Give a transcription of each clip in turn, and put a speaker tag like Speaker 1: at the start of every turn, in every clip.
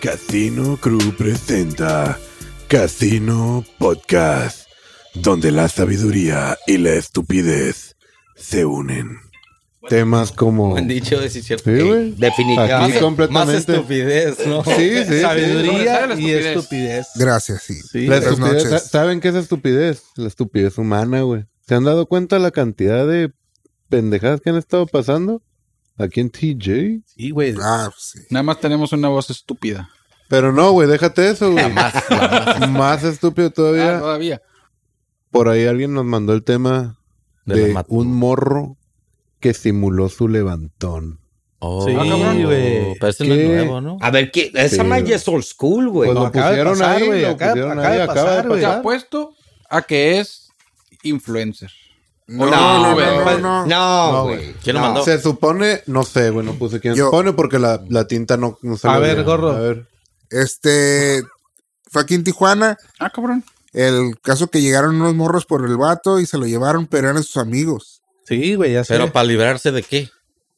Speaker 1: Casino Crew presenta Casino Podcast, donde la sabiduría y la estupidez se unen. Temas como...
Speaker 2: Han dicho, es cierto.
Speaker 1: Sí, güey. Aquí
Speaker 2: Definitivamente. Más
Speaker 1: completamente.
Speaker 2: estupidez, ¿no?
Speaker 1: Sí, sí.
Speaker 2: Sabiduría
Speaker 3: Sobre todo la
Speaker 2: y
Speaker 3: estupidez.
Speaker 2: estupidez.
Speaker 4: Gracias, sí.
Speaker 2: Sí.
Speaker 1: La
Speaker 4: Buenas
Speaker 1: estupidez,
Speaker 4: noches.
Speaker 1: sa- ¿Saben qué es estupidez? La estupidez humana, güey. ¿Se han dado cuenta la cantidad de pendejadas que han estado pasando? Aquí en TJ.
Speaker 3: Sí, güey.
Speaker 4: Ah, sí.
Speaker 3: Nada más tenemos una voz estúpida.
Speaker 1: Pero no, güey, déjate eso, güey. Más estúpido
Speaker 3: Ah,
Speaker 1: todavía.
Speaker 3: todavía.
Speaker 1: Por ahí alguien nos mandó el tema
Speaker 2: De
Speaker 1: de,
Speaker 2: la mat-
Speaker 1: un morro que simuló su levantón.
Speaker 3: Ah,
Speaker 2: Oh,
Speaker 5: Sí,
Speaker 2: cabrón.
Speaker 5: güey.
Speaker 2: Pero este no es
Speaker 1: ¿Qué?
Speaker 2: nuevo, ¿no?
Speaker 5: A ver, ¿qué? esa
Speaker 1: Sí,
Speaker 5: man
Speaker 1: güey.
Speaker 5: ya es old school, güey.
Speaker 1: Pues
Speaker 5: No,
Speaker 1: lo
Speaker 5: acaba-
Speaker 1: pusieron
Speaker 5: pasar,
Speaker 1: ahí,
Speaker 5: güey,
Speaker 1: lo
Speaker 5: acaba-
Speaker 1: pusieron
Speaker 5: acaba
Speaker 1: ahí,
Speaker 5: de
Speaker 1: acaba de
Speaker 5: pasar, güey.
Speaker 3: Te
Speaker 1: pasar.
Speaker 3: apuesto a que es influencer.
Speaker 4: No,
Speaker 2: No,
Speaker 4: no,
Speaker 2: güey.
Speaker 4: no, no, no.
Speaker 5: No,
Speaker 6: pues,
Speaker 5: güey.
Speaker 2: ¿Quién lo mandó?
Speaker 1: Se supone, no sé, güey, no puse quién. Se
Speaker 4: Yo-
Speaker 1: supone porque la, la tinta no, no se
Speaker 5: A
Speaker 1: lo
Speaker 5: ver,
Speaker 1: dio.
Speaker 5: gorro.
Speaker 1: A ver.
Speaker 4: Este. Fue aquí en Tijuana.
Speaker 3: Ah, cabrón.
Speaker 4: El caso que llegaron unos morros por el vato y se lo llevaron, pero eran sus amigos.
Speaker 5: Sí, güey, ya sé.
Speaker 2: Pero para librarse de qué?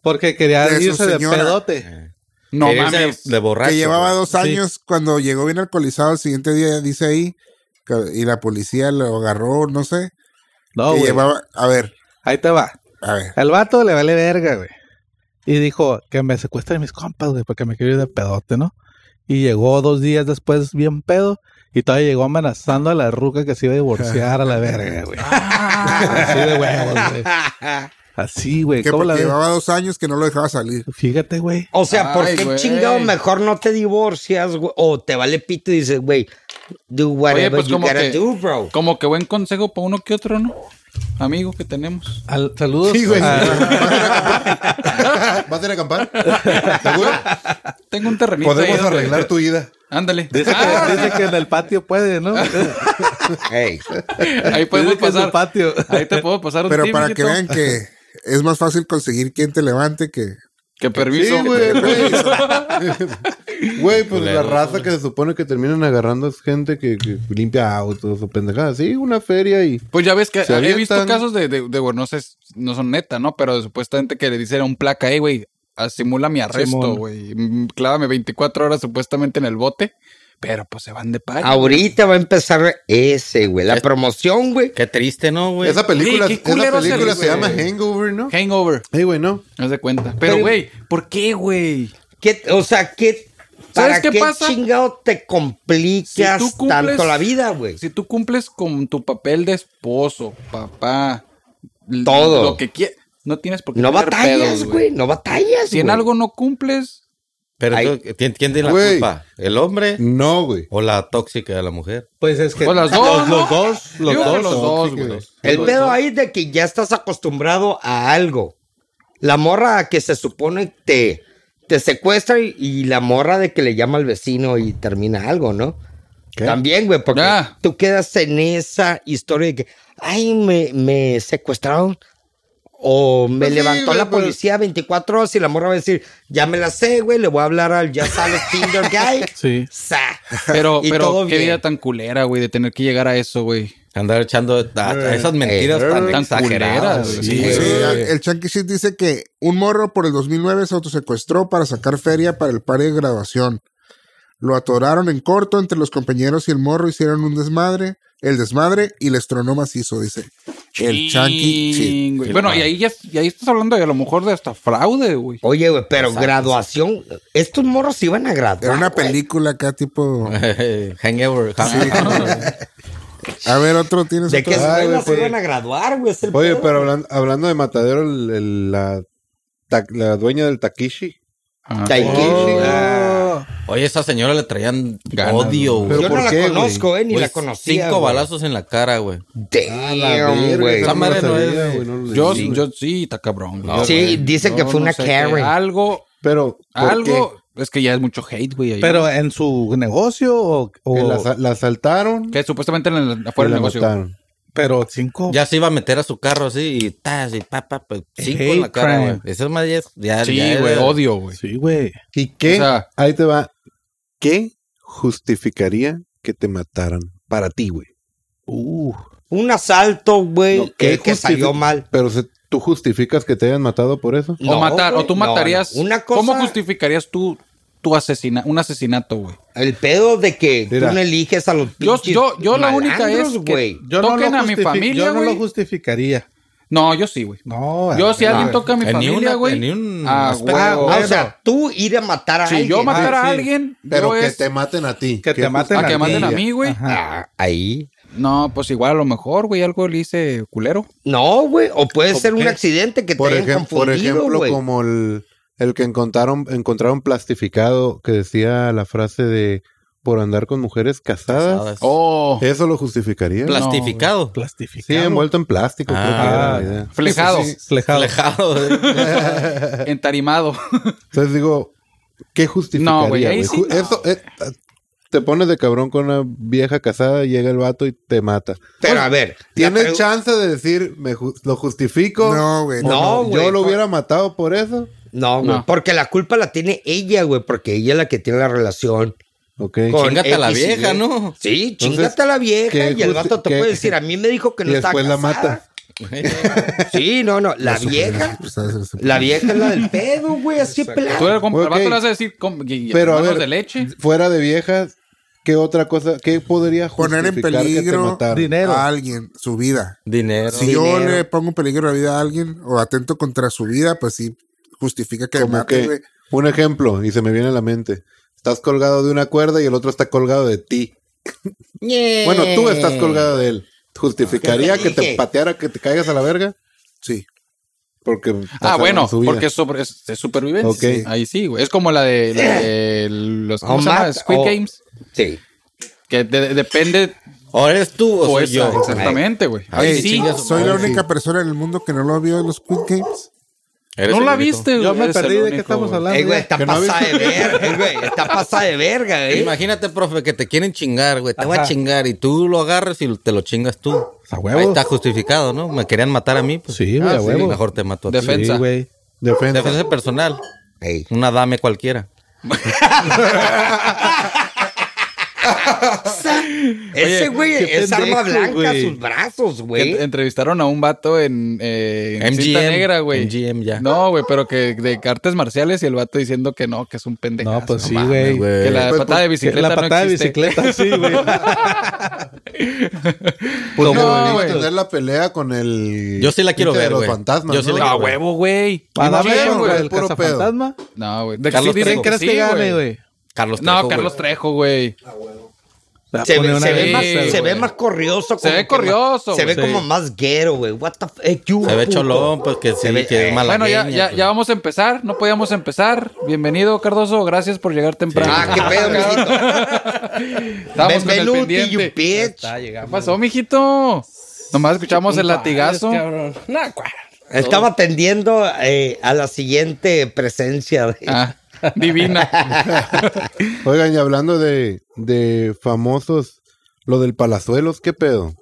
Speaker 5: porque quería
Speaker 4: de su
Speaker 5: irse de
Speaker 4: señora.
Speaker 5: pedote.
Speaker 3: No
Speaker 2: Quererse
Speaker 3: mames.
Speaker 2: De borracho.
Speaker 4: que llevaba
Speaker 2: güey.
Speaker 4: dos años cuando llegó bien alcoholizado. El siguiente día dice ahí. que- Y la policía lo agarró, no sé.
Speaker 5: No,
Speaker 4: que
Speaker 5: Oh, güey.
Speaker 4: llevaba. A ver,
Speaker 5: Ahí te va.
Speaker 4: a ver.
Speaker 5: Al vato le vale verga, güey. Y dijo que me secuestren mis compas, güey, porque me quiero ir de pedote, ¿no? Y llegó dos días después bien pedo y todavía llegó amenazando a la ruca que se iba a divorciar a la verga, güey. Así de huevos, güey. Así, güey.
Speaker 4: Que
Speaker 5: ¿Cómo la
Speaker 4: porque
Speaker 5: ves?
Speaker 4: llevaba dos años que no lo dejaba salir.
Speaker 5: Fíjate, güey. O
Speaker 6: O sea, ¿por
Speaker 3: Ay,
Speaker 6: qué
Speaker 3: güey.
Speaker 6: chingado mejor no te divorcias, güey? O te vale pito y dices, güey, do whatever
Speaker 3: Oye, pues
Speaker 6: you
Speaker 3: como
Speaker 6: gotta
Speaker 3: que,
Speaker 6: do, bro.
Speaker 3: como que buen consejo para uno que otro, ¿no? Amigo que tenemos.
Speaker 5: Al- saludos.
Speaker 1: Sí, güey.
Speaker 5: a- Ah.
Speaker 1: ¿Vas a ir a acampar? ¿Seguro?
Speaker 3: Tengo un terrenito. ahí
Speaker 1: Podemos
Speaker 3: donde-
Speaker 1: arreglar tu ida.
Speaker 3: Ándale.
Speaker 5: dice,
Speaker 3: Ah,
Speaker 5: que, dice que en el patio puede, ¿no?
Speaker 6: Ey,
Speaker 3: ahí podemos
Speaker 5: Dice que en su
Speaker 3: pasar.
Speaker 5: patio.
Speaker 3: Ahí te puedo pasar un
Speaker 4: Pero
Speaker 3: tip,
Speaker 4: para que
Speaker 3: Pues mijito.
Speaker 4: vean que es más fácil conseguir quien te levante que.
Speaker 3: Que permiso.
Speaker 1: Sí, güey, güey. Güey, pues la
Speaker 2: Culero,
Speaker 1: raza que se supone que terminan agarrando es gente que, que limpia autos o pendejadas. Sí, una feria y...
Speaker 3: Pues ya ves que
Speaker 1: Se
Speaker 3: he visto
Speaker 1: avientan.
Speaker 3: casos de, de, de, bueno, no sé, no son neta, ¿no? Pero supuestamente que le dicen a un placa, hey, güey, ah, simula mi arresto,
Speaker 5: Simón.
Speaker 3: güey. Mm, Clávame 24 horas supuestamente en el bote, pero pues se van de par.
Speaker 6: ahorita va a empezar ese, güey. La promoción, güey.
Speaker 2: Qué triste, ¿no, güey?
Speaker 1: Esa película,
Speaker 3: Sí, qué
Speaker 1: esa
Speaker 3: culero se
Speaker 1: película
Speaker 3: ve,
Speaker 1: se llama
Speaker 3: güey.
Speaker 1: Hangover, ¿no?
Speaker 3: Hangover,
Speaker 1: Ey, güey, no.
Speaker 3: haz de cuenta. Pero,
Speaker 6: Pero-
Speaker 3: güey, ¿por qué, güey?
Speaker 6: ¿Qué- o sea, ¿qué,
Speaker 3: ¿Sabes
Speaker 6: ¿para
Speaker 3: qué
Speaker 6: qué,
Speaker 3: pasa?
Speaker 6: chingado te complicas
Speaker 3: Si tú cumples-
Speaker 6: tanto la vida, güey?
Speaker 3: Si tú cumples con tu papel de esposo, papá, l-
Speaker 6: Todo.
Speaker 3: lo que quieras, no tienes por qué
Speaker 6: No
Speaker 3: tener
Speaker 6: batallas,
Speaker 3: pedos,
Speaker 6: güey. No batallas,
Speaker 3: Si en
Speaker 6: güey.
Speaker 3: algo no cumples,
Speaker 2: Pero
Speaker 6: Ay.
Speaker 2: tú, ¿quién, quién tiene la
Speaker 1: Güey.
Speaker 2: culpa? ¿El hombre
Speaker 1: No, güey.
Speaker 2: o la tóxica de la mujer?
Speaker 5: Pues es que.
Speaker 3: o las dos,
Speaker 5: los,
Speaker 3: ¿no?
Speaker 5: los dos, los
Speaker 3: Yo creo que
Speaker 5: dos.
Speaker 3: los
Speaker 5: son-
Speaker 3: dos,
Speaker 5: sí,
Speaker 3: güey.
Speaker 6: El
Speaker 1: Pues
Speaker 6: pedo ahí es de que ya estás acostumbrado a algo. La morra que se supone te, te secuestra y, y la morra de que le llama al vecino y termina algo, ¿no? También, güey, porque
Speaker 3: Ah.
Speaker 6: tú quedas en esa historia de que, ay, me, me secuestraron o me
Speaker 1: Pues sí,
Speaker 6: levantó
Speaker 1: güey,
Speaker 6: la
Speaker 1: pues-
Speaker 6: policía 24 horas y la morra va a decir, ya me la sé, güey, le voy a hablar al ya sabes Tinder guy.
Speaker 5: Sí.
Speaker 6: Sa.
Speaker 3: pero,
Speaker 6: Y
Speaker 3: pero
Speaker 6: todo
Speaker 3: qué
Speaker 6: bien.
Speaker 3: vida tan culera, güey, de tener que llegar a eso, güey.
Speaker 2: Andar echando a- a esas mentiras
Speaker 6: Eh,
Speaker 2: tan,
Speaker 3: tan
Speaker 2: exageradas.
Speaker 3: culeras,
Speaker 2: güey.
Speaker 3: sí,
Speaker 4: Sí,
Speaker 2: güey.
Speaker 4: el Chunky Shit dice que un morro por el 2009 se autosecuestró para sacar feria para el par de graduación. Lo atoraron en corto entre los compañeros y el morro hicieron un desmadre, el desmadre y les tronó macizo, dice. El Chunky Shit.
Speaker 3: Ching, güey. Bueno, y ahí, ya, y ahí estás hablando de a lo mejor de hasta fraude, güey.
Speaker 6: Oye, güey, pero graduación, estos morros se iban a graduar.
Speaker 4: Era una
Speaker 6: güey.
Speaker 4: película acá tipo...
Speaker 2: Hangover.
Speaker 4: A ver, otro tienes
Speaker 6: ¿De qué
Speaker 4: otro.
Speaker 1: Ay, güey,
Speaker 6: escuela se
Speaker 1: pues-
Speaker 6: iban a graduar, güey? Es el
Speaker 1: Oye,
Speaker 6: pedo.
Speaker 1: pero hablan- hablando de Matadero, el- el- la, ta- la dueña del Takishi.
Speaker 3: Ah,
Speaker 6: Ay, qué-
Speaker 2: Oye, esa señora le traían
Speaker 3: Ganas,
Speaker 2: odio, güey.
Speaker 1: Pero
Speaker 6: Yo
Speaker 1: ¿por
Speaker 6: no la
Speaker 1: qué, güey?
Speaker 6: conozco, eh, ni
Speaker 2: Güey,
Speaker 6: la
Speaker 3: Pues,
Speaker 6: conocía.
Speaker 2: Cinco
Speaker 6: güey.
Speaker 2: balazos en la cara, güey.
Speaker 6: Damn, güey.
Speaker 2: Esa madre no es, güey.
Speaker 3: Yo, yo sí, está cabrón. güey.
Speaker 2: No,
Speaker 6: Sí, dice que
Speaker 3: No,
Speaker 6: fue
Speaker 3: no
Speaker 6: una
Speaker 3: sé, que
Speaker 6: Karen.
Speaker 3: Algo,
Speaker 1: Pero, ¿por
Speaker 3: algo. Es que ya es mucho hate, güey. ahí.
Speaker 5: Pero en su negocio o.
Speaker 1: qué?
Speaker 5: o-
Speaker 1: Que la, la asaltaron
Speaker 3: que supuestamente en el-
Speaker 1: y
Speaker 3: afuera del
Speaker 1: la
Speaker 3: negocio.
Speaker 1: mataron.
Speaker 5: pero cinco.
Speaker 2: Ya se iba a meter a su carro así y tas y pa, pa, pa, cinco
Speaker 5: Hate
Speaker 2: en la cara,
Speaker 5: crime.
Speaker 2: güey. Esa es más ya, ya-
Speaker 3: Sí,
Speaker 2: ya-
Speaker 3: güey, odio, güey.
Speaker 5: Sí, güey.
Speaker 1: ¿Y qué?
Speaker 3: O sea-
Speaker 1: Ahí te va. ¿Qué justificaría que te mataran para ti, güey?
Speaker 5: Uh.
Speaker 6: Un asalto, güey,
Speaker 1: No, ¿qué
Speaker 6: que, que salió
Speaker 1: justific-
Speaker 6: mal.
Speaker 1: Pero se- tú justificas que te hayan matado por eso.
Speaker 3: O matar,
Speaker 6: güey,
Speaker 3: o tú
Speaker 6: no,
Speaker 3: matarías.
Speaker 6: no. Una cosa,
Speaker 3: ¿Cómo justificarías tú tu asesina un asesinato, güey.
Speaker 6: El pedo de que
Speaker 1: Mira.
Speaker 6: tú no eliges a los
Speaker 3: Yo,
Speaker 6: pinches
Speaker 3: yo, yo la única es
Speaker 6: malandros,
Speaker 3: que
Speaker 6: güey.
Speaker 5: Yo
Speaker 3: toquen
Speaker 5: no lo
Speaker 3: a mi
Speaker 5: justifi-
Speaker 3: familia,
Speaker 5: Yo no
Speaker 3: güey.
Speaker 5: lo justificaría.
Speaker 3: No, yo sí, güey.
Speaker 5: No,
Speaker 3: Yo
Speaker 5: güey.
Speaker 3: si alguien
Speaker 6: no,
Speaker 3: toca a mi
Speaker 2: en ni
Speaker 3: familia,
Speaker 2: una-
Speaker 3: güey.
Speaker 2: en ni un
Speaker 3: ah,
Speaker 2: aspecto.
Speaker 3: güey,
Speaker 5: Ah,
Speaker 6: Ah,
Speaker 5: bueno.
Speaker 6: o sea, tú ir a matar a
Speaker 3: Si
Speaker 6: alguien.
Speaker 3: yo matara
Speaker 5: Ah,
Speaker 3: a
Speaker 5: sí.
Speaker 3: alguien,
Speaker 7: Pero
Speaker 3: yo
Speaker 7: que
Speaker 3: es-
Speaker 7: te maten a ti.
Speaker 5: Que te maten
Speaker 3: a que
Speaker 5: ti.
Speaker 3: maten a mí, güey.
Speaker 5: Ajá.
Speaker 6: Ah, ahí.
Speaker 3: No, pues igual a lo mejor, güey, algo le hice culero.
Speaker 6: No, güey. O puede ser un
Speaker 7: qué?
Speaker 6: accidente que
Speaker 7: Por,
Speaker 6: te hayan
Speaker 7: ejem- por
Speaker 6: confundido,
Speaker 7: ejemplo,
Speaker 6: güey.
Speaker 7: como el...
Speaker 1: El que encontraron, encontraron plastificado que decía la frase de por andar con mujeres casadas.
Speaker 3: Oh,
Speaker 1: Eso lo justificaría.
Speaker 3: Plas-
Speaker 2: Plastificado.
Speaker 1: sí,
Speaker 5: Plastificado.
Speaker 1: envuelto en plástico, creo que
Speaker 2: Ah.
Speaker 1: era la idea.
Speaker 3: flejado,
Speaker 5: Flejado.
Speaker 2: Alejado.
Speaker 3: entarimado.
Speaker 1: Entonces digo, ¿qué justificaría?
Speaker 3: No, güey,
Speaker 1: güey?
Speaker 3: ahí sí
Speaker 1: Ju-
Speaker 3: no,
Speaker 1: Eso, eh, te pones de cabrón con una vieja casada, llega el vato y te mata.
Speaker 6: Pero a ver.
Speaker 1: ¿Tienes
Speaker 6: la pregu-
Speaker 1: Pues, chance de decir, me ju- lo justifico?
Speaker 4: No, güey.
Speaker 6: No, güey,
Speaker 1: Yo lo
Speaker 6: por-
Speaker 1: hubiera matado por eso.
Speaker 6: No, güey.
Speaker 3: No.
Speaker 6: Porque la culpa la tiene ella, güey. Porque ella es la que tiene la relación.
Speaker 1: Ok.
Speaker 6: Con
Speaker 2: Chíngate a la
Speaker 6: X y
Speaker 2: vieja,
Speaker 6: Y.
Speaker 2: ¿no?
Speaker 6: Sí,
Speaker 1: Entonces,
Speaker 6: chingate a la vieja
Speaker 1: ¿qué
Speaker 6: y el vato
Speaker 1: justi-
Speaker 6: te
Speaker 1: qué-
Speaker 6: puede decir, a mí me dijo que no
Speaker 1: y
Speaker 6: estaba
Speaker 1: después la
Speaker 6: casada". Sí, no, no, la vieja,
Speaker 4: Pues, ¿sabes? Ese-
Speaker 6: la vieja es la del pedo, güey, así
Speaker 3: Tú
Speaker 6: pelada.
Speaker 3: eres como el
Speaker 1: Ok.
Speaker 3: vato le vas a decir com- y- y-
Speaker 1: Pero a
Speaker 3: manos
Speaker 1: ver,
Speaker 3: de leche.
Speaker 1: fuera de viejas, ¿qué otra cosa, qué podría
Speaker 4: Poner en
Speaker 1: justificar que te
Speaker 4: peligro
Speaker 1: mataran?
Speaker 5: Dinero.
Speaker 4: a alguien, su vida.
Speaker 2: Dinero.
Speaker 4: Si yo le pongo en peligro la vida a alguien o atento contra su vida, pues sí justifica que me
Speaker 1: Como
Speaker 4: mate,
Speaker 1: que,
Speaker 4: güey.
Speaker 1: un ejemplo, y se me viene a la mente. Estás colgado de una cuerda y el otro está colgado de ti. Bueno, tú
Speaker 5: Eh.
Speaker 1: estás colgado de él. ¿Justificaría
Speaker 6: ¿Qué te
Speaker 1: que te
Speaker 6: dije?
Speaker 1: pateara, que te caigas a la verga?
Speaker 4: Sí.
Speaker 1: Porque.
Speaker 3: Ah,
Speaker 1: pasaron
Speaker 3: bueno,
Speaker 1: su vida.
Speaker 3: porque es, sobre, es, es supervivencia.
Speaker 1: Ok.
Speaker 3: Sí, Ahí sí, güey. Es como la de, la de los ¿cómo
Speaker 6: O
Speaker 3: se llama?
Speaker 6: mata-
Speaker 3: Squid
Speaker 6: o-
Speaker 3: Games.
Speaker 6: Sí.
Speaker 3: Que de- de- depende
Speaker 2: O eres tú o
Speaker 3: o
Speaker 2: Oh, soy
Speaker 3: esa,
Speaker 2: yo.
Speaker 3: Exactamente, güey.
Speaker 2: Ay,
Speaker 3: Ahí
Speaker 2: sí,
Speaker 3: sí.
Speaker 2: chingas.
Speaker 4: Soy la única persona en el mundo que no lo vio en los Squid Games.
Speaker 2: Eres
Speaker 3: No
Speaker 2: el
Speaker 3: la
Speaker 2: único.
Speaker 3: viste, güey.
Speaker 5: Yo me
Speaker 3: Eres el
Speaker 5: perdí de qué
Speaker 3: único,
Speaker 5: estamos
Speaker 3: güey.
Speaker 5: hablando.
Speaker 6: Ey, güey, está
Speaker 1: Que no ha
Speaker 6: pasada de verga, eh, güey, está pasada de verga, eh.
Speaker 2: Imagínate, profe, que te quieren chingar, güey. Te voy a
Speaker 5: Ajá.
Speaker 2: chingar y tú lo agarras y te lo chingas tú.
Speaker 5: A huevo.
Speaker 2: Ahí está justificado, ¿no? Me querían matar a mí. Pues,
Speaker 5: Sí, güey,
Speaker 2: ah,
Speaker 5: a huevo.
Speaker 2: Mejor te mato a ti.
Speaker 3: Defen-
Speaker 5: Sí,
Speaker 3: Defensa.
Speaker 5: güey.
Speaker 1: Defensa.
Speaker 2: Defensa personal.
Speaker 6: Ey.
Speaker 2: Una dame cualquiera.
Speaker 6: Ese güey
Speaker 5: qué
Speaker 6: es arma
Speaker 5: pendejo,
Speaker 6: blanca,
Speaker 5: güey.
Speaker 6: sus brazos,
Speaker 3: Que
Speaker 6: güey.
Speaker 3: ent- entrevistaron a un vato en, eh, en
Speaker 2: MGM,
Speaker 3: cinta negra, güey.
Speaker 2: MGM ya.
Speaker 3: No, güey, pero que de artes marciales y el vato diciendo que no, que es un pendejo.
Speaker 5: No, pues sí, güey.
Speaker 3: Que la
Speaker 1: Pues,
Speaker 3: patada de
Speaker 5: Que
Speaker 3: bicicleta
Speaker 5: La patada
Speaker 3: no
Speaker 5: de
Speaker 3: existe.
Speaker 5: bicicleta, sí, güey.
Speaker 1: Pues
Speaker 3: No,
Speaker 1: deberían
Speaker 3: güey.
Speaker 1: tener la pelea con el.
Speaker 2: Yo sí la quiero
Speaker 1: pinche
Speaker 2: ver,
Speaker 1: de los
Speaker 2: güey.
Speaker 1: fantasmas.
Speaker 2: Yo sí
Speaker 1: ¿no?
Speaker 2: la
Speaker 3: No,
Speaker 2: quiero
Speaker 3: a
Speaker 2: ver.
Speaker 3: huevo, Ah, güey.
Speaker 5: Adame
Speaker 3: Sí,
Speaker 5: con
Speaker 3: güey,
Speaker 5: el
Speaker 1: puro pedo.
Speaker 5: cazafantasma.
Speaker 3: No, güey. De-
Speaker 2: Carlos
Speaker 3: sí, dicen
Speaker 5: ¿Quién
Speaker 2: Trejo.
Speaker 3: que
Speaker 5: crees
Speaker 3: sí,
Speaker 5: que gane, güey?
Speaker 2: Carlos
Speaker 3: No,
Speaker 2: Trejo,
Speaker 3: Carlos
Speaker 2: güey.
Speaker 3: Trejo, güey.
Speaker 5: La
Speaker 6: Se
Speaker 5: Ah, pone
Speaker 6: ve,
Speaker 5: una
Speaker 6: se ve
Speaker 5: verga,
Speaker 6: más,
Speaker 3: güey.
Speaker 6: se ve más corrioso.
Speaker 3: Se
Speaker 6: como
Speaker 3: ve
Speaker 6: que más-
Speaker 3: corrioso,
Speaker 6: Se ve
Speaker 5: güey.
Speaker 6: como
Speaker 5: Sí.
Speaker 6: más guero, güey. What the f- eh, ¿qué hubo,
Speaker 2: Se ve
Speaker 6: puto?
Speaker 2: cholón, pues que sí,
Speaker 6: ve-
Speaker 2: que
Speaker 6: eh.
Speaker 2: es mala.
Speaker 3: Bueno, ya, ya, ya vamos a empezar. No podíamos empezar. Bienvenido, Cardoso. Gracias por llegar temprano.
Speaker 6: Ah, qué pedo, mijito.
Speaker 3: Estábamos con el
Speaker 6: Benvenuti, you
Speaker 3: pendiente.
Speaker 6: bitch.
Speaker 3: ¿Qué pasó, mijito? Nomás escuchamos el latigazo.
Speaker 6: Estaba atendiendo eh, a la siguiente presencia. de-
Speaker 3: Ah, divina.
Speaker 1: Oigan, y hablando de, de famosos, lo del Palazuelos, ¿qué pedo?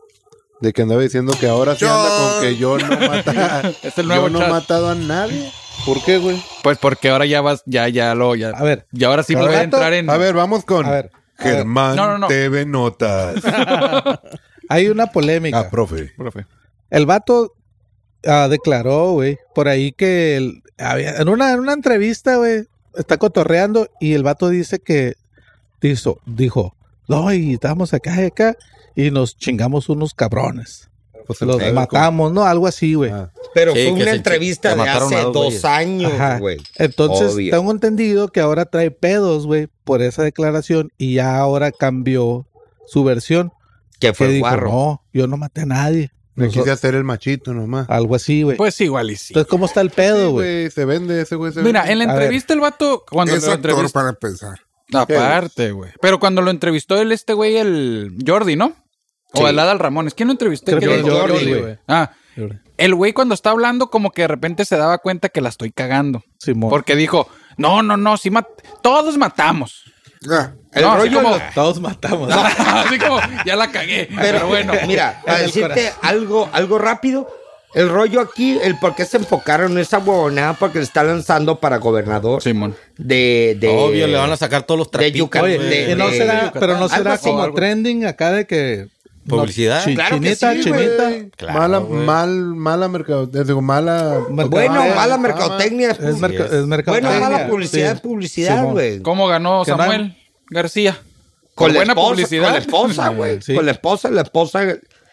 Speaker 1: De que andaba diciendo que ahora se anda con que yo no mata,
Speaker 3: Es el nuevo
Speaker 1: yo no he
Speaker 3: chat.
Speaker 1: matado a nadie. ¿Por qué, güey?
Speaker 3: Pues porque ahora ya vas, ya, ya lo, ya.
Speaker 5: A ver.
Speaker 3: Y ahora sí
Speaker 1: ¿Cada
Speaker 3: voy a
Speaker 1: rato?
Speaker 3: entrar en.
Speaker 1: A ver, vamos con
Speaker 5: A ver, a ver.
Speaker 1: Germán
Speaker 3: No, no, no.
Speaker 1: TV Notas.
Speaker 5: Hay una polémica.
Speaker 1: ah, profe.
Speaker 3: Profe.
Speaker 5: El vato ah, declaró, güey, por ahí que el- había- en, una, en una entrevista, güey, está cotorreando y el vato dice que dijo, dijo, no, y estábamos acá y acá y nos chingamos unos cabrones.
Speaker 1: Pues,
Speaker 5: Los
Speaker 1: eh,
Speaker 5: matamos, ¿no? Algo así, güey.
Speaker 1: Ah,
Speaker 6: Pero
Speaker 2: Sí,
Speaker 6: fue
Speaker 2: que
Speaker 6: una
Speaker 2: se-
Speaker 6: entrevista
Speaker 2: que
Speaker 6: de
Speaker 2: mataron a
Speaker 6: hace
Speaker 2: dos
Speaker 6: dos
Speaker 2: güeyes.
Speaker 5: Ajá.
Speaker 6: años, güey.
Speaker 5: Entonces,
Speaker 6: Obvio.
Speaker 5: tengo entendido que ahora trae pedos, güey, por esa declaración y ya ahora cambió su versión.
Speaker 6: Que
Speaker 5: Que
Speaker 6: fue
Speaker 5: dijo,
Speaker 6: guarro.
Speaker 5: no, yo no maté a nadie.
Speaker 1: me
Speaker 5: Noso-
Speaker 1: quise hacer el machito nomás.
Speaker 2: Ah,
Speaker 5: Algo así, güey.
Speaker 3: Pues igual y sí.
Speaker 5: Entonces, ¿cómo está el pedo,
Speaker 1: Sí,
Speaker 5: güey?
Speaker 1: güey, se vende ese güey. se
Speaker 3: Mira,
Speaker 1: vende.
Speaker 3: en la
Speaker 5: A
Speaker 3: entrevista el vato, cuando
Speaker 4: es
Speaker 3: lo
Speaker 4: actor
Speaker 3: entrevistó.
Speaker 4: para empezar.
Speaker 3: Aparte, güey. Pero cuando lo entrevistó él, este güey, el Jordi, ¿no? O el Adal Ramones. ¿Quién lo entrevistó?
Speaker 5: Creo
Speaker 3: ¿Quién
Speaker 5: que
Speaker 3: lo
Speaker 5: el
Speaker 3: entrevistó?
Speaker 5: Jordi, güey.
Speaker 3: Ah, el güey cuando está hablando, como que de repente se daba cuenta que la estoy cagando.
Speaker 5: Simón.
Speaker 3: Porque dijo, no, no, no, sí mat- todos matamos.
Speaker 4: Ah,
Speaker 6: El
Speaker 3: No, así
Speaker 6: rollo
Speaker 3: como-
Speaker 5: Todos matamos.
Speaker 3: Así como, ya la cagué. Ah, Pero,
Speaker 6: Pero
Speaker 3: bueno.
Speaker 6: bueno, mira,
Speaker 5: En
Speaker 6: para
Speaker 5: el
Speaker 6: decirte
Speaker 5: corazón.
Speaker 6: algo, algo rápido, el rollo aquí, el por qué se enfocaron en esa huevonada, porque le está lanzando para gobernador
Speaker 3: Simón.
Speaker 6: de, de.
Speaker 2: Obvio, le van a sacar todos los
Speaker 6: de
Speaker 2: trapitos.
Speaker 6: Yucatán,
Speaker 2: güey.
Speaker 5: Oye,
Speaker 6: de-
Speaker 5: eh, no
Speaker 6: de-
Speaker 5: será, pero no
Speaker 6: Algo
Speaker 5: será
Speaker 6: así,
Speaker 5: como
Speaker 6: algo.
Speaker 5: trending acá de que
Speaker 2: Publicidad.
Speaker 5: Chi-
Speaker 6: Claro que
Speaker 5: chinita,
Speaker 6: sí, güey.
Speaker 5: chinita.
Speaker 2: Claro,
Speaker 1: mala,
Speaker 2: güey.
Speaker 1: mal, mala mercadotecnia. Digo, mala.
Speaker 5: Mercado-
Speaker 6: Bueno,
Speaker 5: Ah,
Speaker 6: mala
Speaker 1: fama.
Speaker 6: mercadotecnia. pues.
Speaker 5: Es, merca-
Speaker 2: es.
Speaker 5: es mercadotecnia.
Speaker 6: Bueno, mala publicidad,
Speaker 5: Sí.
Speaker 6: publicidad,
Speaker 5: Simón.
Speaker 6: güey.
Speaker 3: ¿Cómo ganó
Speaker 5: Que no
Speaker 3: Samuel García?
Speaker 6: Con la
Speaker 3: buena
Speaker 6: esposa,
Speaker 3: publicidad.
Speaker 6: Con la esposa, güey.
Speaker 5: Sí.
Speaker 6: Con la esposa, la esposa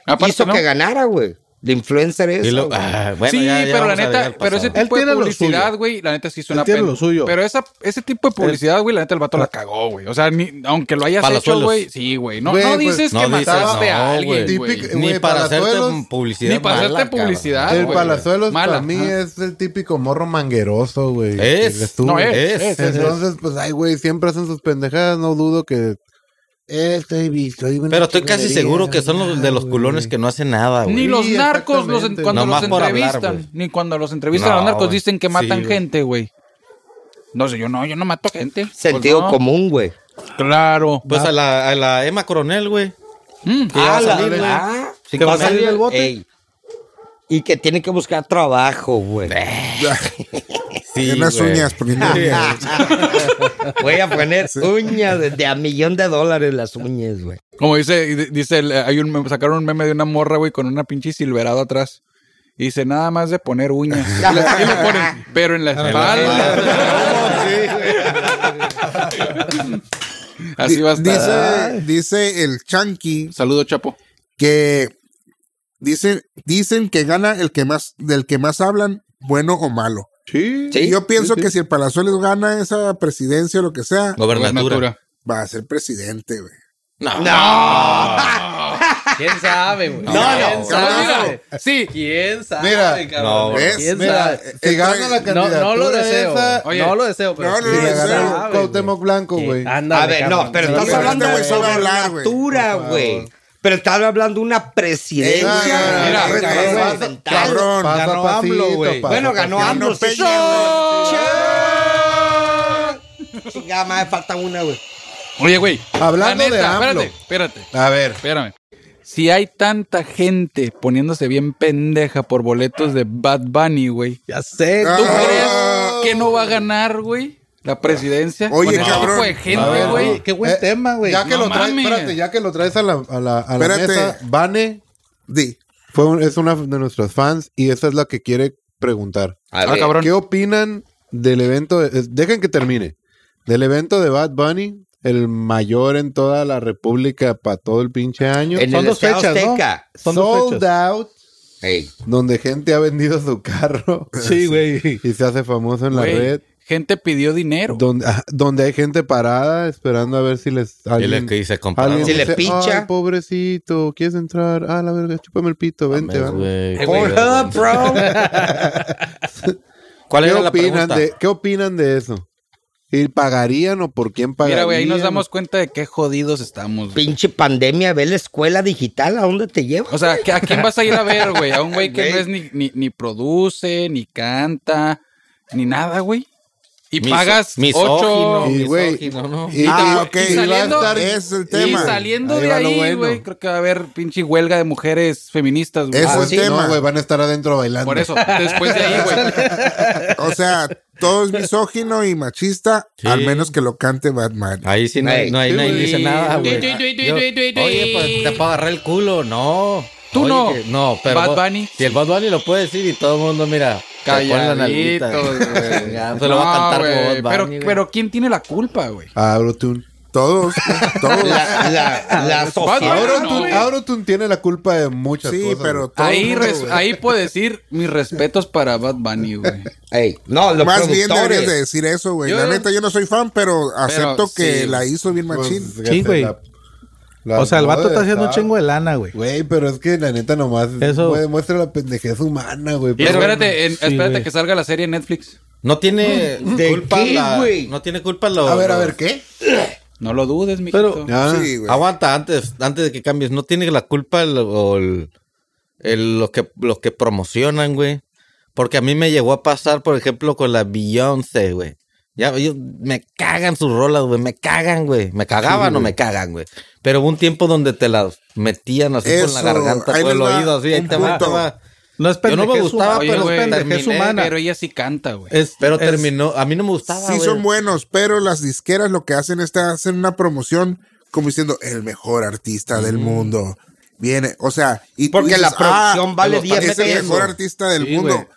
Speaker 3: Aparte,
Speaker 6: hizo
Speaker 3: ¿no?
Speaker 6: que ganara, güey. De influencer
Speaker 2: Y
Speaker 6: es.
Speaker 2: lo- ah, bueno,
Speaker 3: sí,
Speaker 2: ya- ya
Speaker 3: pero la
Speaker 2: vamos a llegar
Speaker 3: neta,
Speaker 2: al
Speaker 3: pero ese
Speaker 2: pasado.
Speaker 5: Él
Speaker 3: tipo de
Speaker 5: tiene lo
Speaker 3: publicidad,
Speaker 5: suyo.
Speaker 3: güey, la neta sí es
Speaker 5: Él
Speaker 3: una
Speaker 5: tiene
Speaker 3: pena.
Speaker 5: lo suyo.
Speaker 3: Pero esa, ese tipo de publicidad, güey, la neta el vato la cagó, güey. O sea, ni, aunque lo hayas hecho,
Speaker 2: Palazuelos.
Speaker 3: güey, sí, güey. No,
Speaker 1: Güey,
Speaker 3: no
Speaker 1: pues,
Speaker 3: dices
Speaker 2: no
Speaker 3: que
Speaker 2: dices,
Speaker 3: mataste
Speaker 2: no,
Speaker 3: a alguien,
Speaker 2: güey.
Speaker 3: güey.
Speaker 1: Típico-
Speaker 2: Ni
Speaker 1: Güey,
Speaker 2: para hacerte
Speaker 1: palazuelos-
Speaker 2: publicidad.
Speaker 3: Ni para
Speaker 2: mala,
Speaker 3: hacerte
Speaker 2: cabrón.
Speaker 3: publicidad,
Speaker 1: El
Speaker 3: güey.
Speaker 1: Palazuelos
Speaker 3: Mala,
Speaker 1: para mí
Speaker 3: ajá.
Speaker 1: es el típico morro mangueroso, güey.
Speaker 2: Es.
Speaker 1: que les tuvo.
Speaker 3: No, es.
Speaker 1: Entonces, pues, ay, güey, siempre hacen sus pendejadas, no dudo que. Eh, estoy visto.
Speaker 2: Pero estoy casi seguro que son los de los culones que no hacen nada, güey.
Speaker 3: Ni los
Speaker 1: Sí,
Speaker 3: narcos los en-
Speaker 1: exactamente.
Speaker 3: cuando
Speaker 2: Nomás
Speaker 3: los
Speaker 2: por hablar,
Speaker 3: entrevistan,
Speaker 2: güey.
Speaker 3: ni cuando los entrevistan
Speaker 2: No,
Speaker 3: a los narcos
Speaker 2: güey.
Speaker 3: dicen que
Speaker 2: Sí,
Speaker 3: matan
Speaker 2: güey.
Speaker 3: gente, güey. No sé, yo no, yo no mato gente. Pues
Speaker 6: Sentido
Speaker 3: no.
Speaker 6: común, güey.
Speaker 3: Claro.
Speaker 2: Pues a la, a la Emma Coronel, güey.
Speaker 3: Mm.
Speaker 2: Que va a
Speaker 6: la-
Speaker 2: salir, güey.
Speaker 6: ah,
Speaker 2: Sí,
Speaker 6: que va a
Speaker 2: comer.
Speaker 6: salir del bote.
Speaker 2: Ey.
Speaker 6: Y que tiene que buscar trabajo, güey.
Speaker 2: Sí,
Speaker 4: en las
Speaker 2: güey.
Speaker 4: uñas, poniendo uñas.
Speaker 6: Voy a poner uñas de, de a millón de dólares las uñas, güey.
Speaker 3: Como dice, di- dice el- hay un meme- sacaron un meme de una morra, güey, con una pinche silverado atrás. Y dice, nada más de poner uñas. Y le- y le ponen, pero en la espalda. Así va a estar.
Speaker 4: Dice, dice el Chanqui
Speaker 3: Saludo, Chapo.
Speaker 4: que dicen, dicen que gana el que más, del que más hablan, bueno o malo.
Speaker 1: Sí.
Speaker 4: Y yo pienso que si el Palazuelos gana esa presidencia o lo que sea,
Speaker 2: Gobernatura.
Speaker 4: va a ser presidente, güey.
Speaker 2: No.
Speaker 5: ¿Quién sabe, güey?
Speaker 2: no,
Speaker 5: ¿Quién sabe?
Speaker 3: Sí.
Speaker 5: ¿Quién sabe,
Speaker 1: Mira,
Speaker 2: no,
Speaker 5: cabrón?
Speaker 4: ¿ves?
Speaker 5: ¿Quién
Speaker 6: eh,
Speaker 1: Mira,
Speaker 5: sabe?
Speaker 1: si gana la
Speaker 5: No,
Speaker 1: candidatura
Speaker 5: no lo deseo.
Speaker 1: esa,
Speaker 3: Oye.
Speaker 5: no lo deseo, pero
Speaker 4: No, no
Speaker 5: sí
Speaker 1: si
Speaker 4: lo
Speaker 1: le
Speaker 5: se
Speaker 4: deseo.
Speaker 5: sabe,
Speaker 1: gana
Speaker 5: güey.
Speaker 1: Cuauhtémoc Blanco,
Speaker 5: Sí,
Speaker 1: güey.
Speaker 5: ándale,
Speaker 6: A ver,
Speaker 5: cabrón.
Speaker 6: no, pero
Speaker 5: Sí,
Speaker 6: estás
Speaker 4: Pero este
Speaker 6: hablando
Speaker 4: güey
Speaker 6: de
Speaker 4: sabe hablar, güey.
Speaker 6: gobernatura, güey. Pero estás hablando de una presidencia.
Speaker 4: Eh,
Speaker 3: mira,
Speaker 6: güey,
Speaker 3: cabrón,
Speaker 6: presidencial.
Speaker 4: cabrón,
Speaker 1: Paso a
Speaker 5: ganó AMLO,
Speaker 1: pasito,
Speaker 5: güey.
Speaker 1: paso a
Speaker 6: Bueno, ganó
Speaker 1: pasito.
Speaker 6: AMLO. sí,
Speaker 4: Peña,
Speaker 6: ¡Chon! Chingada madre, falta una, güey.
Speaker 3: Oye, güey.
Speaker 1: Hablando
Speaker 3: la neta,
Speaker 1: de AMLO.
Speaker 3: Espérate, espérate.
Speaker 1: A ver.
Speaker 3: Espérame. Si hay tanta gente poniéndose bien pendeja por boletos de Bad Bunny, güey.
Speaker 5: Ya sé,
Speaker 4: Ah,
Speaker 3: ¿Tú
Speaker 5: tú.
Speaker 3: crees que no va a ganar, güey? La presidencia.
Speaker 4: Oye,
Speaker 3: Con ese
Speaker 4: cabrón.
Speaker 3: tipo de
Speaker 1: A
Speaker 3: gente,
Speaker 1: ver,
Speaker 3: güey.
Speaker 1: no.
Speaker 5: Qué buen
Speaker 1: Eh,
Speaker 5: tema, güey.
Speaker 1: Ya que
Speaker 3: No
Speaker 1: lo traes,
Speaker 3: mames.
Speaker 1: espérate, ya que lo traes a la, a la, a la
Speaker 4: Espérate.
Speaker 1: mesa, Vane
Speaker 4: Di.
Speaker 1: fue un- es una de nuestras fans y esa es la que quiere preguntar.
Speaker 6: A
Speaker 3: Ah, cabrón.
Speaker 1: ¿Qué opinan del evento? de- es- dejen que termine. Del evento de Bad Bunny, el mayor en toda la República para todo el pinche año.
Speaker 6: En
Speaker 5: Son
Speaker 6: el
Speaker 5: dos
Speaker 6: Estado
Speaker 5: fechas, ¿no?
Speaker 6: Azteca.
Speaker 5: Son dos
Speaker 1: sold
Speaker 5: fechas.
Speaker 1: out,
Speaker 6: Ey.
Speaker 1: donde gente ha vendido su carro
Speaker 5: Sí, güey.
Speaker 1: y se hace famoso en la
Speaker 3: Güey,
Speaker 1: red.
Speaker 3: Gente pidió dinero.
Speaker 1: Donde, ah, donde hay gente parada esperando a ver si les.
Speaker 2: es que dice comprar.
Speaker 1: alguien
Speaker 6: Si le
Speaker 1: dice,
Speaker 6: picha.
Speaker 1: "Ay, pobrecito, ¿quieres entrar? Ah, la verga, chúpame el pito, vente, vamos.
Speaker 6: Pornhub, bro.
Speaker 2: ¿Cuál
Speaker 1: ¿Qué
Speaker 2: era la
Speaker 1: opinan,
Speaker 2: pregunta?
Speaker 1: de, ¿Qué opinan de eso? ¿Y pagarían o por quién pagarían?
Speaker 3: Mira, güey, ahí nos damos cuenta de qué jodidos estamos. güey.
Speaker 6: Pinche pandemia, ve la escuela digital, ¿a dónde te lleva?
Speaker 3: O sea, ¿que- ¿a quién vas a ir a ver, güey? A un güey que
Speaker 6: Güey.
Speaker 3: no es ni, ni, ni produce, ni canta, ni nada, güey. Y
Speaker 2: Miso-
Speaker 3: pagas
Speaker 2: misógino,
Speaker 3: ocho...
Speaker 1: Y, güey,
Speaker 2: misógino, ¿no?
Speaker 1: Y,
Speaker 4: Ah,
Speaker 1: y-
Speaker 4: ok.
Speaker 1: y va a
Speaker 3: saliendo-
Speaker 1: estar-
Speaker 4: Ese es el
Speaker 3: Y
Speaker 4: tema.
Speaker 3: saliendo
Speaker 1: Ahí
Speaker 3: de
Speaker 1: va lo
Speaker 3: ahí, güey,
Speaker 1: bueno.
Speaker 3: creo que va a haber pinche huelga de mujeres feministas, güey. Ah,
Speaker 4: Eso
Speaker 1: Ah,
Speaker 4: es
Speaker 1: sí,
Speaker 4: tema.
Speaker 1: No, güey, van a estar adentro bailando.
Speaker 3: Por eso, después de ahí, güey.
Speaker 4: O sea, todo es misógino y machista,
Speaker 2: Sí.
Speaker 4: al menos que lo cante Batman.
Speaker 2: Ahí sí no, hay- no, hay-
Speaker 1: Ey,
Speaker 2: nadie
Speaker 1: sí,
Speaker 2: dice
Speaker 1: güey.
Speaker 2: nada, güey.
Speaker 3: Tui, tui, tui,
Speaker 2: Yo-
Speaker 3: tui, tui, tui.
Speaker 2: Oye, pues te puedo agarrar el culo, no.
Speaker 3: Tú
Speaker 2: Oye,
Speaker 3: no.
Speaker 2: que- no, pero.
Speaker 3: Bad
Speaker 2: vos-
Speaker 3: Bunny.
Speaker 2: Si el Bad Bunny lo puede decir y todo el mundo, mira, te pone la nalguita.
Speaker 3: Calladitos, güey.
Speaker 2: Ya, se lo va a
Speaker 3: Pues No,
Speaker 2: cantar
Speaker 3: güey,
Speaker 2: por Bad Bunny,
Speaker 3: pero,
Speaker 2: güey.
Speaker 3: pero ¿quién tiene la culpa, güey?
Speaker 1: Abrotun.
Speaker 3: Ah,
Speaker 4: Todos, todos.
Speaker 6: La, la, la sociedad.
Speaker 3: Ahora-
Speaker 1: Abrotun,
Speaker 3: güey.
Speaker 1: Abrotun tiene la culpa de muchas
Speaker 4: sí,
Speaker 1: cosas.
Speaker 4: pero todo el
Speaker 3: Ahí,
Speaker 4: mundo,
Speaker 3: res-
Speaker 4: güey.
Speaker 3: ahí puedo decir mis respetos para Bad Bunny, güey.
Speaker 6: Ey, no, los
Speaker 4: Más bien
Speaker 6: productores.
Speaker 4: deberías de decir eso, güey.
Speaker 3: Yo-
Speaker 4: La neta, yo no soy fan, pero acepto que
Speaker 3: sí.
Speaker 4: la hizo bien
Speaker 1: güey.
Speaker 4: machín.
Speaker 1: Pues,
Speaker 5: Sí, güey.
Speaker 1: la- la
Speaker 5: O sea, el vato
Speaker 1: brother
Speaker 5: está haciendo un
Speaker 1: está-
Speaker 5: chingo de lana, güey.
Speaker 1: Güey, pero es que la neta nomás
Speaker 5: Eso-
Speaker 1: güey, muestra la pendejez humana, güey.
Speaker 3: Y
Speaker 1: Pero-
Speaker 3: espérate, en-
Speaker 5: sí,
Speaker 3: espérate
Speaker 5: güey.
Speaker 3: que salga la serie en Netflix.
Speaker 2: No tiene
Speaker 6: ¿De
Speaker 2: culpa
Speaker 6: qué,
Speaker 2: la-
Speaker 6: güey?
Speaker 2: No tiene culpa los.
Speaker 1: A ver, a ver, ¿qué?
Speaker 3: No lo dudes, mi
Speaker 1: Ah,
Speaker 4: Sí, güey.
Speaker 2: Aguanta, antes, antes de que cambies, no tiene la culpa el, o el- el- los, que, los que promocionan, güey. Porque a mí me llegó a pasar, por ejemplo, con la Beyoncé, güey. Ya, yo- me cagan sus rolas, güey. Me cagan, güey. Me cagaban o me cagan, güey. Pero hubo un tiempo donde te las metían así con la
Speaker 4: Eso,
Speaker 2: garganta,
Speaker 4: ahí
Speaker 2: por el
Speaker 4: les va
Speaker 2: oído, así. Ahí
Speaker 4: un
Speaker 2: te va,
Speaker 4: punto.
Speaker 2: te va.
Speaker 5: No es
Speaker 2: Yo
Speaker 5: pendejez
Speaker 2: no me gustaba,
Speaker 5: humana,
Speaker 3: Oye,
Speaker 2: pero
Speaker 5: no
Speaker 3: güey,
Speaker 5: ah, es pendejez
Speaker 2: terminé,
Speaker 5: humana.
Speaker 3: Pero ella sí canta, güey.
Speaker 5: Es-
Speaker 2: Pero
Speaker 5: es-
Speaker 2: terminó. A mí no me gustaba,
Speaker 4: Sí,
Speaker 2: güey.
Speaker 4: son buenos, pero las disqueras lo que hacen es que hacen una promoción como diciendo el mejor artista del mundo. viene. O sea, y tú "Ah,
Speaker 6: Porque la producción vale
Speaker 4: es
Speaker 6: 10
Speaker 4: el
Speaker 6: pesos.
Speaker 4: mejor artista del
Speaker 3: Sí,
Speaker 4: mundo.
Speaker 3: güey.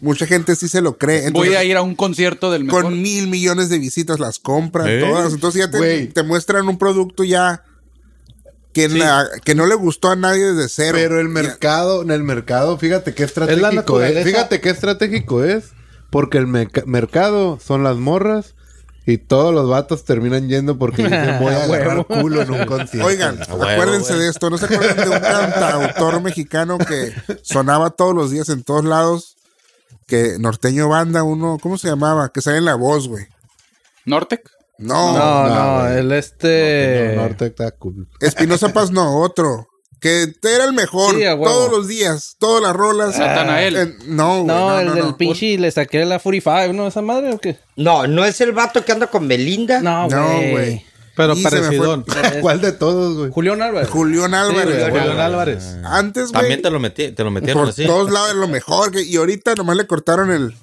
Speaker 4: Mucha gente sí se lo cree. Entonces,
Speaker 3: Voy a ir a un concierto del mejor.
Speaker 4: con mil millones de visitas las compran
Speaker 2: ¿Eh?
Speaker 4: todas. Entonces ya te,
Speaker 1: Güey.
Speaker 4: te muestran un producto ya que, na- que no le gustó a nadie desde cero.
Speaker 1: Pero el mercado, en el mercado, fíjate qué estratégico es.
Speaker 2: naturaleza.
Speaker 1: Fíjate qué estratégico es. Porque el meca- mercado son las morras y todos los vatos terminan yendo porque dicen voy a agarrar culo en un concierto.
Speaker 4: Oigan,
Speaker 2: huevo,
Speaker 4: acuérdense
Speaker 2: Ah, güey.
Speaker 4: de esto. ¿No se acuerdan de un cantautor mexicano que sonaba todos los días en todos lados? Que norteño banda, uno, ¿cómo se llamaba? Que sale en la voz, güey.
Speaker 3: ¿Nortec?
Speaker 4: No,
Speaker 5: No, no,
Speaker 1: güey.
Speaker 5: el
Speaker 1: El
Speaker 5: este.
Speaker 1: norte está cool.
Speaker 4: Espinosa Paz no, otro. Que era el mejor
Speaker 5: Sí, a huevo.
Speaker 4: todos los días, todas las rolas.
Speaker 3: Natanael.
Speaker 4: En- no, güey,
Speaker 7: No, el del
Speaker 4: no.
Speaker 7: pinche le saqué la Fury Five, ¿no? ¿Esa madre o qué?
Speaker 6: No, no es el vato que anda con Belinda.
Speaker 5: Ah,
Speaker 7: No,
Speaker 4: No,
Speaker 7: güey.
Speaker 4: güey.
Speaker 5: Pero
Speaker 4: Y se me fue.
Speaker 5: parecidón.
Speaker 1: ¿Cuál de todos, güey?
Speaker 7: Julián Álvarez.
Speaker 4: Julián Álvarez.
Speaker 7: Julián
Speaker 4: güey.
Speaker 5: Julián Álvarez.
Speaker 4: Antes, güey,
Speaker 2: También te lo metí, te lo metieron
Speaker 4: por
Speaker 2: así.
Speaker 4: todos lados es lo mejor. que- y ahorita nomás le cortaron el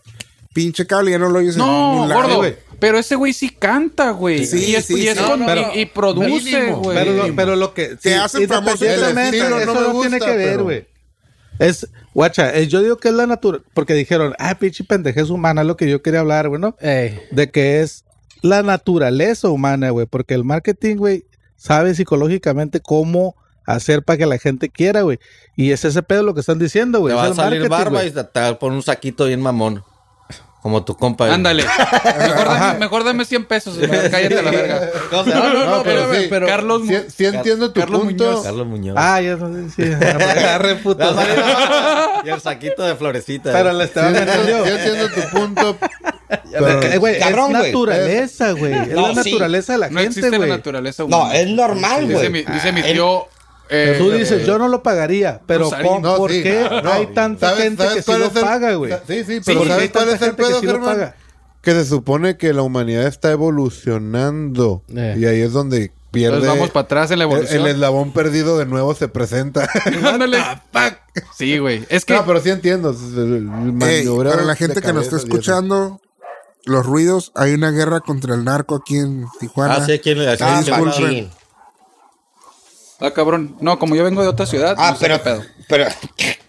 Speaker 4: pinche cable y ya no lo oyes en
Speaker 3: No,
Speaker 4: ningún lado.
Speaker 3: gordo.
Speaker 4: güey.
Speaker 3: Pero ese güey sí canta, güey.
Speaker 4: Sí,
Speaker 3: y es,
Speaker 4: sí,
Speaker 3: y es
Speaker 4: sí.
Speaker 3: con-
Speaker 5: No, pero-
Speaker 3: y, y produce, güey.
Speaker 5: Pero lo, pero lo que.
Speaker 4: Te hacen famoso y el
Speaker 5: independientemente,
Speaker 4: estilo no
Speaker 5: eso
Speaker 4: me
Speaker 5: no,
Speaker 4: gusta,
Speaker 5: tiene que ver,
Speaker 4: pero-
Speaker 5: güey. Es, guacha, eh, yo digo que es la natural. Porque dijeron, ah, pinche pendejez humana, es lo que yo quería hablar, güey, ¿no?
Speaker 7: Ey.
Speaker 5: de que es la naturaleza humana, güey, porque el marketing, güey, sabe psicológicamente cómo hacer para que la gente quiera, güey. Y es ese pedo lo que están diciendo,
Speaker 2: Te
Speaker 5: güey.
Speaker 2: va
Speaker 5: es
Speaker 2: a
Speaker 5: el
Speaker 2: salir
Speaker 5: marketing,
Speaker 2: barba
Speaker 5: güey.
Speaker 2: y te, te va a poner un saquito bien mamón. Como tu compa. güey.
Speaker 3: Ándale. mejor, dame, mejor dame 100 pesos. güey. Cállate la verga.
Speaker 7: No, no, no,
Speaker 1: No, pero
Speaker 7: espérame,
Speaker 1: sí.
Speaker 7: pero-
Speaker 3: Carlos
Speaker 1: Sí, sí entiendo tu
Speaker 3: Carlos
Speaker 1: punto.
Speaker 3: Muñoz.
Speaker 2: Carlos Muñoz.
Speaker 5: Ah, ya no sé si. Agarre,
Speaker 2: Te va
Speaker 5: puto.
Speaker 2: a salir- y el saquito de florecita.
Speaker 5: Pero
Speaker 2: güey.
Speaker 5: le
Speaker 1: Sí
Speaker 5: estaba metiendo
Speaker 1: entiendo-
Speaker 5: yo.
Speaker 1: sí entiendo tu punto.
Speaker 5: Eh,
Speaker 1: pero-
Speaker 5: güey, es
Speaker 6: Cabrón, güey.
Speaker 5: naturaleza, güey. Es
Speaker 6: No,
Speaker 5: la
Speaker 6: sí.
Speaker 5: naturaleza de la
Speaker 3: No
Speaker 5: gente,
Speaker 3: existe la
Speaker 5: güey.
Speaker 3: naturaleza humana.
Speaker 6: No, es normal,
Speaker 3: Dice mi,
Speaker 6: güey.
Speaker 3: dice mi
Speaker 6: Ah, el-
Speaker 3: tío. eh,
Speaker 5: Tú dices, yo no lo pagaría, pero
Speaker 3: Rosarín.
Speaker 5: ¿cómo-
Speaker 1: No,
Speaker 5: ¿por
Speaker 1: sí.
Speaker 5: qué
Speaker 1: No,
Speaker 5: hay tanta
Speaker 1: ¿sabes-
Speaker 5: gente
Speaker 1: sabes
Speaker 5: que sí
Speaker 1: cuál
Speaker 5: lo
Speaker 1: es el-
Speaker 5: paga, güey?
Speaker 1: Sí, sí, pero
Speaker 5: porque hay
Speaker 1: ¿sabes cuál
Speaker 5: tanta
Speaker 1: es el
Speaker 5: gente que
Speaker 1: pedo,
Speaker 5: sí lo
Speaker 1: Germán?
Speaker 5: paga.
Speaker 1: Que se supone que la humanidad está evolucionando.
Speaker 7: Eh.
Speaker 1: Y ahí es donde pierde.
Speaker 3: Entonces vamos para atrás en la
Speaker 1: El-
Speaker 3: evolución.
Speaker 1: El, eslabón perdido de nuevo se presenta.
Speaker 3: Ándale. Sí, güey. Es que
Speaker 1: no, pero sí entiendo. es el- el
Speaker 4: Ey,
Speaker 1: maniobrado
Speaker 4: para la
Speaker 1: de
Speaker 4: gente que nos
Speaker 1: cabeza,
Speaker 4: está
Speaker 1: Dios.
Speaker 4: escuchando, los ruidos, hay una guerra contra el narco aquí en Tijuana.
Speaker 2: Ah, sí, ¿quién le
Speaker 6: Ah,
Speaker 2: hacía?
Speaker 4: disculpe.
Speaker 6: machín.
Speaker 3: Ah, cabrón. No, como yo vengo de otra ciudad.
Speaker 6: Ah,
Speaker 3: no sé
Speaker 6: pero,
Speaker 3: qué pedo.
Speaker 6: pero,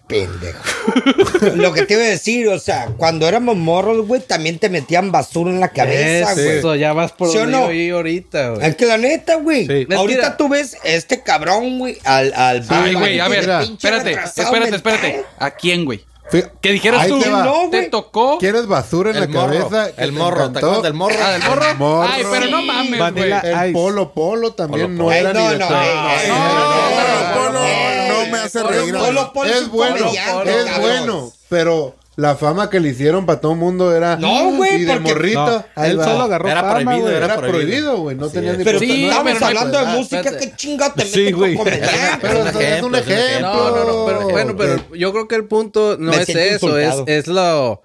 Speaker 6: pendejo. Lo que te iba a decir, o sea, cuando éramos morros, güey, también te metían basura en la cabeza, güey.
Speaker 7: Eso, ya vas por
Speaker 6: ¿Sí o
Speaker 7: donde
Speaker 6: no?
Speaker 7: yo iba ahorita, güey.
Speaker 6: Es que la neta, güey.
Speaker 5: Sí.
Speaker 6: Ahorita
Speaker 7: Mentira.
Speaker 6: tú ves este cabrón, güey, al, al
Speaker 3: Ay,
Speaker 6: al-
Speaker 3: güey, a
Speaker 6: al-
Speaker 3: ver.
Speaker 6: pinche
Speaker 3: Espérate,
Speaker 6: retrasado
Speaker 3: espérate,
Speaker 6: mental.
Speaker 3: espérate. ¿A quién, güey?
Speaker 1: Fí-
Speaker 3: Que dijeras
Speaker 1: Ahí
Speaker 3: tú.
Speaker 1: te va.
Speaker 6: No,
Speaker 3: te
Speaker 6: güey.
Speaker 3: tocó.
Speaker 1: ¿Quieres basura en
Speaker 2: El
Speaker 1: la
Speaker 2: morro.
Speaker 1: cabeza? que
Speaker 2: El
Speaker 1: te
Speaker 2: morro. ¿Te
Speaker 1: encantó?
Speaker 2: acuerdas del morro?
Speaker 3: Ah, del morro.
Speaker 1: El morro.
Speaker 3: Ay, pero no mames, güey.
Speaker 5: Vanilla
Speaker 1: El
Speaker 5: Ice.
Speaker 1: polo polo también no
Speaker 6: Ay,
Speaker 1: era
Speaker 6: no,
Speaker 1: ni de
Speaker 6: no,
Speaker 1: todo.
Speaker 6: ey, ey,
Speaker 4: No,
Speaker 6: no,
Speaker 4: Polo,
Speaker 6: no, ey,
Speaker 4: no me hace
Speaker 6: Polo,
Speaker 4: reír,
Speaker 6: Polo, Polo
Speaker 1: es
Speaker 6: un
Speaker 1: bueno,
Speaker 6: comediante,
Speaker 1: es
Speaker 6: cabrón.
Speaker 1: bueno, pero la fama que le hicieron para todo el mundo era
Speaker 6: No, güey,
Speaker 1: y de
Speaker 6: porque-
Speaker 1: morrito,
Speaker 5: No,
Speaker 1: ahí
Speaker 5: él
Speaker 1: va.
Speaker 5: solo agarró
Speaker 2: Era
Speaker 5: fama,
Speaker 2: prohibido,
Speaker 5: güey.
Speaker 1: era,
Speaker 2: Era
Speaker 1: prohibido,
Speaker 2: prohibido,
Speaker 1: güey, no tenía ni
Speaker 6: Pero
Speaker 1: puta
Speaker 6: tú
Speaker 3: Sí,
Speaker 1: madre.
Speaker 6: estábamos
Speaker 3: pero-
Speaker 6: hablando de
Speaker 3: espérate.
Speaker 6: música, qué chingado te
Speaker 5: Sí,
Speaker 6: metes con
Speaker 5: güey.
Speaker 6: comediante.
Speaker 1: Pero eso es un ejemplo.
Speaker 7: No, no, no, pero, bueno, pero yo creo que el punto no
Speaker 6: Me
Speaker 7: es
Speaker 6: siento
Speaker 7: eso, es,
Speaker 6: insultado.
Speaker 7: es lo,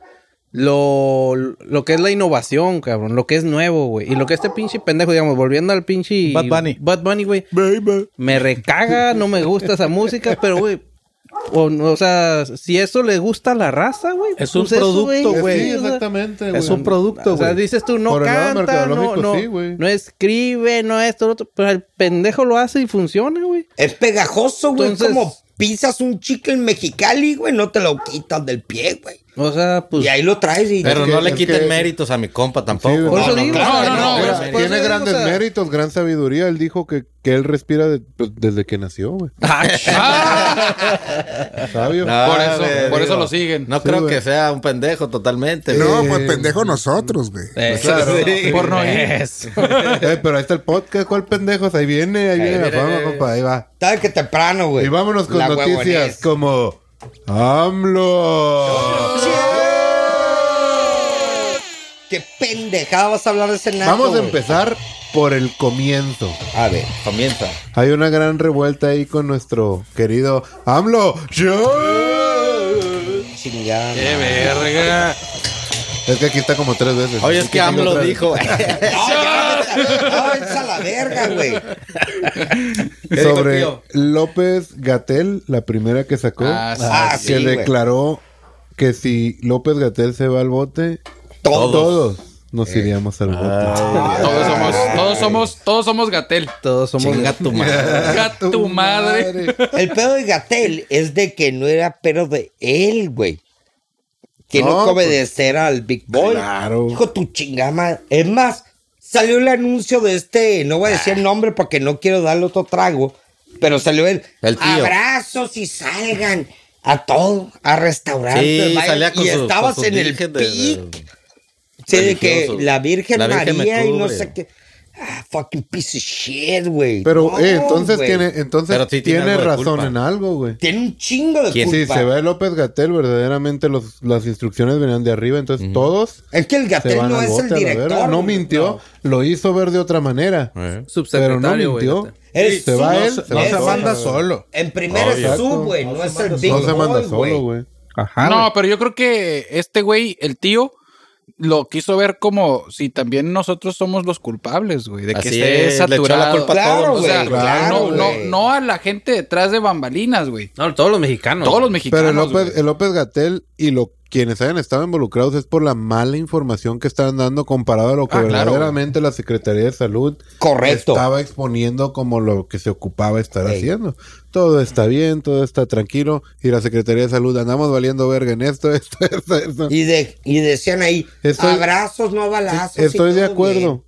Speaker 7: lo, lo que es la innovación, cabrón, lo que es nuevo, güey, y lo que este pinche pendejo, digamos, volviendo al pinche...
Speaker 5: Bad Bunny.
Speaker 7: Bad Bunny, güey, me recaga, no me gusta esa música, pero, güey, o, no, o sea, si eso le gusta a la raza, güey.
Speaker 5: Es un
Speaker 7: pues eso,
Speaker 5: producto, güey.
Speaker 1: Sí,
Speaker 7: o sea,
Speaker 1: exactamente,
Speaker 5: Es
Speaker 1: güey.
Speaker 5: un producto,
Speaker 7: O sea,
Speaker 5: güey.
Speaker 7: dices tú, no
Speaker 1: Por el lado
Speaker 7: canta, no,
Speaker 1: mercadológico,
Speaker 7: no,
Speaker 1: sí, güey.
Speaker 7: no escribe, no esto, lo otro, pero el pendejo lo hace y funciona, güey.
Speaker 6: Es pegajoso, güey. Es
Speaker 7: Entonces-
Speaker 6: como pisas un chicle en Mexicali, güey, no te lo quitas del pie, güey.
Speaker 7: O sea, pues...
Speaker 6: Y ahí lo traes y...
Speaker 2: Pero
Speaker 1: Es que-
Speaker 2: no le
Speaker 1: es
Speaker 2: quiten
Speaker 1: que-
Speaker 2: méritos a mi compa tampoco.
Speaker 1: Sí, No,
Speaker 7: Por eso
Speaker 1: no, pues,
Speaker 7: digo,
Speaker 3: claro,
Speaker 7: o sea,
Speaker 3: no, no,
Speaker 7: güey,
Speaker 1: Mira,
Speaker 3: güey,
Speaker 7: por eso
Speaker 1: tiene
Speaker 7: digo,
Speaker 1: grandes
Speaker 7: o sea,
Speaker 1: méritos, gran sabiduría. Él dijo que, que él respira de- pues, desde que nació, güey. Sabio.
Speaker 2: No,
Speaker 3: Ah, Por eso-
Speaker 2: güey,
Speaker 3: por
Speaker 2: digo,
Speaker 3: eso lo siguen.
Speaker 2: No
Speaker 1: Sí,
Speaker 2: creo
Speaker 1: güey.
Speaker 2: que sea un pendejo totalmente. güey.
Speaker 4: No, pues pendejo nosotros, güey.
Speaker 7: eh,
Speaker 2: Sí.
Speaker 3: Por no ir.
Speaker 7: Eso.
Speaker 1: Eh, pero ahí está el podcast, ¿cuál pendejos? Ahí viene, ahí viene la
Speaker 2: viene,
Speaker 1: fama,
Speaker 2: eh.
Speaker 1: compa, ahí va.
Speaker 6: Sabes que temprano, güey.
Speaker 1: Y vámonos con
Speaker 6: Pues, La
Speaker 1: noticias
Speaker 6: huevonés.
Speaker 1: como AMLO.
Speaker 6: Qué pendejada vas a hablar de ese naco,
Speaker 1: Vamos a
Speaker 6: güey.
Speaker 1: empezar por el comienzo.
Speaker 6: A ver.
Speaker 2: Comienza.
Speaker 1: Hay una gran revuelta ahí con nuestro querido AMLO. Yo-
Speaker 6: Chingada.
Speaker 3: Qué verga.
Speaker 1: Es que aquí está como tres veces.
Speaker 2: Oye, es que AMLO
Speaker 1: otra vez.
Speaker 2: dijo.
Speaker 6: No, ya, vete- no, vete a la verga, güey.
Speaker 2: ¿Qué dijo el
Speaker 1: sobre
Speaker 2: tío?
Speaker 1: López Gatel, la primera que sacó,
Speaker 3: Ah, sí,
Speaker 6: Ah, sí,
Speaker 1: que
Speaker 6: güey.
Speaker 1: declaró que si López Gatel se va al bote,
Speaker 6: Todo.
Speaker 1: todos, nos
Speaker 2: Eh.
Speaker 1: iríamos al bote.
Speaker 2: Ah.
Speaker 3: Todos somos, todos somos, todos somos Gatel.
Speaker 7: Todos somos
Speaker 2: Chinga tu madre.
Speaker 3: Gato tu madre.
Speaker 6: El pedo de Gatel es de que no era pedo de él, güey. Tiene
Speaker 1: No,
Speaker 6: que
Speaker 2: pues,
Speaker 6: obedecer al Big Boy.
Speaker 1: Claro.
Speaker 6: Hijo tu chingama. Es más, salió el anuncio de este, no voy a
Speaker 2: Ah.
Speaker 6: decir el nombre porque no quiero darle otro trago, pero salió el,
Speaker 2: El tío.
Speaker 6: abrazos y salgan a todo, a restaurantes.
Speaker 2: Sí,
Speaker 6: vayan",
Speaker 2: salía con
Speaker 6: y
Speaker 2: su-
Speaker 6: estabas
Speaker 2: con su
Speaker 6: en el
Speaker 2: virgen
Speaker 6: pic.
Speaker 2: de- de-
Speaker 6: sí, de que
Speaker 2: religioso.
Speaker 6: la Virgen,
Speaker 2: La Virgen me
Speaker 6: María y no
Speaker 2: cubre.
Speaker 6: sé qué. Ah, fucking piece of shit, güey.
Speaker 1: Pero,
Speaker 6: No,
Speaker 1: eh, entonces
Speaker 6: güey.
Speaker 1: tiene, entonces
Speaker 2: Pero sí tiene
Speaker 1: tiene,
Speaker 2: algo de
Speaker 1: razón
Speaker 2: culpa.
Speaker 1: en algo, güey.
Speaker 6: Tiene un chingo de
Speaker 2: ¿Quién?
Speaker 1: Si
Speaker 6: culpa.
Speaker 1: se ve López Gatel, verdaderamente los, las instrucciones venían de arriba, entonces todos
Speaker 6: Es que el
Speaker 1: se
Speaker 6: Gatel
Speaker 1: van
Speaker 6: no
Speaker 1: al
Speaker 6: es
Speaker 1: bote
Speaker 6: el
Speaker 1: a la verga.
Speaker 6: director.
Speaker 1: No mintió, lo hizo ver de otra manera.
Speaker 2: Eh.
Speaker 1: Pero no
Speaker 7: subsecretario, güey.
Speaker 1: mintió.
Speaker 6: Él
Speaker 1: se
Speaker 6: sí,
Speaker 1: va
Speaker 6: no
Speaker 1: él,
Speaker 6: se-
Speaker 1: se
Speaker 6: no
Speaker 1: va
Speaker 6: se
Speaker 1: todo.
Speaker 6: manda
Speaker 7: solo.
Speaker 6: En primera
Speaker 2: Obvio.
Speaker 6: es tú, güey. No es el Big
Speaker 1: No se manda
Speaker 6: Boy,
Speaker 1: solo,
Speaker 6: güey.
Speaker 1: güey.
Speaker 5: Ajá.
Speaker 3: No,
Speaker 5: güey.
Speaker 3: pero yo creo que este güey, el tío, lo quiso ver como si también nosotros somos los culpables, güey, de que
Speaker 2: Así
Speaker 3: esté
Speaker 2: es, le echó la
Speaker 3: saturado.
Speaker 2: culpa a
Speaker 6: Claro,
Speaker 2: todos.
Speaker 3: o sea,
Speaker 6: güey, claro,
Speaker 3: no, no,
Speaker 6: güey.
Speaker 3: no a la gente detrás de bambalinas, güey.
Speaker 7: No, todos los mexicanos.
Speaker 3: Todos los
Speaker 1: Pero
Speaker 3: mexicanos.
Speaker 1: el López,
Speaker 3: güey.
Speaker 1: el López Gatel y lo, quienes hayan estado involucrados es por la mala información que están dando comparado a lo que
Speaker 3: Ah, claro,
Speaker 1: verdaderamente la Secretaría de Salud
Speaker 6: Correcto.
Speaker 1: estaba exponiendo como lo que se ocupaba estar
Speaker 6: Ey.
Speaker 1: haciendo. Todo está bien, todo está tranquilo y la Secretaría de Salud andamos valiendo verga en esto, esto, esto, esto.
Speaker 6: Y, de, y decían ahí,
Speaker 1: Estoy-
Speaker 6: abrazos, no balazos. y
Speaker 1: Estoy de
Speaker 6: todo
Speaker 1: acuerdo.
Speaker 6: bien.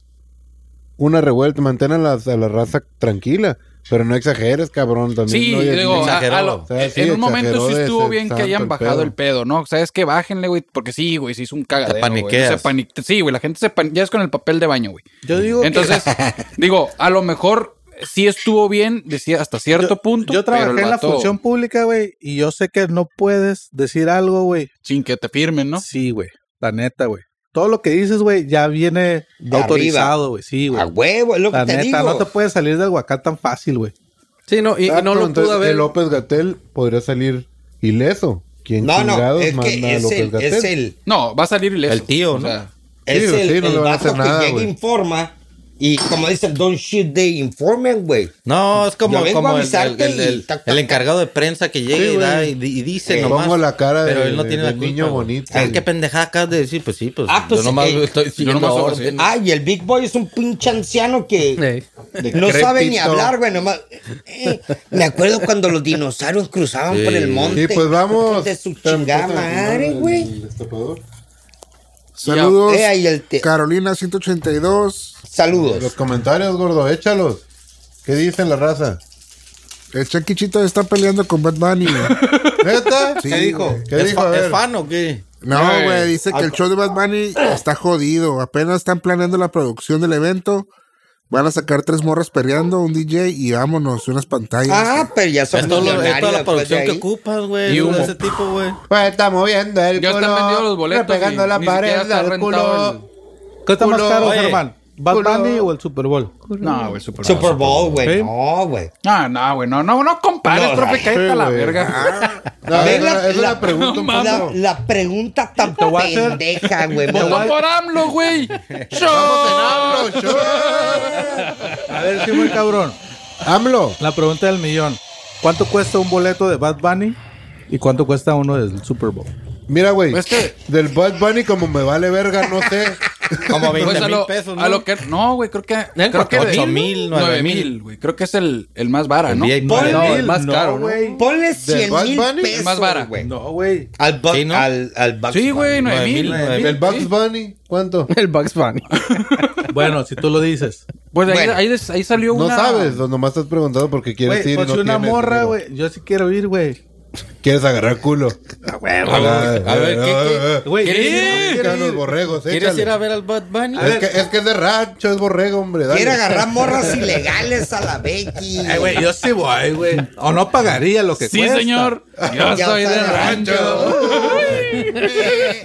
Speaker 1: Una revuelta, mantén a la, a la raza tranquila, pero no exageres, cabrón. También
Speaker 3: Sí,
Speaker 1: no oyes
Speaker 3: digo,
Speaker 1: ni-
Speaker 7: ah,
Speaker 3: a-
Speaker 2: exageró.
Speaker 3: a lo-
Speaker 2: O
Speaker 1: sea, sí,
Speaker 3: en un momento
Speaker 1: exageró
Speaker 3: sí
Speaker 1: de
Speaker 3: estuvo
Speaker 1: ser
Speaker 3: bien que
Speaker 1: santo
Speaker 3: hayan
Speaker 1: el
Speaker 3: bajado
Speaker 1: pedo.
Speaker 3: el pedo, ¿no? O sea, es que bájenle, güey, porque sí, güey, se hizo un cagadero.
Speaker 2: Te
Speaker 3: güey.
Speaker 2: paniqueas.
Speaker 3: Se panique- Sí, güey, la gente se pan... ya es con el papel de baño, güey.
Speaker 5: Yo digo que-
Speaker 3: Entonces, digo, a lo mejor sí estuvo bien, decía, hasta cierto
Speaker 5: yo-
Speaker 3: punto.
Speaker 5: Yo trabajé
Speaker 3: pero el
Speaker 5: en la
Speaker 3: vato,
Speaker 5: función pública, güey, y yo sé que no puedes decir algo, güey.
Speaker 3: Sin que te firmen, ¿no?
Speaker 5: Sí, güey. La neta, güey. Todo lo que dices, güey, ya viene
Speaker 6: De
Speaker 5: autorizado, güey. Sí, güey.
Speaker 6: A huevo, es lo que
Speaker 5: La
Speaker 6: te
Speaker 5: neta,
Speaker 6: digo.
Speaker 5: no te puedes salir del huacán tan fácil, güey.
Speaker 7: Sí, no, y, y no
Speaker 1: Exacto,
Speaker 7: lo pudo
Speaker 1: entonces,
Speaker 7: haber.
Speaker 1: el López Gatel podría salir ileso. ¿Quién
Speaker 6: No, no,
Speaker 1: chingados
Speaker 6: es
Speaker 1: manda
Speaker 6: que
Speaker 1: a
Speaker 6: es
Speaker 1: López
Speaker 6: el,
Speaker 1: Gatel?
Speaker 6: es el,
Speaker 3: No, va a salir ileso.
Speaker 2: El tío,
Speaker 3: O
Speaker 2: ¿no?
Speaker 3: sea,
Speaker 6: es
Speaker 1: Sí,
Speaker 6: el,
Speaker 1: sí, no
Speaker 6: el
Speaker 1: le van a
Speaker 6: vato
Speaker 1: hacer nada,
Speaker 6: que llega
Speaker 1: güey.
Speaker 6: e informa. Y como dicen, don't shit, they informan, güey.
Speaker 2: No, es como,
Speaker 6: Yo vengo
Speaker 2: como
Speaker 6: a
Speaker 2: el, el-
Speaker 6: avisarte
Speaker 2: el- el-
Speaker 6: y tac, tac,
Speaker 2: el
Speaker 6: tac.
Speaker 2: encargado de prensa que llega
Speaker 1: Sí,
Speaker 2: y, da
Speaker 1: güey.
Speaker 2: y, di- y dice
Speaker 1: Eh,
Speaker 2: nomás.
Speaker 1: pongo la cara de-
Speaker 2: pero él no
Speaker 1: de
Speaker 2: tiene la culpa,
Speaker 1: niño
Speaker 2: güey.
Speaker 1: bonito.
Speaker 2: Ah, qué pendejada acabas de decir. Pues sí, pues,
Speaker 6: Ah, pues,
Speaker 2: yo nomás
Speaker 6: eh,
Speaker 2: estoy siguiendo
Speaker 3: nomás
Speaker 2: órdenes.
Speaker 3: obedezco.
Speaker 6: Ah, y el Big Boy es un pinche anciano que no sabe ni hablar, güey. nomás, eh, me acuerdo cuando los dinosaurios cruzaban por el monte.
Speaker 1: Sí, pues vamos.
Speaker 6: De su chingada madre, güey.
Speaker 1: El destapador.
Speaker 4: Saludos.
Speaker 6: Eh, ahí el te-
Speaker 4: Carolina 182.
Speaker 1: Los
Speaker 6: Saludos.
Speaker 1: comentarios, gordo, échalos. ¿Qué dicen la raza?
Speaker 4: El Chaquichito está peleando con Bad Bunny.
Speaker 1: ¿Neta?
Speaker 4: Sí, dijo?
Speaker 1: ¿Qué
Speaker 2: ¿Es,
Speaker 1: dijo?
Speaker 2: fa-
Speaker 1: A
Speaker 2: es
Speaker 1: ver.
Speaker 2: fan o qué?
Speaker 4: No, güey, dice que el show de Bad Bunny está jodido. Apenas están planeando la producción del evento. Van a sacar tres morras peleando, un DJ y vámonos, unas pantallas.
Speaker 6: Ah, pero ya
Speaker 2: Es,
Speaker 6: son
Speaker 2: todo lo- es toda la
Speaker 6: millonarios después de
Speaker 2: producción que
Speaker 6: ahí.
Speaker 2: ocupas, güey.
Speaker 3: Y
Speaker 2: de
Speaker 3: humo.
Speaker 2: Ese tipo, güey.
Speaker 1: Pues está moviendo el
Speaker 3: Ya
Speaker 1: culo.
Speaker 3: están vendidos los boletos
Speaker 1: Pegando
Speaker 3: y
Speaker 1: la
Speaker 3: ni
Speaker 1: pared
Speaker 3: siquiera está
Speaker 1: del
Speaker 3: rentado
Speaker 1: culo.
Speaker 5: ¿Qué está más
Speaker 1: Culo,
Speaker 5: caro,
Speaker 2: oye.
Speaker 5: Germán? ¿Bad
Speaker 1: Culo.
Speaker 5: Bunny o el Super Bowl?
Speaker 3: No, güey, super.
Speaker 6: Super Bowl, güey.
Speaker 5: Sí.
Speaker 6: No, güey.
Speaker 3: Ah, no, güey, no, no, no compares,
Speaker 6: No,
Speaker 3: profe,
Speaker 6: ay,
Speaker 3: cállate a la
Speaker 1: güey. Ah,
Speaker 3: verga.
Speaker 1: No,
Speaker 6: A ver,
Speaker 1: es
Speaker 6: la-
Speaker 1: una- es
Speaker 6: la-
Speaker 1: una pregunta un
Speaker 3: no mames.
Speaker 1: poco.
Speaker 6: La, la pregunta tan
Speaker 5: Te voy a hacer-
Speaker 6: pendeja, güey. me
Speaker 3: Votó
Speaker 6: voy-
Speaker 3: por AMLO, güey. ¡Show!
Speaker 5: A ver, sí, muy cabrón.
Speaker 1: AMLO.
Speaker 5: La pregunta del millón. ¿Cuánto cuesta un boleto de Bad Bunny y cuánto cuesta uno del Super Bowl?
Speaker 1: Mira, güey.
Speaker 3: Es que-
Speaker 1: Del Bad Bunny, como me vale verga, no sé.
Speaker 2: Como 20
Speaker 3: Pues a
Speaker 2: mil
Speaker 3: lo,
Speaker 2: pesos, ¿no?
Speaker 3: a lo que no, güey, creo que creo que
Speaker 2: Ocho
Speaker 3: de-
Speaker 2: mil, nueve
Speaker 3: nueve
Speaker 2: mil.
Speaker 3: mil, güey, creo que es el, el más vara,
Speaker 2: El
Speaker 3: ¿no?
Speaker 2: VIP.
Speaker 6: Ponle,
Speaker 2: No,
Speaker 5: el más caro, ¿no?
Speaker 1: güey.
Speaker 6: ponle 100
Speaker 1: Bad
Speaker 6: mil
Speaker 1: Bunny?
Speaker 6: pesos,
Speaker 3: Más vara.
Speaker 6: güey.
Speaker 5: No, güey.
Speaker 6: Al, Bugs-
Speaker 2: Sí, ¿no?
Speaker 6: al, al Bugs
Speaker 3: Sí, güey,
Speaker 6: Bunny.
Speaker 3: nueve
Speaker 2: Nueve mil,
Speaker 3: mil.
Speaker 2: nueve
Speaker 1: ¿El Bugs Bunny? ¿Cuánto?
Speaker 7: El Bugs Bunny.
Speaker 5: Bueno, si tú lo dices.
Speaker 3: Pues ahí,
Speaker 6: Bueno.
Speaker 3: ahí, des- ahí salió
Speaker 1: No
Speaker 3: una.
Speaker 1: sabes, o nomás estás preguntando porque quieres ir.
Speaker 5: Güey,
Speaker 1: y
Speaker 5: pues
Speaker 1: no
Speaker 5: si una
Speaker 1: tienes,
Speaker 5: morra,
Speaker 1: mira.
Speaker 5: güey. Yo sí quiero ir, güey.
Speaker 1: Quieres agarrar culo.
Speaker 2: A ver, ¿qué-
Speaker 5: Güey,
Speaker 3: ¿Qué?
Speaker 5: quiero ir,
Speaker 1: Quedan
Speaker 5: quiero
Speaker 1: los
Speaker 5: ir.
Speaker 1: borregos,
Speaker 2: ¿Quieres
Speaker 1: échale.
Speaker 2: ir a ver al Bad Bunny?
Speaker 1: Es que, es que es de rancho, es borrego, hombre. dale.
Speaker 6: Quiere agarrar morras ilegales a la Becky.
Speaker 5: Ay,
Speaker 2: Eh,
Speaker 5: güey, yo sí voy, güey. O no pagaría lo que
Speaker 3: Sí,
Speaker 5: cuesta.
Speaker 3: señor. Yo
Speaker 6: Ya
Speaker 3: soy
Speaker 6: está
Speaker 3: de
Speaker 6: el
Speaker 3: rancho.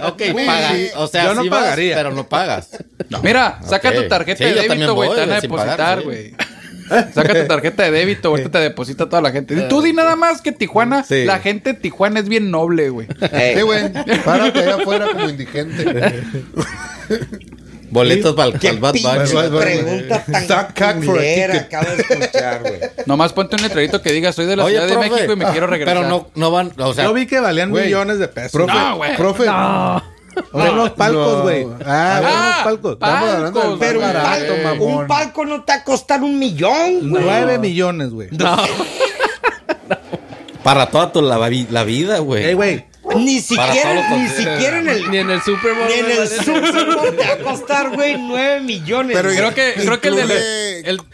Speaker 2: Ok, paga. O sea,
Speaker 5: Yo no
Speaker 2: sí vas,
Speaker 5: pagaría.
Speaker 2: pero no pagas.
Speaker 3: Mira, saca
Speaker 2: Ok.
Speaker 3: tu tarjeta
Speaker 2: Sí,
Speaker 3: de
Speaker 2: yo también
Speaker 3: débito, güey.
Speaker 2: voy,
Speaker 3: Te van a
Speaker 2: sin
Speaker 3: depositar,
Speaker 2: pagar, sí.
Speaker 3: güey. Saca tu tarjeta de débito, ahorita te deposita toda la gente. Tú di nada más que Tijuana,
Speaker 2: Sí.
Speaker 3: la gente en Tijuana es bien noble, güey.
Speaker 1: Sí,
Speaker 6: Eh,
Speaker 1: güey. Párate allá afuera como indigente.
Speaker 2: Boletos para el- para
Speaker 6: Qué
Speaker 2: el Bad
Speaker 6: pinche
Speaker 2: Bunny.
Speaker 1: Bunny.
Speaker 6: pregunta
Speaker 1: Suck
Speaker 6: tan
Speaker 1: cock for a
Speaker 6: culera
Speaker 1: ticket.
Speaker 6: acabo de escuchar, güey.
Speaker 3: Nomás ponte un letrerito que diga, soy de la
Speaker 2: Oye,
Speaker 3: Ciudad
Speaker 2: profe,
Speaker 3: de México y me quiero regresar.
Speaker 2: Pero no, no van, o sea,
Speaker 5: Yo vi que valían
Speaker 1: Güey,
Speaker 5: millones de pesos.
Speaker 1: Profe,
Speaker 3: No, güey.
Speaker 1: profe,
Speaker 5: Son unos palcos, güey.
Speaker 1: Ah,
Speaker 5: Había
Speaker 3: Ah,
Speaker 5: unos palcos.
Speaker 3: pa-
Speaker 1: Estamos hablando de
Speaker 3: Palcos,
Speaker 1: pero
Speaker 6: Pero un,
Speaker 1: barato,
Speaker 6: palco,
Speaker 1: mamón.
Speaker 6: un palco no te va a costar un millón, güey.
Speaker 5: Nueve millones, güey.
Speaker 2: Para toda tu la, vi- la vida, güey.
Speaker 5: Ey, güey.
Speaker 6: Ni siquiera,
Speaker 2: todo lo
Speaker 6: ni siquiera en el,
Speaker 7: Ni en el Super Bowl.
Speaker 6: ni en
Speaker 7: güey,
Speaker 6: el
Speaker 7: vale.
Speaker 6: Super Bowl te va a costar, güey, nueve millones.
Speaker 4: Pero
Speaker 6: güey.
Speaker 3: Creo que, creo que el del.
Speaker 4: incluye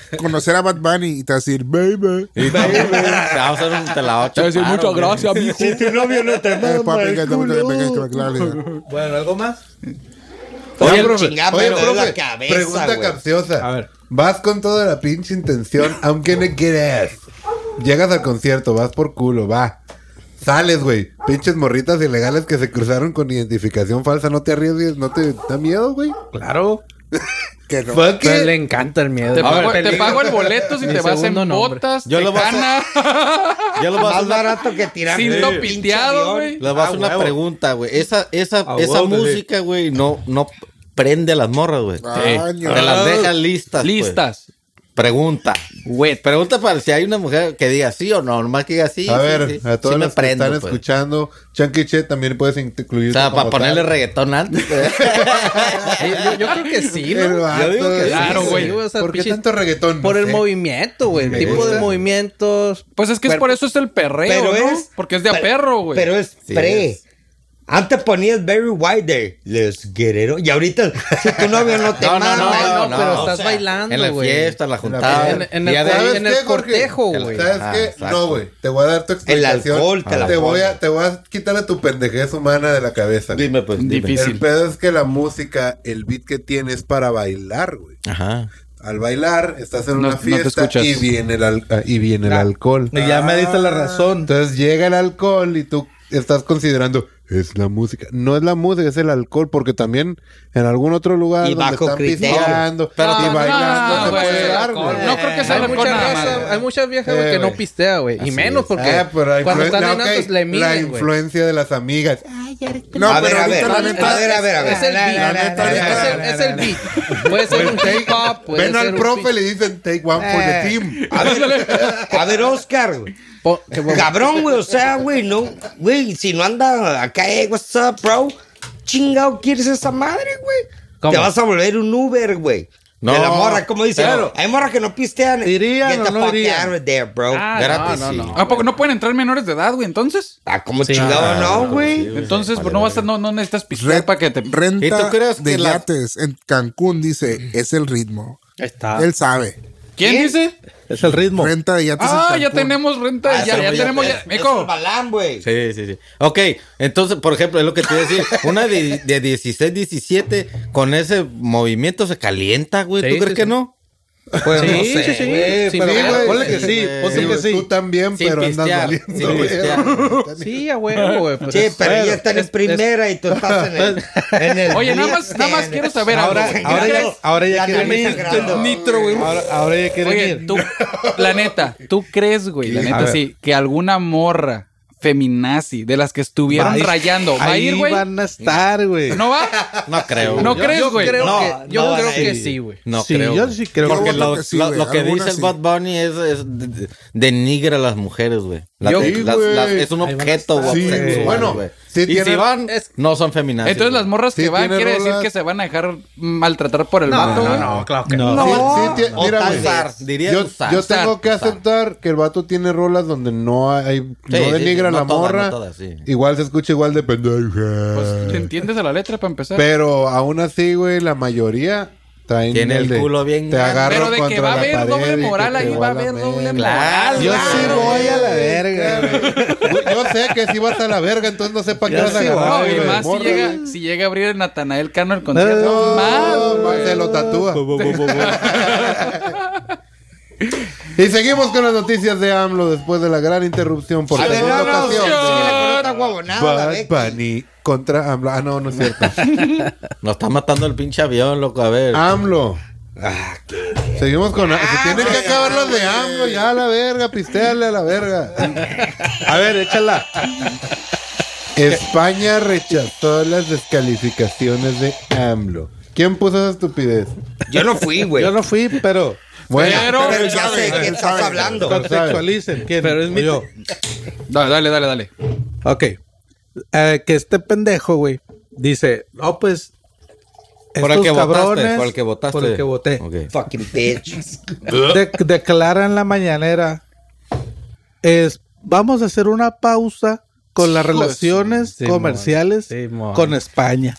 Speaker 3: El,
Speaker 4: Conocer a Bad Bunny y te va a decir, baby.
Speaker 2: Te va a hacer un- te la va a
Speaker 3: te voy a decir,
Speaker 2: chupar,
Speaker 3: muchas
Speaker 2: güey.
Speaker 3: gracias, mijo.
Speaker 6: Si tu novio no te
Speaker 4: Eh,
Speaker 6: mama
Speaker 4: papi, que
Speaker 6: el
Speaker 4: te- que-
Speaker 6: culo.
Speaker 4: que- que- que-
Speaker 5: Bueno, ¿algo más?
Speaker 6: Oye,
Speaker 1: profe,
Speaker 6: chingada,
Speaker 1: oye,
Speaker 6: me duele
Speaker 1: profe,
Speaker 6: Ah, la cabeza,
Speaker 1: pregunta
Speaker 6: güey.
Speaker 1: capciosa.
Speaker 5: A ver.
Speaker 1: Vas con toda la pinche intención, aunque no quieras. Llegas al concierto, vas por culo, va. Sales, güey. Pinches morritas ilegales que se cruzaron con identificación falsa. No te arriesgues, no te da miedo, güey.
Speaker 5: Claro.
Speaker 4: que no.
Speaker 1: Fuck
Speaker 7: Pero
Speaker 1: it.
Speaker 7: le encanta el miedo.
Speaker 3: Te
Speaker 7: güey.
Speaker 3: pago, te
Speaker 7: Peligro.
Speaker 3: pago el boleto si
Speaker 7: El
Speaker 3: te vas en
Speaker 7: segundo nombre.
Speaker 3: botas,
Speaker 2: Yo
Speaker 3: te
Speaker 2: lo voy a
Speaker 3: gana.
Speaker 2: Ya lo vas a
Speaker 6: Más
Speaker 2: hacer.
Speaker 6: barato que tirar
Speaker 3: Cinto piteado, güey.
Speaker 2: Le vas a hacer una pregunta, güey. Esa, esa,
Speaker 5: A
Speaker 2: esa
Speaker 5: huevo,
Speaker 2: música, güey, no, no prende a las morras, güey.
Speaker 4: Año.
Speaker 2: Te
Speaker 3: Ah.
Speaker 2: las deja listas. pues.
Speaker 3: Listas.
Speaker 2: Pregunta. Pregunta para si hay una mujer que diga sí o no. Nomás que diga sí.
Speaker 1: a
Speaker 2: sí,
Speaker 1: ver,
Speaker 2: sí.
Speaker 1: a todos
Speaker 2: Sí me
Speaker 1: los que están
Speaker 2: pues.
Speaker 1: escuchando, Chanquiche también puedes incluir.
Speaker 2: O sea, para ponerle reggaetón antes.
Speaker 7: Sí, yo, yo creo que sí, ¿no?
Speaker 2: Yo digo que
Speaker 7: Claro,
Speaker 3: sí,
Speaker 7: güey.
Speaker 3: güey.
Speaker 7: O sea,
Speaker 1: ¿Por qué
Speaker 7: pinches-
Speaker 1: tanto reggaetón?
Speaker 7: Por
Speaker 1: No
Speaker 7: el
Speaker 1: sé.
Speaker 7: movimiento, güey. El
Speaker 1: Me
Speaker 7: tipo
Speaker 1: gusta.
Speaker 7: de movimientos.
Speaker 3: Pues es que es
Speaker 7: Cuerpo-
Speaker 3: por eso es el perreo,
Speaker 6: Pero
Speaker 3: ¿no?
Speaker 6: es-
Speaker 3: Porque es de a
Speaker 6: pero-
Speaker 3: perro, güey.
Speaker 6: Pero es
Speaker 2: Sí,
Speaker 6: pre.
Speaker 2: es.
Speaker 6: Antes ponías Barry White de Les Guerrero. Y ahorita, si tu novio no te
Speaker 2: No, no,
Speaker 6: mama,
Speaker 2: no,
Speaker 6: güey,
Speaker 2: no,
Speaker 7: no, pero
Speaker 2: no,
Speaker 7: estás
Speaker 2: o sea,
Speaker 7: bailando,
Speaker 2: en la
Speaker 7: güey.
Speaker 2: fiesta, en la juntada.
Speaker 7: En- en el
Speaker 2: día de-
Speaker 7: cuadro-
Speaker 1: ¿Sabes
Speaker 7: en el
Speaker 1: qué, Jorge?
Speaker 7: cortejo, güey.
Speaker 1: ¿Sabes
Speaker 2: Ajá,
Speaker 1: qué?
Speaker 2: exacto.
Speaker 1: No, güey. Te voy a dar tu
Speaker 6: El
Speaker 1: explicación.
Speaker 6: alcohol te la
Speaker 1: te, voy a,
Speaker 6: pone.
Speaker 1: te voy a quitar a tu pendejez humana de la cabeza. güey.
Speaker 2: Dime, pues. dime.
Speaker 3: Difícil.
Speaker 1: El pedo es que la música, el beat que tiene es para bailar, güey.
Speaker 2: Ajá.
Speaker 1: Al bailar, estás en
Speaker 3: No-
Speaker 1: una
Speaker 3: no te
Speaker 1: fiesta
Speaker 3: escuchas.
Speaker 1: y viene el, al- ah, y viene el alcohol. Ah.
Speaker 5: Y ya me diste la razón.
Speaker 1: Entonces llega el alcohol y tú estás considerando, es la música. No es la música, es el alcohol, porque también en algún otro lugar
Speaker 6: Y
Speaker 1: donde
Speaker 6: bajo
Speaker 1: están
Speaker 6: criterio.
Speaker 1: pisteando
Speaker 2: Pero
Speaker 1: y
Speaker 3: no,
Speaker 1: bailando.
Speaker 3: no,
Speaker 1: se puede
Speaker 3: Ah, güey.
Speaker 1: bailar,
Speaker 3: No,
Speaker 1: güey.
Speaker 3: no creo que sea
Speaker 7: hay
Speaker 3: la
Speaker 7: mucha
Speaker 3: con nada
Speaker 7: raza-
Speaker 3: más.
Speaker 7: hay muchas viejas, güey,
Speaker 1: Eh,
Speaker 7: que no
Speaker 1: güey.
Speaker 7: pistea, güey. Y menos porque
Speaker 1: Ah, pero la
Speaker 7: cuando
Speaker 1: influen-
Speaker 7: están
Speaker 1: la-
Speaker 7: en
Speaker 1: ok,
Speaker 7: antos le
Speaker 1: La
Speaker 7: miden, güey.
Speaker 1: influencia de las amigas.
Speaker 4: No,
Speaker 6: a ver,
Speaker 4: pero
Speaker 6: a ver,
Speaker 4: ahorita la
Speaker 6: a ver,
Speaker 4: neta.
Speaker 6: a ver, a ver.
Speaker 7: Es el beat.
Speaker 4: la neta,
Speaker 7: Es
Speaker 4: la
Speaker 7: el-
Speaker 4: neta.
Speaker 7: Es el beat. Puede ser un hip hop. puede
Speaker 1: Ven
Speaker 7: ser
Speaker 1: al
Speaker 7: un
Speaker 1: profe y
Speaker 7: pinche- Eh.
Speaker 1: le dicen, take one for the team.
Speaker 6: A ver, a ver, Oscar, güey.
Speaker 7: Po- que- bueno,
Speaker 6: Cabrón, güey, o sea, güey, no, güey, si no anda acá, eh, what's up, bro? Chingado, ¿quieres esa madre, güey?
Speaker 7: ¿Cómo?
Speaker 6: Te vas a volver un Uber, güey.
Speaker 2: No,
Speaker 6: de la morra, como dice,
Speaker 2: pero-
Speaker 6: hay morras que no pistean.
Speaker 5: ¿Irían
Speaker 6: Get
Speaker 5: o
Speaker 6: the
Speaker 5: no
Speaker 6: fuck
Speaker 5: irían?
Speaker 6: out of there, bro.
Speaker 7: Ah,
Speaker 2: Gratis,
Speaker 7: no,
Speaker 2: sí.
Speaker 7: no, no.
Speaker 3: ¿A poco no pueden entrar menores de edad, güey? Entonces.
Speaker 6: Ah, como chingado,
Speaker 2: Ah,
Speaker 6: no, güey.
Speaker 3: Entonces,
Speaker 2: Vale,
Speaker 3: pues no, vas a,
Speaker 2: vale.
Speaker 3: no, no necesitas
Speaker 4: Re-
Speaker 3: pistear para que te.
Speaker 4: Renta
Speaker 2: ¿Y tú crees
Speaker 4: de
Speaker 2: que la-
Speaker 4: yates en Cancún dice, es el ritmo.
Speaker 7: Ahí está.
Speaker 4: Él sabe.
Speaker 3: ¿Quién dice?
Speaker 5: Es Este el ritmo.
Speaker 4: Renta de yates en
Speaker 3: Ah, ya
Speaker 4: Cancún.
Speaker 3: tenemos renta.
Speaker 2: Ah,
Speaker 3: ya,
Speaker 2: eso
Speaker 3: ya
Speaker 2: ya
Speaker 3: tenemos.
Speaker 2: te-
Speaker 3: Ya,
Speaker 6: Es
Speaker 3: Mico,
Speaker 6: el balán, güey.
Speaker 2: Sí, sí, sí. Ok, entonces, por ejemplo, es lo que te iba a decir. Una de, de 16, 17, con ese movimiento se calienta, güey.
Speaker 7: Sí,
Speaker 2: ¿Tú
Speaker 7: sí,
Speaker 2: crees que
Speaker 7: sí.
Speaker 2: no?
Speaker 7: Pues no
Speaker 5: Sí,
Speaker 7: sé,
Speaker 5: sí, sí.
Speaker 7: güey.
Speaker 5: Sí,
Speaker 7: Sin
Speaker 5: pero
Speaker 7: pedo,
Speaker 1: güey,
Speaker 5: ponle que sí,
Speaker 2: Eh,
Speaker 5: ponle que sí.
Speaker 1: este, Tú también,
Speaker 2: Sin
Speaker 1: pero andas
Speaker 2: pistear,
Speaker 1: valiendo.
Speaker 2: sin
Speaker 1: güey.
Speaker 2: pistear.
Speaker 7: Sí, a huevo, güey. pues
Speaker 6: Sí,
Speaker 7: es-
Speaker 6: pero
Speaker 7: bueno,
Speaker 6: ella está en
Speaker 7: es-
Speaker 6: primera y tú estás en el. en el
Speaker 3: Oye, nada más, nada más quiero saber
Speaker 5: Ahora,
Speaker 3: algo. güey.
Speaker 5: Pues, ahora
Speaker 3: ¿Crees-
Speaker 5: ya, ahora ya
Speaker 6: La
Speaker 5: quieren
Speaker 6: camisa
Speaker 5: ir.
Speaker 6: grande.
Speaker 3: Nitro, güey.
Speaker 5: Ahora, ahora ya quieren
Speaker 3: Oye,
Speaker 5: ir.
Speaker 3: tú, la neta, ¿tú crees, güey? La neta, sí, que alguna morra feminazi de las que estuvieron
Speaker 5: Ahí-
Speaker 3: rayando va a
Speaker 5: Ahí
Speaker 3: ir, güey.
Speaker 5: van a estar, güey.
Speaker 3: ¿No va?
Speaker 2: No creo.
Speaker 3: No
Speaker 2: güey.
Speaker 3: crees,
Speaker 7: Yo
Speaker 3: güey.
Speaker 7: creo
Speaker 2: No,
Speaker 7: que, yo
Speaker 6: no,
Speaker 7: creo
Speaker 6: sí.
Speaker 7: que sí, güey.
Speaker 2: No
Speaker 5: Sí,
Speaker 2: creo.
Speaker 5: yo
Speaker 2: güey.
Speaker 5: sí creo
Speaker 2: Porque
Speaker 4: que-
Speaker 2: lo,
Speaker 4: que sí,
Speaker 2: lo-
Speaker 4: güey,
Speaker 2: lo que
Speaker 4: algunas
Speaker 2: dice el
Speaker 4: sí.
Speaker 2: Bad Bunny es, es de- de- denigra a las mujeres, güey. Las-
Speaker 3: Yo-
Speaker 2: las-
Speaker 1: Sí,
Speaker 2: las-
Speaker 1: güey.
Speaker 2: es un objeto, güey.
Speaker 1: Sí,
Speaker 2: sexual,
Speaker 1: güey. Bueno,
Speaker 2: güey.
Speaker 1: sí
Speaker 2: y si
Speaker 1: tiene-
Speaker 2: van, no son feministas.
Speaker 3: Entonces las morras
Speaker 1: Sí,
Speaker 3: que van
Speaker 1: tiene
Speaker 3: quiere decir
Speaker 1: rolas.
Speaker 3: que se van a dejar maltratar por el vato, güey.
Speaker 5: claro que no.
Speaker 1: Sí, sí, ti-
Speaker 6: no,
Speaker 1: mira,
Speaker 6: tal
Speaker 1: güey.
Speaker 2: usar, diría
Speaker 1: yo,
Speaker 2: usar,
Speaker 1: yo
Speaker 2: usar,
Speaker 1: tengo que
Speaker 2: usar.
Speaker 1: aceptar que el vato tiene rolas donde no hay,
Speaker 2: Sí, sí,
Speaker 1: no denigra
Speaker 2: sí,
Speaker 1: a
Speaker 2: no
Speaker 1: la
Speaker 2: todas,
Speaker 1: morra.
Speaker 2: no todas, sí.
Speaker 1: Igual se escucha igual de pendeja.
Speaker 3: Pues, ¿te entiendes a la letra para empezar?
Speaker 1: Pero aún así, güey, la mayoría traen
Speaker 2: Tiene el culo bien
Speaker 1: Te
Speaker 2: grande.
Speaker 1: agarro
Speaker 3: Pero de que
Speaker 1: contra
Speaker 3: va a
Speaker 1: la
Speaker 3: haber
Speaker 1: pared
Speaker 3: doble
Speaker 1: y que
Speaker 3: moral
Speaker 1: te
Speaker 3: ahí,
Speaker 1: voy
Speaker 3: va a
Speaker 1: la
Speaker 3: haber
Speaker 1: mera.
Speaker 3: doble
Speaker 2: Claro,
Speaker 3: moral.
Speaker 1: Yo
Speaker 3: güey.
Speaker 1: sí voy a la verga. güey. Yo sé que si vas a la verga, entonces no sé para qué
Speaker 5: Yo
Speaker 1: vas a
Speaker 5: sí
Speaker 1: agarrar.
Speaker 3: No, y
Speaker 1: güey,
Speaker 3: más si
Speaker 1: morra,
Speaker 3: llega,
Speaker 1: güey.
Speaker 3: si llega a abrir el Natanael Cano el concierto.
Speaker 1: No,
Speaker 3: más,
Speaker 1: ma-
Speaker 3: güey.
Speaker 1: se lo tatúa. y seguimos con las noticias de AMLO después de la gran interrupción por
Speaker 6: A ver,
Speaker 1: segunda
Speaker 6: no, no, sí, sí,
Speaker 1: ocasión.
Speaker 6: la pelota guabonada, la
Speaker 1: Bad
Speaker 6: Becky.
Speaker 1: Bunny contra AMLO. Ah, no, no es cierto.
Speaker 2: Nos está matando el pinche avión, loco. A ver.
Speaker 1: Ah, AMLO.
Speaker 6: Ah,
Speaker 1: Seguimos con. se tienen que acabar los de AMLO. Ya a la verga, pisteale a la verga.
Speaker 5: A ver, échala.
Speaker 1: España rechazó las descalificaciones de AMLO. ¿Quién puso esa estupidez?
Speaker 6: Yo no fui, güey.
Speaker 5: Yo no fui, pero
Speaker 1: Bueno,
Speaker 3: Pero-
Speaker 6: Pero ya
Speaker 3: sabe,
Speaker 6: sé de qué estás hablando.
Speaker 5: contextualicen. ¿Quién? Pero es mi yo.
Speaker 3: Dale, dale, dale, dale.
Speaker 5: Ok. Eh, que este pendejo, güey, dice, no, pues.
Speaker 2: Por el
Speaker 5: estos
Speaker 2: que votaste.
Speaker 5: cabrones-
Speaker 2: Por el que votaste.
Speaker 5: Por el que voté.
Speaker 2: Ok.
Speaker 6: Fucking bitch.
Speaker 5: de- declaran la mañanera. Es, vamos a hacer una pausa con las
Speaker 3: Hijo de su-
Speaker 5: relaciones
Speaker 7: Simón,
Speaker 5: comerciales
Speaker 7: Simón.
Speaker 5: con España.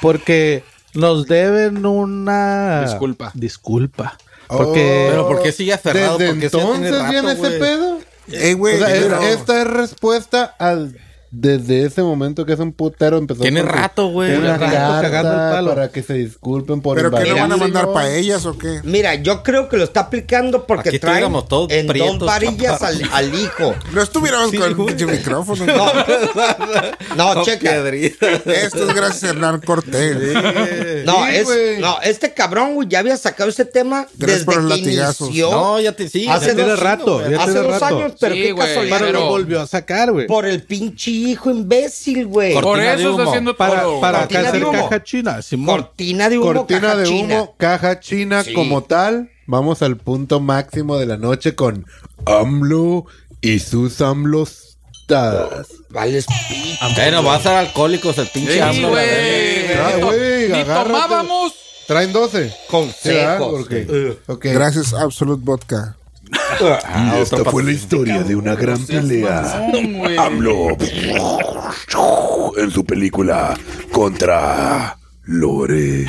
Speaker 5: Porque nos deben una
Speaker 3: Disculpa.
Speaker 5: Disculpa.
Speaker 1: Oh.
Speaker 5: Porque
Speaker 2: Pero ¿por qué sigue cerrado?
Speaker 1: Desde
Speaker 2: Porque sí ya tiene
Speaker 1: entonces
Speaker 2: rato,
Speaker 1: viene ese
Speaker 2: güey.
Speaker 1: pedo.
Speaker 4: Ey,
Speaker 1: O
Speaker 4: güey.
Speaker 1: sea, es-
Speaker 4: pero-
Speaker 1: esta es respuesta al. Desde ese momento que es un putero empezó
Speaker 2: Tiene
Speaker 1: con su-
Speaker 2: rato, güey.
Speaker 1: Tiene una
Speaker 5: Tiene rato
Speaker 1: carta
Speaker 5: cagando el palo.
Speaker 1: para que se disculpen por
Speaker 4: ¿Pero que
Speaker 1: invadir.
Speaker 4: lo van a mandar
Speaker 1: No.
Speaker 4: para ellas o qué?
Speaker 6: Mira, yo creo que lo está aplicando porque
Speaker 2: Aquí
Speaker 6: trae
Speaker 2: estuviéramos todos
Speaker 6: en dos
Speaker 2: prietos,
Speaker 6: varillas al, al hijo.
Speaker 4: No estuviéramos con el pinche micrófono.
Speaker 6: No, no,
Speaker 2: Con
Speaker 6: checa.
Speaker 2: piedrita.
Speaker 4: Esto es gracias a Hernán Cortés.
Speaker 6: No,
Speaker 1: Sí,
Speaker 6: es,
Speaker 1: güey.
Speaker 6: no, este cabrón, güey, ya había sacado ese tema
Speaker 4: Gracias
Speaker 6: desde
Speaker 4: por
Speaker 6: que
Speaker 4: los latigazos.
Speaker 6: inició.
Speaker 2: No, ya te sí.
Speaker 6: hace
Speaker 2: ya tiene
Speaker 6: dos-
Speaker 5: rato, ya
Speaker 6: hace
Speaker 5: tiene
Speaker 6: dos
Speaker 5: rato.
Speaker 6: años, pero
Speaker 3: Sí,
Speaker 6: qué
Speaker 3: güey,
Speaker 6: casualidad.
Speaker 5: pero lo
Speaker 3: pero-
Speaker 5: volvió a sacar, güey.
Speaker 6: Por el pinche hijo imbécil, güey.
Speaker 2: Cortina
Speaker 3: Por
Speaker 2: de
Speaker 3: eso
Speaker 2: humo.
Speaker 3: está haciendo
Speaker 5: Para,
Speaker 3: todo.
Speaker 5: para
Speaker 6: Cortina
Speaker 5: hacer
Speaker 6: de humo.
Speaker 5: caja china, Simón.
Speaker 6: Cortina de humo.
Speaker 1: Cortina
Speaker 6: caja
Speaker 1: de
Speaker 6: china.
Speaker 1: humo, caja china
Speaker 6: Sí.
Speaker 1: como tal. Vamos al punto máximo de la noche con AMLO y sus AMLOstadas.
Speaker 6: Vale, es pi-
Speaker 2: Bueno, va a ser alcohólicos el pinche
Speaker 3: Sí,
Speaker 2: AMLO, la verga.
Speaker 3: güey.
Speaker 1: Ah,
Speaker 3: Ni to-
Speaker 1: güey,
Speaker 3: Ni
Speaker 1: agárrate.
Speaker 3: tomábamos.
Speaker 1: Traen 12.
Speaker 6: consejos.
Speaker 1: Porque, ok.
Speaker 4: Gracias, Absolute Vodka.
Speaker 1: Y esta fue la historia de una gran pelea. AMLO en su película contra Lore.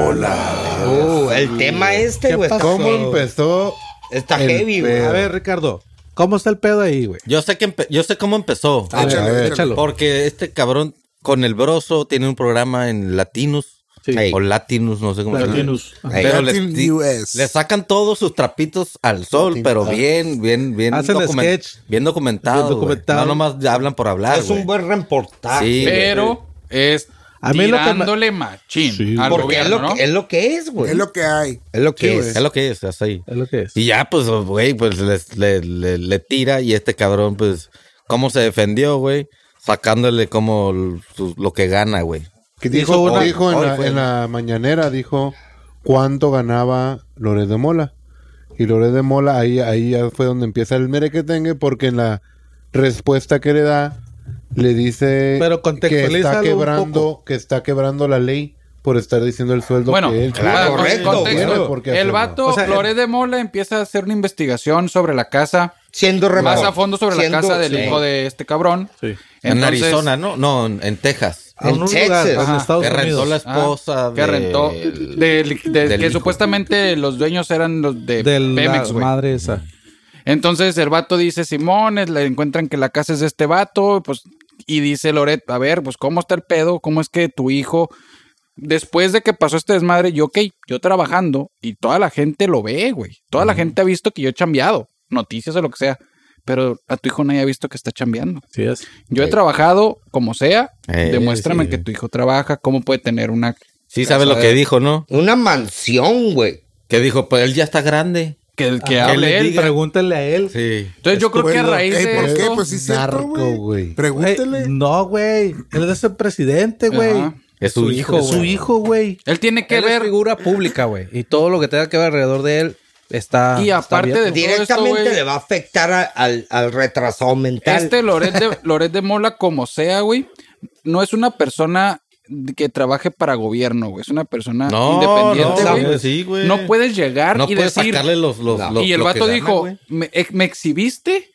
Speaker 1: Hola.
Speaker 6: Uh, el tema este,
Speaker 5: ¿Qué
Speaker 6: güey, está,
Speaker 1: ¿Cómo empezó?
Speaker 6: está
Speaker 1: el
Speaker 6: heavy, güey.
Speaker 1: pedo?
Speaker 5: A ver, Ricardo, ¿cómo está el pedo ahí, güey?
Speaker 2: Yo sé que empe- yo sé cómo empezó.
Speaker 4: Ah,
Speaker 1: A ver, a ver.
Speaker 5: Échalo.
Speaker 2: Porque este cabrón con el broso tiene un programa en Latinus.
Speaker 5: Sí.
Speaker 2: O Latinus, no sé cómo se llama.
Speaker 5: Latinus.
Speaker 2: Ajá. Pero le,
Speaker 4: Latin
Speaker 2: ti-
Speaker 4: US.
Speaker 2: le sacan todos sus trapitos al sol, pero bien, bien, bien.
Speaker 5: Hacen sketch.
Speaker 2: Bien documentado.
Speaker 5: Bien documentado.
Speaker 2: güey. No nomás hablan por hablar.
Speaker 6: Es un
Speaker 2: güey.
Speaker 6: buen reportaje.
Speaker 2: Sí, güey.
Speaker 3: Pero es
Speaker 5: A mí lo que me-
Speaker 3: tirándole machín
Speaker 5: Sí,
Speaker 3: al
Speaker 6: Porque es
Speaker 3: gobierno,
Speaker 6: lo,
Speaker 3: ¿no?
Speaker 6: que, es lo que es, güey.
Speaker 4: Es lo que hay.
Speaker 6: Es lo que es.
Speaker 2: Es lo que es, así.
Speaker 5: Es lo que es.
Speaker 2: Y ya, pues, güey, pues les- le, le- le tira y este cabrón, pues, ¿cómo se defendió, güey? Sacándole como l- su- lo que gana, güey.
Speaker 1: Que
Speaker 5: Hizo
Speaker 1: dijo,
Speaker 5: una-
Speaker 1: dijo en,
Speaker 2: hoy
Speaker 1: la,
Speaker 2: fue.
Speaker 1: en la mañanera, dijo cuánto ganaba Lore de Mola. Y Lore de Mola, ahí, ahí ya fue donde empieza el mere que tenga, porque en la respuesta que le da, le dice que
Speaker 5: Pero
Speaker 1: está
Speaker 5: contextualízalo un
Speaker 1: quebrando,
Speaker 5: poco.
Speaker 1: que está quebrando la ley por estar diciendo el sueldo
Speaker 3: Bueno,
Speaker 1: que él.
Speaker 3: para
Speaker 1: quiere.
Speaker 3: con-
Speaker 6: correcto,
Speaker 3: contexto,
Speaker 1: Bueno, porque
Speaker 3: el
Speaker 1: hacerlo.
Speaker 3: vato
Speaker 5: O sea,
Speaker 3: Flores de Mola empieza a hacer una investigación sobre la casa,
Speaker 6: Siendo
Speaker 3: más
Speaker 6: reportaje.
Speaker 3: a fondo sobre la casa del hijo de este cabrón.
Speaker 5: Sí.
Speaker 2: En
Speaker 3: Entonces,
Speaker 2: Arizona, ¿no? No, en, en Texas.
Speaker 5: A
Speaker 6: En
Speaker 5: un lugar,
Speaker 6: Texas.
Speaker 5: en
Speaker 3: Ajá.
Speaker 5: Estados
Speaker 2: Que rentó
Speaker 5: Unidos.
Speaker 2: la
Speaker 3: ah,
Speaker 2: esposa
Speaker 3: que
Speaker 2: de-
Speaker 3: rentó, del- de-
Speaker 2: del
Speaker 3: que
Speaker 2: hijo.
Speaker 3: supuestamente los dueños eran los de,
Speaker 5: de la
Speaker 3: eh, Pemex, güey.
Speaker 5: madre esa.
Speaker 3: Entonces el vato dice, Simón, es- le encuentran que la casa es de este vato, pues, y dice Loret, a ver, pues, ¿cómo está el pedo? ¿Cómo es que tu hijo, después de que pasó este desmadre, yo, ok, yo trabajando, y toda la gente lo ve, güey. Toda la gente ha visto que yo he chambeado, noticias o lo que sea, pero a tu hijo nadie ha visto que está chambeando.
Speaker 5: Sí es.
Speaker 3: Yo he
Speaker 2: Ey.
Speaker 3: trabajado como sea,
Speaker 2: Ey,
Speaker 3: demuéstrame
Speaker 2: sí.
Speaker 3: que tu hijo trabaja, cómo puede tener una...
Speaker 2: Sí, sabe lo que dijo, ¿no?
Speaker 6: Una mansión, güey.
Speaker 2: Que dijo, pues él ya está grande.
Speaker 3: Que, que
Speaker 2: Ah,
Speaker 3: hable
Speaker 2: que le
Speaker 3: él.
Speaker 2: diga.
Speaker 5: Pregúntale a él.
Speaker 2: Sí.
Speaker 3: Entonces yo creo que a
Speaker 4: Bueno,
Speaker 3: raíz
Speaker 4: ey,
Speaker 3: de
Speaker 4: ¿Por qué?
Speaker 3: esto-
Speaker 4: Pues sí, es cierto,
Speaker 1: narco, güey.
Speaker 4: güey.
Speaker 5: Güey,
Speaker 4: Pregúntele.
Speaker 5: no, güey. Él es el presidente, güey.
Speaker 3: Ajá.
Speaker 2: Es su hijo,
Speaker 5: Es su
Speaker 2: güey.
Speaker 5: hijo, güey.
Speaker 3: él tiene que
Speaker 7: Él es
Speaker 3: ver...
Speaker 7: figura pública, güey. Y todo lo que tenga que ver alrededor de él está.
Speaker 3: Y
Speaker 7: está
Speaker 3: aparte
Speaker 7: abierto.
Speaker 3: de- todo esto,
Speaker 6: Directamente
Speaker 3: güey.
Speaker 6: le va a afectar a- al, al retrasado mental.
Speaker 3: Este Loret de, Loret de Mola, como sea, güey, no es una persona que trabaje para gobierno, güey. Es una persona
Speaker 2: No,
Speaker 3: independiente,
Speaker 2: no,
Speaker 3: güey.
Speaker 2: güey, sí, güey.
Speaker 3: No puedes llegar
Speaker 2: No
Speaker 3: y
Speaker 2: puedes
Speaker 3: decir...
Speaker 2: sacarle los... los,
Speaker 6: No.
Speaker 2: los-
Speaker 3: y el
Speaker 2: lo que
Speaker 3: vato
Speaker 2: gana,
Speaker 3: dijo,
Speaker 2: güey.
Speaker 3: me, eh, me exhibiste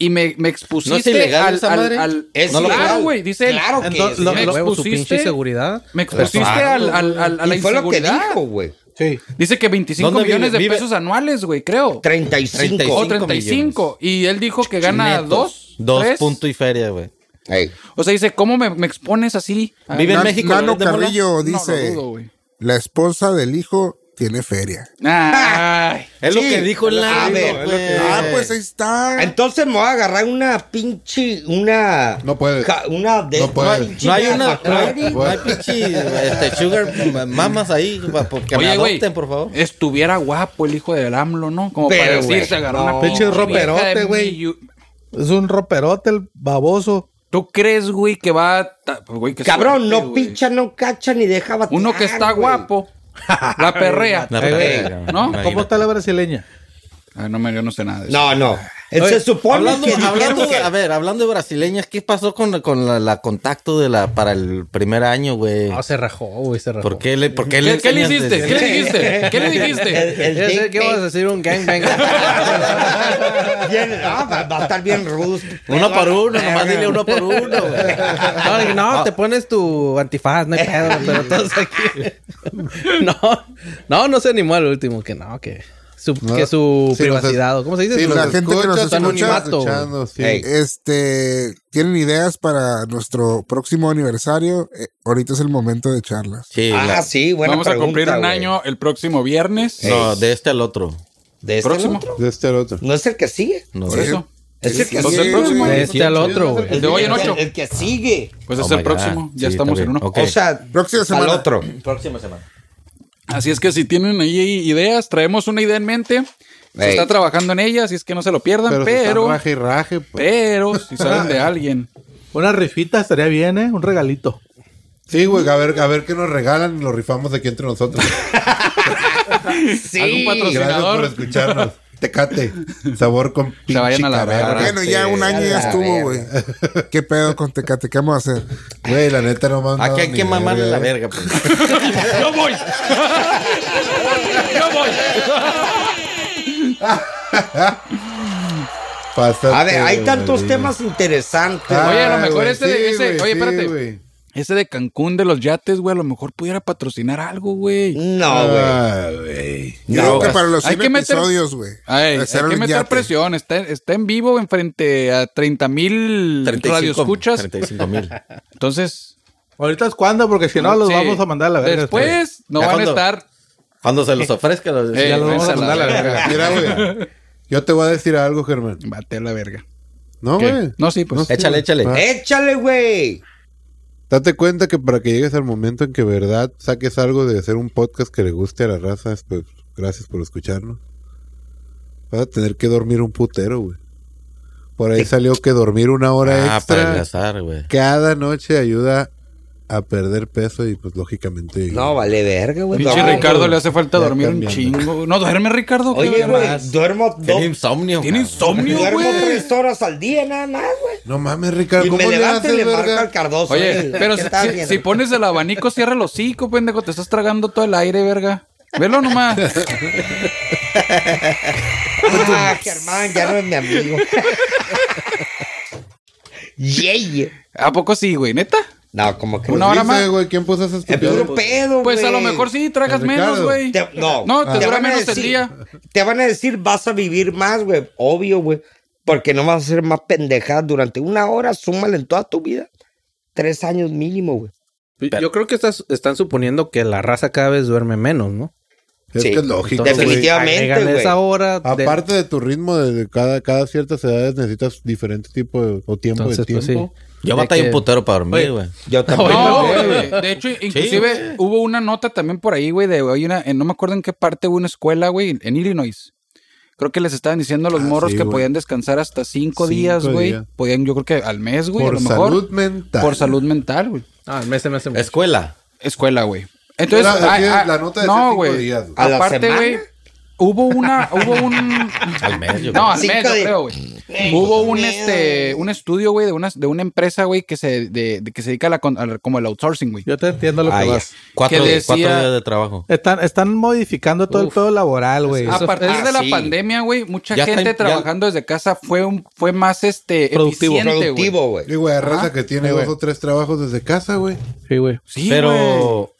Speaker 3: y me, me
Speaker 2: ¿No es
Speaker 3: expusiste
Speaker 2: ilegal
Speaker 3: al...
Speaker 2: esa
Speaker 3: al-
Speaker 2: madre?
Speaker 3: al-
Speaker 6: Es
Speaker 3: claro,
Speaker 6: ilegal.
Speaker 3: güey, dice él.
Speaker 6: Claro que
Speaker 5: Entonces,
Speaker 6: es,
Speaker 5: lo-
Speaker 6: güey.
Speaker 3: me
Speaker 7: luego su pinche
Speaker 3: expusiste,
Speaker 7: seguridad.
Speaker 3: me expusiste al, al- al- a la
Speaker 6: Y fue lo que
Speaker 3: inseguridad.
Speaker 6: dijo, güey.
Speaker 5: Sí.
Speaker 3: Dice que 25
Speaker 2: ¿Dónde
Speaker 3: millones
Speaker 2: vive?
Speaker 3: de
Speaker 2: Vive-
Speaker 3: pesos anuales, güey, creo.
Speaker 6: 35.
Speaker 3: O
Speaker 2: 35.
Speaker 3: 35. Y él dijo que gana
Speaker 2: Netos.
Speaker 3: dos.
Speaker 2: Dos
Speaker 3: tres.
Speaker 2: puntos y feria, güey.
Speaker 6: Ey.
Speaker 3: O sea, dice, ¿cómo me, me expones así? Ah,
Speaker 2: Vive en
Speaker 4: Nan-
Speaker 2: México,
Speaker 4: Nano
Speaker 2: Loret de Mola.
Speaker 4: Carrillo
Speaker 3: no,
Speaker 4: dice:
Speaker 3: lo dudo, güey.
Speaker 4: La esposa del hijo tiene feria.
Speaker 3: Ah, Ay,
Speaker 2: Es lo
Speaker 6: Sí,
Speaker 2: que dijo
Speaker 6: es lo que dijo,
Speaker 2: la... güey.
Speaker 6: es lo que
Speaker 3: Eh.
Speaker 6: dijo.
Speaker 4: Ah, pues ahí está.
Speaker 6: Entonces me voy a agarrar una pinche. Una.
Speaker 1: No puede.
Speaker 6: ca- Una de.
Speaker 1: No puede.
Speaker 6: pinche
Speaker 2: No hay
Speaker 6: de
Speaker 2: una, no hay,
Speaker 6: Bacardi.
Speaker 2: no hay pinche este, sugar ma- mamas ahí pa- porque me
Speaker 3: oye, güey.
Speaker 2: adopten, por favor.
Speaker 3: Estuviera guapo el hijo del AMLO, ¿no? Como
Speaker 6: Pero,
Speaker 3: para decir,
Speaker 6: güey,
Speaker 3: se agarró
Speaker 6: no.
Speaker 3: una
Speaker 5: Pinche
Speaker 3: vieja
Speaker 5: roperote,
Speaker 3: de
Speaker 5: güey.
Speaker 3: millo-
Speaker 5: Es un roperote, el baboso.
Speaker 3: ¿Tú crees, güey, que va a. ta- pues, güey, qué
Speaker 6: Cabrón,
Speaker 3: suerte,
Speaker 6: no
Speaker 3: güey.
Speaker 6: pincha, no cacha ni deja batear,
Speaker 3: Uno que está
Speaker 6: güey.
Speaker 3: guapo. La perrea.
Speaker 2: La
Speaker 5: Eh,
Speaker 2: perrea,
Speaker 3: ¿no?
Speaker 2: imagínate.
Speaker 5: ¿Cómo está la brasileña?
Speaker 3: Ay, no, me- Ah, yo no sé nada de eso.
Speaker 6: No, no. Él
Speaker 2: Oye,
Speaker 6: se supone
Speaker 2: hablando,
Speaker 6: que dijeron
Speaker 2: hablando de-
Speaker 6: que-
Speaker 2: A ver, hablando de brasileñas, ¿qué pasó con, con la, la contacto de la para el primer año, güey?
Speaker 5: Ah,
Speaker 7: No, se rajó, güey, se rajó.
Speaker 2: ¿Por qué le, por qué
Speaker 3: ¿Qué, qué le
Speaker 2: enseñas
Speaker 3: hiciste?
Speaker 2: desde-
Speaker 3: ¿Qué le dijiste? ¿Qué le dijiste?
Speaker 6: El- el
Speaker 7: Ya sé
Speaker 6: dick
Speaker 7: que
Speaker 6: pic.
Speaker 7: vas a decir un gangbang.
Speaker 6: Bien, ah, va, va a estar bien ruso.
Speaker 2: Uno por uno, nomás dile uno por uno, güey.
Speaker 7: No, dije, no, te pones tu antifaz, no hay pedo, pero todos aquí. No, no, no se animó al último, que no, que su,
Speaker 1: No.
Speaker 7: que su
Speaker 1: Sí, nos-
Speaker 7: privacidad, o ¿cómo se dice?
Speaker 1: Sí,
Speaker 7: Su-
Speaker 1: nos
Speaker 4: la gente que nos
Speaker 1: escucha,
Speaker 4: escucha.
Speaker 1: sí, nos está
Speaker 7: Anonimato.
Speaker 1: escuchando, sí.
Speaker 6: Ey.
Speaker 4: Este, ¿tienen ideas para nuestro próximo aniversario? Eh, ahorita es el momento de charlas.
Speaker 2: Sí, la-
Speaker 6: Ah, sí, buena
Speaker 3: Vamos a cumplir
Speaker 6: pregunta,
Speaker 3: un
Speaker 6: güey.
Speaker 3: año el próximo viernes.
Speaker 2: No, de este al otro.
Speaker 6: ¿De este
Speaker 3: Próximo.
Speaker 6: al otro?
Speaker 1: De este al otro.
Speaker 6: No es el que sigue.
Speaker 2: No. ¿eh?
Speaker 3: Por eso.
Speaker 6: Es el que
Speaker 3: Pues
Speaker 4: Sí,
Speaker 3: el
Speaker 6: sigue.
Speaker 3: próximo.
Speaker 7: de este al otro, güey.
Speaker 3: El de hoy en
Speaker 6: el-
Speaker 3: ocho.
Speaker 6: El que sigue.
Speaker 3: Pues es
Speaker 2: Oh
Speaker 3: el
Speaker 2: my God.
Speaker 3: próximo.
Speaker 2: Sí,
Speaker 3: Ya estamos
Speaker 2: está
Speaker 3: en
Speaker 2: bien.
Speaker 3: uno.
Speaker 2: Ok.
Speaker 6: O sea,
Speaker 4: Próxima
Speaker 6: al
Speaker 4: semana.
Speaker 6: otro.
Speaker 2: Próxima semana.
Speaker 3: Así es que si tienen ahí ideas, traemos una idea en mente. Se
Speaker 6: Ey.
Speaker 3: está trabajando en ella, así es que no se lo pierdan.
Speaker 1: Pero, se están
Speaker 3: Pero,
Speaker 1: raje y raje, pues.
Speaker 3: pero, si saben de alguien.
Speaker 5: Una rifita estaría bien, ¿eh? Un regalito.
Speaker 1: Sí, güey, a ver, a ver qué nos regalan y lo rifamos aquí entre nosotros.
Speaker 3: Algún
Speaker 1: Gracias por
Speaker 3: patrocinador.
Speaker 1: escucharnos. Tecate, sabor con pinche
Speaker 3: Se vayan a la
Speaker 1: camarón.
Speaker 3: verga.
Speaker 4: Bueno, ya un
Speaker 6: Sí,
Speaker 4: año
Speaker 6: a
Speaker 4: ya
Speaker 6: la
Speaker 4: estuvo,
Speaker 6: verga.
Speaker 4: güey. ¿Qué pedo con Tecate? ¿Qué vamos a hacer?
Speaker 1: Güey, la neta no manda.
Speaker 2: Aquí hay que mamarle
Speaker 1: eh.
Speaker 2: la verga, pues.
Speaker 3: ¡Yo voy! ¡Yo voy!
Speaker 1: Pásate,
Speaker 6: A ver, hay
Speaker 1: güey.
Speaker 6: tantos temas interesantes.
Speaker 1: Ay,
Speaker 3: Oye, a lo mejor
Speaker 1: güey,
Speaker 3: este de-
Speaker 1: sí,
Speaker 3: ese-
Speaker 1: güey,
Speaker 3: oye,
Speaker 1: sí,
Speaker 3: espérate.
Speaker 1: güey.
Speaker 3: Ese de Cancún de los yates, güey, a lo mejor pudiera patrocinar algo,
Speaker 6: Mm.
Speaker 3: güey.
Speaker 6: No, güey.
Speaker 1: Ah, güey.
Speaker 4: Yo digo que para los
Speaker 3: Hay
Speaker 4: 100
Speaker 3: que meter-
Speaker 4: episodios, güey.
Speaker 3: Ay, hay
Speaker 4: hacer
Speaker 3: que
Speaker 4: un
Speaker 3: meter
Speaker 4: yate.
Speaker 3: presión. Está, está en vivo enfrente a 30 mil
Speaker 2: 35
Speaker 3: radioescuchas.
Speaker 2: 35 mil.
Speaker 3: Entonces,
Speaker 5: Ahorita es cuando, porque si no, los
Speaker 3: sí.
Speaker 5: vamos a mandar a la verga.
Speaker 3: Después no
Speaker 2: Ya
Speaker 3: van a
Speaker 2: cuando-
Speaker 3: estar.
Speaker 2: Cuando se los ofrezca, los
Speaker 3: Eh,
Speaker 5: ya lo vamos a
Speaker 3: vénsala,
Speaker 5: mandar a la verga.
Speaker 1: Mira, güey. Yo te voy a decir algo, Germán.
Speaker 3: Bate a la verga.
Speaker 1: No,
Speaker 3: ¿Qué?
Speaker 1: güey.
Speaker 3: No, sí, pues.
Speaker 2: Échale, échale.
Speaker 1: Ah.
Speaker 6: Échale, güey.
Speaker 1: Date cuenta que para que llegues al momento en que de verdad saques algo de hacer un podcast que le guste a la raza, es- pues, gracias por escucharnos. Vas a tener que dormir un putero, güey. Por ahí salió que dormir una hora
Speaker 2: Ah, para
Speaker 1: extra
Speaker 2: enlazar, güey.
Speaker 1: cada noche ayuda a perder peso y pues lógicamente...
Speaker 6: No, vale verga, güey.
Speaker 3: Pinche
Speaker 6: No.
Speaker 3: Ricardo le hace falta
Speaker 1: Ya
Speaker 3: dormir un
Speaker 1: cambiando.
Speaker 3: chingo. No duerme, Ricardo. ¿qué
Speaker 6: Oye,
Speaker 3: verga?
Speaker 6: güey, duermo
Speaker 2: Tiene
Speaker 6: dos.
Speaker 2: insomnio.
Speaker 3: Tiene
Speaker 2: cabrón.
Speaker 3: insomnio,
Speaker 6: Duermo
Speaker 3: güey.
Speaker 6: tres horas al día, nada más, güey.
Speaker 1: No mames, Ricardo,
Speaker 6: Y
Speaker 1: ¿cómo
Speaker 6: me
Speaker 1: le
Speaker 6: levanto y
Speaker 1: haces,
Speaker 6: le marco
Speaker 1: verga?
Speaker 6: al Cardoso. ¿eh?
Speaker 3: Oye, pero si, si- si pones el abanico, cierra el hocico, pendejo. Te estás tragando todo el aire, verga. Velo nomás.
Speaker 6: Ah, Germán, ya no es mi amigo. Yey.
Speaker 3: ¿A poco sí, güey? ¿Neta?
Speaker 6: No, como que
Speaker 1: Pues
Speaker 3: Una hora
Speaker 1: dice,
Speaker 3: más.
Speaker 1: güey, ¿quién puso esas
Speaker 6: Es puro
Speaker 1: estupideces?
Speaker 6: pedo,
Speaker 3: Pues a lo
Speaker 6: güey.
Speaker 3: mejor sí, tragas
Speaker 1: Ricardo.
Speaker 3: menos, güey.
Speaker 6: Te- no,
Speaker 3: No, te dura
Speaker 6: van a
Speaker 3: menos el
Speaker 6: decir-
Speaker 3: día.
Speaker 6: Te van a decir, vas a vivir más, güey. Obvio, güey. Porque no vas a ser más pendejada durante una hora, súmale en toda tu vida. Tres años mínimo, güey.
Speaker 7: Yo creo que estás, están suponiendo que la raza cada vez duerme menos, ¿no?
Speaker 1: Es
Speaker 6: Sí,
Speaker 1: que es lógico, güey.
Speaker 6: definitiva- Definitivamente,
Speaker 7: agrégale
Speaker 6: güey.
Speaker 7: esa hora. de-
Speaker 1: Aparte de tu ritmo, de de cada, cada ciertas edades necesitas diferente tipo de, o tiempo
Speaker 7: entonces,
Speaker 1: de
Speaker 7: pues
Speaker 1: tiempo.
Speaker 7: sí.
Speaker 2: Yo
Speaker 7: De
Speaker 2: batallé
Speaker 7: que-
Speaker 2: un putero para dormir, güey.
Speaker 6: Yo también.
Speaker 3: No, güey. De hecho, inclusive
Speaker 2: güey.
Speaker 3: hubo una nota también por ahí, güey, de hay una, en- no me acuerdo en qué parte hubo una escuela, güey, en Illinois. Creo que les estaban diciendo a los
Speaker 1: Ah,
Speaker 3: morros
Speaker 1: sí,
Speaker 3: que
Speaker 1: güey.
Speaker 3: podían descansar hasta
Speaker 1: Cinco
Speaker 3: cinco, días, güey.
Speaker 1: días.
Speaker 3: Podían, yo creo que al mes, güey, a
Speaker 1: Por
Speaker 3: lo mejor.
Speaker 1: salud mental.
Speaker 3: Por salud mental, güey.
Speaker 7: Ah, el mes se me hace mucho.
Speaker 2: Escuela.
Speaker 3: Escuela, güey. Entonces,
Speaker 1: Era-
Speaker 3: ah,
Speaker 1: así es,
Speaker 3: ah,
Speaker 1: la nota de ser
Speaker 3: no,
Speaker 1: cinco
Speaker 3: güey.
Speaker 1: días, güey.
Speaker 6: ¿A la
Speaker 3: Aparte,
Speaker 6: semana?
Speaker 3: güey, hubo una, hubo un,
Speaker 2: Al mes, yo
Speaker 3: no,
Speaker 2: creo.
Speaker 3: al mes,
Speaker 6: Cinco
Speaker 3: yo
Speaker 6: de-
Speaker 3: creo, güey. Hubo un este, un estudio, güey, de una, de una empresa, güey, que se, de, de- que se dedica a la, con- al- como el outsourcing, güey.
Speaker 5: Yo te entiendo lo que
Speaker 2: Ah, ya.
Speaker 5: vas.
Speaker 2: Cuatro,
Speaker 3: Que decía-
Speaker 2: cuatro días de trabajo.
Speaker 5: Están, están modificando todo el pedo laboral, güey.
Speaker 3: A partir
Speaker 6: ah,
Speaker 3: de la
Speaker 6: sí.
Speaker 3: pandemia, güey, mucha
Speaker 2: Ya está
Speaker 3: gente
Speaker 2: im- ya-
Speaker 3: trabajando desde casa fue un, fue más este
Speaker 5: Productivo.
Speaker 3: eficiente, güey.
Speaker 6: Productivo, güey.
Speaker 1: Y güey, hay raza que tiene
Speaker 5: Sí,
Speaker 1: dos
Speaker 5: güey.
Speaker 1: o tres trabajos desde casa, güey.
Speaker 5: Sí, güey.
Speaker 3: Sí, güey.
Speaker 2: Pero.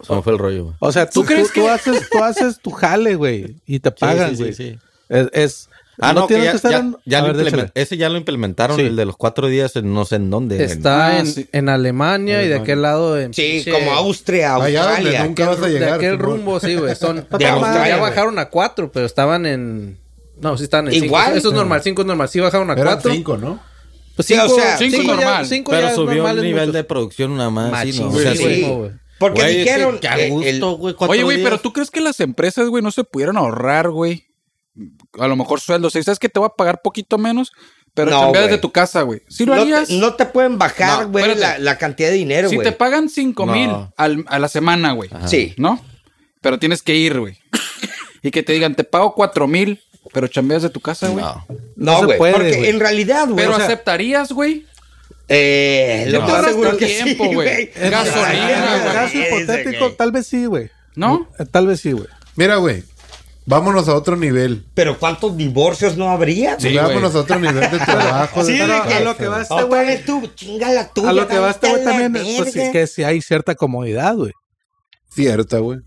Speaker 2: Se me fue el rollo, güey.
Speaker 5: O sea,
Speaker 3: ¿Tú
Speaker 5: tú, tú,
Speaker 3: crees
Speaker 5: tú
Speaker 3: que-
Speaker 5: haces, tú haces tu jale, güey, y te pagan,
Speaker 2: sí, sí,
Speaker 5: güey.
Speaker 2: sí.
Speaker 5: Es, es-
Speaker 2: Ah, no, que
Speaker 5: tienes
Speaker 2: ya,
Speaker 5: estar
Speaker 2: ya-
Speaker 5: en-
Speaker 2: ya
Speaker 5: A
Speaker 2: lo
Speaker 5: ver,
Speaker 2: implemen-
Speaker 5: déchale.
Speaker 2: ese ya lo implementaron,
Speaker 5: Sí.
Speaker 2: el de los cuatro días, en no sé en dónde. güey.
Speaker 7: Está
Speaker 3: Ah,
Speaker 7: en,
Speaker 3: sí.
Speaker 7: en Alemania, y de aquel lado en
Speaker 6: Sí,
Speaker 7: pinche-
Speaker 6: como Austria,
Speaker 1: Allá donde
Speaker 6: Australia.
Speaker 1: nunca vas a
Speaker 7: de
Speaker 1: llegar.
Speaker 7: aquel
Speaker 1: Simón.
Speaker 7: rumbo, sí, güey. Son,
Speaker 6: De
Speaker 7: ya
Speaker 6: Australia, güey.
Speaker 7: bajaron a cuatro, pero estaban en. No, sí estaban en cinco.
Speaker 6: Igual.
Speaker 7: Eso es normal, cinco es normal. Sí bajaron a
Speaker 1: Eran
Speaker 7: cuatro.
Speaker 1: cinco, ¿no?
Speaker 7: Pues
Speaker 6: Sí, o
Speaker 7: cinco-
Speaker 6: sea,
Speaker 3: cinco
Speaker 7: cinco
Speaker 3: es
Speaker 7: ya-
Speaker 3: normal,
Speaker 7: cinco
Speaker 2: Pero
Speaker 7: ya es
Speaker 2: subió
Speaker 7: normal,
Speaker 2: el
Speaker 7: es
Speaker 2: nivel
Speaker 7: mucho.
Speaker 2: de producción una más. sí,
Speaker 7: Machín,
Speaker 2: ¿no?
Speaker 7: güey.
Speaker 2: O sea,
Speaker 6: Sí,
Speaker 2: sí.
Speaker 6: güey. Porque
Speaker 2: Güey, es que
Speaker 6: dijeron.
Speaker 2: qué a
Speaker 6: eh, el-
Speaker 2: gusto, güey, cuatro
Speaker 3: Oye, güey,
Speaker 2: días.
Speaker 3: pero ¿tú crees que las empresas, güey, no se pudieran ahorrar, güey? A lo mejor sueldos. Y sabes que te voy a pagar poquito menos, pero
Speaker 6: No,
Speaker 3: cambiar
Speaker 6: güey.
Speaker 3: desde tu casa, güey. ¿Sí lo
Speaker 6: no,
Speaker 3: harías?
Speaker 6: te, no te pueden bajar,
Speaker 3: No,
Speaker 6: güey, la,
Speaker 3: espérate.
Speaker 6: la cantidad de dinero,
Speaker 3: si
Speaker 6: güey.
Speaker 3: te pagan cinco
Speaker 2: No.
Speaker 3: mil al- a la semana, güey.
Speaker 6: Sí.
Speaker 3: ¿No? Pero tienes que ir, güey. y que te digan, te pago cuatro mil. Pero chambeas de tu casa, güey.
Speaker 2: No.
Speaker 6: No,
Speaker 5: se
Speaker 6: güey.
Speaker 5: puede,
Speaker 6: porque
Speaker 5: güey.
Speaker 6: en realidad, güey.
Speaker 3: Pero
Speaker 6: o sea,
Speaker 3: aceptarías, güey.
Speaker 6: eh, lo
Speaker 3: No.
Speaker 6: más
Speaker 3: Ahorras
Speaker 6: seguro
Speaker 3: tu
Speaker 6: que
Speaker 3: tiempo,
Speaker 6: sí,
Speaker 3: güey. Gasolina,
Speaker 6: Ay,
Speaker 5: En el
Speaker 3: güey.
Speaker 5: caso
Speaker 6: ese,
Speaker 5: hipotético,
Speaker 6: güey.
Speaker 5: tal vez sí, güey.
Speaker 3: ¿No?
Speaker 5: Eh, Tal vez sí, güey.
Speaker 1: Mira, güey. Vámonos a otro nivel.
Speaker 6: Pero ¿cuántos divorcios no habría?
Speaker 3: Sí,
Speaker 1: vámonos a otro nivel de trabajo.
Speaker 6: Sí,
Speaker 1: de-
Speaker 6: de
Speaker 5: Pero
Speaker 6: que-
Speaker 5: a lo que va este
Speaker 6: Otra
Speaker 5: güey-
Speaker 6: vez tú, chingala tú.
Speaker 5: A lo
Speaker 6: ya
Speaker 5: que va
Speaker 6: vete
Speaker 5: este güey
Speaker 6: a la
Speaker 5: también, pues sí
Speaker 6: verga.
Speaker 5: que sí hay cierta comodidad, güey.
Speaker 1: Cierta, güey.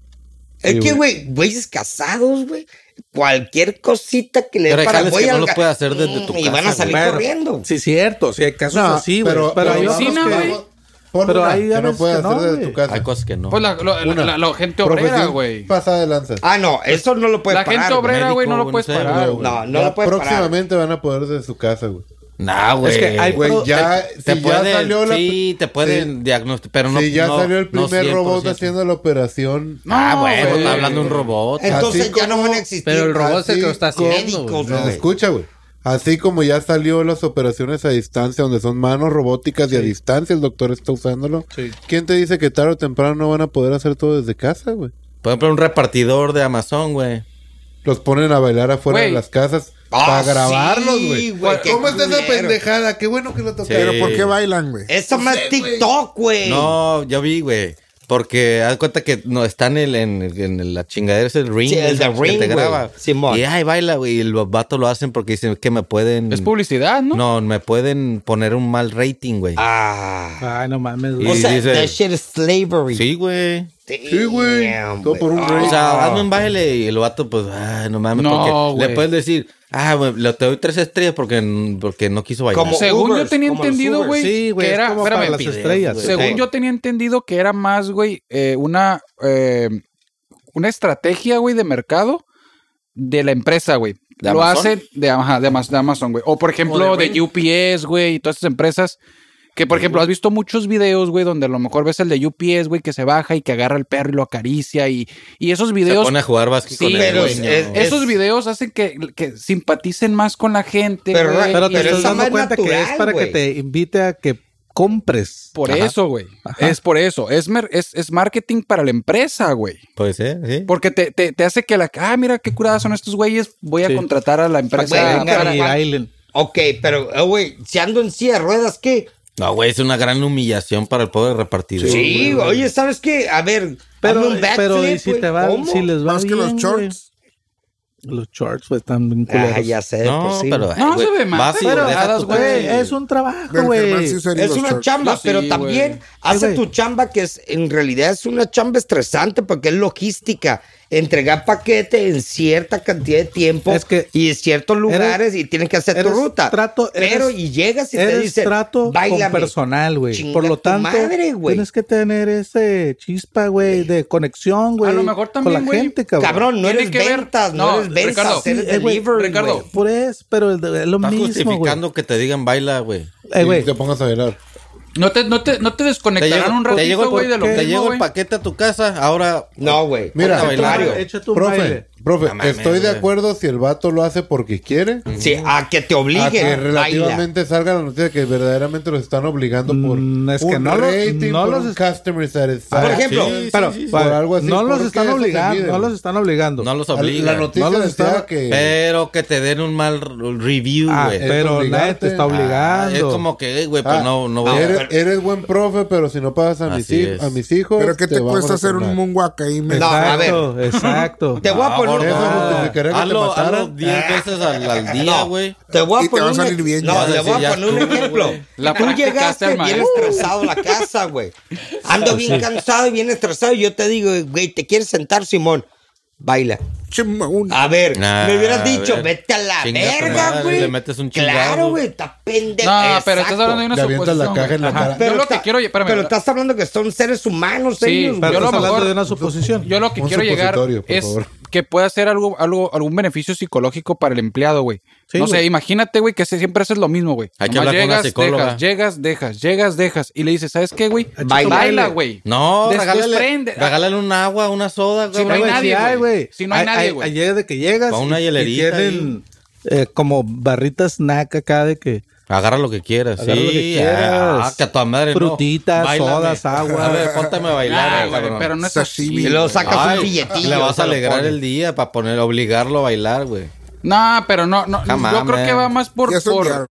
Speaker 6: Es que, güey, güeyes casados, güey. Cualquier cosita que le
Speaker 2: Pero hay
Speaker 6: para-
Speaker 2: jales
Speaker 6: voy
Speaker 2: que no
Speaker 6: al
Speaker 2: lo
Speaker 6: ca- Mm,
Speaker 2: puede hacer desde tu
Speaker 6: y
Speaker 2: casa,
Speaker 6: van a salir
Speaker 5: güey.
Speaker 6: corriendo.
Speaker 5: Sí, cierto, sí hay casos así, güey. Pero, hay
Speaker 3: vamos-
Speaker 5: otros-
Speaker 3: oficina,
Speaker 1: que-
Speaker 3: güey.
Speaker 1: Pon
Speaker 5: Pero
Speaker 1: una
Speaker 5: hay
Speaker 1: que no
Speaker 5: veces
Speaker 1: puedes
Speaker 5: que
Speaker 1: hacer
Speaker 5: no,
Speaker 1: desde
Speaker 5: güey.
Speaker 1: tu casa.
Speaker 2: Hay cosas que no.
Speaker 3: Pues la, la-
Speaker 1: Una.
Speaker 3: la- la gente obrera,
Speaker 1: Profesión
Speaker 3: güey.
Speaker 1: Pasada de lanza.
Speaker 6: Ah, no, eso no lo puede
Speaker 3: La
Speaker 6: parar.
Speaker 3: gente
Speaker 6: güey.
Speaker 3: obrera, güey, no
Speaker 2: Médico,
Speaker 3: lo puedes
Speaker 2: no sé,
Speaker 3: parar.
Speaker 2: güey.
Speaker 3: güey.
Speaker 6: No, no
Speaker 1: Ya
Speaker 6: lo puede parar.
Speaker 1: Próximamente van a poder desde su casa, güey.
Speaker 2: Nah, güey.
Speaker 5: Es que hay-
Speaker 1: Güey,
Speaker 5: Pero
Speaker 1: ya,
Speaker 2: te
Speaker 1: si
Speaker 2: pueden,
Speaker 1: ya salió la...
Speaker 2: sí, te pueden diagnosticar, pero no.
Speaker 1: si ya
Speaker 2: no-
Speaker 1: salió el
Speaker 2: no
Speaker 1: primer
Speaker 2: 100%.
Speaker 1: robot haciendo la operación...
Speaker 2: Ah,
Speaker 3: No,
Speaker 2: bueno,
Speaker 3: güey.
Speaker 2: está hablando un robot.
Speaker 6: Entonces
Speaker 1: Así
Speaker 6: ya no van a existir.
Speaker 7: Pero el robot es el que lo
Speaker 1: así
Speaker 7: está haciendo,
Speaker 6: médicos,
Speaker 7: güey.
Speaker 1: No,
Speaker 6: güey.
Speaker 1: escucha, güey. Así como ya salió las operaciones a distancia, donde son manos robóticas y a distancia el doctor está usándolo. ¿Quién te dice que tarde o temprano no van a poder hacer todo desde casa, güey?
Speaker 2: Por ejemplo, un repartidor de Amazon, güey.
Speaker 1: Los ponen a bailar afuera
Speaker 3: Güey.
Speaker 1: de las casas
Speaker 6: Ah,
Speaker 1: para
Speaker 6: sí,
Speaker 1: grabarlos, güey.
Speaker 6: güey, qué
Speaker 1: ¿Cómo está esa
Speaker 6: culero.
Speaker 1: pendejada? Qué bueno que lo
Speaker 4: Pero
Speaker 1: tocaron.
Speaker 2: Sí.
Speaker 4: ¿por qué bailan, güey?
Speaker 6: Eso más TikTok, güey.
Speaker 2: No, yo vi, güey. Porque haz cuenta que no están en, en, en la chingadera, es el ring.
Speaker 6: Sí, el de
Speaker 2: esa que
Speaker 6: ring,
Speaker 2: te
Speaker 6: güey.
Speaker 2: graba.
Speaker 6: Simón.
Speaker 2: Y ay, baila, güey. Y los vatos lo hacen porque dicen que me pueden.
Speaker 3: Es publicidad, ¿no?
Speaker 2: No, me pueden poner un mal rating, güey.
Speaker 6: Ah.
Speaker 5: Ay, no mames,
Speaker 2: Y
Speaker 6: O
Speaker 5: güey.
Speaker 6: sea,
Speaker 2: dice-
Speaker 6: that shit is slavery.
Speaker 2: Sí, güey.
Speaker 1: Sí, güey.
Speaker 6: Damn,
Speaker 1: Todo por un
Speaker 2: O
Speaker 1: rey.
Speaker 6: Ah.
Speaker 2: sea, hazme un baile y el vato, pues, ay, no mames.
Speaker 3: No,
Speaker 2: porque
Speaker 3: güey.
Speaker 2: le puedes decir, ah, güey, le te doy tres estrellas porque, porque no quiso bailar.
Speaker 6: Como-
Speaker 3: Según yo
Speaker 6: Ubers,
Speaker 3: tenía
Speaker 6: como los
Speaker 3: entendido,
Speaker 6: Ubers.
Speaker 3: güey,
Speaker 5: Sí, güey,
Speaker 3: que
Speaker 5: es
Speaker 3: era,
Speaker 5: como
Speaker 3: espérame,
Speaker 5: para las
Speaker 3: pide-
Speaker 5: estrellas. güey.
Speaker 3: según
Speaker 6: Sí.
Speaker 2: eh.
Speaker 3: yo tenía entendido que era más, güey, eh, una, eh, una estrategia, güey, de mercado de la empresa, güey.
Speaker 2: ¿De
Speaker 3: Lo
Speaker 2: Amazon?
Speaker 3: hacen de, ajá, de Amaz- de Amazon, güey. O por ejemplo,
Speaker 7: O
Speaker 3: de,
Speaker 7: de
Speaker 3: UPS, güey, y todas esas empresas. Que por ejemplo, has visto muchos videos, güey, donde a lo mejor ves el de UPS, güey, que se baja y que agarra el perro y lo acaricia. Y, y esos
Speaker 2: Se
Speaker 3: videos
Speaker 2: pone a jugar básquet
Speaker 3: Sí,
Speaker 2: con el
Speaker 6: pero
Speaker 2: dueño.
Speaker 6: es- es-
Speaker 3: esos videos hacen que, que simpaticen más con la gente.
Speaker 6: Pero-
Speaker 3: güey,
Speaker 5: Pero
Speaker 6: pero
Speaker 5: te
Speaker 3: y
Speaker 5: estás
Speaker 6: esa
Speaker 5: dando
Speaker 6: madre
Speaker 5: cuenta que
Speaker 6: natural,
Speaker 5: es para
Speaker 6: güey.
Speaker 5: que te invite a que compres.
Speaker 3: por
Speaker 2: Ajá.
Speaker 3: eso, güey. Es por eso. Es, mer- es, es marketing para la empresa, güey.
Speaker 2: Puede ser, sí.
Speaker 3: Porque te, te, te hace que la. Ah, mira qué curadas son estos güeyes. Voy a
Speaker 5: Sí.
Speaker 3: contratar a la
Speaker 5: Para que
Speaker 3: empresa.
Speaker 6: Güey,
Speaker 5: vengan
Speaker 6: para-
Speaker 5: y bailen.
Speaker 6: Ok, pero, eh, güey, si ando en silla de ruedas, ¿qué?
Speaker 2: No, güey, es una gran humillación para el pobre repartidor.
Speaker 6: Sí, oye, ¿sabes qué? A ver,
Speaker 5: Pero,
Speaker 6: hazme un backflip,
Speaker 5: pero ¿y si
Speaker 6: güey.
Speaker 5: te va,
Speaker 6: ¿Cómo?
Speaker 5: si les va
Speaker 4: Más que
Speaker 5: bien,
Speaker 4: los
Speaker 5: güey?
Speaker 4: shorts.
Speaker 5: Los shorts, pues, están bien culeros.
Speaker 6: Ah, ya sé,
Speaker 2: No,
Speaker 6: pues sí.
Speaker 2: pero. ay,
Speaker 3: No,
Speaker 2: güey,
Speaker 3: se ve mal,
Speaker 2: Vas y
Speaker 3: pero-
Speaker 2: dejas
Speaker 3: hadas,
Speaker 2: tu
Speaker 3: güey.
Speaker 2: coche.
Speaker 5: Güey, es un trabajo,
Speaker 4: Del Germán
Speaker 5: güey.
Speaker 4: sí usaría
Speaker 6: Es
Speaker 4: los
Speaker 6: una
Speaker 4: shorts.
Speaker 6: chamba,
Speaker 3: Yo sí,
Speaker 6: pero también
Speaker 3: güey.
Speaker 6: hace
Speaker 5: Ay, güey.
Speaker 6: tu chamba que es en realidad es una chamba estresante porque es logística. Entregar paquete en cierta cantidad de tiempo
Speaker 5: Es que
Speaker 6: y en ciertos lugares y tienes que hacer tu
Speaker 5: eres
Speaker 6: ruta.
Speaker 5: trato-
Speaker 6: pero
Speaker 5: eres-
Speaker 6: y llegas y te
Speaker 5: eres
Speaker 6: dicen,
Speaker 5: trato
Speaker 6: "Báilame".
Speaker 5: con personal, güey.
Speaker 6: Chinga
Speaker 5: Por lo
Speaker 6: tu
Speaker 5: tanto,
Speaker 6: madre, güey.
Speaker 5: tienes que tener ese chispa, güey, de conexión, güey.
Speaker 3: A lo mejor también,
Speaker 5: Con la
Speaker 3: güey.
Speaker 5: gente, cabrón.
Speaker 6: Cabrón, no
Speaker 3: Tiene
Speaker 6: eres
Speaker 3: que ver-
Speaker 6: ventas, no,
Speaker 3: no,
Speaker 6: eres ventas,
Speaker 3: Ricardo,
Speaker 6: eres
Speaker 5: eh, güey,
Speaker 6: delivery,
Speaker 3: Ricardo,
Speaker 6: güey.
Speaker 5: Por eso, pero es es lo
Speaker 2: Estás
Speaker 5: mismo, güey.
Speaker 2: justificando que te digan baila, güey.
Speaker 1: Y
Speaker 5: Eh, güey,
Speaker 1: te pongas a bailar.
Speaker 3: No te, no te, no te
Speaker 2: Te
Speaker 3: desconectarán
Speaker 2: llegó-
Speaker 3: un
Speaker 2: te llegó
Speaker 3: ratito,
Speaker 2: el-
Speaker 3: güey, de lo
Speaker 2: te
Speaker 3: mismo,
Speaker 2: llegó
Speaker 3: güey.
Speaker 2: el paquete a tu casa, ahora.
Speaker 6: No, güey.
Speaker 1: Mira,
Speaker 6: Al contrario.
Speaker 5: Echa tu
Speaker 1: profe,
Speaker 5: baile.
Speaker 1: profe,
Speaker 2: No mames,
Speaker 1: estoy de
Speaker 2: güey.
Speaker 1: acuerdo si el vato lo hace porque quiere.
Speaker 6: Sí, a que te obliguen.
Speaker 1: A que
Speaker 6: baila.
Speaker 1: relativamente salga la noticia que verdaderamente los están obligando por
Speaker 5: Mm, es que
Speaker 1: un
Speaker 5: no lo-
Speaker 1: rating,
Speaker 5: no
Speaker 1: por
Speaker 5: los
Speaker 1: un
Speaker 5: es-
Speaker 1: customer satisfaction.
Speaker 6: Por ejemplo,
Speaker 5: Pero,
Speaker 1: sí, sí.
Speaker 5: vale,
Speaker 1: Por algo así,
Speaker 5: no
Speaker 1: ¿por
Speaker 5: los
Speaker 1: qué
Speaker 5: están
Speaker 1: eso se mide,
Speaker 5: obligando, no
Speaker 1: güey?
Speaker 5: los están obligando.
Speaker 2: No los
Speaker 1: Al-
Speaker 2: obliga.
Speaker 1: La noticia
Speaker 5: No los
Speaker 1: decía
Speaker 5: estaba-
Speaker 1: que
Speaker 2: Pero que te den un mal r- review,
Speaker 5: Ah,
Speaker 2: güey.
Speaker 5: pero nadie
Speaker 1: obligarte.
Speaker 5: te está
Speaker 2: Ah,
Speaker 5: obligando.
Speaker 2: es como que, eh, güey, pues
Speaker 1: ah,
Speaker 2: no, no voy a-
Speaker 1: eres, eres buen profe, pero si no pagas a, mis,
Speaker 2: Así
Speaker 1: hij-
Speaker 2: es.
Speaker 1: a mis hijos.
Speaker 4: ¿Pero qué te,
Speaker 1: vamos
Speaker 4: cuesta
Speaker 1: a
Speaker 4: hacer un
Speaker 1: tronar.
Speaker 4: moonwalk ahí? men?
Speaker 6: No, a ver.
Speaker 5: Exacto, exacto.
Speaker 6: Te voy a
Speaker 2: Ah,
Speaker 6: poner
Speaker 2: gordo,
Speaker 1: Eso
Speaker 2: ah,
Speaker 1: justificaría que te
Speaker 2: hazlo, hazlo
Speaker 1: mataran. Ah,
Speaker 2: 10 veces al, al día,
Speaker 6: No,
Speaker 2: güey.
Speaker 6: Te voy a
Speaker 4: Y te
Speaker 6: poner
Speaker 4: va a
Speaker 6: un
Speaker 4: salir
Speaker 6: ex-
Speaker 4: bien,
Speaker 6: No,
Speaker 4: ya.
Speaker 6: te
Speaker 2: Ya
Speaker 6: voy a
Speaker 2: estuvo,
Speaker 6: poner un
Speaker 2: güey.
Speaker 6: ejemplo.
Speaker 3: La
Speaker 6: Tú
Speaker 3: practicaste
Speaker 6: llegaste
Speaker 3: al
Speaker 6: bien
Speaker 3: maestro.
Speaker 6: estresado a la casa, güey. Ando bien cansado y bien estresado. Y yo te digo, güey, ¿te quieres sentar, Simón? Baila.
Speaker 4: Chimba, una.
Speaker 6: A ver,
Speaker 2: Nah,
Speaker 6: me hubieras
Speaker 2: a
Speaker 6: dicho,
Speaker 2: ver.
Speaker 6: vete a la
Speaker 2: Chinga tu
Speaker 6: verga,
Speaker 2: madre,
Speaker 6: güey.
Speaker 2: le metes un
Speaker 6: Claro,
Speaker 2: chingazo.
Speaker 6: güey, está pendejo.
Speaker 3: No, pero estás
Speaker 6: Exacto.
Speaker 3: hablando de una
Speaker 1: Le avientas la
Speaker 3: suposición.
Speaker 1: caja
Speaker 3: güey.
Speaker 1: en la
Speaker 3: Ajá.
Speaker 1: cara.
Speaker 3: Yo lo
Speaker 6: está-
Speaker 3: que quiero, espérame,
Speaker 6: pero
Speaker 3: la-
Speaker 6: estás hablando que son seres humanos
Speaker 3: Sí,
Speaker 6: ellos,
Speaker 3: pero
Speaker 5: Pero
Speaker 6: güey.
Speaker 3: yo lo
Speaker 5: estás hablando
Speaker 3: mejor-
Speaker 5: de una suposición.
Speaker 3: Yo lo que
Speaker 1: Un
Speaker 3: quiero llegar
Speaker 1: supositorio, por
Speaker 3: es
Speaker 1: favor.
Speaker 3: que pueda ser algo, algo, algún beneficio psicológico para el empleado, güey.
Speaker 5: Sí,
Speaker 3: no sé,
Speaker 5: güey.
Speaker 3: imagínate, güey, que se- siempre haces lo mismo, güey.
Speaker 2: Hay que
Speaker 3: Nomás
Speaker 2: hablar con una psicóloga.
Speaker 3: Dejas, llegas, dejas, llegas, dejas. Y le dices, ¿sabes qué, güey?
Speaker 6: Baila.
Speaker 3: Baila, güey.
Speaker 2: No,
Speaker 3: Después
Speaker 2: regálale,
Speaker 3: prende.
Speaker 2: regálale un agua, una soda,
Speaker 3: Sí, no
Speaker 2: cabrón.
Speaker 3: hay
Speaker 5: Güey,
Speaker 3: nadie,
Speaker 5: sí hay,
Speaker 3: güey. Si no hay
Speaker 5: Ay-
Speaker 3: nadie,
Speaker 5: ay-
Speaker 3: güey.
Speaker 5: Ayer de que llegas.
Speaker 2: Va una
Speaker 5: y- y
Speaker 2: hielerita
Speaker 5: tienen, eh, como barritas snack acá de que.
Speaker 2: Agarra lo que quieras.
Speaker 5: Agarra
Speaker 2: sí,
Speaker 5: lo que quieras.
Speaker 2: ah, que a tu madre no.
Speaker 5: Frutitas,
Speaker 2: Báilame.
Speaker 5: sodas, agua.
Speaker 2: A ver, póntame a bailar,
Speaker 3: Ah, güey,
Speaker 2: cabrón.
Speaker 3: pero no es así.
Speaker 4: Sashimi.
Speaker 6: Y luego sacas
Speaker 2: Ay,
Speaker 6: un billetillo.
Speaker 2: Le vas
Speaker 6: se
Speaker 2: a
Speaker 6: lo
Speaker 2: alegrar
Speaker 6: pones.
Speaker 2: el día para poner, obligarlo a bailar, güey.
Speaker 3: No, pero no, no.
Speaker 2: Jamás,
Speaker 3: yo creo
Speaker 2: man.
Speaker 3: que va más por.
Speaker 4: Ya
Speaker 3: por-
Speaker 4: soñaron.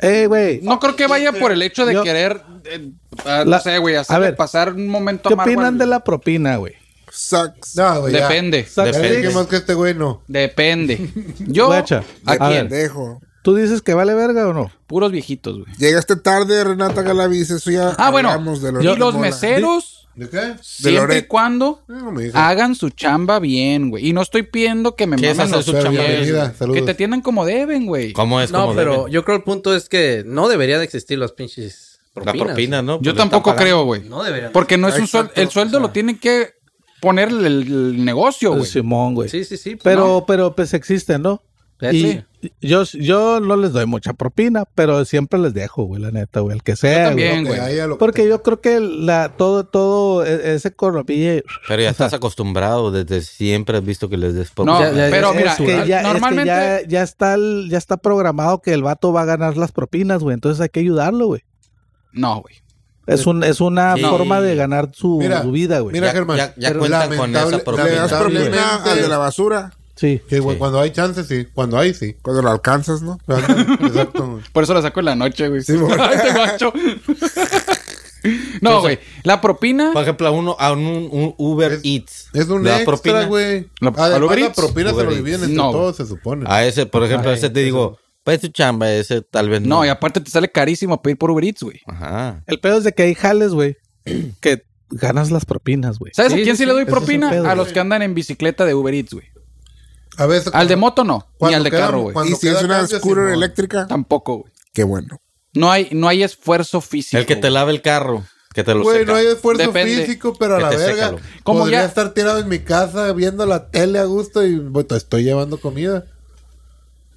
Speaker 5: Eh, güey.
Speaker 3: no creo que vaya por el hecho de
Speaker 5: Yo-
Speaker 3: querer. eh, ah,
Speaker 5: La-
Speaker 3: no sé, güey,
Speaker 5: a
Speaker 3: hacer
Speaker 5: ver,
Speaker 3: pasar un momento
Speaker 5: ¿Qué
Speaker 3: amargo
Speaker 5: opinan
Speaker 3: al-
Speaker 5: de la propina, güey?
Speaker 4: Sucks.
Speaker 1: No, güey. ya.
Speaker 3: Depende.
Speaker 5: Saca-
Speaker 1: Ya
Speaker 2: Depende.
Speaker 1: dije más que este güey no.
Speaker 3: Depende. Yo.
Speaker 5: Guacha,
Speaker 4: Qué
Speaker 5: a ver,
Speaker 4: pendejo.
Speaker 5: ¿tú dices que vale verga o no?
Speaker 3: Puros viejitos, güey.
Speaker 4: Llegaste tarde, Renata Galaviz. Eso ya.
Speaker 3: Ah, bueno.
Speaker 4: hablamos de
Speaker 3: y
Speaker 4: Lorena
Speaker 3: los
Speaker 4: Mola.
Speaker 3: meseros,
Speaker 1: ¿De qué? Eh,
Speaker 4: De
Speaker 3: siempre y
Speaker 4: Loret.
Speaker 3: cuando
Speaker 1: No me digas.
Speaker 3: hagan su chamba bien, güey. Y no estoy pidiendo que me
Speaker 2: ¿Qué es
Speaker 3: mamen
Speaker 2: hacer
Speaker 3: los
Speaker 2: su
Speaker 1: Pero
Speaker 2: chamba
Speaker 3: pies,
Speaker 2: bien?
Speaker 1: bienvenida,
Speaker 3: güey.
Speaker 1: saludos.
Speaker 3: Que te atiendan como deben, güey.
Speaker 2: ¿Cómo es?
Speaker 7: No,
Speaker 2: ¿Cómo
Speaker 7: pero
Speaker 2: debe?
Speaker 7: yo creo el punto es que no deberían de existir las pinches
Speaker 2: la
Speaker 7: propinas.
Speaker 2: propina, ¿no?
Speaker 3: Yo
Speaker 2: Pues
Speaker 3: tampoco
Speaker 2: están
Speaker 3: creo,
Speaker 2: pagando.
Speaker 3: güey.
Speaker 7: No deberían.
Speaker 3: Porque no es un sueldo.
Speaker 4: Exacto,
Speaker 3: El sueldo
Speaker 4: o sea.
Speaker 3: lo tiene que ponerle el, el negocio,
Speaker 5: Pues
Speaker 3: güey.
Speaker 5: Simón, güey.
Speaker 7: Sí, sí, sí.
Speaker 5: Pero,
Speaker 7: no.
Speaker 5: pero pues existen, ¿no?
Speaker 3: Pues
Speaker 7: Eh,
Speaker 5: Y
Speaker 7: sí.
Speaker 5: yo, yo no les doy mucha propina, pero siempre les dejo, güey, la neta, güey, el que sea. güey.
Speaker 3: también, güey.
Speaker 1: ahí a lo que
Speaker 5: Porque
Speaker 1: te-
Speaker 5: yo creo que la, todo, todo e- ese economía.
Speaker 2: Pero ya
Speaker 5: o sea,
Speaker 2: estás acostumbrado, desde siempre has visto que les des
Speaker 3: No,
Speaker 2: propina.
Speaker 5: ya-
Speaker 3: pero
Speaker 5: es
Speaker 3: mira, eh,
Speaker 5: que ya- es que
Speaker 3: normalmente.
Speaker 5: ya, ya está el- ya está programado que el vato va a ganar las propinas, güey. Entonces hay que ayudarlo, güey.
Speaker 3: No, güey.
Speaker 5: Es, un, es una
Speaker 2: Sí.
Speaker 5: forma de ganar su,
Speaker 1: Mira,
Speaker 5: su vida, güey.
Speaker 1: Mira,
Speaker 2: Ya-
Speaker 1: Germán.
Speaker 2: ya- ya
Speaker 1: pero
Speaker 2: cuentan con esa
Speaker 1: lamentable-
Speaker 2: propina.
Speaker 4: Le das
Speaker 1: lamentablemente-
Speaker 4: propina al Ah, de la basura.
Speaker 5: Sí.
Speaker 1: Sí, güey,
Speaker 2: Sí.
Speaker 1: cuando hay chance, sí. Cuando hay, sí.
Speaker 4: Cuando lo alcanzas, ¿no?
Speaker 1: Exacto. güey.
Speaker 3: Por eso la saco en la noche, güey. Ay, te macho.
Speaker 5: Pues
Speaker 3: no, güey. La propina.
Speaker 2: Por ejemplo, a uno, a un, un Uber
Speaker 1: Es-
Speaker 2: Eats.
Speaker 1: Es un
Speaker 2: le das
Speaker 1: extra, güey.
Speaker 3: La- ¿al
Speaker 1: Además,
Speaker 3: Uber
Speaker 1: la
Speaker 3: Eats?
Speaker 1: propina se
Speaker 2: Uber
Speaker 1: lo
Speaker 2: Eats.
Speaker 1: dividen entre
Speaker 3: No, güey.
Speaker 1: todos, se supone.
Speaker 2: A ese, por ejemplo, a ese te digo, pues tu chamba, ese tal vez no.
Speaker 3: No, y aparte te sale carísimo pedir por Uber Eats, güey.
Speaker 2: Ajá.
Speaker 5: El pedo es de que hay jales, güey, que ganas las propinas, güey.
Speaker 3: ¿Sabes
Speaker 7: Sí,
Speaker 3: a quién sí,
Speaker 7: sí,
Speaker 3: le doy
Speaker 5: Ese es el
Speaker 3: propina?
Speaker 5: pedo,
Speaker 3: a
Speaker 5: güey.
Speaker 3: los que andan en bicicleta de Uber Eats, güey.
Speaker 1: A veces.
Speaker 3: Al de moto no, ni
Speaker 1: cuando
Speaker 3: al de
Speaker 1: queda-
Speaker 3: carro, güey.
Speaker 1: cuando
Speaker 4: Y si
Speaker 1: queda
Speaker 4: es una
Speaker 1: cambio,
Speaker 4: scooter
Speaker 1: Simón.
Speaker 4: eléctrica,
Speaker 3: Tampoco, güey.
Speaker 4: qué bueno.
Speaker 3: No hay, no hay esfuerzo físico.
Speaker 2: El que te
Speaker 3: güey.
Speaker 2: lava el carro, que te lo
Speaker 1: Güey,
Speaker 2: seca.
Speaker 1: no hay esfuerzo
Speaker 3: Depende.
Speaker 1: físico, pero a
Speaker 2: Que
Speaker 1: la
Speaker 2: te
Speaker 1: verga.
Speaker 2: sécalo.
Speaker 3: Como
Speaker 1: podría
Speaker 3: ya-
Speaker 1: estar tirado en mi casa viendo la tele a gusto y bueno, te estoy llevando comida.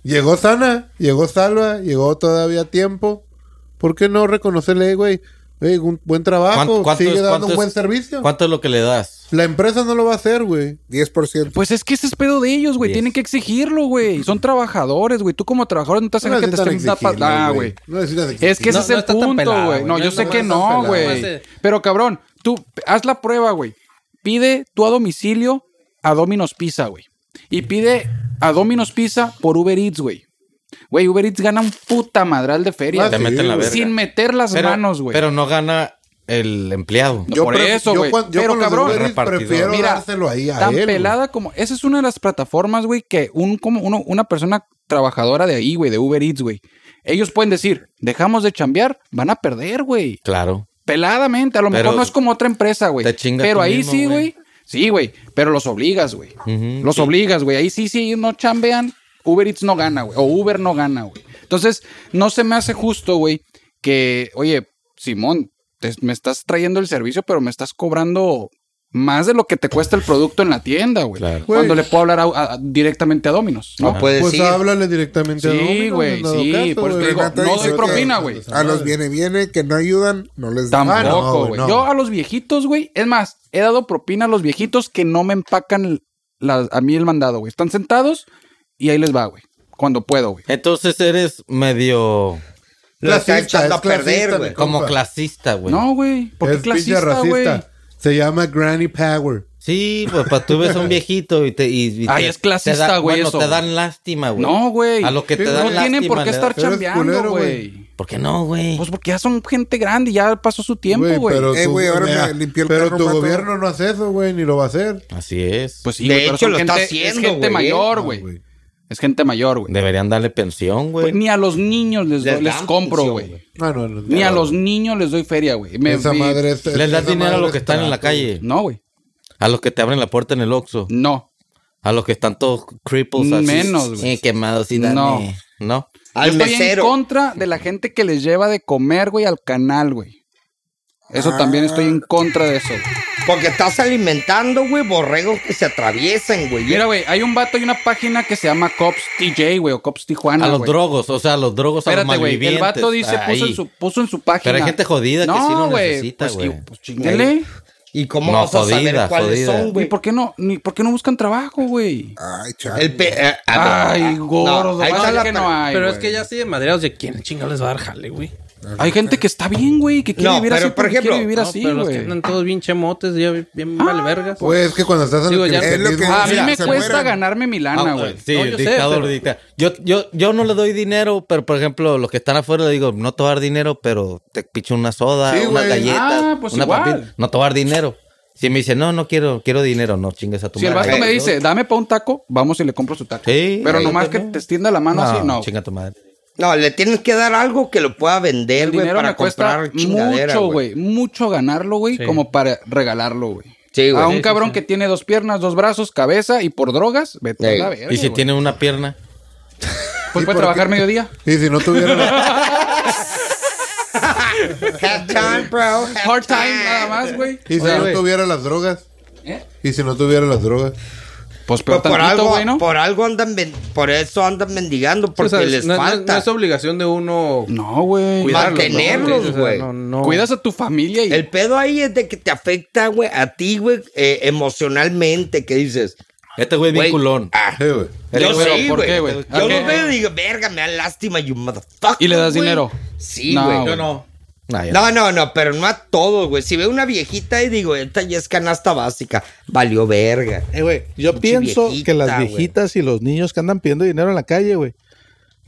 Speaker 1: Llegó sana, llegó salva, llegó todavía a tiempo. ¿Por qué no reconocerle, eh, güey? Ey, un buen trabajo,
Speaker 2: ¿Cuán- cuánto
Speaker 1: sigue
Speaker 2: es-
Speaker 1: dando
Speaker 2: cuánto
Speaker 1: un
Speaker 2: es-
Speaker 1: buen servicio.
Speaker 2: ¿Cuánto es lo que le das?
Speaker 1: La empresa no lo va a hacer, güey.
Speaker 4: 10%.
Speaker 3: Pues es que ese es pedo de ellos, güey.
Speaker 2: Yes.
Speaker 3: Tienen que exigirlo, güey. Son trabajadores, güey. Tú como trabajador no te haces
Speaker 1: No
Speaker 3: que te
Speaker 1: necesitan
Speaker 3: estén dapa-
Speaker 1: exigirles,
Speaker 3: Ah, güey.
Speaker 1: No necesitan
Speaker 3: Es que
Speaker 1: exigirles.
Speaker 3: ese
Speaker 7: No,
Speaker 3: es
Speaker 7: no
Speaker 3: el
Speaker 7: está tan
Speaker 3: punto,
Speaker 7: pelada,
Speaker 3: güey.
Speaker 7: güey.
Speaker 3: No,
Speaker 7: No
Speaker 3: yo
Speaker 7: es-
Speaker 3: sé
Speaker 7: no
Speaker 3: que
Speaker 7: es tan
Speaker 3: no,
Speaker 7: pelada,
Speaker 3: güey.
Speaker 7: güey. Ese-
Speaker 3: Pero cabrón, tú haz la prueba, güey. Pide tú a domicilio a Domino's Pizza, güey. Y pide a Domino's Pizza por Uber Eats, güey. Güey, Uber Eats gana un puta madral de feria.
Speaker 1: Ah,
Speaker 2: Te
Speaker 1: sí,
Speaker 2: meten la
Speaker 1: güey.
Speaker 2: verga.
Speaker 3: sin meter las
Speaker 2: Pero-
Speaker 3: manos, güey.
Speaker 2: Pero no gana el empleado.
Speaker 3: No, por
Speaker 1: pref-
Speaker 3: eso,
Speaker 1: yo
Speaker 3: güey.
Speaker 1: cuan- Yo,
Speaker 3: Pero,
Speaker 1: con los de
Speaker 3: cabrón,
Speaker 1: Uber Eats
Speaker 2: repartidor.
Speaker 1: prefiero
Speaker 3: Mira,
Speaker 1: dárselo ahí a
Speaker 3: tan
Speaker 1: él. güey.
Speaker 3: pelada como. Esa es una de las plataformas, güey, que un, como uno- una persona trabajadora de ahí, güey, de Uber Eats, güey. Ellos pueden decir, dejamos de chambear, van a perder, güey.
Speaker 2: Claro.
Speaker 3: Peladamente. A lo
Speaker 2: Pero
Speaker 3: mejor no es como otra empresa, güey.
Speaker 2: te chingas
Speaker 3: Pero
Speaker 2: tú
Speaker 3: ahí
Speaker 2: mismo,
Speaker 3: sí,
Speaker 2: güey.
Speaker 3: güey. Sí, güey. Pero los obligas, güey.
Speaker 2: Ujú.
Speaker 3: Los obligas, güey. Ahí sí, sí, no chambean. Uber Eats no gana, güey. O Uber no gana, güey. Entonces, no se me hace justo, güey, que, oye, Simón, te- me estás trayendo el servicio, pero me estás cobrando más de lo que te cuesta el producto en la tienda, güey.
Speaker 2: Claro.
Speaker 3: Cuando
Speaker 1: Güey.
Speaker 3: le puedo hablar a- a- directamente a Dominos, ¿no?
Speaker 6: No puedes
Speaker 1: Pues
Speaker 6: ir.
Speaker 1: háblale directamente a
Speaker 3: Sí,
Speaker 1: Pues, Domino's,
Speaker 3: güey,
Speaker 1: en dado
Speaker 3: sí,
Speaker 1: caso,
Speaker 3: por eso te
Speaker 1: güey.
Speaker 3: digo,
Speaker 1: Renata
Speaker 3: no
Speaker 1: dice
Speaker 3: doy
Speaker 1: que
Speaker 3: propina, güey.
Speaker 1: Pues,
Speaker 4: A los viene, viene, que no ayudan, no les dan.
Speaker 1: Ah, no,
Speaker 3: Tampoco,
Speaker 1: güey,
Speaker 3: Pues güey.
Speaker 1: no.
Speaker 3: Yo a los viejitos, güey. Es más, he dado propina a los viejitos que no me empacan la- a mí el mandado, güey. Están sentados y ahí les va, güey. Cuando puedo, güey.
Speaker 2: Entonces eres medio
Speaker 6: Lo está
Speaker 1: Clasista,
Speaker 6: echando
Speaker 1: es
Speaker 6: a perder,
Speaker 1: clasista,
Speaker 6: güey.
Speaker 1: mi
Speaker 2: como
Speaker 1: compa.
Speaker 2: clasista, güey.
Speaker 3: No, güey. ¿Por qué
Speaker 1: Es pinche
Speaker 3: clasista, güey?
Speaker 1: racista. Se llama Granny Power.
Speaker 2: Sí, pues pa, tú ves a un viejito y te. Y, y
Speaker 3: Ay,
Speaker 2: te-
Speaker 3: es clasista,
Speaker 2: te da-
Speaker 3: güey,
Speaker 2: Bueno,
Speaker 3: eso,
Speaker 2: te
Speaker 3: güey.
Speaker 2: dan lástima, güey.
Speaker 3: No, güey.
Speaker 2: A lo que te
Speaker 3: no
Speaker 2: dan lástima.
Speaker 3: tienen por qué
Speaker 2: le das-
Speaker 3: estar
Speaker 1: Pero eres culero,
Speaker 3: chambeando,
Speaker 1: güey.
Speaker 3: güey.
Speaker 2: ¿Por qué no, güey?
Speaker 3: Pues porque ya son gente grande, ya pasó su tiempo,
Speaker 1: Güey,
Speaker 3: güey.
Speaker 1: pero
Speaker 4: Eh,
Speaker 1: tu-
Speaker 4: güey, ahora
Speaker 1: mira,
Speaker 4: me limpié el
Speaker 1: Pero
Speaker 4: carro,
Speaker 1: tu
Speaker 4: mato.
Speaker 1: gobierno no hace eso, güey, ni lo va a hacer.
Speaker 2: Así es.
Speaker 3: Pues sí,
Speaker 6: De
Speaker 3: güey, pero
Speaker 6: hecho,
Speaker 3: son
Speaker 6: lo está
Speaker 3: gente-
Speaker 6: haciendo,
Speaker 3: Es gente
Speaker 6: güey.
Speaker 1: Ah,
Speaker 3: mayor, güey.
Speaker 1: güey.
Speaker 3: es gente mayor, güey.
Speaker 2: Deberían darle pensión, güey.
Speaker 3: Pues ni a los niños les,
Speaker 6: Les
Speaker 3: doy- les
Speaker 6: dan
Speaker 3: compro,
Speaker 6: pensión,
Speaker 3: güey.
Speaker 1: Ah, no, no,
Speaker 3: Ni a
Speaker 1: no.
Speaker 3: los niños les doy feria, güey. Me-
Speaker 1: Esa
Speaker 3: me-
Speaker 1: madre es-
Speaker 2: Les
Speaker 1: esa
Speaker 2: das dinero a
Speaker 1: madre
Speaker 2: los que
Speaker 1: es
Speaker 2: están en la
Speaker 1: trato, güey.
Speaker 2: calle.
Speaker 3: No, güey.
Speaker 2: A los que te abren la puerta en el Oxxo.
Speaker 3: No.
Speaker 2: A los que están todos cripples así.
Speaker 3: Menos, güey.
Speaker 2: eh, quemados y dame.
Speaker 3: No.
Speaker 2: No.
Speaker 6: Al
Speaker 3: Yo estoy en
Speaker 6: mesero.
Speaker 3: contra de la gente que les lleva de comer, güey, al canal, güey. Eso también estoy en contra de eso. güey.
Speaker 6: Porque estás alimentando, güey, borregos que se atraviesan, güey.
Speaker 3: Mira, güey, hay un vato y una página que se llama Cops TJ, güey, o Cops Tijuana.
Speaker 2: A los
Speaker 3: Ah, güey.
Speaker 2: drogos, o sea, a los drogos a los
Speaker 3: Espérate, güey. El
Speaker 2: malvivientes.
Speaker 3: vato dice, puso en,
Speaker 2: Ahí.
Speaker 3: su, puso en su página.
Speaker 2: Pero hay gente jodida que sí lo
Speaker 3: güey,
Speaker 2: necesita,
Speaker 3: pues,
Speaker 2: güey.
Speaker 3: y- Pues chingale.
Speaker 6: ¿Y cómo
Speaker 2: No,
Speaker 6: vas a
Speaker 2: jodida,
Speaker 6: saber cuáles
Speaker 2: jodida.
Speaker 6: son,
Speaker 3: ¿Y
Speaker 6: güey?
Speaker 3: por qué no, ni, por qué no buscan trabajo, güey?
Speaker 4: Ay, chaval.
Speaker 6: El pe- eh, a ver,
Speaker 3: Ay,
Speaker 6: no,
Speaker 3: gordo.
Speaker 6: ahí está
Speaker 3: vaya
Speaker 6: la
Speaker 3: que
Speaker 6: per-
Speaker 3: no hay,
Speaker 7: pero es
Speaker 3: güey.
Speaker 7: que ya así de madreados de quién chingado les va a dar jale, güey.
Speaker 3: Hay gente que está bien, güey, que quiere
Speaker 6: No,
Speaker 3: vivir
Speaker 6: pero,
Speaker 3: así.
Speaker 6: por
Speaker 3: porque
Speaker 6: ejemplo,
Speaker 3: quiere vivir
Speaker 7: No,
Speaker 3: así,
Speaker 7: pero los que
Speaker 3: güey.
Speaker 7: andan todos bien chemotes, ya bien vale vergas.
Speaker 1: Pues es que cuando estás en
Speaker 7: Digo,
Speaker 1: el
Speaker 7: ya-
Speaker 4: Es lo que-
Speaker 1: cristianismo-
Speaker 3: Ah, A
Speaker 4: Sí,
Speaker 3: mí me
Speaker 4: se
Speaker 3: cuesta
Speaker 4: mueren.
Speaker 3: ganarme mi lana,
Speaker 2: Ah,
Speaker 3: güey.
Speaker 2: Sí,
Speaker 7: No, yo
Speaker 2: el
Speaker 7: sé,
Speaker 2: dictador,
Speaker 7: pero-
Speaker 2: dicta- Yo, yo, yo no le doy dinero, pero por ejemplo, los que están afuera le digo, no te voy a dar dinero, pero te picho una soda,
Speaker 1: Sí,
Speaker 2: una
Speaker 1: güey.
Speaker 2: galleta,
Speaker 3: Ah, pues
Speaker 2: una
Speaker 3: igual.
Speaker 2: papita. No te voy a dar dinero. Si me dice, no, no quiero, quiero dinero, no chingues a tu
Speaker 3: Si el
Speaker 2: madre.
Speaker 3: vato me dice, dame pa' un taco, vamos y le compro su taco.
Speaker 2: Sí,
Speaker 3: Pero
Speaker 2: ahí
Speaker 3: nomás que
Speaker 2: también.
Speaker 3: te extienda la mano así, no.
Speaker 2: Chinga tu madre.
Speaker 6: No, le tienes que dar algo que lo pueda vender,
Speaker 3: El
Speaker 6: güey,
Speaker 3: dinero
Speaker 6: para
Speaker 3: me cuesta
Speaker 6: comprar chingadera,
Speaker 3: mucho, güey. Mucho ganarlo, güey,
Speaker 7: Sí.
Speaker 3: como para regalarlo, güey.
Speaker 6: Sí, güey.
Speaker 3: A
Speaker 6: Sí,
Speaker 3: un
Speaker 6: sí,
Speaker 3: cabrón que tiene dos piernas, dos brazos, cabeza y por drogas, vete
Speaker 6: Ey.
Speaker 3: a la verga.
Speaker 2: Y si
Speaker 3: güey.
Speaker 2: tiene una pierna.
Speaker 3: Pues
Speaker 1: ¿Y
Speaker 3: puede
Speaker 1: por
Speaker 3: trabajar
Speaker 1: qué?
Speaker 3: mediodía.
Speaker 1: Y si no tuviera...
Speaker 6: Half time, bro.
Speaker 3: Hard time nada más, güey.
Speaker 1: y si
Speaker 5: Oye,
Speaker 1: no
Speaker 5: güey.
Speaker 1: tuviera las drogas.
Speaker 3: ¿Eh?
Speaker 1: Y si no tuviera las drogas.
Speaker 3: Pues pero
Speaker 6: Pero por
Speaker 3: tantito,
Speaker 6: algo,
Speaker 3: güey, ¿no?
Speaker 6: por algo andan, ven- por eso andan mendigando, porque
Speaker 7: O sea,
Speaker 6: les
Speaker 7: no- no-
Speaker 6: falta.
Speaker 7: No, es obligación de uno
Speaker 3: No, güey.
Speaker 6: Cuidado.
Speaker 7: cuidarlos, ¿no?
Speaker 6: Mantenerlos,
Speaker 7: Sí, o sea,
Speaker 6: güey.
Speaker 7: no- no-
Speaker 3: Cuidas a tu familia y...
Speaker 6: El pedo ahí es de que te afecta, güey, a ti, güey, eh, emocionalmente, que dices.
Speaker 2: Este güey es bien
Speaker 6: Güey,
Speaker 2: culón.
Speaker 6: ah,
Speaker 1: Sí, eh, güey.
Speaker 6: yo
Speaker 3: güey,
Speaker 6: sí,
Speaker 3: ¿por qué,
Speaker 6: güey.
Speaker 3: güey?
Speaker 6: Yo
Speaker 3: ¿A
Speaker 6: lo
Speaker 3: qué?
Speaker 6: veo y digo, verga, me da lástima, you motherfucker.
Speaker 3: ¿Y le das
Speaker 6: güey".
Speaker 3: dinero?
Speaker 6: Sí,
Speaker 3: No, Ah,
Speaker 6: güey.
Speaker 3: güey.
Speaker 7: Yo no.
Speaker 2: Nah, ya.
Speaker 6: No, no, no, pero no a todos, güey. Si veo una viejita y digo, esta ya es canasta básica, valió verga.
Speaker 5: Eh, güey, yo
Speaker 6: Pinche
Speaker 5: pienso
Speaker 6: viejita,
Speaker 5: que las
Speaker 6: güey.
Speaker 5: viejitas y los niños que andan pidiendo dinero en la calle, güey.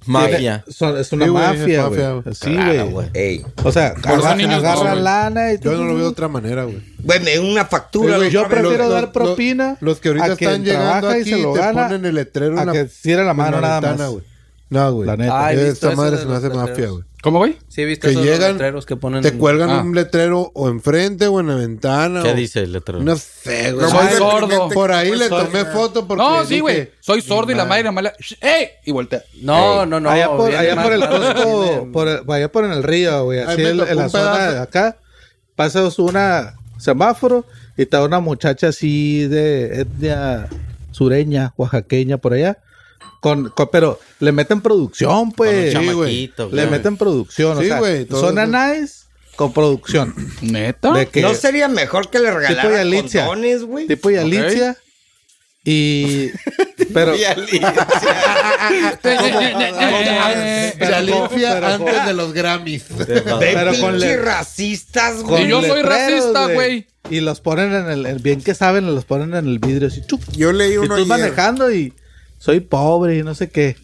Speaker 2: Mafia.
Speaker 5: tiene- son- es una
Speaker 1: Sí, güey, es
Speaker 5: mafia,
Speaker 1: mafia,
Speaker 5: güey.
Speaker 1: güey.
Speaker 5: Sí,
Speaker 2: Claro,
Speaker 5: güey.
Speaker 2: güey.
Speaker 6: Ey.
Speaker 5: O sea,
Speaker 3: eso
Speaker 5: agarra,
Speaker 3: niños no,
Speaker 5: agarra
Speaker 3: güey.
Speaker 5: lana y
Speaker 1: Yo no lo veo de otra manera, güey.
Speaker 6: Güey, me dio una factura.
Speaker 5: Sí, güey,
Speaker 6: la
Speaker 5: yo
Speaker 6: otra vez,
Speaker 5: prefiero
Speaker 6: güey.
Speaker 5: dar propina
Speaker 1: Los que ahorita
Speaker 5: a quien
Speaker 1: están llegando
Speaker 5: trabaja y
Speaker 1: aquí
Speaker 5: se lo
Speaker 1: te
Speaker 5: gana
Speaker 1: ponen el letrero en
Speaker 5: a
Speaker 1: la-
Speaker 5: que cierre la
Speaker 1: en
Speaker 5: mano nada
Speaker 1: ventana,
Speaker 5: más.
Speaker 1: güey. No, güey.
Speaker 5: La neta.
Speaker 7: Ay, he visto
Speaker 1: Esta
Speaker 7: eso
Speaker 1: madre
Speaker 7: de
Speaker 1: se me
Speaker 7: los
Speaker 1: hace
Speaker 7: letreros.
Speaker 1: mafia, güey.
Speaker 3: ¿Como güey?
Speaker 7: Sí, he visto
Speaker 1: Que
Speaker 7: esos
Speaker 1: llegan,
Speaker 7: letreros que ponen.
Speaker 1: te cuelgan
Speaker 3: Ah.
Speaker 1: un letrero o enfrente o en la ventana.
Speaker 2: ¿Qué
Speaker 1: o-
Speaker 2: dice el letrero?
Speaker 1: No sé, güey.
Speaker 4: Lo
Speaker 3: Soy
Speaker 4: más
Speaker 3: gordo.
Speaker 4: deprimente
Speaker 1: Por
Speaker 4: que
Speaker 1: ahí
Speaker 4: puede
Speaker 1: le
Speaker 4: ser,
Speaker 1: tomé
Speaker 4: güey.
Speaker 1: foto porque.
Speaker 3: No, sí,
Speaker 1: dije,
Speaker 3: güey. Soy sordo y la madre nomás la... ¡Ey! Y voltea.
Speaker 7: No, no, no.
Speaker 5: allá por,
Speaker 7: bien
Speaker 5: allá
Speaker 7: más
Speaker 5: por el
Speaker 7: baratos
Speaker 5: Costco,
Speaker 7: vienen.
Speaker 5: por el- allá por en el río, güey. Así
Speaker 1: Ahí me
Speaker 5: en-
Speaker 1: tocó
Speaker 5: en la
Speaker 1: un
Speaker 5: zona
Speaker 1: pedazo.
Speaker 5: de acá, pasas una semáforo y está una muchacha así de etnia sureña, oaxaqueña, por allá. Con, con- pero le meten producción, pues.
Speaker 2: Con un
Speaker 1: Sí, güey.
Speaker 2: chamaquito,
Speaker 5: le
Speaker 2: güey.
Speaker 5: meten producción, o
Speaker 1: Sí,
Speaker 5: sea,
Speaker 1: güey, todo
Speaker 5: zona
Speaker 1: eso.
Speaker 5: nice con producción.
Speaker 3: ¿Neta?
Speaker 5: De que-
Speaker 6: ¿No sería mejor que le regalaran
Speaker 5: Yalitza.
Speaker 6: condones, güey?
Speaker 5: tipo Yalitza. Y. Pero.
Speaker 1: Yalitza antes de los Grammys.
Speaker 6: Ve
Speaker 5: pero
Speaker 6: pinche
Speaker 5: con le-
Speaker 6: racistas,
Speaker 5: con
Speaker 3: Y yo
Speaker 6: güey.
Speaker 3: soy
Speaker 5: letreros,
Speaker 3: racista, güey.
Speaker 5: Y los ponen en el. el- Bien que saben, los ponen en el vidrio así. chup.
Speaker 4: Yo leí
Speaker 5: Y
Speaker 4: uno
Speaker 5: tú
Speaker 4: ayer.
Speaker 5: manejando y. Soy pobre y no sé qué.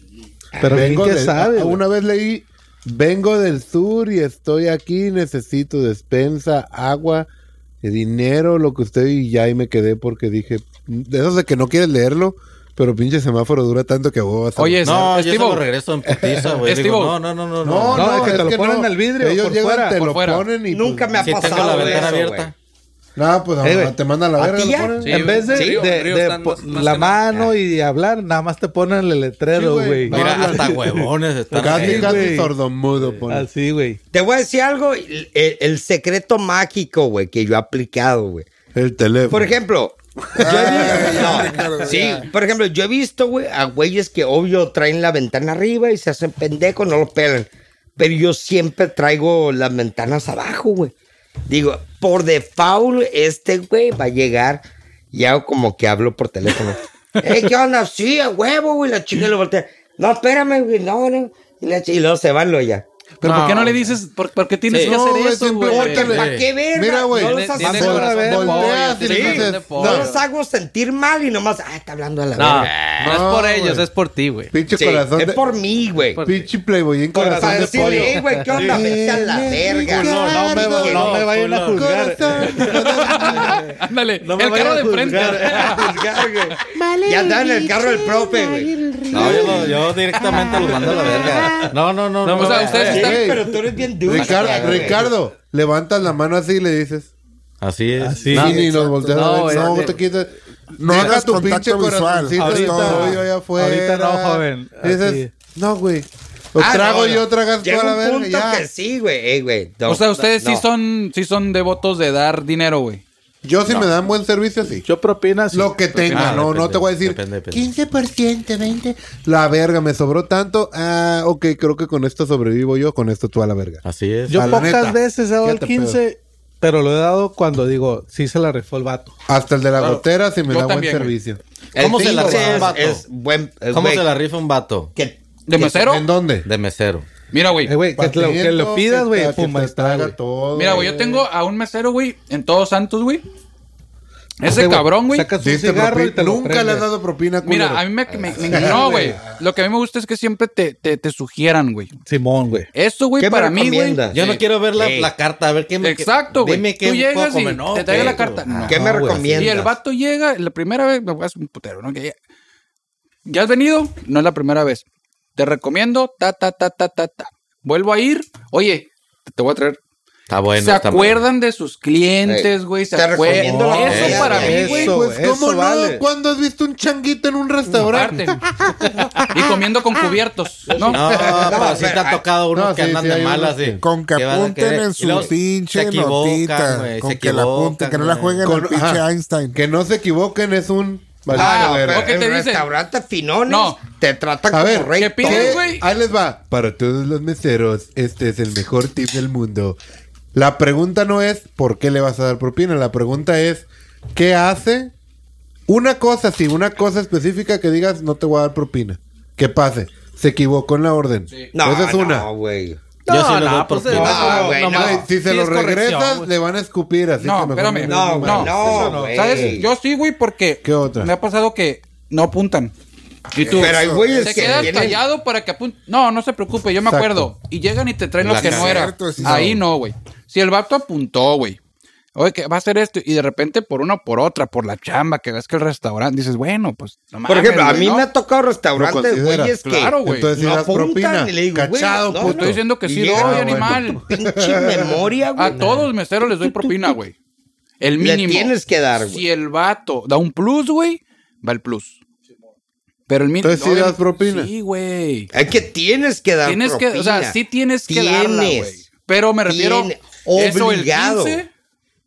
Speaker 5: Pero bien
Speaker 1: Vengo
Speaker 5: que
Speaker 1: del-
Speaker 5: sabe.
Speaker 1: a-
Speaker 5: güey.
Speaker 1: Una vez leí, vengo del sur y estoy aquí, necesito despensa, agua, dinero, lo que usted y ya y me quedé porque dije, de esos de que no quieres leerlo, pero pinche semáforo dura tanto que vos vas a-
Speaker 3: Oye,
Speaker 2: No, yo se
Speaker 3: Steve-O,
Speaker 2: lo regreso en putiza, güey. Digo,
Speaker 3: Steve-O.
Speaker 2: No, no, no, no.
Speaker 1: no,
Speaker 5: No,
Speaker 1: no,
Speaker 5: es que te lo ponen
Speaker 1: no.
Speaker 5: al vidrio,
Speaker 1: Ellos
Speaker 5: por
Speaker 1: llegan,
Speaker 5: fuera,
Speaker 1: te
Speaker 3: por
Speaker 1: lo
Speaker 3: fuera.
Speaker 1: ponen y
Speaker 6: Nunca
Speaker 1: pues,
Speaker 6: me ha
Speaker 2: Si tengo la
Speaker 6: pasado
Speaker 2: ventana
Speaker 6: eso, güey.
Speaker 2: abierta.
Speaker 1: No, pues
Speaker 5: Eh, güey.
Speaker 1: te mandan a la
Speaker 6: ¿A
Speaker 1: verga.
Speaker 6: ti
Speaker 1: lo
Speaker 6: ya?
Speaker 1: ponen.
Speaker 7: Sí,
Speaker 5: en vez de,
Speaker 7: río-
Speaker 5: de-
Speaker 7: río
Speaker 5: de
Speaker 7: están
Speaker 5: po-
Speaker 7: más- más
Speaker 5: la
Speaker 7: que
Speaker 5: mano y de hablar, nada más te ponen el letrero,
Speaker 1: Ah. Sí, güey.
Speaker 5: güey.
Speaker 1: No,
Speaker 2: Mira,
Speaker 1: hablan.
Speaker 2: hasta huevones están.
Speaker 1: Casi,
Speaker 2: ahí,
Speaker 1: casi
Speaker 5: güey.
Speaker 1: sordomudo. ponen.
Speaker 5: Ah, Así, güey.
Speaker 6: Te voy a decir algo, el, el- el secreto mágico, güey, que yo he aplicado, güey.
Speaker 1: El teléfono.
Speaker 6: Por ejemplo, yo he visto,
Speaker 4: ya,
Speaker 6: no,
Speaker 4: Ricardo,
Speaker 6: sí,
Speaker 4: ya.
Speaker 6: por ejemplo, yo he visto, güey, a güeyes que obvio traen la ventana arriba y se hacen pendejos, no lo pelan. Pero yo siempre traigo las ventanas abajo, güey. Digo, por default, este güey va a llegar y hago como que hablo por teléfono. "Ey, ¿Qué onda? Sí, a huevo, güey, la chica lo voltea. No, espérame, güey, no, no. Y, la chi- y luego se van, lo ya.
Speaker 3: ¿Pero por qué no
Speaker 7: No.
Speaker 3: le dices? ¿Por, por qué tienes
Speaker 2: Sí.
Speaker 3: que hacer
Speaker 1: No, güey,
Speaker 3: eso, güey?
Speaker 1: simplemente
Speaker 6: ¿Para qué verga?
Speaker 1: Mira, güey.
Speaker 6: No los
Speaker 7: Tiene
Speaker 6: haces-
Speaker 5: Vamos a
Speaker 7: corazón
Speaker 5: ver,
Speaker 7: de pollo,
Speaker 1: volteas y
Speaker 7: tiene
Speaker 1: dices,
Speaker 7: corazón de
Speaker 1: no,
Speaker 6: No
Speaker 7: pollo.
Speaker 6: los hago sentir mal y nomás, ah, está hablando a la
Speaker 7: No,
Speaker 6: verga.
Speaker 7: no es por
Speaker 1: No,
Speaker 7: ellos,
Speaker 1: güey.
Speaker 7: es por ti, güey.
Speaker 1: Pinche
Speaker 6: Sí,
Speaker 1: corazón.
Speaker 6: es
Speaker 1: de-
Speaker 6: por mí, güey.
Speaker 7: Por-
Speaker 1: Pinche Playboy en
Speaker 6: Por-
Speaker 1: corazón
Speaker 6: Para
Speaker 1: de pollo.
Speaker 6: decirle, "Ey, güey, ¿qué onda? Vete a la verga.
Speaker 5: No, no me,
Speaker 6: Sí,
Speaker 5: no me
Speaker 6: no,
Speaker 5: vayan a juzgar.
Speaker 3: Ándale,
Speaker 5: No me
Speaker 3: el carro
Speaker 5: vayan a
Speaker 3: de frente.
Speaker 6: juzgar, güey. Ya está en el carro del profe, güey.
Speaker 2: No, yo, lo- yo directamente lo mando a la verga. No, no, no.
Speaker 3: No,
Speaker 2: no,
Speaker 3: o sea,
Speaker 2: no.
Speaker 3: ustedes
Speaker 6: Sí,
Speaker 3: están...
Speaker 1: Ey,
Speaker 6: pero tú eres bien duro.
Speaker 1: Ricardo, Ricardo, levantas la mano así y le dices.
Speaker 2: Así es.
Speaker 5: Así.
Speaker 1: No,
Speaker 5: Sí, eh,
Speaker 1: ni nos volteas a
Speaker 7: No,
Speaker 1: ver. No,
Speaker 7: güey.
Speaker 1: te quites.
Speaker 4: No
Speaker 1: Deja
Speaker 4: hagas
Speaker 1: tu
Speaker 4: contacto
Speaker 1: pinche
Speaker 4: visual.
Speaker 1: corazoncito
Speaker 5: Ahorita-
Speaker 1: de pollo allá afuera.
Speaker 5: ahorita no, joven.
Speaker 1: Dices,
Speaker 5: Así.
Speaker 1: no, güey. O trago yo, tragas tú
Speaker 6: Ah, Llega
Speaker 1: a la
Speaker 6: un
Speaker 1: verga.
Speaker 6: punto
Speaker 1: Ya.
Speaker 6: que sí, güey. Ey, güey. no,
Speaker 3: O sea, ustedes
Speaker 6: no.
Speaker 3: sí son sí son devotos de dar dinero, güey.
Speaker 1: Yo, si me dan buen servicio, sí.
Speaker 5: Yo propinas.
Speaker 1: Lo que tenga,
Speaker 2: Ah,
Speaker 1: no, no
Speaker 2: depende,
Speaker 1: te voy a decir
Speaker 2: depende, depende.
Speaker 1: 15%, 20%. La verga, me sobró tanto. Ah, ok, creo que con esto sobrevivo yo, con esto tú a la verga.
Speaker 2: Así es.
Speaker 5: Yo
Speaker 1: A la
Speaker 5: pocas
Speaker 1: neta.
Speaker 5: veces he dado el
Speaker 1: Fíjate, pedo.
Speaker 5: 15, pero lo he dado cuando digo, sí se la rifó el vato.
Speaker 1: Hasta el de la gotera, si me
Speaker 3: Yo
Speaker 1: da
Speaker 3: también,
Speaker 1: buen
Speaker 3: güey.
Speaker 1: servicio.
Speaker 2: ¿Cómo
Speaker 6: El
Speaker 2: se la
Speaker 6: cinco
Speaker 2: rifa un
Speaker 6: es-
Speaker 2: vato?
Speaker 6: Es buen. eh,
Speaker 2: ¿Cómo se la rifa un vato?
Speaker 3: ¿De mesero?
Speaker 1: ¿En dónde?
Speaker 2: De mesero.
Speaker 3: Mira, güey.
Speaker 5: Eh, güey, que, lo, que lo pidas, güey, fuma está, güey.
Speaker 3: Mira,
Speaker 1: eh.
Speaker 3: güey, yo tengo a un mesero, güey, en Todos Santos, güey. Ese
Speaker 5: Ese
Speaker 3: cabrón, güey.
Speaker 5: Sacas un cigarro y te lo
Speaker 1: Nunca le has dado propina, culero.
Speaker 3: Mira, a mí me... me- me- no, güey. Lo que a mí me gusta es que siempre te, te, te sugieran, güey.
Speaker 5: Simón, güey.
Speaker 3: Esto,
Speaker 6: ¿Qué
Speaker 3: güey,
Speaker 6: me
Speaker 3: para mí, güey.
Speaker 6: recomiendas?
Speaker 2: Yo
Speaker 3: Sí.
Speaker 2: no quiero ver la,
Speaker 6: Sí.
Speaker 2: la carta, a ver qué me.
Speaker 3: Exacto, güey.
Speaker 2: Dime qué
Speaker 3: Tú llegas
Speaker 2: puedo
Speaker 3: y
Speaker 2: comer. No,
Speaker 3: te trae la
Speaker 2: güey.
Speaker 3: carta.
Speaker 2: Ah,
Speaker 3: No.
Speaker 6: ¿Qué me
Speaker 2: güey, así.
Speaker 6: recomiendas?
Speaker 3: Y el vato llega, la primera vez, me voy a hacer un putero, ¿no? Que llega, ya has venido, no es la primera vez. Te recomiendo, ta, ta, ta, ta, ta, ta. Vuelvo a ir, oye, te voy a traer.
Speaker 2: Está bueno.
Speaker 3: se
Speaker 2: está
Speaker 3: acuerdan de sus clientes,
Speaker 6: Sí.
Speaker 3: güey. Se
Speaker 6: Eh, Te
Speaker 3: acuerdan.
Speaker 6: recomiendo la
Speaker 3: Eso
Speaker 6: comida,
Speaker 3: para
Speaker 6: güey.
Speaker 3: mí, güey.
Speaker 5: Eso,
Speaker 1: Pues,
Speaker 5: eso
Speaker 1: ¿cómo no?
Speaker 5: vale.
Speaker 1: ¿Cuándo has visto un changuito en un restaurante?
Speaker 3: Aparte. y comiendo con cubiertos, ¿no?
Speaker 2: No, pero sí te ha tocado unos
Speaker 1: no,
Speaker 2: que
Speaker 1: sí,
Speaker 2: andan
Speaker 1: sí, hay
Speaker 2: de malas.
Speaker 1: unos que-
Speaker 2: sí.
Speaker 4: Con que
Speaker 2: ¿Qué vas a
Speaker 4: apunten
Speaker 2: querer?
Speaker 4: en
Speaker 2: Y
Speaker 4: su
Speaker 2: luego se
Speaker 4: pinche
Speaker 2: equivocan,
Speaker 4: notita.
Speaker 2: güey, se
Speaker 4: Con que la apunten,
Speaker 2: equivocan,
Speaker 4: que no la
Speaker 2: güey.
Speaker 4: jueguen al
Speaker 1: Con-
Speaker 4: pinche
Speaker 1: ajá.
Speaker 4: Einstein.
Speaker 1: Que no se equivoquen, es un...
Speaker 6: Ah,
Speaker 1: Valiendo verga.
Speaker 6: pero
Speaker 3: ¿o qué
Speaker 6: el
Speaker 3: te dicen?
Speaker 6: restaurante Finones
Speaker 3: No.
Speaker 6: te trata
Speaker 1: A
Speaker 6: como
Speaker 1: ver,
Speaker 6: rey.
Speaker 3: ¿qué
Speaker 6: todo.
Speaker 3: pides,
Speaker 1: ¿Qué?
Speaker 3: güey?
Speaker 1: Ahí les va. Para todos los meseros, este es el mejor tip del mundo. La pregunta no es por qué le vas a dar propina. La pregunta es qué hace una cosa, sí, una cosa específica que digas no te voy a dar propina. ¿Qué pase? Se equivocó en la orden.
Speaker 6: No,
Speaker 1: Esa es una.
Speaker 6: no, güey.
Speaker 2: Yo sí
Speaker 7: No,
Speaker 2: le
Speaker 7: no,
Speaker 2: doy por
Speaker 7: pues,
Speaker 2: culo.
Speaker 7: no,
Speaker 6: Ah, güey,
Speaker 7: no,
Speaker 6: no.
Speaker 1: Ay,
Speaker 7: no.
Speaker 1: si se
Speaker 7: Sí
Speaker 1: lo
Speaker 7: es corrección,
Speaker 1: regresas,
Speaker 7: güey.
Speaker 1: le van a escupir. Así
Speaker 3: No,
Speaker 1: que mejor
Speaker 3: espérame.
Speaker 1: no
Speaker 6: No,
Speaker 1: me
Speaker 6: güey,
Speaker 1: mames.
Speaker 6: no, güey.
Speaker 3: ¿Sabes? Yo sí, güey, porque
Speaker 1: ¿Qué otra?
Speaker 3: me ha pasado que no apuntan. Y tú,
Speaker 6: Pero hay güeyes
Speaker 3: te
Speaker 6: que
Speaker 3: quedas
Speaker 6: tienen-
Speaker 3: callado para que apunte. No, no se preocupe, yo me
Speaker 1: Exacto.
Speaker 3: acuerdo. Y llegan y te traen lo
Speaker 2: La
Speaker 3: que no era.
Speaker 4: cierto, sí,
Speaker 3: Ahí
Speaker 4: sí.
Speaker 3: no, güey. Si el vato apuntó, güey. Oye, que va a hacer esto. Y de repente, por una o por otra, por la chamba, que ves que el restaurante, dices, bueno, pues no
Speaker 6: Por ejemplo,
Speaker 3: mames,
Speaker 6: a
Speaker 3: güey,
Speaker 6: mí
Speaker 3: ¿no?
Speaker 6: me ha tocado restaurantes,
Speaker 1: consideras,
Speaker 6: güey, es que
Speaker 3: claro, güey.
Speaker 1: Entonces, si
Speaker 6: no
Speaker 1: das
Speaker 6: apuntan
Speaker 1: propina,
Speaker 6: y le digo, güey,
Speaker 1: cachado,
Speaker 6: no,
Speaker 1: puto.
Speaker 3: Estoy diciendo que
Speaker 6: Y
Speaker 3: sí
Speaker 6: llega,
Speaker 3: doy,
Speaker 6: ah, bueno.
Speaker 3: animal.
Speaker 6: pinche memoria, güey.
Speaker 3: A todos los meseros les doy propina, güey. El
Speaker 6: Le
Speaker 3: mínimo.
Speaker 6: tienes que dar, güey.
Speaker 3: Si el vato da un plus, güey, va el plus. Pero el mínimo.
Speaker 1: Entonces, sí das propina.
Speaker 3: Sí, güey.
Speaker 6: Es que tienes que dar
Speaker 3: Tienes que, o sea,
Speaker 6: propina.
Speaker 3: sí tienes que darla, güey.
Speaker 6: Tienes.
Speaker 3: Pero me refiero
Speaker 6: Tiene-
Speaker 3: eso, el
Speaker 6: obligado.
Speaker 3: 15,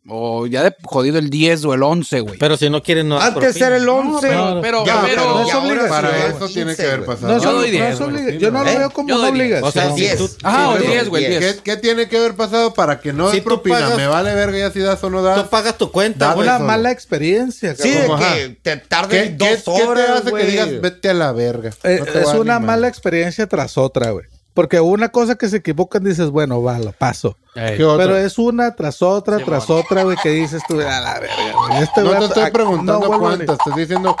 Speaker 3: o ya de jodido el 10 o el 11, güey.
Speaker 2: Pero si no quieren, no. das
Speaker 6: Antes
Speaker 2: propina.
Speaker 6: era el 11.
Speaker 3: pero- pero-
Speaker 1: Ya,
Speaker 3: pero-
Speaker 1: no
Speaker 3: y
Speaker 1: es
Speaker 6: ahora
Speaker 1: obligación.
Speaker 6: sí,
Speaker 1: Para
Speaker 6: güey.
Speaker 1: eso tiene que
Speaker 6: 15,
Speaker 1: haber
Speaker 6: güey.
Speaker 1: pasado.
Speaker 5: No, es
Speaker 2: yo doy
Speaker 5: obli- no
Speaker 2: diez,
Speaker 5: es
Speaker 2: güey.
Speaker 5: obli- Yo no lo
Speaker 6: ¿Eh?
Speaker 5: veo como
Speaker 2: Yo
Speaker 5: una
Speaker 2: doy diez.
Speaker 5: obligación.
Speaker 2: O sea, si
Speaker 6: Ah, Diez.
Speaker 2: tú.
Speaker 3: Ajá,
Speaker 2: si
Speaker 3: o
Speaker 2: tú-
Speaker 3: el 10, güey, el 10.
Speaker 1: ¿Qué, qué tiene que haber pasado para que no
Speaker 2: Si
Speaker 1: hay
Speaker 2: tú
Speaker 1: propina?
Speaker 2: pagas-
Speaker 1: me vale verga ya si das o no das.
Speaker 2: Tú pagas tu cuenta,
Speaker 1: Da
Speaker 2: güey.
Speaker 5: una
Speaker 1: ah, eso,
Speaker 5: mala experiencia,
Speaker 6: Sí, de
Speaker 5: cabrón.
Speaker 1: Como, ajá.
Speaker 6: que te
Speaker 1: ¿Qué,
Speaker 6: tarden
Speaker 1: qué-
Speaker 6: dos
Speaker 1: qué
Speaker 6: horas,
Speaker 1: te hace
Speaker 6: güey.
Speaker 1: que digas vete a la verga?
Speaker 5: Eh,
Speaker 1: No te
Speaker 5: es
Speaker 1: voy a
Speaker 5: una
Speaker 1: animar.
Speaker 5: mala experiencia tras otra, güey. Porque una cosa que se equivocan dices, bueno, va, lo paso.
Speaker 1: ¿Qué otra?
Speaker 5: Pero es una tras otra, tras otra, güey, que dices tú, a la verga, güey. Este
Speaker 1: no te
Speaker 5: vato-
Speaker 1: estoy
Speaker 5: ah,
Speaker 1: preguntando
Speaker 5: no vuelvo a venir".
Speaker 1: cuántas, estoy diciendo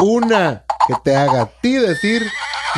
Speaker 1: una que te haga a ti decir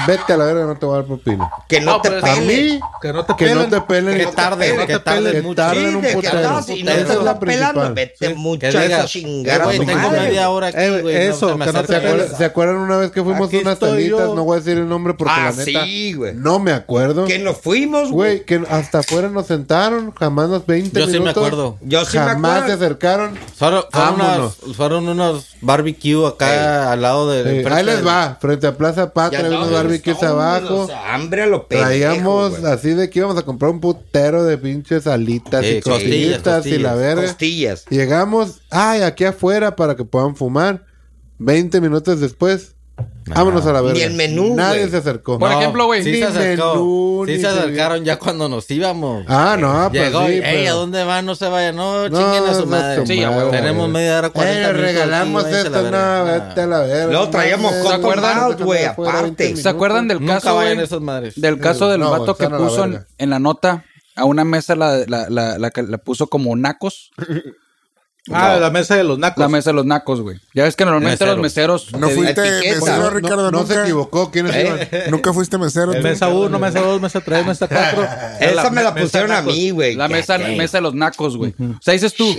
Speaker 1: vete a la verga, no te voy a dar propina.
Speaker 6: Que no,
Speaker 3: No,
Speaker 6: te
Speaker 3: pero
Speaker 1: A
Speaker 6: pelen.
Speaker 1: mí,
Speaker 5: Que no te
Speaker 1: que no
Speaker 5: pelen.
Speaker 1: te pelen.
Speaker 2: Que
Speaker 5: Eh,
Speaker 2: tarden, que tarden
Speaker 1: Que
Speaker 2: mucho.
Speaker 1: tarden
Speaker 6: Sí,
Speaker 1: un
Speaker 6: de que
Speaker 1: putero.
Speaker 6: andas y no te
Speaker 1: Esa es la
Speaker 6: están pelando.
Speaker 1: principal.
Speaker 6: Vete
Speaker 2: Que
Speaker 6: mucho a esa
Speaker 2: digas,
Speaker 6: chingada.
Speaker 2: eh, güey,
Speaker 6: tu
Speaker 2: tengo
Speaker 6: madre.
Speaker 2: media hora aquí,
Speaker 5: Eh,
Speaker 2: güey.
Speaker 5: eso,
Speaker 2: se me
Speaker 5: que no te
Speaker 1: ¿Se
Speaker 2: acerca.
Speaker 1: acuerdan, se acuerdan una vez que fuimos
Speaker 5: Aquí
Speaker 1: a unas
Speaker 5: estoy
Speaker 1: tanitas?
Speaker 5: yo.
Speaker 1: No voy a decir el nombre porque
Speaker 6: Ah,
Speaker 1: la neta
Speaker 6: sí, güey.
Speaker 1: no me acuerdo.
Speaker 6: Que nos fuimos, güey.
Speaker 1: Güey, que hasta afuera nos sentaron, jamás nos 20
Speaker 2: Yo sí me
Speaker 1: minutos.
Speaker 2: acuerdo.
Speaker 6: Yo sí me
Speaker 1: jamás
Speaker 6: acuerdo.
Speaker 1: se acercaron.
Speaker 2: Fueron, fueron unas,
Speaker 1: Vámonos.
Speaker 2: fueron unos barbecue acá al lado del.
Speaker 1: Sí,
Speaker 2: enfrente
Speaker 1: Eh, ahí les
Speaker 2: del-
Speaker 1: va, frente a Plaza
Speaker 6: Ya
Speaker 1: Patria, había
Speaker 6: andaba
Speaker 1: unos
Speaker 6: de
Speaker 1: barbecues
Speaker 6: listón, güey, o
Speaker 1: abajo.
Speaker 6: sea, Hambre a lo pendejo,
Speaker 1: Traíamos
Speaker 6: güey.
Speaker 1: así de que íbamos a comprar un putero de pinches alitas
Speaker 2: Sí,
Speaker 1: y costillitas
Speaker 2: costillas,
Speaker 1: y la verga.
Speaker 6: Costillas.
Speaker 1: Llegamos, ay, aquí afuera para que puedan fumar. 20 minutos después, vámonos a la verga.
Speaker 6: Ni el menú,
Speaker 1: Nadie
Speaker 6: güey.
Speaker 1: se acercó.
Speaker 3: Por
Speaker 2: No,
Speaker 3: ejemplo, güey,
Speaker 2: Sí,
Speaker 1: ni
Speaker 2: se acercó.
Speaker 1: menú,
Speaker 2: Sí
Speaker 1: ni
Speaker 2: se
Speaker 1: servicio.
Speaker 2: acercaron ya cuando nos íbamos.
Speaker 1: Ah, no, pues
Speaker 2: Llegó
Speaker 1: sí,
Speaker 2: y, "Ey,
Speaker 1: pero-
Speaker 2: ¿a dónde van? No se vayan. No,
Speaker 1: No,
Speaker 2: chinguen a
Speaker 1: no
Speaker 2: su
Speaker 1: se
Speaker 2: madre.
Speaker 1: madre,
Speaker 2: Tenemos
Speaker 1: güey.
Speaker 2: media hora, 40
Speaker 1: Eh, le
Speaker 2: minutos aquí,
Speaker 1: regalamos
Speaker 2: váyanse a la
Speaker 1: esto,
Speaker 2: verga.
Speaker 1: no, vete a la verga.
Speaker 6: Luego traíamos
Speaker 1: mames,
Speaker 6: Cotton
Speaker 1: ¿se acuerdan?
Speaker 6: Mouth, güey,
Speaker 1: Afuera,
Speaker 6: aparte.
Speaker 1: 20 minutos.
Speaker 3: ¿Se acuerdan del
Speaker 2: Nunca
Speaker 3: caso,
Speaker 2: vayan
Speaker 3: güey?
Speaker 2: esas madres.
Speaker 3: Del caso del
Speaker 1: No,
Speaker 3: vato que
Speaker 1: están a la
Speaker 3: puso en,
Speaker 1: verga.
Speaker 3: en la nota, a una mesa la, la, la, la que la puso como nacos.
Speaker 5: Ah, la mesa de los nacos.
Speaker 3: La mesa de los nacos, güey. Ya ves que normalmente
Speaker 2: Mesero.
Speaker 3: los meseros.
Speaker 4: No
Speaker 3: te
Speaker 4: fuiste
Speaker 6: etiqueta,
Speaker 4: mesero,
Speaker 1: No,
Speaker 4: Ricardo,
Speaker 1: no se
Speaker 4: nunca.
Speaker 1: equivocó, ¿quiénes iban?
Speaker 4: Nunca fuiste mesero. tú.
Speaker 5: Mesa 1, mesa 2, mesa 3, mesa 4.
Speaker 6: Esa me la pusieron a mí, güey.
Speaker 3: La
Speaker 6: Ya,
Speaker 3: mesa,
Speaker 6: ya.
Speaker 3: mesa de los nacos, güey. O sea, dices tú,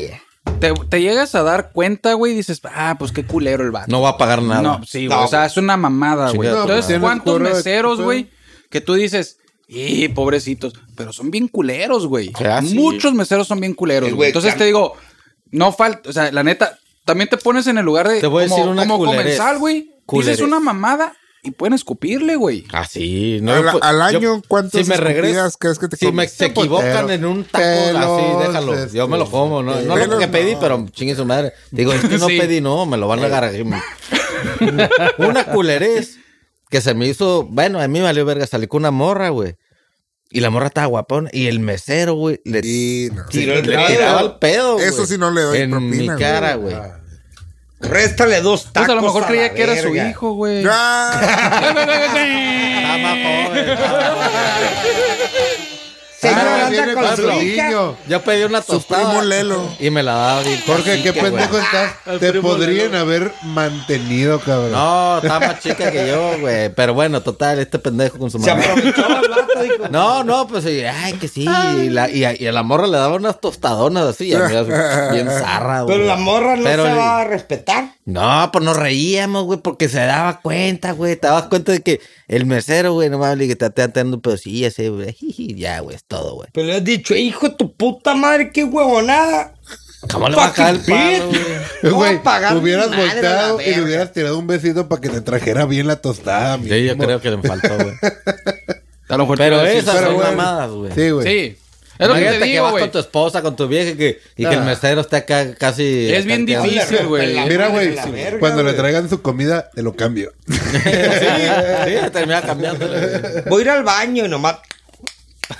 Speaker 3: te, te llegas a dar cuenta, güey, y dices, ah, pues qué culero el vato.
Speaker 2: No va a pagar nada.
Speaker 3: No, sí, güey.
Speaker 6: No,
Speaker 3: o sea, es una mamada, güey.
Speaker 2: Chingada tu
Speaker 3: Entonces,
Speaker 1: madre.
Speaker 3: ¿cuántos
Speaker 1: Tienes
Speaker 3: meseros,
Speaker 1: cuero de-
Speaker 3: güey, que tú dices, y pobrecitos, pero son bien culeros, güey?
Speaker 2: Ah, sí.
Speaker 3: Muchos meseros son bien culeros,
Speaker 6: Sí,
Speaker 3: güey.
Speaker 6: güey,
Speaker 3: Entonces
Speaker 6: cam-
Speaker 3: te digo, no falta, o sea, la neta, también te pones en el lugar de
Speaker 2: Te voy a
Speaker 3: como,
Speaker 2: decir una
Speaker 3: como
Speaker 2: culerez.
Speaker 3: comensal, güey.
Speaker 2: Culerez.
Speaker 3: Dices una mamada y pueden escupirle, güey.
Speaker 2: Así, no.
Speaker 4: Al-
Speaker 2: pues,
Speaker 4: al año, ¿cuántas
Speaker 2: si me regreso,
Speaker 4: escupidas crees que te
Speaker 2: Si me
Speaker 4: comes?
Speaker 2: se equivocan en un taco,
Speaker 1: Pelos,
Speaker 2: así, déjalo. Yo me lo
Speaker 1: este,
Speaker 2: como, ¿no? No lo
Speaker 4: pelos,
Speaker 2: que pedí,
Speaker 4: no.
Speaker 2: pero chingue su madre. Digo, es que no
Speaker 3: Sí.
Speaker 2: pedí, no, me lo van a agarrar. una culerez que se me hizo. Bueno, a mí me valió verga. Salí con una morra, güey. Y la morra estaba guapón. Y el mesero, güey, le,
Speaker 4: Y no.
Speaker 2: tiró-
Speaker 6: el
Speaker 2: le
Speaker 6: pedo.
Speaker 2: tiraba el pedo.
Speaker 4: Eso
Speaker 2: güey,
Speaker 4: sí no le doy
Speaker 2: En
Speaker 4: propina,
Speaker 2: mi
Speaker 4: güey.
Speaker 2: cara, güey.
Speaker 6: Réstale dos tacos.
Speaker 3: Pues a lo mejor
Speaker 6: la
Speaker 3: creía que era su
Speaker 6: verga.
Speaker 3: hijo, güey.
Speaker 4: ¡Ah!
Speaker 2: Estaba joven. estaba joven.
Speaker 6: Señor,
Speaker 1: Ah,
Speaker 6: anda
Speaker 1: viene
Speaker 6: con
Speaker 1: con
Speaker 6: su
Speaker 1: su
Speaker 6: hija.
Speaker 1: niño.
Speaker 2: Yo pedí una
Speaker 4: Su primo
Speaker 2: tostada
Speaker 4: Lelo.
Speaker 2: y me la daba bien.
Speaker 1: Jorge, qué
Speaker 2: cacique, güey.
Speaker 1: pendejo estás. Te podrían haber mantenido, cabrón.
Speaker 2: No, está más chica que yo, güey. Pero bueno, total, este pendejo con su
Speaker 6: Se
Speaker 2: mamá.
Speaker 6: aprovechó el vato, dijo.
Speaker 2: No, no, pues y, ay, que sí. Y, la, y, a, y a la morra le daba unas tostadonas así, ya, mira, bien zarra, güey.
Speaker 6: Pero la morra no
Speaker 2: Pero
Speaker 6: se
Speaker 2: el-
Speaker 6: va a respetar.
Speaker 2: No, pues nos reíamos, güey, porque se daba cuenta, güey. Te dabas cuenta de que el mesero, güey, no mames, le que te está dando pero sí, ya sé, güey. jiji, Ya, güey, es todo, güey.
Speaker 6: Pero le has dicho, "Eh, hijo de tu puta madre, qué huevonada.
Speaker 2: ¿Cómo le va a caer el palo, güey?
Speaker 6: No va a
Speaker 1: Güey,
Speaker 6: pagar mi
Speaker 1: hubieras
Speaker 6: madre,
Speaker 1: volteado
Speaker 6: la
Speaker 1: y le
Speaker 6: verga.
Speaker 1: hubieras tirado un besito para que te trajera bien la tostada, mi
Speaker 2: Sí, yo
Speaker 1: amor.
Speaker 2: creo que le faltó, güey.
Speaker 3: A lo mejor
Speaker 2: Pero
Speaker 3: te iba a decir,
Speaker 2: esas
Speaker 1: pero
Speaker 2: son
Speaker 1: bueno.
Speaker 2: mamadas, güey.
Speaker 1: Sí, güey.
Speaker 3: Sí. Es lo que te
Speaker 2: Imagínate
Speaker 3: digo,
Speaker 2: vas
Speaker 3: güey.
Speaker 2: con tu esposa, con tu vieja y que, y que el mesero esté acá casi.
Speaker 3: Es bien
Speaker 2: acá-
Speaker 3: difícil, güey.
Speaker 6: La
Speaker 1: Mira,
Speaker 6: madre
Speaker 1: güey,
Speaker 6: de la verga,
Speaker 1: cuando le
Speaker 6: güey.
Speaker 1: traigan su comida, te lo cambio.
Speaker 2: Sí, sí, termina cambiando. güey.
Speaker 6: Voy a ir al baño y nomás.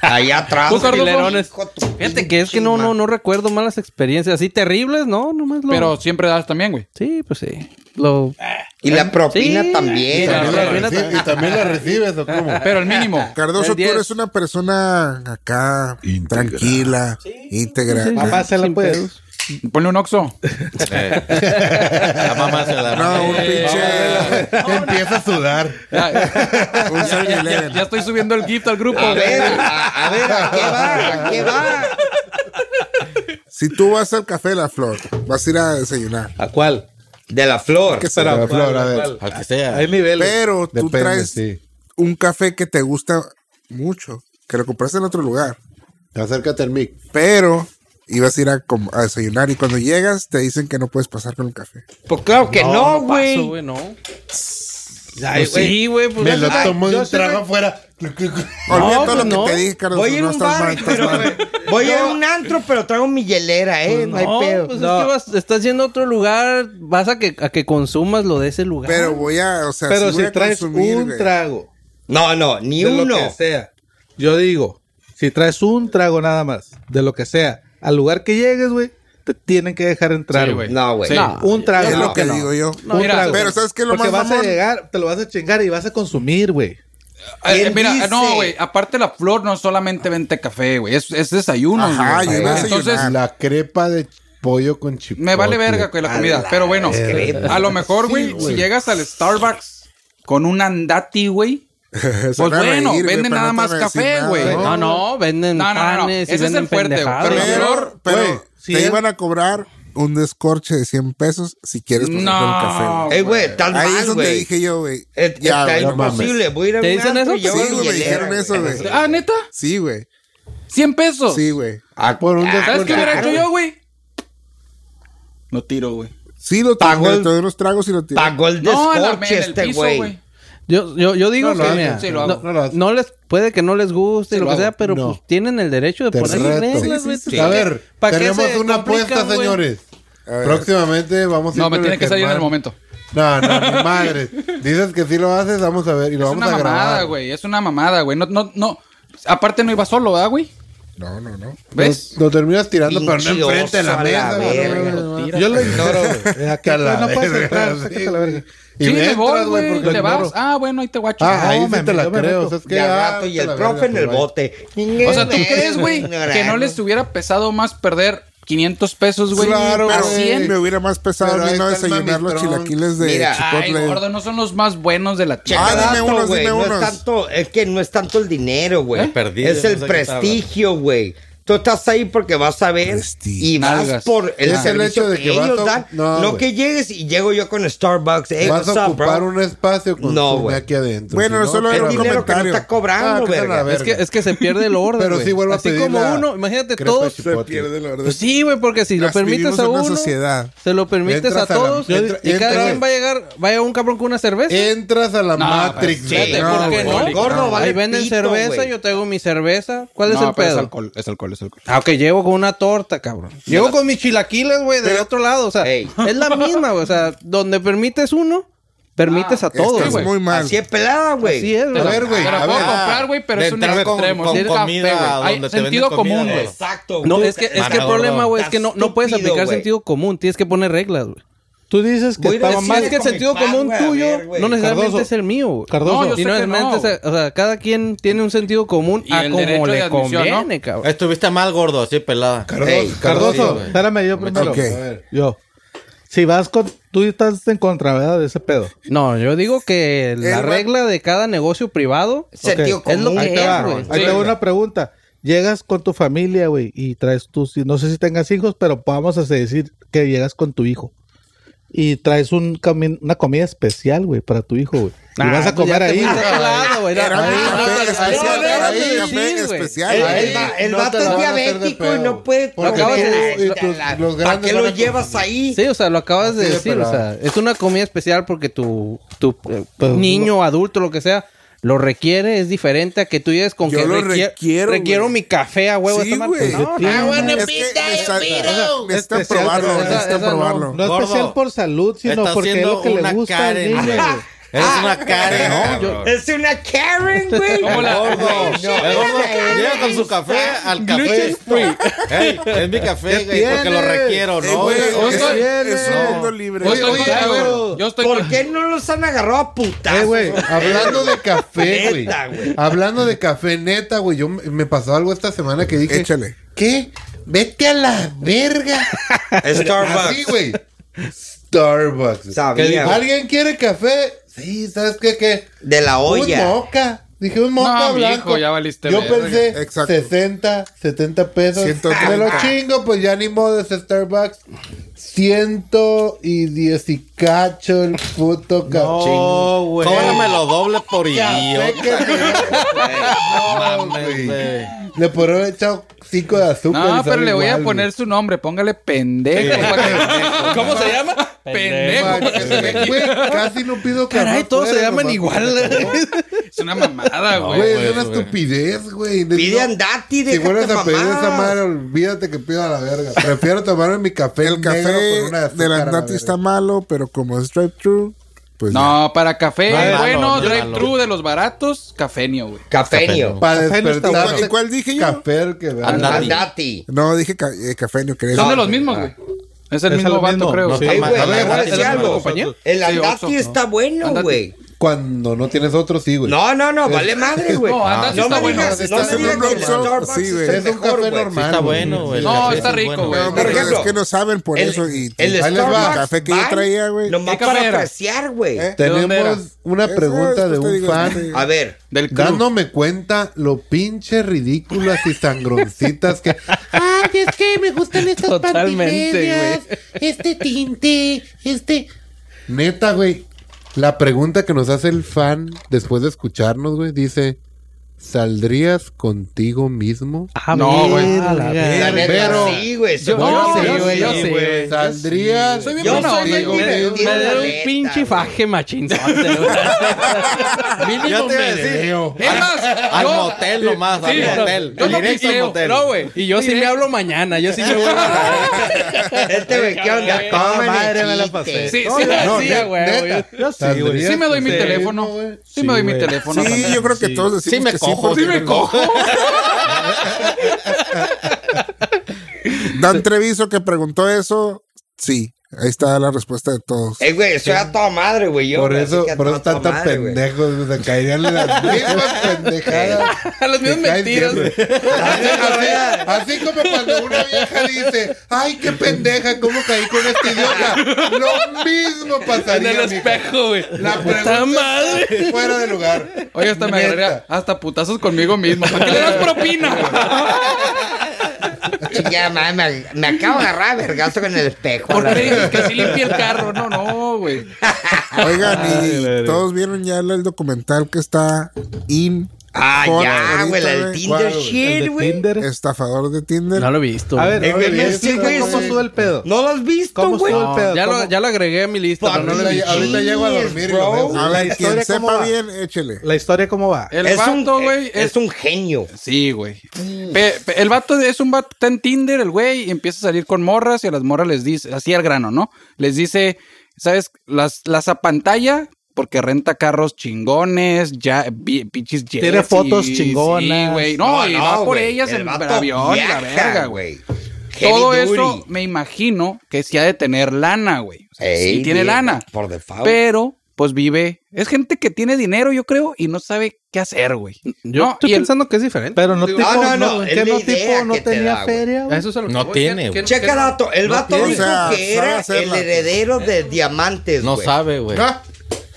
Speaker 6: Allá atrás.
Speaker 3: ¿Tú, Cardoso?
Speaker 6: hilerones. Hijo de tu
Speaker 7: Fíjate que es que
Speaker 6: pinche
Speaker 7: no,
Speaker 6: madre.
Speaker 7: no, no recuerdo malas experiencias así terribles, no, nomás lo.
Speaker 3: Pero siempre das también, güey.
Speaker 7: Sí, pues sí. Lo.
Speaker 6: Y la propina
Speaker 7: Sí.
Speaker 6: también.
Speaker 7: Sí,
Speaker 1: ¿Y
Speaker 7: Pero
Speaker 1: la
Speaker 7: termina
Speaker 1: reci- ¿Y también la recibes o cómo?
Speaker 3: Pero el mínimo.
Speaker 4: Cardoso,
Speaker 7: El
Speaker 4: tú
Speaker 7: diez.
Speaker 4: eres una persona acá,
Speaker 1: Íntegra.
Speaker 4: tranquila, íntegra.
Speaker 5: Papá, se la
Speaker 7: Sin
Speaker 5: puedes.
Speaker 3: Ponle un oxo.
Speaker 2: La mamá se la.
Speaker 4: No, un pinche.
Speaker 1: Empieza a sudar.
Speaker 3: Ya, ya-
Speaker 4: Un 7-Eleven.
Speaker 3: ya estoy subiendo el gift al grupo.
Speaker 6: A
Speaker 3: güey.
Speaker 6: ver, a, a ver, ¿a qué va? ¿A qué va?
Speaker 4: Si tú vas al café La Flor, vas a ir a desayunar.
Speaker 7: ¿A cuál?
Speaker 6: De la flor.
Speaker 4: ¿Qué será?
Speaker 1: La flor, a ver.
Speaker 2: Al que sea.
Speaker 5: Hay niveles.
Speaker 4: Pero tú
Speaker 1: Depende,
Speaker 4: traes
Speaker 1: sí.
Speaker 4: un café que te gusta mucho, que lo compraste en otro lugar,
Speaker 1: Acércate al mic.
Speaker 4: pero ibas a ir a, com- a desayunar y cuando llegas te dicen que no puedes pasar con el café.
Speaker 6: Pues claro que no, güey.
Speaker 7: paso, güey, no. Ay, güey. sí, güey, pues.
Speaker 1: Me lo
Speaker 7: ay,
Speaker 1: tomo de
Speaker 7: yo
Speaker 1: un
Speaker 7: sí me-
Speaker 1: trago afuera.
Speaker 4: Olvida
Speaker 7: No,
Speaker 4: todo
Speaker 7: pues
Speaker 4: lo
Speaker 7: no.
Speaker 4: que te dije, Carlos.
Speaker 6: voy a ir a
Speaker 4: no
Speaker 6: un
Speaker 4: estás
Speaker 6: bar,
Speaker 4: mal, estás
Speaker 6: pero,
Speaker 4: mal.
Speaker 6: voy a ir a un antro, pero traigo mi hielera, ¿eh? no,
Speaker 7: No,
Speaker 6: hay pedo.
Speaker 7: pues
Speaker 6: No.
Speaker 7: es que vas, estás yendo a otro lugar, vas a que, a que consumas lo de ese lugar.
Speaker 4: Pero voy a, o sea,
Speaker 5: Pero
Speaker 4: sí voy
Speaker 5: si
Speaker 4: a
Speaker 5: traes
Speaker 4: consumir,
Speaker 5: un
Speaker 4: güey.
Speaker 5: trago.
Speaker 6: no, no, ni
Speaker 5: de lo
Speaker 6: uno.
Speaker 5: que sea. Yo digo, si traes un trago nada más, de lo que sea, al lugar que llegues, güey, te tienen que dejar entrar,
Speaker 3: Sí,
Speaker 5: güey.
Speaker 3: güey.
Speaker 6: No, güey.
Speaker 3: Sí.
Speaker 6: No.
Speaker 5: un trago.
Speaker 4: Es lo que
Speaker 5: No.
Speaker 4: digo yo.
Speaker 5: un
Speaker 3: mira,
Speaker 5: trago.
Speaker 4: pero ¿sabes qué es lo
Speaker 5: Porque
Speaker 4: más
Speaker 5: vas
Speaker 4: mamón?
Speaker 5: a llegar, te lo vas a chingar y vas a consumir, güey.
Speaker 3: Eh,
Speaker 6: ¿Quién
Speaker 3: mira,
Speaker 6: dice?
Speaker 3: no, güey. Aparte, la flor no es solamente vente café, güey. Es, es desayuno.
Speaker 4: Ajá,
Speaker 3: güey.
Speaker 4: y un
Speaker 3: Entonces,
Speaker 4: desayunar.
Speaker 1: La crepa de pollo con chipotle.
Speaker 3: me vale verga con la comida.
Speaker 6: la
Speaker 3: pero bueno,
Speaker 6: verga.
Speaker 3: a lo mejor, güey, si llegas al Starbucks con un andati, güey. Pues
Speaker 4: Se van a
Speaker 3: bueno,
Speaker 4: reír, güey,
Speaker 3: venden
Speaker 4: pero
Speaker 3: nada
Speaker 4: no te
Speaker 3: más
Speaker 4: van a decir
Speaker 3: café,
Speaker 4: nada,
Speaker 3: güey.
Speaker 7: No, no, venden
Speaker 3: No, no, no, no.
Speaker 7: panes y
Speaker 3: Ese es el
Speaker 7: venden
Speaker 3: fuerte, güey.
Speaker 7: pendejadas.
Speaker 3: Pero-
Speaker 4: Pero, pero
Speaker 5: Güey, si
Speaker 4: te
Speaker 5: es-
Speaker 4: iban a cobrar un descorche de 100 pesos si quieres pasar
Speaker 3: No,
Speaker 4: con el café.
Speaker 6: Ey, Eh, güey, estás
Speaker 4: Ahí es
Speaker 6: mal,
Speaker 4: donde
Speaker 6: güey.
Speaker 4: dije yo, güey.
Speaker 6: Es-
Speaker 4: Ya,
Speaker 6: está
Speaker 4: güey, no mames.
Speaker 6: imposible. Voy a ir a
Speaker 7: ¿Te
Speaker 6: un
Speaker 7: dicen
Speaker 6: antro
Speaker 7: eso?
Speaker 6: y llevo
Speaker 4: Sí, güey, me
Speaker 6: hielera,
Speaker 4: dijeron eso, güey.
Speaker 3: Ah, neta.
Speaker 4: Sí, güey.
Speaker 3: 100 pesos.
Speaker 4: Sí, güey.
Speaker 1: Ah, por un
Speaker 3: ¿Sabes
Speaker 1: descuento.
Speaker 3: qué hubiera hecho yo, güey? No tiro, güey.
Speaker 4: Sí, lo
Speaker 6: Pagó
Speaker 4: tiré.
Speaker 6: el-
Speaker 4: Le tomé unos tragos y lo tiré.
Speaker 6: Pagó el
Speaker 3: No, en la-
Speaker 6: descorche
Speaker 3: en el
Speaker 6: este
Speaker 3: piso,
Speaker 6: güey.
Speaker 7: Yo, yo, yo digo
Speaker 3: No lo
Speaker 7: que
Speaker 3: hago,
Speaker 7: mira,
Speaker 3: sí lo hago.
Speaker 7: no,
Speaker 1: No lo hago.
Speaker 7: no les puede que no les guste y
Speaker 3: Sí
Speaker 7: lo
Speaker 3: lo
Speaker 7: que sea,
Speaker 3: hago.
Speaker 7: pero
Speaker 1: No.
Speaker 7: pues tienen el derecho de
Speaker 1: Te
Speaker 7: poner
Speaker 1: reto.
Speaker 7: reglas,
Speaker 4: Sí,
Speaker 7: güey.
Speaker 4: sí, sí,
Speaker 7: ¿Para
Speaker 4: sí.
Speaker 1: A
Speaker 7: qué-
Speaker 1: ver,
Speaker 7: para qué
Speaker 1: tenemos
Speaker 7: se
Speaker 1: una
Speaker 7: complican,
Speaker 1: apuesta,
Speaker 7: güey?
Speaker 1: señores.
Speaker 4: A ver.
Speaker 1: Próximamente vamos a
Speaker 3: No,
Speaker 1: ir
Speaker 3: me
Speaker 1: con
Speaker 3: tiene que salir en el
Speaker 1: Germán.
Speaker 3: momento.
Speaker 1: No, no, ni madre. Dices que sí lo haces, vamos a ver y lo
Speaker 3: Es
Speaker 1: vamos
Speaker 3: una
Speaker 1: a grabar.
Speaker 3: mamada, güey. Es una mamada, güey. No, no, no. Aparte no iba solo, ¿verdad, güey?
Speaker 4: No, no, no.
Speaker 3: ¿Ves?
Speaker 1: Lo terminas tirando, pero no
Speaker 6: Pinche
Speaker 1: enfrente de la
Speaker 6: oso a la
Speaker 1: mesa. güey.
Speaker 6: verga,
Speaker 1: Yo lo ignoro, güey.
Speaker 5: Aquí
Speaker 1: A la
Speaker 5: no puedes
Speaker 1: verga,
Speaker 5: entrar,
Speaker 1: sí,
Speaker 5: sácate la verga.
Speaker 1: Y
Speaker 3: sí,
Speaker 1: me
Speaker 3: me voy,
Speaker 1: entras, güey,
Speaker 3: güey.
Speaker 1: porque
Speaker 3: Te
Speaker 1: lo
Speaker 3: vas.
Speaker 1: ignoro.
Speaker 3: Ah, bueno, ahí te guacho.
Speaker 1: Ah, ahí
Speaker 5: No,
Speaker 1: sí
Speaker 5: me-
Speaker 1: te la
Speaker 5: yo me
Speaker 1: creo.
Speaker 5: meto.
Speaker 1: ¿sabes qué?
Speaker 6: Y al
Speaker 1: Ah,
Speaker 6: rato y
Speaker 1: te
Speaker 6: el
Speaker 1: la
Speaker 6: profe
Speaker 1: verga,
Speaker 6: en el
Speaker 1: pues,
Speaker 6: bote.
Speaker 3: O sea, ¿tú crees, güey, que no les hubiera pesado más perder 500 pesos, güey?
Speaker 1: Claro,
Speaker 3: a
Speaker 4: Pero
Speaker 1: güey.
Speaker 3: 100?
Speaker 4: me hubiera más pesado
Speaker 1: Pero
Speaker 4: a mí
Speaker 1: ahí
Speaker 4: no
Speaker 1: está el
Speaker 4: desayunar los
Speaker 1: mamitrón.
Speaker 4: chilaquiles de
Speaker 6: Mira,
Speaker 3: Ay, gordo,
Speaker 4: Chipotle.
Speaker 3: no son los más buenos de la
Speaker 6: Checa
Speaker 4: Ah,
Speaker 3: tierra.
Speaker 4: dime
Speaker 6: dato,
Speaker 4: unos,
Speaker 6: güey.
Speaker 4: dime
Speaker 6: no
Speaker 4: unos.
Speaker 6: Es, tanto, es que no es tanto el dinero, güey.
Speaker 2: El perdido,
Speaker 6: es
Speaker 2: no
Speaker 6: el
Speaker 2: sé qué
Speaker 6: prestigio, güey. Tú estás ahí porque vas a ver
Speaker 4: Prestigio.
Speaker 6: y vas
Speaker 3: Nalgas.
Speaker 6: por el
Speaker 1: Es el
Speaker 6: servicio
Speaker 1: hecho de
Speaker 6: que,
Speaker 1: que vas
Speaker 6: ellos
Speaker 1: a-
Speaker 6: dan. No,
Speaker 1: no, güey.
Speaker 6: que llegues y llego yo con Starbucks. eh,
Speaker 1: Vas
Speaker 6: what's
Speaker 1: a
Speaker 6: up,
Speaker 1: ocupar
Speaker 6: bro?
Speaker 1: un espacio con
Speaker 6: No, güey.
Speaker 1: aquí adentro.
Speaker 4: Bueno,
Speaker 1: si no,
Speaker 4: solo
Speaker 1: pero-
Speaker 4: era
Speaker 6: Es
Speaker 4: un
Speaker 6: dinero que no
Speaker 4: comentario.
Speaker 6: está cobrando,
Speaker 1: Ah, que
Speaker 6: verga.
Speaker 1: sea la
Speaker 7: Es que,
Speaker 1: verga.
Speaker 7: es que se pierde el orden,
Speaker 1: Pero
Speaker 7: güey.
Speaker 1: sí vuelvo a
Speaker 7: Así
Speaker 1: pedir
Speaker 7: como
Speaker 1: la
Speaker 7: uno, imagínate
Speaker 1: crepa
Speaker 7: todos.
Speaker 1: de
Speaker 4: Se
Speaker 1: chipotle.
Speaker 4: pierde la verdad.
Speaker 7: Pues sí, güey, porque si lo
Speaker 4: Las
Speaker 7: permites
Speaker 4: vivimos
Speaker 7: a
Speaker 4: en una
Speaker 7: uno,
Speaker 4: sociedad.
Speaker 7: se lo permites
Speaker 1: Entras
Speaker 7: a
Speaker 1: a la-
Speaker 7: todos
Speaker 1: entra-
Speaker 7: y cada
Speaker 1: entra-
Speaker 7: quien va a llegar, vaya un cabrón con una cerveza.
Speaker 1: Entras a la
Speaker 3: No,
Speaker 1: Matrix.
Speaker 3: pero sí,
Speaker 1: güey.
Speaker 6: no,
Speaker 1: No,
Speaker 7: ¿Por qué
Speaker 1: güey.
Speaker 7: no?
Speaker 6: güey. Gordo,
Speaker 7: Ahí
Speaker 6: vale
Speaker 7: venden
Speaker 6: pito,
Speaker 7: cerveza,
Speaker 6: güey.
Speaker 7: yo tengo mi cerveza. ¿Cuál es
Speaker 3: No,
Speaker 7: el
Speaker 3: pero
Speaker 7: pedo?
Speaker 3: es alcohol, es alcohol, es alcohol.
Speaker 7: Ah, ok, llevo con una torta, cabrón. Llevo con mis chilaquiles, güey, del otro lado. O sea,
Speaker 6: Ey.
Speaker 7: es la misma, güey. O sea, donde permites uno, permites
Speaker 6: Ah,
Speaker 7: a todos.
Speaker 4: Estás
Speaker 7: güey.
Speaker 4: muy mal.
Speaker 6: Así es pelada, güey.
Speaker 7: Así es,
Speaker 3: Te
Speaker 7: güey.
Speaker 3: la-
Speaker 1: ver, güey,
Speaker 3: Te la
Speaker 1: a
Speaker 3: puedo
Speaker 1: ver.
Speaker 3: comprar, güey, pero
Speaker 2: De
Speaker 3: es un
Speaker 2: entrar con-
Speaker 3: extremo.
Speaker 2: con
Speaker 3: Sí, es
Speaker 2: comida
Speaker 3: café, güey. Hay
Speaker 2: donde te
Speaker 3: sentido
Speaker 2: venden comida,
Speaker 3: común, güey.
Speaker 2: güey.
Speaker 6: Exacto,
Speaker 7: No,
Speaker 6: güey.
Speaker 7: es que, es que el
Speaker 2: Mamador,
Speaker 7: problema, güey, es que no,
Speaker 6: estás
Speaker 7: no puedes
Speaker 6: estúpido,
Speaker 7: aplicar
Speaker 6: güey.
Speaker 7: sentido común. Tienes que poner reglas, güey.
Speaker 5: Tú dices que
Speaker 7: Voy a
Speaker 5: estaba
Speaker 7: decir
Speaker 5: mal.
Speaker 7: que el sentido
Speaker 6: pan,
Speaker 7: común
Speaker 6: güey, a
Speaker 7: tuyo
Speaker 6: ver, güey.
Speaker 7: no necesariamente
Speaker 5: Cardoso.
Speaker 7: es el mío. güey.
Speaker 5: Cardoso.
Speaker 3: No, yo
Speaker 7: y
Speaker 3: sé
Speaker 7: no
Speaker 3: que
Speaker 7: necesariamente
Speaker 3: no.
Speaker 7: es- o sea, cada quien tiene un sentido común
Speaker 3: Y
Speaker 7: a
Speaker 3: el
Speaker 7: como
Speaker 3: derecho
Speaker 7: le
Speaker 3: de admisión, ¿no?
Speaker 7: conviene, cabrón.
Speaker 2: Estuviste mal, gordo, así pelada.
Speaker 1: Cardoso,
Speaker 6: Ey,
Speaker 5: Cardoso,
Speaker 2: güey.
Speaker 5: espérame yo primero.
Speaker 4: Ok.
Speaker 1: A ver.
Speaker 5: Yo. Si vas con. Tú estás en contra, ¿verdad? De ese pedo.
Speaker 7: No, yo digo que la
Speaker 4: güey-
Speaker 7: regla de cada negocio privado
Speaker 6: Sentido
Speaker 7: es lo
Speaker 6: común.
Speaker 7: que
Speaker 5: Ahí te
Speaker 7: es,
Speaker 5: va.
Speaker 7: güey.
Speaker 5: Ahí te va una pregunta. Llegas con tu familia, güey, y traes tus. No sé si tengas hijos, pero vamos a decir que llegas con tu hijo. Y traes un cami- una comida especial, güey, para tu hijo, güey. Y
Speaker 7: Ah,
Speaker 5: vas a comer
Speaker 7: pues ya te
Speaker 5: ahí.
Speaker 7: fuiste
Speaker 5: güey.
Speaker 7: al lado, güey.
Speaker 4: Era
Speaker 7: Ahí,
Speaker 4: un
Speaker 7: ahí,
Speaker 4: café
Speaker 7: ahí,
Speaker 4: especial,
Speaker 7: ahí,
Speaker 4: era un
Speaker 7: ahí,
Speaker 4: café
Speaker 7: sí, güey.
Speaker 4: especial.
Speaker 6: El,
Speaker 4: güey.
Speaker 6: el va- el
Speaker 1: Ah, no
Speaker 6: vato
Speaker 1: te la
Speaker 6: es
Speaker 1: van a hacer de
Speaker 6: diabético y
Speaker 1: pedo.
Speaker 6: no puede.
Speaker 1: Porque
Speaker 6: no puede-
Speaker 1: tú y tus-
Speaker 6: la-
Speaker 1: los
Speaker 6: ¿Para qué
Speaker 1: grandes
Speaker 6: lo
Speaker 1: van a-
Speaker 6: llevas ahí?
Speaker 7: Sí, o sea, lo acabas de
Speaker 1: Sí,
Speaker 7: decir,
Speaker 1: pero-
Speaker 7: o sea, es una comida especial porque tu, tu eh, niño, adulto, lo que sea, lo requiere, es diferente a que tú llegues con
Speaker 4: Yo
Speaker 7: que
Speaker 4: lo
Speaker 7: requier-
Speaker 4: requiero, güey.
Speaker 7: mi café a huevo
Speaker 4: Sí,
Speaker 7: esta marca.
Speaker 4: güey.
Speaker 7: No,
Speaker 5: Sí,
Speaker 7: no,
Speaker 5: no, no,
Speaker 4: Es que necesitan- necesitan
Speaker 5: especial,
Speaker 4: probarlo,
Speaker 5: pero esa-
Speaker 4: necesitan
Speaker 7: esa no-
Speaker 4: probarlo.
Speaker 5: No
Speaker 2: Gordo,
Speaker 5: especial por salud, sino
Speaker 2: Estás
Speaker 5: porque es
Speaker 2: siendo
Speaker 5: lo que le
Speaker 2: una
Speaker 5: gusta al
Speaker 2: Karen,
Speaker 5: niño,
Speaker 2: güey.
Speaker 5: güey.
Speaker 2: Eres
Speaker 7: Ah,
Speaker 2: una Karen. cabrón.
Speaker 6: Es una Karen, güey.
Speaker 3: ¿Cómo la-
Speaker 2: Gordo. El gordo llega con su café al café. Ey, es mi café, güey, porque lo requiero,
Speaker 4: Eh,
Speaker 2: ¿no?
Speaker 4: güey,
Speaker 3: Hoy
Speaker 4: es,
Speaker 3: estoy-
Speaker 4: es un
Speaker 2: no.
Speaker 4: mundo libre.
Speaker 3: Yo estoy
Speaker 1: oye,
Speaker 3: con- a ver,
Speaker 1: pero-
Speaker 3: yo estoy
Speaker 6: ¿Por
Speaker 3: con-
Speaker 6: qué no los han agarrado a putazos?
Speaker 1: Eh, güey, hablando de café, güey.
Speaker 6: Neta, güey.
Speaker 1: Hablando de café, neta, güey. Yo me me pasó algo esta semana que dije.
Speaker 4: Échale.
Speaker 1: ¿Qué? Vete a la verga.
Speaker 6: Starbucks.
Speaker 1: Así, güey. Starbucks.
Speaker 6: Sabía,
Speaker 1: Que dije,
Speaker 6: güey.
Speaker 1: ¿Alguien quiere café? Sí, ¿sabes qué? qué?
Speaker 6: De la
Speaker 1: Un
Speaker 6: olla.
Speaker 1: moca. Dije, un moca
Speaker 3: No, mijo,
Speaker 1: blanco.
Speaker 3: ya valiste
Speaker 1: Yo
Speaker 3: verga.
Speaker 1: pensé
Speaker 4: Exacto.
Speaker 1: 60, 70 pesos.
Speaker 4: 130.
Speaker 1: Me lo chingo, pues ya ni modo es Starbucks. Ciento y diez y cacho el puto cachín.
Speaker 5: No, güey.
Speaker 2: Cóbramelo doble por
Speaker 1: Café
Speaker 2: idiota.
Speaker 1: que
Speaker 2: No
Speaker 1: güey.
Speaker 2: mames, güey.
Speaker 1: Le podría haber echado 5 de azúcar. y
Speaker 3: No,
Speaker 1: sabe
Speaker 3: pero le voy
Speaker 1: igual,
Speaker 3: a
Speaker 1: güey.
Speaker 3: poner su nombre. Póngale pendejo. ¿Cómo se llama? Pendejo.
Speaker 1: Güey, casi no pido café.
Speaker 7: Caray, todos se
Speaker 1: afuera,
Speaker 7: llaman
Speaker 1: nomás. ¿eh?
Speaker 7: igual.
Speaker 3: Es una mamada,
Speaker 2: No,
Speaker 3: güey.
Speaker 1: Güey, es una
Speaker 2: güey.
Speaker 1: estupidez, güey.
Speaker 6: Pide
Speaker 1: No-
Speaker 6: andati,
Speaker 1: Si
Speaker 6: déjate
Speaker 1: vuelves a pedir
Speaker 6: mamadas.
Speaker 1: esa madre, olvídate que pido a la verga. Prefiero tomarme mi café
Speaker 4: El
Speaker 1: negro
Speaker 4: café
Speaker 1: con una azúcar
Speaker 4: del
Speaker 1: a la
Speaker 4: Andati
Speaker 1: verga.
Speaker 4: está malo, pero como es drive-thru, pues ya.
Speaker 3: No, para café
Speaker 2: No es malo,
Speaker 3: bueno,
Speaker 2: no es
Speaker 3: drive-thru
Speaker 2: malo.
Speaker 3: de los baratos, cafenio, güey.
Speaker 6: Cafenio.
Speaker 1: Para
Speaker 5: Café no está
Speaker 1: despertar.
Speaker 4: bueno. ¿Y cuál dije yo?
Speaker 1: Café el que vea.
Speaker 2: Andati.
Speaker 6: Andati.
Speaker 4: No, dije ca- eh, café, no quería
Speaker 3: Son de
Speaker 4: decir.
Speaker 3: los mismos, güey. Es el
Speaker 5: Es
Speaker 3: mismo
Speaker 5: el
Speaker 3: vato,
Speaker 5: mismo,
Speaker 3: creo.
Speaker 5: no
Speaker 3: Sí.
Speaker 5: está
Speaker 6: Ey,
Speaker 5: mal.
Speaker 6: güey,
Speaker 2: A ver,
Speaker 6: te voy a
Speaker 2: ¿es
Speaker 6: decir
Speaker 2: la misma
Speaker 6: algo.
Speaker 2: compañía?
Speaker 6: El
Speaker 3: Sí,
Speaker 6: andati
Speaker 3: Oxxo, no.
Speaker 6: está bueno,
Speaker 3: Andati.
Speaker 6: güey.
Speaker 1: Cuando no tienes otro, sí, güey.
Speaker 6: No, no, no, vale madre, güey.
Speaker 3: No, Andati
Speaker 6: No
Speaker 3: está
Speaker 6: me
Speaker 3: bueno.
Speaker 6: digas,
Speaker 1: Si
Speaker 6: no
Speaker 1: estás
Speaker 6: me
Speaker 1: en
Speaker 6: digas
Speaker 1: un
Speaker 6: que el
Speaker 4: Oxxo,
Speaker 6: Starbucks
Speaker 4: sí,
Speaker 6: es
Speaker 4: güey.
Speaker 6: el
Speaker 1: Es un
Speaker 6: mejor,
Speaker 1: café
Speaker 6: güey.
Speaker 1: normal.
Speaker 2: Está
Speaker 1: güey.
Speaker 2: bueno, güey. el
Speaker 3: No,
Speaker 2: café
Speaker 3: está
Speaker 2: es
Speaker 3: rico,
Speaker 2: bueno,
Speaker 3: güey.
Speaker 4: No,
Speaker 6: Por
Speaker 4: pero
Speaker 6: ejemplo,
Speaker 4: es que no saben por
Speaker 6: El,
Speaker 4: eso. Y,
Speaker 6: el
Speaker 4: y-
Speaker 1: Ahí les va.
Speaker 6: Starbucks
Speaker 4: café que yo
Speaker 6: van
Speaker 4: traía, güey.
Speaker 6: Nomás
Speaker 3: ¿Qué café
Speaker 6: para
Speaker 3: era?
Speaker 6: apreciar, güey.
Speaker 4: ¿Eh?
Speaker 3: dónde era?
Speaker 1: Tenemos una
Speaker 4: Eso
Speaker 1: pregunta
Speaker 4: es,
Speaker 1: de
Speaker 4: pues, te
Speaker 1: un
Speaker 4: digo, te
Speaker 1: fan.
Speaker 4: digo.
Speaker 6: A ver,
Speaker 3: Del club.
Speaker 1: Dándome cuenta lo pinche ridículas y sangroncitas que. Ay, es que me gustan estas
Speaker 7: Totalmente,
Speaker 1: pantimedias, Este tinte, este. Neta, güey. La pregunta que nos hace el fan después de escucharnos, güey, dice: ¿Saldrías contigo mismo?
Speaker 3: No, güey.
Speaker 7: Ah, la verga.
Speaker 6: la neta,
Speaker 1: Pero-
Speaker 6: sí, güey. soy-
Speaker 7: Yo- yo
Speaker 3: no,
Speaker 7: sí,
Speaker 3: yo
Speaker 7: güey, yo
Speaker 3: sí,
Speaker 7: sí, güey.
Speaker 1: ¿Saldrías?
Speaker 3: Soy bien
Speaker 6: Yo
Speaker 3: buena
Speaker 6: soy
Speaker 3: onda,
Speaker 6: bien
Speaker 3: güey.
Speaker 6: divertido,
Speaker 7: Me
Speaker 6: la
Speaker 7: dieron un
Speaker 6: neta,
Speaker 7: pinche
Speaker 6: güey.
Speaker 7: faje machinzote, güey.
Speaker 2: Yo te iba a decir.
Speaker 3: Es más,
Speaker 2: Al
Speaker 3: yo-
Speaker 2: motel nomás, al
Speaker 3: Sí,
Speaker 2: motel.
Speaker 3: yo no
Speaker 2: Directo al
Speaker 3: piqueo,
Speaker 2: motel.
Speaker 3: no, güey.
Speaker 7: Y yo sí me hablo mañana, yo sí me voy a
Speaker 6: Este güey, ¿qué onda?
Speaker 7: Ay,
Speaker 6: Come
Speaker 7: madre,
Speaker 6: de
Speaker 7: me la
Speaker 6: chiste.
Speaker 7: pasé.
Speaker 3: Sí,
Speaker 7: No,
Speaker 3: sí,
Speaker 7: la
Speaker 3: no,
Speaker 7: sí,
Speaker 3: sí.
Speaker 7: a huevo,
Speaker 1: neta.
Speaker 7: yo-
Speaker 5: Yo sí, güey.
Speaker 1: ¿Saldrías
Speaker 3: Sí me doy mi
Speaker 1: contigo
Speaker 3: teléfono.
Speaker 1: mismo, güey?
Speaker 3: Sí me doy mi
Speaker 5: güey.
Speaker 3: teléfono.
Speaker 4: Sí, yo creo que
Speaker 5: Sí.
Speaker 4: todos decimos
Speaker 2: Sí me
Speaker 4: que
Speaker 2: cojo,
Speaker 4: porque
Speaker 3: Sí me cojo.
Speaker 4: Dan Treviso que preguntó eso, sí. Ahí está la respuesta de todos.
Speaker 6: Eh, güey, soy a toda madre, güey. yo,
Speaker 1: Por
Speaker 6: güey,
Speaker 1: eso,
Speaker 6: así que a
Speaker 1: por eso
Speaker 6: toda
Speaker 1: están tan
Speaker 6: madre, güey.
Speaker 1: pendejos, güey. Se caerían las mismas pendejadas.
Speaker 7: A los mismos
Speaker 1: Que caen
Speaker 7: mentiras.
Speaker 1: siempre. Así, así- así como cuando una vieja dice, ay, qué pendeja, ¿cómo caí con este idiota? Lo mismo
Speaker 7: En
Speaker 1: pasaría.
Speaker 7: el
Speaker 1: mija.
Speaker 7: espejo, güey.
Speaker 1: La
Speaker 7: Puta
Speaker 1: pregunta
Speaker 7: madre.
Speaker 1: es fuera de lugar.
Speaker 3: Oye, hasta me agarré hasta putazos conmigo mismo. ¿Para qué le das propina?
Speaker 6: Chingada madre, me, me acabo de agarrar a vergazo con el espejo.
Speaker 3: ¿Por
Speaker 6: a la
Speaker 3: qué
Speaker 6: verga.
Speaker 3: dices que sí limpia el carro? No, no, güey.
Speaker 4: Ah, Oigan, y todos vieron ya el el documental que está in.
Speaker 6: Ah,
Speaker 4: con
Speaker 6: ya,
Speaker 4: ahorita,
Speaker 6: güey, la del Tinder
Speaker 1: ¿Cuál, güey?
Speaker 5: El
Speaker 6: shit,
Speaker 5: de
Speaker 6: güey.
Speaker 5: Tinder.
Speaker 4: Estafador de Tinder.
Speaker 7: No lo he visto.
Speaker 5: A
Speaker 7: güey.
Speaker 5: ver,
Speaker 6: Eh, güey,
Speaker 5: obviamente,
Speaker 6: sí, güey,
Speaker 5: ¿cómo
Speaker 6: sí.
Speaker 5: estuvo el pedo?
Speaker 6: ¿No lo has visto,
Speaker 5: ¿Cómo
Speaker 6: güey?
Speaker 5: estuvo el pedo?
Speaker 7: ya, lo,
Speaker 5: ¿Cómo-
Speaker 7: ya lo agregué a mi lista, pero no lo he
Speaker 1: Ahorita,
Speaker 7: visto.
Speaker 1: ahorita llego a dormir y lo
Speaker 6: Jeez,
Speaker 1: veo.
Speaker 6: bro.
Speaker 4: A ver,
Speaker 5: la
Speaker 4: quien
Speaker 5: historia, ¿cómo
Speaker 4: sepa
Speaker 5: va?
Speaker 4: bien, échele.
Speaker 5: La historia, ¿cómo va?
Speaker 3: El
Speaker 6: es un,
Speaker 3: vato, güey,
Speaker 6: eh, es, un genio.
Speaker 3: Sí, güey. Pe- pe- el vato es un vato, está en Tinder, el güey, y empieza a salir con morras y a las morras les dice, así al grano, ¿no? Les dice, ¿sabes? Las, las apantalla porque renta carros chingones, ya, bi- pinches jets
Speaker 5: Tiene fotos
Speaker 3: y-
Speaker 5: chingonas.
Speaker 3: Sí, güey. No, y va por
Speaker 6: güey,
Speaker 3: ellas
Speaker 6: el
Speaker 3: en
Speaker 6: vato
Speaker 3: el avión, y
Speaker 6: viaja,
Speaker 3: la verga, güey.
Speaker 6: Heavy
Speaker 3: todo
Speaker 6: duty.
Speaker 3: eso me imagino que sí ha de tener lana, güey. O sea,
Speaker 6: Ey,
Speaker 3: sí tiene
Speaker 6: bien,
Speaker 3: lana.
Speaker 6: Por default.
Speaker 3: Pero, pues vive. Es gente que tiene dinero, yo creo, y no sabe qué hacer, güey.
Speaker 7: Yo
Speaker 3: No,
Speaker 7: estoy
Speaker 3: y el-
Speaker 7: pensando que es diferente.
Speaker 5: Pero no
Speaker 7: Digo,
Speaker 5: tipo,
Speaker 6: no, no,
Speaker 5: ¿en
Speaker 6: es la
Speaker 5: qué no
Speaker 6: idea
Speaker 5: tipo no
Speaker 6: que te
Speaker 5: tenía
Speaker 6: da, güey.
Speaker 5: feria?
Speaker 7: a
Speaker 5: güey?
Speaker 7: eso es a lo que
Speaker 2: No
Speaker 7: voy.
Speaker 2: tiene,
Speaker 7: ¿Qué-
Speaker 2: güey.
Speaker 7: qué-
Speaker 6: Checa el dato. eh. El vato
Speaker 4: tiene-
Speaker 6: dijo
Speaker 4: o sea,
Speaker 6: que
Speaker 4: sabe
Speaker 6: era el
Speaker 4: hacerla.
Speaker 6: heredero de diamantes,
Speaker 2: No
Speaker 6: güey.
Speaker 2: sabe, güey.
Speaker 4: Ah,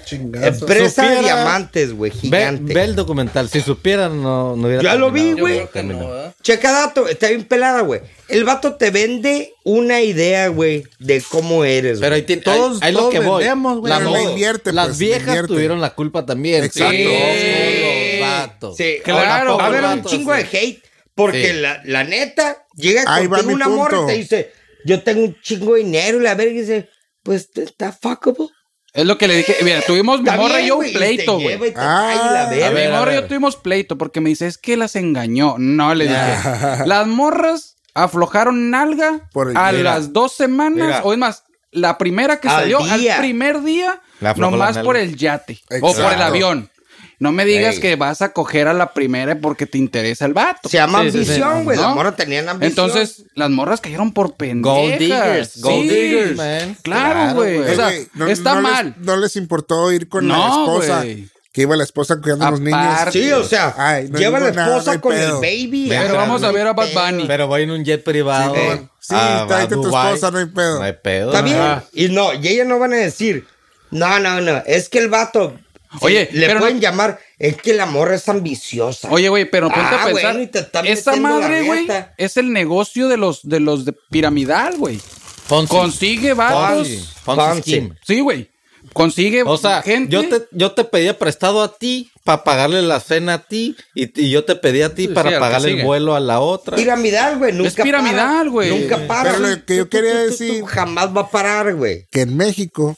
Speaker 4: Chingazo.
Speaker 6: Empresa de
Speaker 2: Supiera-
Speaker 6: diamantes, güey.
Speaker 2: Ve,
Speaker 6: Gigante.
Speaker 2: ve el documental. Si supieran, no, no hubiera.
Speaker 6: Ya lo
Speaker 2: terminado.
Speaker 6: vi, güey.
Speaker 2: No terminó.
Speaker 6: Checa dato, está bien pelada, güey. El vato te vende una idea, güey, de cómo eres,
Speaker 2: Pero ahí
Speaker 6: güey.
Speaker 2: tiene
Speaker 5: Todos-
Speaker 2: ahí
Speaker 5: todos
Speaker 2: lo que voy.
Speaker 5: vendemos, güey.
Speaker 2: La
Speaker 4: Pero
Speaker 2: moda.
Speaker 4: le invierte,
Speaker 2: Las
Speaker 4: pues, le
Speaker 2: viejas
Speaker 4: invierte.
Speaker 2: tuvieron la culpa también.
Speaker 4: Exacto.
Speaker 2: Sí,
Speaker 6: Sí.
Speaker 2: los vatos.
Speaker 6: Sí,
Speaker 3: Claro.
Speaker 6: ahora,
Speaker 3: Tampoco
Speaker 6: va a haber un
Speaker 2: vato,
Speaker 6: chingo
Speaker 2: sí.
Speaker 6: de hate. Porque
Speaker 2: Sí.
Speaker 6: la, la neta, llega
Speaker 4: Ahí va
Speaker 6: contigo
Speaker 4: mi
Speaker 6: una morra y
Speaker 4: punto.
Speaker 6: te dice, yo tengo un chingo de dinero. Y la verga y dice, pues, te- está fuckable.
Speaker 3: Es lo que le dije. Mira, tuvimos mi
Speaker 6: Está
Speaker 3: morra y
Speaker 6: bien,
Speaker 3: yo un
Speaker 6: güey, y te
Speaker 3: pleito,
Speaker 6: lleva
Speaker 3: güey.
Speaker 6: y te trae la
Speaker 4: Ah,
Speaker 6: verga.
Speaker 3: Eh,
Speaker 2: a
Speaker 3: Mi
Speaker 2: ver,
Speaker 3: morra y
Speaker 2: ver.
Speaker 3: yo tuvimos pleito porque me dice, es que las engañó. No, le dije. Las morras aflojaron nalga
Speaker 4: Por el-
Speaker 3: a
Speaker 4: Mira.
Speaker 3: las dos semanas,
Speaker 2: Mira.
Speaker 3: o es más, la primera que
Speaker 6: Al
Speaker 3: salió,
Speaker 6: día.
Speaker 3: al primer día,
Speaker 2: La aflojó
Speaker 3: nomás
Speaker 2: la nalga.
Speaker 3: por el yate o por el
Speaker 4: Exacto.
Speaker 3: avión. No me digas
Speaker 6: Ey.
Speaker 3: que vas a coger a la primera porque te interesa el vato.
Speaker 6: Se llama
Speaker 7: Sí, sí, sí.
Speaker 6: ambición, güey.
Speaker 3: ¿No?
Speaker 6: La morra tenían ambición.
Speaker 3: Entonces, las morras cayeron por pendejas.
Speaker 2: Gold diggers, gold
Speaker 3: Sí,
Speaker 2: diggers, man.
Speaker 3: Claro,
Speaker 2: Claro,
Speaker 3: güey.
Speaker 2: güey.
Speaker 4: Eh,
Speaker 3: o sea,
Speaker 4: güey, no-
Speaker 3: está
Speaker 4: no les-
Speaker 3: mal.
Speaker 4: no les importó ir con la
Speaker 3: No,
Speaker 4: esposa.
Speaker 3: güey.
Speaker 4: Que iba la esposa cuidando a los niños.
Speaker 3: Aparte.
Speaker 6: sí, o sea,
Speaker 4: Ay, no hay
Speaker 6: lleva la
Speaker 4: ninguna- no
Speaker 6: esposa
Speaker 4: hay
Speaker 6: con el
Speaker 4: pedo.
Speaker 6: baby.
Speaker 2: Pero
Speaker 6: Ah,
Speaker 3: vamos
Speaker 6: no
Speaker 3: a ver
Speaker 6: hay
Speaker 3: a Bad
Speaker 6: pedo. Eh,
Speaker 3: Bunny.
Speaker 2: Pero voy en un jet privado.
Speaker 4: Sí, sí, tráete tu
Speaker 2: Dubái.
Speaker 4: esposa, no hay pedo.
Speaker 2: Ah, No hay pedo. Ah.
Speaker 6: Está bien.
Speaker 2: Ajá.
Speaker 6: Y no, y ellas no van a decir, no, no, no, es que el vato. sí,
Speaker 3: Oye,
Speaker 6: le
Speaker 3: pero
Speaker 6: pueden
Speaker 3: no-
Speaker 6: llamar, es que la morra es ambiciosa.
Speaker 3: Oye, güey, pero ponte
Speaker 6: Ah,
Speaker 3: a
Speaker 6: güey,
Speaker 3: pensar.
Speaker 6: ni te están
Speaker 3: esa
Speaker 6: metiendo la
Speaker 3: madre, güey,
Speaker 6: neta.
Speaker 3: es el negocio de los de los de piramidal, güey.
Speaker 2: Ponzi.
Speaker 3: Consigue vatos.
Speaker 2: Ponzi. Ponzi
Speaker 6: Ponzi.
Speaker 2: scheme.
Speaker 3: Sí, güey. Consigue
Speaker 2: O sea,
Speaker 3: gente.
Speaker 2: yo te, yo te pedía prestado a ti para pagarle la cena a ti y, y yo te pedí a ti
Speaker 7: Sí,
Speaker 2: para
Speaker 7: sí, al que
Speaker 2: pagarle el
Speaker 7: sigue.
Speaker 2: vuelo a la otra.
Speaker 6: Piramidal, güey, nunca.
Speaker 3: Es piramidal,
Speaker 6: para,
Speaker 3: güey.
Speaker 6: Nunca para.
Speaker 4: Pero lo que yo
Speaker 6: Tú, tú,
Speaker 4: quería
Speaker 6: tú, tú,
Speaker 4: decir-
Speaker 6: tú, jamás va a parar, güey.
Speaker 4: Que en México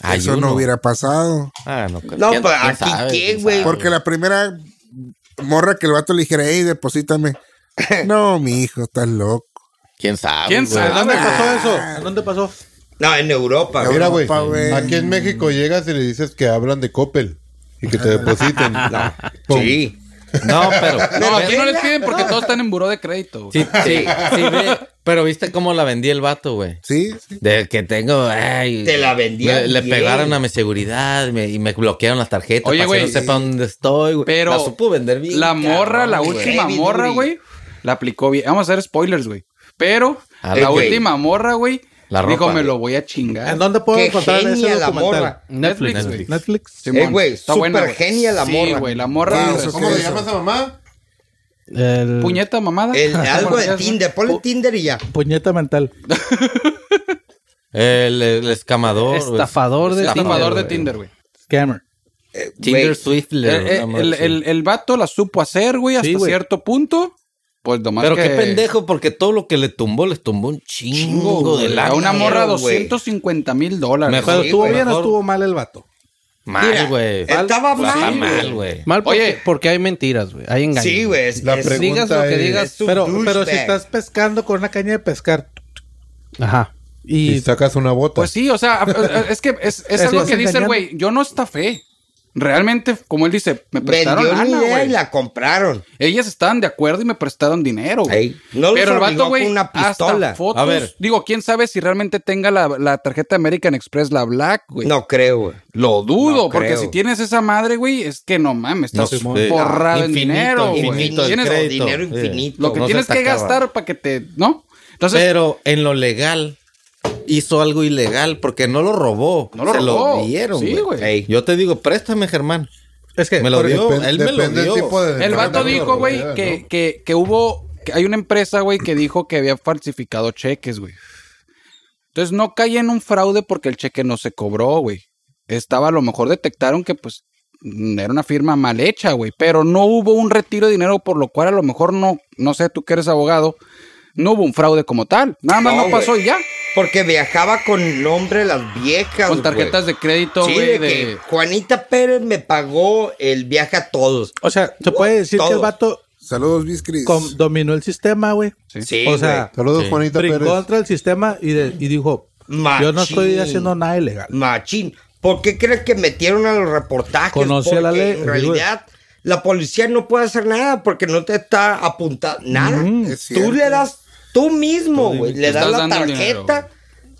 Speaker 2: Hay
Speaker 4: eso
Speaker 2: uno.
Speaker 4: no hubiera pasado.
Speaker 2: Ah, no, ¿quién-
Speaker 6: No,
Speaker 2: quién
Speaker 6: pero aquí
Speaker 2: sabe?
Speaker 6: qué,
Speaker 2: ¿Quién
Speaker 6: güey?
Speaker 2: sabe?
Speaker 4: Porque la primera morra que el vato le dijera, hey, deposítame. No, mi hijo, estás loco.
Speaker 2: ¿Quién sabe?
Speaker 3: ¿Quién
Speaker 2: Ah,
Speaker 3: sabe?
Speaker 5: ¿Dónde
Speaker 2: güey? Ah,
Speaker 5: pasó eso? ¿Dónde pasó?
Speaker 6: No, en Europa, güey.
Speaker 1: Mira, güey,
Speaker 4: Europa, güey.
Speaker 1: aquí en México llegas y le dices que hablan de Coppel y que te depositen. Pum.
Speaker 6: Sí.
Speaker 2: No, pero.
Speaker 3: No, aquí no
Speaker 6: Venga.
Speaker 3: les piden porque todos están en buró de crédito. güey.
Speaker 2: Sí, sí, sí, ve, pero viste cómo la vendí el vato, güey.
Speaker 4: Sí, sí.
Speaker 2: De que tengo. ay,
Speaker 6: Te la vendía
Speaker 2: me- Le,
Speaker 6: bien.
Speaker 2: pegaron a mi seguridad me- y me bloquearon las tarjetas
Speaker 3: Oye,
Speaker 2: para
Speaker 3: güey.
Speaker 2: que no sepa dónde estoy, güey.
Speaker 3: Pero
Speaker 2: la supo vender bien.
Speaker 3: la morra,
Speaker 2: cabrón,
Speaker 3: la
Speaker 2: güey.
Speaker 3: última
Speaker 6: Heavy
Speaker 3: morra,
Speaker 6: duty.
Speaker 3: güey, la aplicó bien. Vamos a hacer spoilers, güey. Pero
Speaker 2: A
Speaker 3: la
Speaker 6: ver, güey.
Speaker 3: última morra, güey,
Speaker 2: Ah, La
Speaker 3: dijo,
Speaker 2: ropa.
Speaker 3: me lo voy a chingar.
Speaker 5: ¿En dónde puedo
Speaker 6: Qué
Speaker 5: encontrar
Speaker 6: genia
Speaker 5: ese
Speaker 6: la
Speaker 5: documental?
Speaker 6: morra.
Speaker 3: Netflix,
Speaker 2: Netflix.
Speaker 3: güey.
Speaker 5: Netflix.
Speaker 3: Simón,
Speaker 6: Eh, güey,
Speaker 3: está buena,
Speaker 6: súper
Speaker 3: güey.
Speaker 6: genia la
Speaker 3: Sí,
Speaker 6: morra.
Speaker 3: güey, la morra.
Speaker 4: Wow,
Speaker 1: ¿Cómo
Speaker 4: ¿Qué
Speaker 1: le
Speaker 4: es
Speaker 1: llamas a mamá?
Speaker 5: El-
Speaker 3: Puñeta mamada.
Speaker 6: El- algo de
Speaker 3: Puñeta.
Speaker 6: Tinder,
Speaker 3: Oh.
Speaker 6: ponle Tinder y ya.
Speaker 5: Puñeta mental.
Speaker 2: El, el escamador. güey.
Speaker 7: Estafador de
Speaker 3: Estafador de
Speaker 7: güey.
Speaker 3: Tinder, güey.
Speaker 5: Scammer.
Speaker 2: Tinder
Speaker 6: Eh, Güey,
Speaker 2: Swiftler.
Speaker 3: Eh, eh,
Speaker 2: una
Speaker 3: El,
Speaker 2: madre
Speaker 3: el,
Speaker 2: así.
Speaker 3: el vato la supo hacer, güey, hasta
Speaker 5: Sí, güey.
Speaker 3: cierto punto. Pues nomás
Speaker 2: Pero qué
Speaker 3: que-
Speaker 2: pendejo, porque todo lo que le tumbó, les tumbó un chingo,
Speaker 3: Chingo,
Speaker 2: de
Speaker 3: güey.
Speaker 2: la
Speaker 3: A una morra
Speaker 6: güey.
Speaker 3: 250 mil dólares.
Speaker 2: Mejor
Speaker 5: Pero
Speaker 2: Sí,
Speaker 5: estuvo
Speaker 2: güey,
Speaker 5: bien o
Speaker 2: mejor.
Speaker 5: estuvo mal el vato.
Speaker 6: Mira,
Speaker 2: Mal, güey.
Speaker 6: estaba
Speaker 2: Pues Está
Speaker 6: mal,
Speaker 2: mal, güey.
Speaker 7: Mal porque,
Speaker 3: Oye.
Speaker 7: porque hay mentiras, güey. Hay engaños.
Speaker 6: Sí, güey. es-
Speaker 1: La
Speaker 6: es-
Speaker 1: pregunta
Speaker 7: digas lo que
Speaker 1: es-
Speaker 7: digas,
Speaker 6: es un
Speaker 5: Pero, pero si
Speaker 6: douchebag.
Speaker 5: estás pescando con una caña de pescar
Speaker 7: Ajá.
Speaker 1: Y
Speaker 5: y
Speaker 1: sacas una bota.
Speaker 3: Pues sí, o sea, es que es, es
Speaker 5: Eso
Speaker 3: algo
Speaker 5: es
Speaker 3: que dice el
Speaker 5: engañando.
Speaker 3: güey. Yo no estafé. Realmente, como él dice, me prestaron
Speaker 6: Vendió
Speaker 3: lana,
Speaker 6: una idea
Speaker 3: güey.
Speaker 6: y la compraron.
Speaker 3: Ellas estaban de acuerdo y me prestaron dinero, güey.
Speaker 6: Ey, no los
Speaker 3: Pero el
Speaker 6: obligó
Speaker 3: vato,
Speaker 6: con
Speaker 3: güey,
Speaker 6: una
Speaker 3: hasta
Speaker 6: pistola.
Speaker 3: fotos.
Speaker 2: A ver.
Speaker 3: Digo, quién sabe si realmente tenga la, la tarjeta American Express, la Black, güey.
Speaker 6: No creo, güey.
Speaker 3: Lo dudo,
Speaker 6: No
Speaker 3: porque
Speaker 6: creo.
Speaker 3: si tienes esa madre, güey, es que no mames,
Speaker 2: No
Speaker 3: estás
Speaker 2: sé.
Speaker 3: borrado en
Speaker 2: Infinito,
Speaker 3: dinero, güey.
Speaker 2: infinito el
Speaker 3: Tienes
Speaker 2: crédito.
Speaker 6: dinero
Speaker 2: Sí.
Speaker 6: infinito.
Speaker 3: Lo que
Speaker 2: No se
Speaker 3: tienes
Speaker 2: te
Speaker 3: que
Speaker 2: acaba.
Speaker 3: gastar para que te, ¿no? Entonces,
Speaker 2: Pero en lo legal hizo algo ilegal porque no lo robó.
Speaker 3: No lo
Speaker 2: se
Speaker 3: robó.
Speaker 2: lo dieron,
Speaker 3: Sí, güey.
Speaker 2: Ey, Yo te digo, préstame, Germán.
Speaker 5: es que
Speaker 2: Me lo
Speaker 5: por-
Speaker 2: dio.
Speaker 1: Depen-
Speaker 2: él me lo
Speaker 1: depende del
Speaker 2: dio.
Speaker 1: tipo de-
Speaker 3: el vato
Speaker 1: de-
Speaker 3: dijo,
Speaker 1: de-
Speaker 3: güey, que, que, que hubo, que hay una empresa, güey, que dijo que había falsificado cheques, güey. Entonces no cae en un fraude porque el cheque no se cobró, güey. Estaba, a lo mejor detectaron que pues mm, era una firma mal hecha, güey, pero no hubo un retiro de dinero, por lo cual a lo mejor no, no sé, tú que eres abogado, no hubo un fraude como tal. Nada más
Speaker 6: No,
Speaker 3: no, pasó
Speaker 6: güey.
Speaker 3: y ya.
Speaker 6: Porque viajaba con nombre de las viejas.
Speaker 3: Con tarjetas de crédito,
Speaker 6: Sí,
Speaker 3: güey,
Speaker 6: de
Speaker 3: de...
Speaker 6: que Juanita Pérez me pagó el viaje a todos.
Speaker 5: O sea, se puede decir que el
Speaker 6: Todos.
Speaker 5: vato
Speaker 4: Saludos, Biscris.
Speaker 5: com- dominó el sistema, güey.
Speaker 6: Sí,
Speaker 5: o sea,
Speaker 1: Saludos,
Speaker 2: Sí.
Speaker 1: Juanita
Speaker 5: brincó
Speaker 1: Pérez.
Speaker 5: contra el sistema y, de- y dijo, yo no estoy
Speaker 6: Machín.
Speaker 5: haciendo nada ilegal.
Speaker 6: güey. machín. ¿Por qué crees que metieron a los reportajes?
Speaker 5: Conocía
Speaker 6: Porque
Speaker 5: la ley,
Speaker 6: En realidad, la policía no puede hacer nada porque no te está apuntando nada.
Speaker 5: Mm,
Speaker 4: es
Speaker 6: Tú
Speaker 4: cierto.
Speaker 6: le das Tú mismo, güey, le das
Speaker 3: Estás
Speaker 6: la
Speaker 3: dando el dinero,
Speaker 6: tarjeta.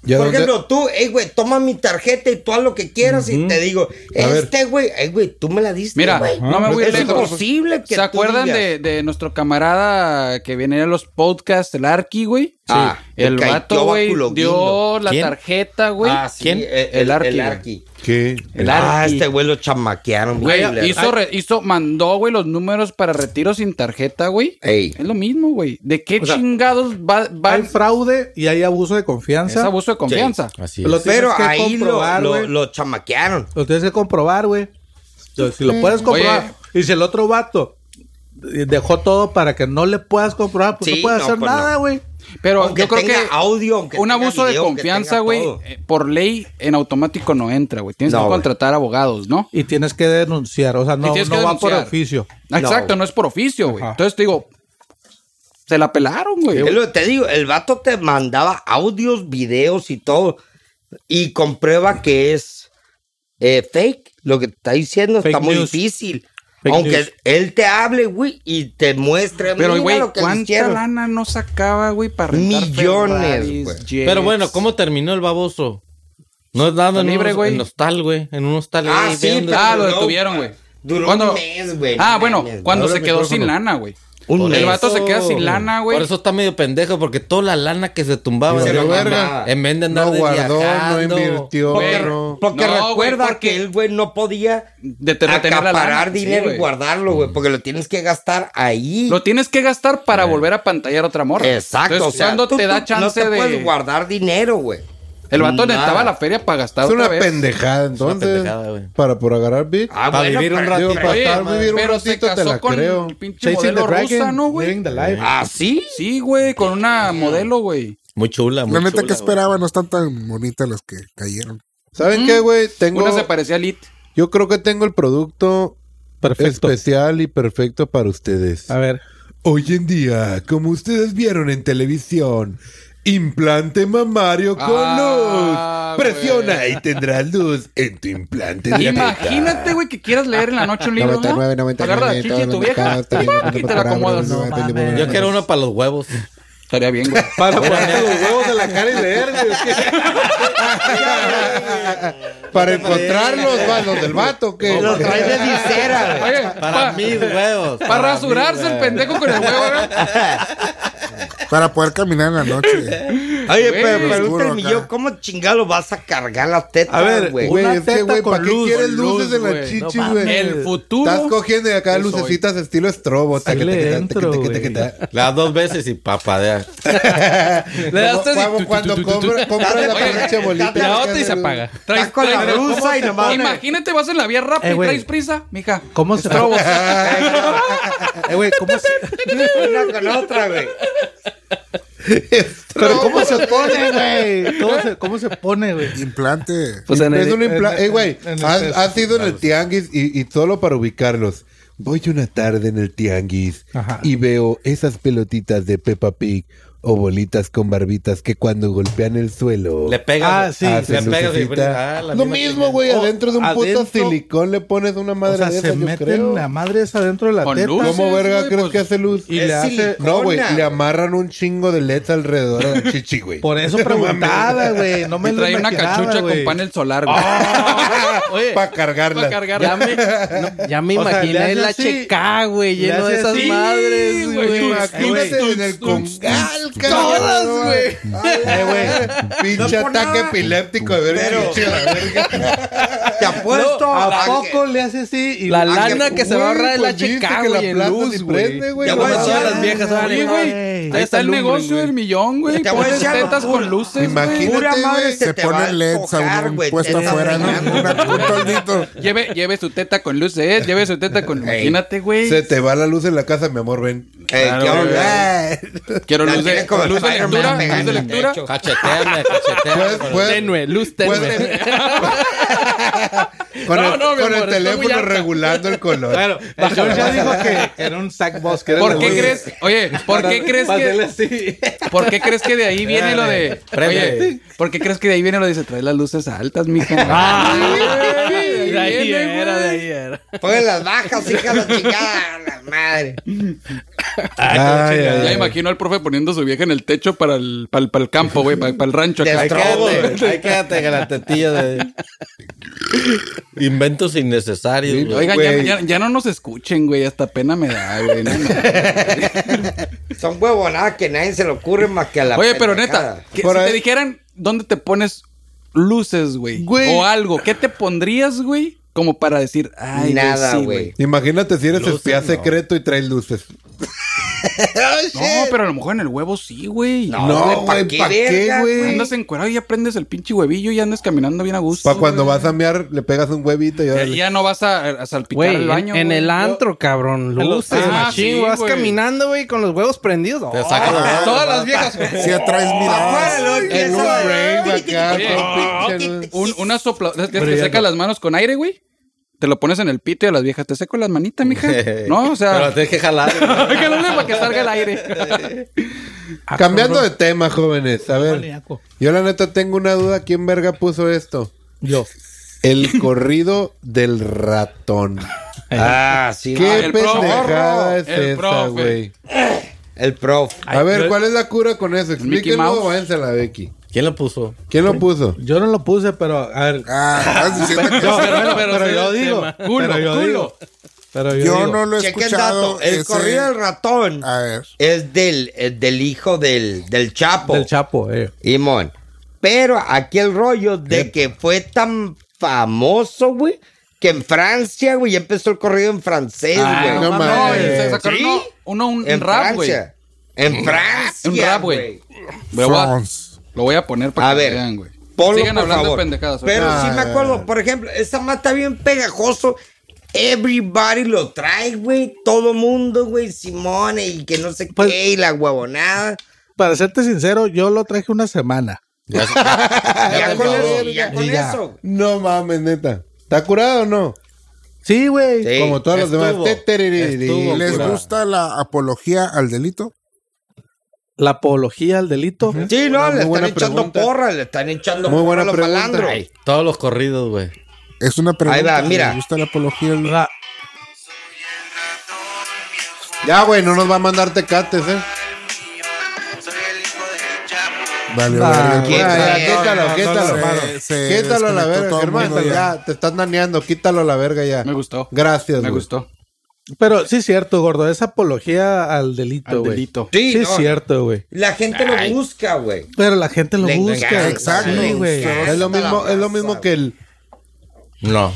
Speaker 7: Yo
Speaker 6: Por
Speaker 7: donde-
Speaker 6: ejemplo, tú, hey, güey, toma mi tarjeta y tú haz lo que quieras y te digo,
Speaker 1: ver.
Speaker 6: este, güey, hey, güey, tú me la diste,
Speaker 3: Mira,
Speaker 6: güey.
Speaker 3: no me voy
Speaker 6: Es
Speaker 3: lejos.
Speaker 6: imposible que
Speaker 3: ¿Se
Speaker 6: tú
Speaker 3: acuerdan
Speaker 6: digas-
Speaker 3: de, de nuestro camarada que viene a los podcasts, el Arqui, güey?
Speaker 6: Ah,
Speaker 3: el
Speaker 6: el
Speaker 3: vato,
Speaker 6: Caitioba
Speaker 3: güey, dio
Speaker 6: Culoguindo.
Speaker 3: la
Speaker 2: ¿Quién?
Speaker 3: tarjeta, güey.
Speaker 6: Ah, sí,
Speaker 2: ¿Quién?
Speaker 6: El,
Speaker 3: El
Speaker 6: el
Speaker 3: Arqui,
Speaker 6: el
Speaker 3: güey.
Speaker 6: Arqui.
Speaker 1: ¿Qué?
Speaker 3: El
Speaker 6: Ah,
Speaker 3: Arqui.
Speaker 6: este güey lo chamaquearon,
Speaker 3: Güey,
Speaker 6: güey. Le-
Speaker 3: hizo, re- hizo, mandó, güey, los números para retiro sin tarjeta, güey.
Speaker 6: Ey.
Speaker 3: Es lo mismo, güey. ¿De qué
Speaker 6: O sea,
Speaker 3: chingados va, va
Speaker 5: Hay fraude y hay abuso de
Speaker 3: es
Speaker 5: confianza.
Speaker 3: abuso de confianza?
Speaker 2: Así es.
Speaker 5: Lo tienes
Speaker 6: Pero
Speaker 5: que
Speaker 6: ahí lo,
Speaker 5: comprobar,
Speaker 6: lo-
Speaker 5: güey.
Speaker 6: lo chamaquearon.
Speaker 5: Lo tienes que comprobar, güey. Entonces, Si lo puedes comprobar.
Speaker 3: Oye.
Speaker 5: Y si el otro vato dejó todo para que no le puedas comprobar, pues
Speaker 6: Sí,
Speaker 5: no puedes
Speaker 6: no,
Speaker 5: hacer
Speaker 6: pues
Speaker 5: nada,
Speaker 6: no.
Speaker 5: güey.
Speaker 3: Pero
Speaker 6: Aunque
Speaker 3: yo creo
Speaker 6: tenga
Speaker 3: que
Speaker 6: audio, aunque
Speaker 3: un
Speaker 6: tenga
Speaker 3: abuso
Speaker 6: video,
Speaker 3: de
Speaker 6: aunque
Speaker 3: confianza,
Speaker 6: tenga
Speaker 3: güey,
Speaker 6: todo.
Speaker 3: eh, por ley en automático no entra, güey. Tienes
Speaker 6: No,
Speaker 3: que
Speaker 6: güey.
Speaker 3: contratar abogados, ¿no?
Speaker 5: Y tienes que denunciar. O sea, no,
Speaker 3: Y tienes
Speaker 5: no
Speaker 3: que
Speaker 5: va por
Speaker 3: denunciar.
Speaker 5: oficio.
Speaker 3: Exacto, no es por oficio, güey.
Speaker 5: Ajá.
Speaker 3: Entonces te digo, se la pelaron,
Speaker 6: Es
Speaker 3: güey.
Speaker 6: lo que te digo, el vato te mandaba audios, videos y todo. Y comprueba que es eh, fake. Lo que te está diciendo
Speaker 5: Fake
Speaker 6: está muy
Speaker 5: news.
Speaker 6: difícil.
Speaker 5: Fake
Speaker 6: Aunque
Speaker 5: news.
Speaker 6: él te hable, güey, y te muestre.
Speaker 3: Pero,
Speaker 6: mira
Speaker 3: güey,
Speaker 6: lo que le
Speaker 3: ¿cuánta
Speaker 6: hicieron.
Speaker 3: lana no sacaba, güey, para rentar
Speaker 6: Millones,
Speaker 3: Ferraris,
Speaker 6: güey.
Speaker 3: jets?
Speaker 2: Pero bueno, ¿cómo terminó el baboso? No es nada en,
Speaker 3: Libre,
Speaker 2: unos-
Speaker 3: güey.
Speaker 2: en hostal, güey. En un hostal.
Speaker 6: Ah,
Speaker 2: ahí,
Speaker 6: sí,
Speaker 2: viendo-
Speaker 6: pero-
Speaker 3: Ah, lo
Speaker 6: duró-
Speaker 3: detuvieron, güey.
Speaker 6: duró
Speaker 3: ¿Cuándo?
Speaker 6: un mes, güey.
Speaker 3: Ah,
Speaker 6: No
Speaker 3: bueno,
Speaker 6: mames,
Speaker 3: cuando
Speaker 1: güey.
Speaker 3: se
Speaker 1: Habla
Speaker 3: quedó
Speaker 1: al
Speaker 3: sin
Speaker 1: micrófono.
Speaker 3: lana, güey.
Speaker 6: Un
Speaker 2: Por
Speaker 6: mes.
Speaker 3: El vato se queda
Speaker 2: eso-
Speaker 3: sin lana, güey.
Speaker 2: Por eso está medio pendejo, porque toda la lana que se tumbaba
Speaker 1: Se
Speaker 2: en,
Speaker 1: lo
Speaker 2: el-
Speaker 1: verga.
Speaker 2: en vez de andar
Speaker 1: No
Speaker 2: de
Speaker 1: guardó, no
Speaker 2: viajando.
Speaker 1: invirtió.
Speaker 3: Güey,
Speaker 1: no.
Speaker 6: Porque
Speaker 3: No, güey,
Speaker 6: recuerda
Speaker 3: porque-
Speaker 6: que el güey no podía
Speaker 3: De te- retener la
Speaker 6: acaparar
Speaker 3: lana. Sí,
Speaker 6: dinero y
Speaker 3: güey.
Speaker 6: guardarlo,
Speaker 5: Mm.
Speaker 6: güey, porque lo tienes que gastar ahí.
Speaker 3: Lo tienes que gastar para volver a pantallar otra morra.
Speaker 6: Exacto,
Speaker 3: Entonces,
Speaker 6: o sea,
Speaker 3: ¿cuándo
Speaker 6: tú-
Speaker 3: te
Speaker 6: tú
Speaker 3: da chance
Speaker 6: no te
Speaker 3: de...?
Speaker 6: puedes guardar dinero, güey.
Speaker 3: El vato
Speaker 6: Nada.
Speaker 3: necesitaba la feria para gastar
Speaker 1: Es una
Speaker 3: otra vez.
Speaker 1: pendejada,
Speaker 2: una
Speaker 1: entonces.
Speaker 2: pendejada, güey.
Speaker 1: para por agarrar bitch.
Speaker 6: Ah,
Speaker 2: Para vivir un
Speaker 6: pero-
Speaker 2: ratito.
Speaker 1: Digo,
Speaker 2: sí,
Speaker 1: para
Speaker 3: Oye,
Speaker 1: estar muy bien un
Speaker 3: pero se
Speaker 1: ratito te
Speaker 3: casó
Speaker 1: la
Speaker 3: con
Speaker 1: creo.
Speaker 3: el pinche modelo rusa, ¿no, güey?
Speaker 5: living the life.
Speaker 6: ¿Ah, sí?
Speaker 3: Sí, güey, con una modelo, güey.
Speaker 2: Muy chula, muy
Speaker 4: La neta
Speaker 2: chula,
Speaker 4: que
Speaker 2: güey.
Speaker 4: esperaba, no están tan bonitas las que cayeron.
Speaker 1: ¿Saben qué, güey? Tengo.
Speaker 3: Una se parecía a Lit.
Speaker 1: Yo creo que tengo el producto
Speaker 5: Perfecto.
Speaker 1: especial y perfecto para ustedes.
Speaker 5: A ver.
Speaker 1: Hoy en día, como ustedes vieron en televisión, implante mamario con
Speaker 3: Ah,
Speaker 1: luz. Presiona
Speaker 3: güey.
Speaker 1: y tendrás luz en tu implante de
Speaker 3: Imagínate, güey, que quieras leer en la noche un libro, ¿no?
Speaker 1: 99, 99,
Speaker 3: Agarra la chichi de tu
Speaker 1: todos
Speaker 3: vieja
Speaker 1: los mercados,
Speaker 3: ¡pac! y te la acomodas.
Speaker 1: no,
Speaker 3: No,
Speaker 5: mames.
Speaker 2: Yo quiero uno para los huevos.
Speaker 3: Estaría bien, güey.
Speaker 5: Para ponerte los huevos en la cara y leer, Ah,
Speaker 1: Para encontrar los vasos del vato, que
Speaker 6: Lo traes de visera, güey.
Speaker 3: Oye,
Speaker 2: Para mis huevos.
Speaker 3: Para rasurarse el pendejo con el huevo, ¿no?
Speaker 4: Para poder caminar en la noche.
Speaker 6: Oye,
Speaker 3: Güey,
Speaker 6: pero
Speaker 4: oscuro
Speaker 6: pregúntame
Speaker 4: acá.
Speaker 6: yo, ¿cómo chingado vas a cargar las tetas,
Speaker 5: A ver,
Speaker 6: güey?
Speaker 5: una
Speaker 1: Güey, es que,
Speaker 5: teta
Speaker 1: güey,
Speaker 5: con
Speaker 1: ¿para qué
Speaker 5: luz,
Speaker 1: quieres
Speaker 5: con luz,
Speaker 1: luces en la
Speaker 5: güey. No
Speaker 1: chichi,
Speaker 5: mames.
Speaker 1: güey?
Speaker 3: El
Speaker 1: Estás
Speaker 3: futuro.
Speaker 1: cogiendo de acá
Speaker 3: Yo soy.
Speaker 1: lucecitas estilo estrobo. taca,
Speaker 5: le
Speaker 1: taca, taca,
Speaker 5: entro,
Speaker 1: taca, taca,
Speaker 5: güey.
Speaker 1: taca, taca.
Speaker 2: Las dos veces y papadea.
Speaker 7: Le das
Speaker 1: Como-
Speaker 7: tres y
Speaker 1: como
Speaker 7: tu, tu,
Speaker 1: cuando
Speaker 7: tu, tu,
Speaker 1: compra- compras la
Speaker 3: Oye,
Speaker 1: pinche bolita.
Speaker 7: La
Speaker 1: que
Speaker 7: otra y
Speaker 1: hace
Speaker 7: se
Speaker 1: el-
Speaker 7: apaga.
Speaker 3: Traes
Speaker 6: con la
Speaker 3: traes-
Speaker 6: blusa
Speaker 3: ¿cómo
Speaker 6: y
Speaker 3: se-
Speaker 6: nomás-
Speaker 3: Imagínate, vas en la vía rápida
Speaker 5: Eh,
Speaker 3: y
Speaker 5: güey.
Speaker 3: traes prisa, mija.
Speaker 5: ¿Cómo se robó? Eh, güey, ¿cómo se...
Speaker 6: Una con otra, güey.
Speaker 5: Pero ¿cómo se pone, güey? ¿Cómo se, cómo se pone, güey?
Speaker 4: Implante.
Speaker 7: Pues en
Speaker 1: Es
Speaker 7: el-
Speaker 1: un impla-
Speaker 5: en-
Speaker 1: Eh, güey,
Speaker 5: en- en-
Speaker 1: has,
Speaker 5: en-
Speaker 1: has ido en el tianguis y, y solo para ubicarlos. Voy una tarde en el tianguis
Speaker 5: Ajá.
Speaker 1: y veo esas pelotitas de Peppa Pig o bolitas con barbitas que cuando golpean el suelo...
Speaker 2: Le pegas.
Speaker 5: Ah,
Speaker 2: güey.
Speaker 5: sí.
Speaker 1: hacen
Speaker 2: Le pegas y...
Speaker 1: lucecita.
Speaker 2: Ah, la
Speaker 1: Lo
Speaker 2: misma
Speaker 1: mismo,
Speaker 2: chingada.
Speaker 1: güey.
Speaker 5: O
Speaker 1: Adentro de un puto
Speaker 5: adentro-
Speaker 1: silicón le pones una madre
Speaker 5: O sea,
Speaker 1: de
Speaker 5: se
Speaker 1: esas, yo creo.
Speaker 5: meten la madre esa dentro de la
Speaker 3: Con
Speaker 5: teta.
Speaker 3: luz.
Speaker 1: ¿Cómo
Speaker 3: Sí,
Speaker 1: verga
Speaker 3: güey,
Speaker 1: crees
Speaker 3: pues,
Speaker 1: que hace luz?
Speaker 5: Y
Speaker 6: Es
Speaker 5: le hace...
Speaker 6: silicona.
Speaker 1: No, güey, le amarran un chingo de LEDs alrededor de la chichi, güey.
Speaker 5: Por eso preguntaba, güey. No me
Speaker 3: Y
Speaker 5: lo
Speaker 3: trae una
Speaker 5: imaginaba,
Speaker 3: cachucha
Speaker 5: güey.
Speaker 3: con panel solar, güey.
Speaker 2: Ah,
Speaker 7: Oye,
Speaker 1: Para cargarla.
Speaker 3: Para cargar.
Speaker 7: ya me, no, ya me
Speaker 5: O sea, le
Speaker 7: imaginé
Speaker 5: hace
Speaker 7: el
Speaker 5: así.
Speaker 7: HK, güey,
Speaker 5: Le
Speaker 7: lleno
Speaker 5: hace
Speaker 7: de esas
Speaker 5: así,
Speaker 7: madres,
Speaker 3: güey.
Speaker 7: güey.
Speaker 1: Imagínate en el congal,
Speaker 7: Todas,
Speaker 1: cabrón.
Speaker 7: güey.
Speaker 1: Eh, güey, Pinche ataque epiléptico de ver
Speaker 6: Pero-
Speaker 1: chichi a la verga.
Speaker 6: Te apuesto
Speaker 5: ¿A
Speaker 6: a que-
Speaker 5: poco le hace así? Y
Speaker 7: La
Speaker 5: Ah,
Speaker 7: lana que se va a
Speaker 1: Güey,
Speaker 7: ahorrar el
Speaker 1: pues, viste
Speaker 7: HK,
Speaker 1: que la
Speaker 7: güey, en
Speaker 1: plata
Speaker 7: luz,
Speaker 1: sí
Speaker 7: güey.
Speaker 1: prende, güey.
Speaker 6: Te
Speaker 1: no
Speaker 6: voy a
Speaker 1: mames.
Speaker 6: decir
Speaker 7: a
Speaker 2: Ah,
Speaker 7: las viejas,
Speaker 3: Oye,
Speaker 7: vale,
Speaker 3: güey,
Speaker 7: güey.
Speaker 3: ahí está el negocio del millón, güey.
Speaker 6: Te voy a
Speaker 3: Pones
Speaker 6: echar
Speaker 3: tetas
Speaker 6: un-
Speaker 3: con luces, güey.
Speaker 1: Imagínate.
Speaker 6: Pura
Speaker 1: güey,
Speaker 6: madre se,
Speaker 4: Se
Speaker 6: te va a
Speaker 4: pone LEDs a
Speaker 6: antojar,
Speaker 4: un
Speaker 6: güey,
Speaker 4: puesto
Speaker 6: te
Speaker 4: afuera, ¿no?
Speaker 6: estás
Speaker 4: Una- un toldito.
Speaker 3: Lleve, lleve su teta con luces, lleve su teta con... Imagínate, güey.
Speaker 1: Se te va la luz en la casa, mi amor, ven.
Speaker 6: Eh, ¿qué
Speaker 3: güey.
Speaker 6: onda?
Speaker 3: Quiero
Speaker 6: La
Speaker 3: luz de,
Speaker 6: tiene como
Speaker 3: luz de
Speaker 6: Spider-Man
Speaker 3: lectura,
Speaker 6: pegada
Speaker 3: luz de
Speaker 6: en el
Speaker 3: lectura.
Speaker 6: techo.
Speaker 2: Cacheteame,
Speaker 1: Puedes-
Speaker 2: cacheteame.
Speaker 1: puedes-
Speaker 7: Tenue, luz tenue.
Speaker 1: puedes- Con
Speaker 7: No,
Speaker 1: el,
Speaker 7: no, mi
Speaker 1: con el
Speaker 7: amor, está muy
Speaker 1: teléfono
Speaker 7: alta.
Speaker 1: regulando el color.
Speaker 5: Bueno, el George ya dijo que era un sackboss. que era
Speaker 3: ¿Por
Speaker 5: el
Speaker 3: qué
Speaker 5: güey.
Speaker 3: crees? Oye, ¿por qué crees que por qué crees que de ahí viene lo de Oye, ¿por qué crees que de ahí viene lo de se trae las luces altas, mija? Ah,
Speaker 7: De ahí era, de ahí era.
Speaker 6: Pongan las bajas, hija de la chingada, la madre.
Speaker 5: Ah,
Speaker 1: Ay, ay,
Speaker 3: Ya
Speaker 1: ay.
Speaker 3: imagino al profe poniendo su vieja en el techo para el, para el, para el campo, güey, para, para el rancho. acá.
Speaker 6: Ahí quédate,
Speaker 2: Quédate, ahí quédate con la tetilla de... Inventos innecesarios, güey.
Speaker 3: Oigan, ya,
Speaker 1: Güey.
Speaker 3: ya- ya no nos escuchen, güey. Hasta pena me da, güey. no mames.
Speaker 6: Son huevonadas que nadie se le ocurre más que a la
Speaker 3: Oye, pero
Speaker 6: pendejada.
Speaker 3: neta, que si
Speaker 1: Por ahí-
Speaker 3: te dijeran dónde te pones luces, güey,
Speaker 1: Güey.
Speaker 3: o algo, ¿qué te pondrías, güey? Como para decir, ay, güey,
Speaker 6: Nada,
Speaker 3: sí,
Speaker 6: güey.
Speaker 1: Imagínate si eres
Speaker 2: Luces,
Speaker 1: espía
Speaker 2: no.
Speaker 1: secreto y traes luces.
Speaker 3: No, pero a lo mejor en el huevo sí, güey.
Speaker 1: No,
Speaker 6: hombre,
Speaker 1: güey, ¿pa' qué,
Speaker 6: verga,
Speaker 1: güey?
Speaker 3: Andas encuerado y aprendes el pinche huevillo y andas caminando bien a gusto.
Speaker 1: Para cuando
Speaker 3: güey.
Speaker 1: vas a mear, le pegas un huevito y
Speaker 3: Ya,
Speaker 7: Eh,
Speaker 1: órale.
Speaker 3: ya no vas a, a salpicar
Speaker 7: Güey,
Speaker 3: el baño.
Speaker 7: en, en
Speaker 3: güey.
Speaker 7: el antro, cabrón.
Speaker 5: los
Speaker 7: Luces,
Speaker 3: ah,
Speaker 7: machín,
Speaker 3: sí,
Speaker 7: vas
Speaker 3: güey.
Speaker 7: caminando, güey, con los huevos prendidos.
Speaker 2: Te
Speaker 7: Oh,
Speaker 2: saca la-
Speaker 7: todas las viejas.
Speaker 4: Si atraes
Speaker 1: Ah,
Speaker 4: miradas.
Speaker 1: En un rave acá,
Speaker 3: Oye,
Speaker 1: con pinche luz.
Speaker 3: Un, una sopla... ¿Te, te secas las manos con aire, güey? Te lo pones en el pito y a las viejas te seco las manitas, mija. No, o
Speaker 2: Pero
Speaker 3: sea...
Speaker 2: tienes que jalar. güey.
Speaker 3: Hay que lo para que salga el aire.
Speaker 2: Ah,
Speaker 1: Cambiando de tema, jóvenes. A ver, yo la neta tengo una duda. ¿Quién verga puso esto?
Speaker 5: Yo.
Speaker 1: El corrido del ratón.
Speaker 6: Ah, sí.
Speaker 1: ¿Qué
Speaker 6: no,
Speaker 3: el
Speaker 1: pendejada
Speaker 3: profe.
Speaker 1: es
Speaker 3: El
Speaker 1: esa,
Speaker 3: profe.
Speaker 1: güey?
Speaker 6: El prof.
Speaker 1: A ver, ¿cuál es la cura con eso? Explíquenlo
Speaker 3: Mouse.
Speaker 1: o váyanse a la Becky.
Speaker 2: ¿Quién lo puso?
Speaker 1: ¿Quién lo puso?
Speaker 5: Yo no lo puse, pero a ver.
Speaker 4: Ah, estás diciendo que
Speaker 5: No, pero,
Speaker 3: pero-
Speaker 5: pero,
Speaker 3: pero
Speaker 5: yo
Speaker 3: ese es el
Speaker 5: digo.
Speaker 3: tema.
Speaker 5: pero
Speaker 3: Culo,
Speaker 5: yo
Speaker 3: culo.
Speaker 5: digo. Pero yo,
Speaker 4: yo
Speaker 5: digo,
Speaker 4: no lo he
Speaker 6: Cheque el
Speaker 4: escuchado.
Speaker 6: dato. El
Speaker 4: ese- Ah.
Speaker 6: corrido del ratón
Speaker 4: A ver.
Speaker 6: es del, es del hijo del, del Chapo.
Speaker 5: Del Chapo, eh.
Speaker 6: Simón. Pero aquí el rollo de que fue tan famoso, güey, que en Francia, güey, ya empezó el corrido en francés, güey.
Speaker 3: Ah,
Speaker 1: no
Speaker 3: no,
Speaker 1: mames.
Speaker 3: no, y se sacaron
Speaker 6: ¿Sí?
Speaker 3: uno, uno un,
Speaker 6: en
Speaker 3: un rap, güey.
Speaker 6: Francia. En Francia.
Speaker 3: Un rap, güey. Lo voy a-
Speaker 4: France.
Speaker 3: lo voy a poner para
Speaker 6: A
Speaker 3: que
Speaker 6: ver,
Speaker 3: vean, güey.
Speaker 6: Ponlo,
Speaker 3: Sigan
Speaker 6: por
Speaker 3: hablando
Speaker 6: favor.
Speaker 3: de pendejadas. güey.
Speaker 6: Pero
Speaker 1: Ah,
Speaker 6: sí me
Speaker 1: ya,
Speaker 6: acuerdo,
Speaker 1: ya.
Speaker 6: por ejemplo, esa mata bien pegajoso. Everybody lo trae, güey. Todo mundo, güey. Simone y que no sé
Speaker 5: Pues-
Speaker 6: qué. Y la huevonada.
Speaker 5: Para serte sincero, yo lo traje una semana.
Speaker 1: Ah, pues,
Speaker 6: Ya con,
Speaker 2: acabó.
Speaker 6: eso, ya con
Speaker 5: Ya.
Speaker 6: eso.
Speaker 1: No mames, neta. ¿Está curado o no?
Speaker 5: Sí, güey.
Speaker 6: Sí.
Speaker 1: Como todos los demás.
Speaker 2: estuvo.
Speaker 1: Teteriri.
Speaker 2: Estuvo
Speaker 4: ¿Les
Speaker 2: curado.
Speaker 4: gusta la apología al delito?
Speaker 5: La apología al delito.
Speaker 6: Sí, no,
Speaker 1: Una muy
Speaker 6: le están
Speaker 1: buena
Speaker 6: echando
Speaker 1: pregunta.
Speaker 6: porra, le están echando
Speaker 1: Muy
Speaker 6: porra
Speaker 1: buena
Speaker 6: a los
Speaker 1: pregunta.
Speaker 6: malandros.
Speaker 1: Ay.
Speaker 2: Todos los corridos, güey.
Speaker 4: Es una pregunta.
Speaker 6: Ahí va, mira.
Speaker 4: ¿Les gusta la apología al
Speaker 5: La-
Speaker 1: Ya, güey, no nos va a mandar tecates, ¿eh?
Speaker 4: Vale,
Speaker 5: Ah,
Speaker 4: verga, el
Speaker 6: ¿qué
Speaker 4: podcast.
Speaker 6: tal?
Speaker 1: Ah,
Speaker 6: no,
Speaker 1: Quítalo,
Speaker 4: no, no,
Speaker 1: quítalo.
Speaker 4: se-
Speaker 1: hermano.
Speaker 4: se
Speaker 1: quítalo a la
Speaker 4: desconectó
Speaker 1: verga,
Speaker 4: todo el
Speaker 1: hermano.
Speaker 4: mundo ya.
Speaker 1: Ya, te estás naneando. Quítalo a la verga ya.
Speaker 3: Me gustó.
Speaker 1: Gracias,
Speaker 3: Me
Speaker 1: güey.
Speaker 3: gustó.
Speaker 5: Pero sí es cierto, gordo. Es apología al delito,
Speaker 3: Al
Speaker 5: güey.
Speaker 3: delito.
Speaker 6: Sí,
Speaker 5: Sí,
Speaker 6: no.
Speaker 5: es cierto, güey.
Speaker 6: La gente lo busca, güey.
Speaker 5: Pero la gente lo
Speaker 6: Le
Speaker 5: busca.
Speaker 6: encanta,
Speaker 5: Exacto,
Speaker 4: le
Speaker 5: güey.
Speaker 4: encanta.
Speaker 1: Es lo
Speaker 6: Hasta la
Speaker 1: mismo, es lo
Speaker 6: raza,
Speaker 1: mismo
Speaker 6: güey.
Speaker 1: que el.
Speaker 2: No.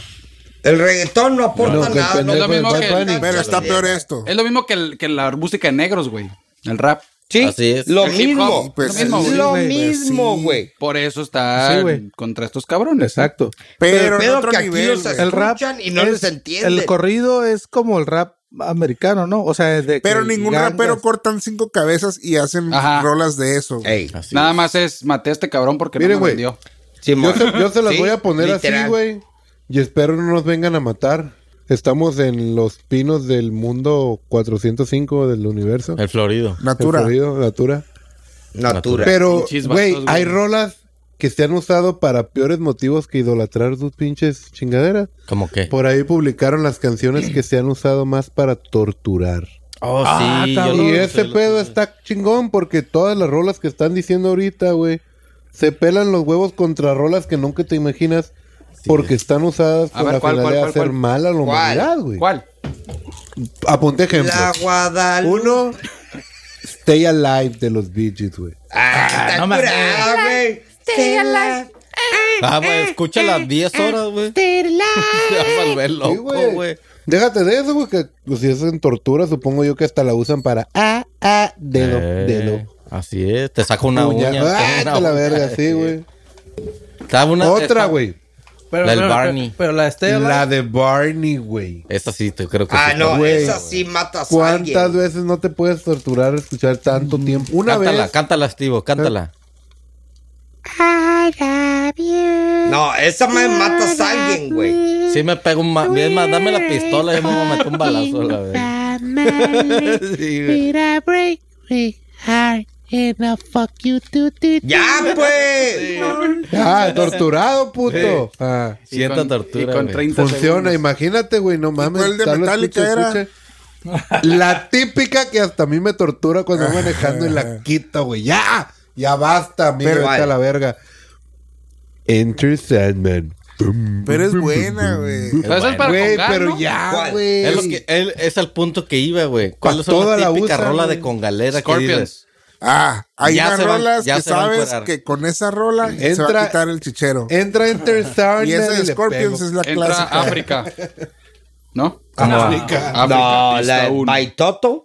Speaker 6: El reggaetón no aporta
Speaker 1: No, que el
Speaker 6: nada. no
Speaker 1: pendejo
Speaker 6: le
Speaker 1: de
Speaker 3: mismo
Speaker 1: Bad
Speaker 3: que-
Speaker 1: Bunny.
Speaker 4: Pero está peor esto.
Speaker 3: Es lo mismo que, el- que la música de negros, güey. El rap.
Speaker 6: Sí,
Speaker 2: Así es.
Speaker 6: Lo
Speaker 3: El hip
Speaker 6: mismo.
Speaker 3: hop,
Speaker 4: Pues
Speaker 3: lo mismo,
Speaker 4: sí,
Speaker 3: güey.
Speaker 6: lo
Speaker 4: güey, pues
Speaker 6: mismo,
Speaker 4: sí.
Speaker 6: güey.
Speaker 3: Por eso está
Speaker 5: Sí, güey.
Speaker 3: contra estos cabrones.
Speaker 5: Exacto.
Speaker 4: Pero,
Speaker 6: Pero
Speaker 4: en
Speaker 6: pedo
Speaker 4: otro
Speaker 6: que aquí
Speaker 4: nivel,
Speaker 6: los-
Speaker 4: güey.
Speaker 5: El rap.
Speaker 6: Escuchan y no
Speaker 5: es-
Speaker 6: les entienden.
Speaker 5: El corrido es como el rap americano, ¿no? O sea, es de.
Speaker 4: Pero
Speaker 5: que
Speaker 4: ningún
Speaker 5: gangas.
Speaker 4: rapero cortan cinco cabezas y hacen
Speaker 3: Ajá.
Speaker 4: rolas de eso. güey.
Speaker 6: Ey,
Speaker 2: Así
Speaker 3: Nada
Speaker 2: es.
Speaker 3: más es maté a este cabrón porque
Speaker 1: Miren,
Speaker 3: no me
Speaker 1: güey.
Speaker 3: vendió.
Speaker 1: Yo
Speaker 6: Simón.
Speaker 1: se, yo se las
Speaker 6: Sí,
Speaker 1: voy a poner
Speaker 6: literal.
Speaker 1: así, güey. Y espero no nos vengan a matar. Estamos en los pinos del mundo 405 del universo.
Speaker 2: El florido.
Speaker 4: Natura.
Speaker 1: El corrido, Natura.
Speaker 6: Natura.
Speaker 1: Pero,
Speaker 3: Pinches
Speaker 1: güey,
Speaker 3: vatos, güey.
Speaker 1: hay rolas que se han usado para peores motivos que idolatrar sus pinches chingaderas.
Speaker 2: ¿Cómo qué?
Speaker 1: Por ahí publicaron las canciones que se han usado más para torturar.
Speaker 2: Oh, sí. yo
Speaker 1: Y
Speaker 2: lo-
Speaker 1: ese
Speaker 2: lo-
Speaker 1: pedo está chingón porque todas las rolas que están diciendo ahorita, güey, se pelan los huevos contra rolas que nunca te imaginas porque están usadas
Speaker 3: A
Speaker 1: con
Speaker 3: ver,
Speaker 1: la
Speaker 3: ¿cuál,
Speaker 1: finalidad
Speaker 3: cuál,
Speaker 1: de
Speaker 3: cuál,
Speaker 1: hacer
Speaker 3: cuál?
Speaker 1: mal a la humanidad, güey.
Speaker 3: ¿Cuál?
Speaker 1: Apunté ejemplos.
Speaker 6: La Guadalupe.
Speaker 1: Uno, Stay Alive de los Bee Gees, güey.
Speaker 6: Ah, no
Speaker 5: mames.
Speaker 6: güey. Stay alive.
Speaker 2: Ah,
Speaker 6: Eh,
Speaker 2: güey, escucha las 10 horas, güey. Te vas a volver
Speaker 1: Sí,
Speaker 2: loco, güey.
Speaker 1: Déjate de eso, güey, que pues, si es en tortura, supongo yo que hasta la usan para... Ah, ah, dedo,
Speaker 2: Eh,
Speaker 1: dedo.
Speaker 2: Así es, te saca una
Speaker 1: Puña-
Speaker 2: uña.
Speaker 1: Ah,
Speaker 2: una
Speaker 1: te la
Speaker 2: uña,
Speaker 1: verga, sí, güey.
Speaker 2: Estaba una-
Speaker 1: Otra,
Speaker 2: esta-
Speaker 1: güey.
Speaker 7: Pero,
Speaker 2: La del
Speaker 7: pero-
Speaker 2: Barney.
Speaker 7: Pero la Estela.
Speaker 1: La de Barney, güey.
Speaker 2: Esta sí, te creo que
Speaker 6: Ah,
Speaker 2: sí.
Speaker 6: no,
Speaker 1: Güey.
Speaker 6: esa sí matas a alguien.
Speaker 1: ¿Cuántas veces no te puedes torturar escuchar tanto tiempo? Una
Speaker 2: Cántala,
Speaker 1: vez.
Speaker 2: cántala, Estivo, cántala.
Speaker 6: No, esa madre matas a alguien, güey.
Speaker 2: Sí me pego un... ma- Es más, dame la pistola y yo me voy a meter un balazo a la vez. Sí, güey.
Speaker 6: Ya, pues.
Speaker 1: Ah, torturado, puto. Ah,
Speaker 2: Sienta
Speaker 3: con-
Speaker 2: tortura,
Speaker 3: Y con
Speaker 2: güey.
Speaker 3: 30
Speaker 1: funciona,
Speaker 3: segundos.
Speaker 1: imagínate, güey, no mames.
Speaker 4: cuál de
Speaker 1: tal vez
Speaker 4: Metallica
Speaker 1: escuche,
Speaker 4: era?
Speaker 1: escuche. La típica que hasta a mí me tortura cuando voy manejando y la quito, güey. ¡Ya! Ya basta, amigo,
Speaker 6: Pero
Speaker 1: vete
Speaker 6: vaya.
Speaker 1: a la verga. Enter Sandman. Bum,
Speaker 4: Pero es
Speaker 1: bum,
Speaker 4: buena,
Speaker 1: bum,
Speaker 4: güey.
Speaker 1: bum.
Speaker 3: Pero eso es para
Speaker 1: Güey,
Speaker 3: congar,
Speaker 1: pero
Speaker 3: ¿no?
Speaker 1: ya,
Speaker 6: ¿Cuál?
Speaker 1: güey.
Speaker 2: Es, lo que, él- es al punto que iba, güey. ¿Cuál es
Speaker 1: toda
Speaker 2: la
Speaker 1: la
Speaker 2: típica
Speaker 1: usan,
Speaker 2: rola
Speaker 1: güey.
Speaker 2: de congalera que
Speaker 3: Scorpions.
Speaker 2: dices?
Speaker 4: Ah, hay
Speaker 2: Ya se
Speaker 4: unas
Speaker 2: van-
Speaker 4: rolas
Speaker 2: ya
Speaker 4: que
Speaker 2: se van a
Speaker 4: sabes
Speaker 2: encuerar.
Speaker 4: que con esa rola se va
Speaker 1: Entra-
Speaker 4: a quitar el chichero.
Speaker 1: Entra Enter Sandman.
Speaker 4: Y esa
Speaker 1: y
Speaker 4: de
Speaker 1: le
Speaker 4: Scorpions
Speaker 1: pego.
Speaker 4: es la
Speaker 3: Entra
Speaker 4: clásica.
Speaker 3: África. ¿No?
Speaker 2: Ah,
Speaker 1: África.
Speaker 3: África,
Speaker 6: No,
Speaker 3: pista
Speaker 6: la
Speaker 3: uno.
Speaker 6: Baitoto.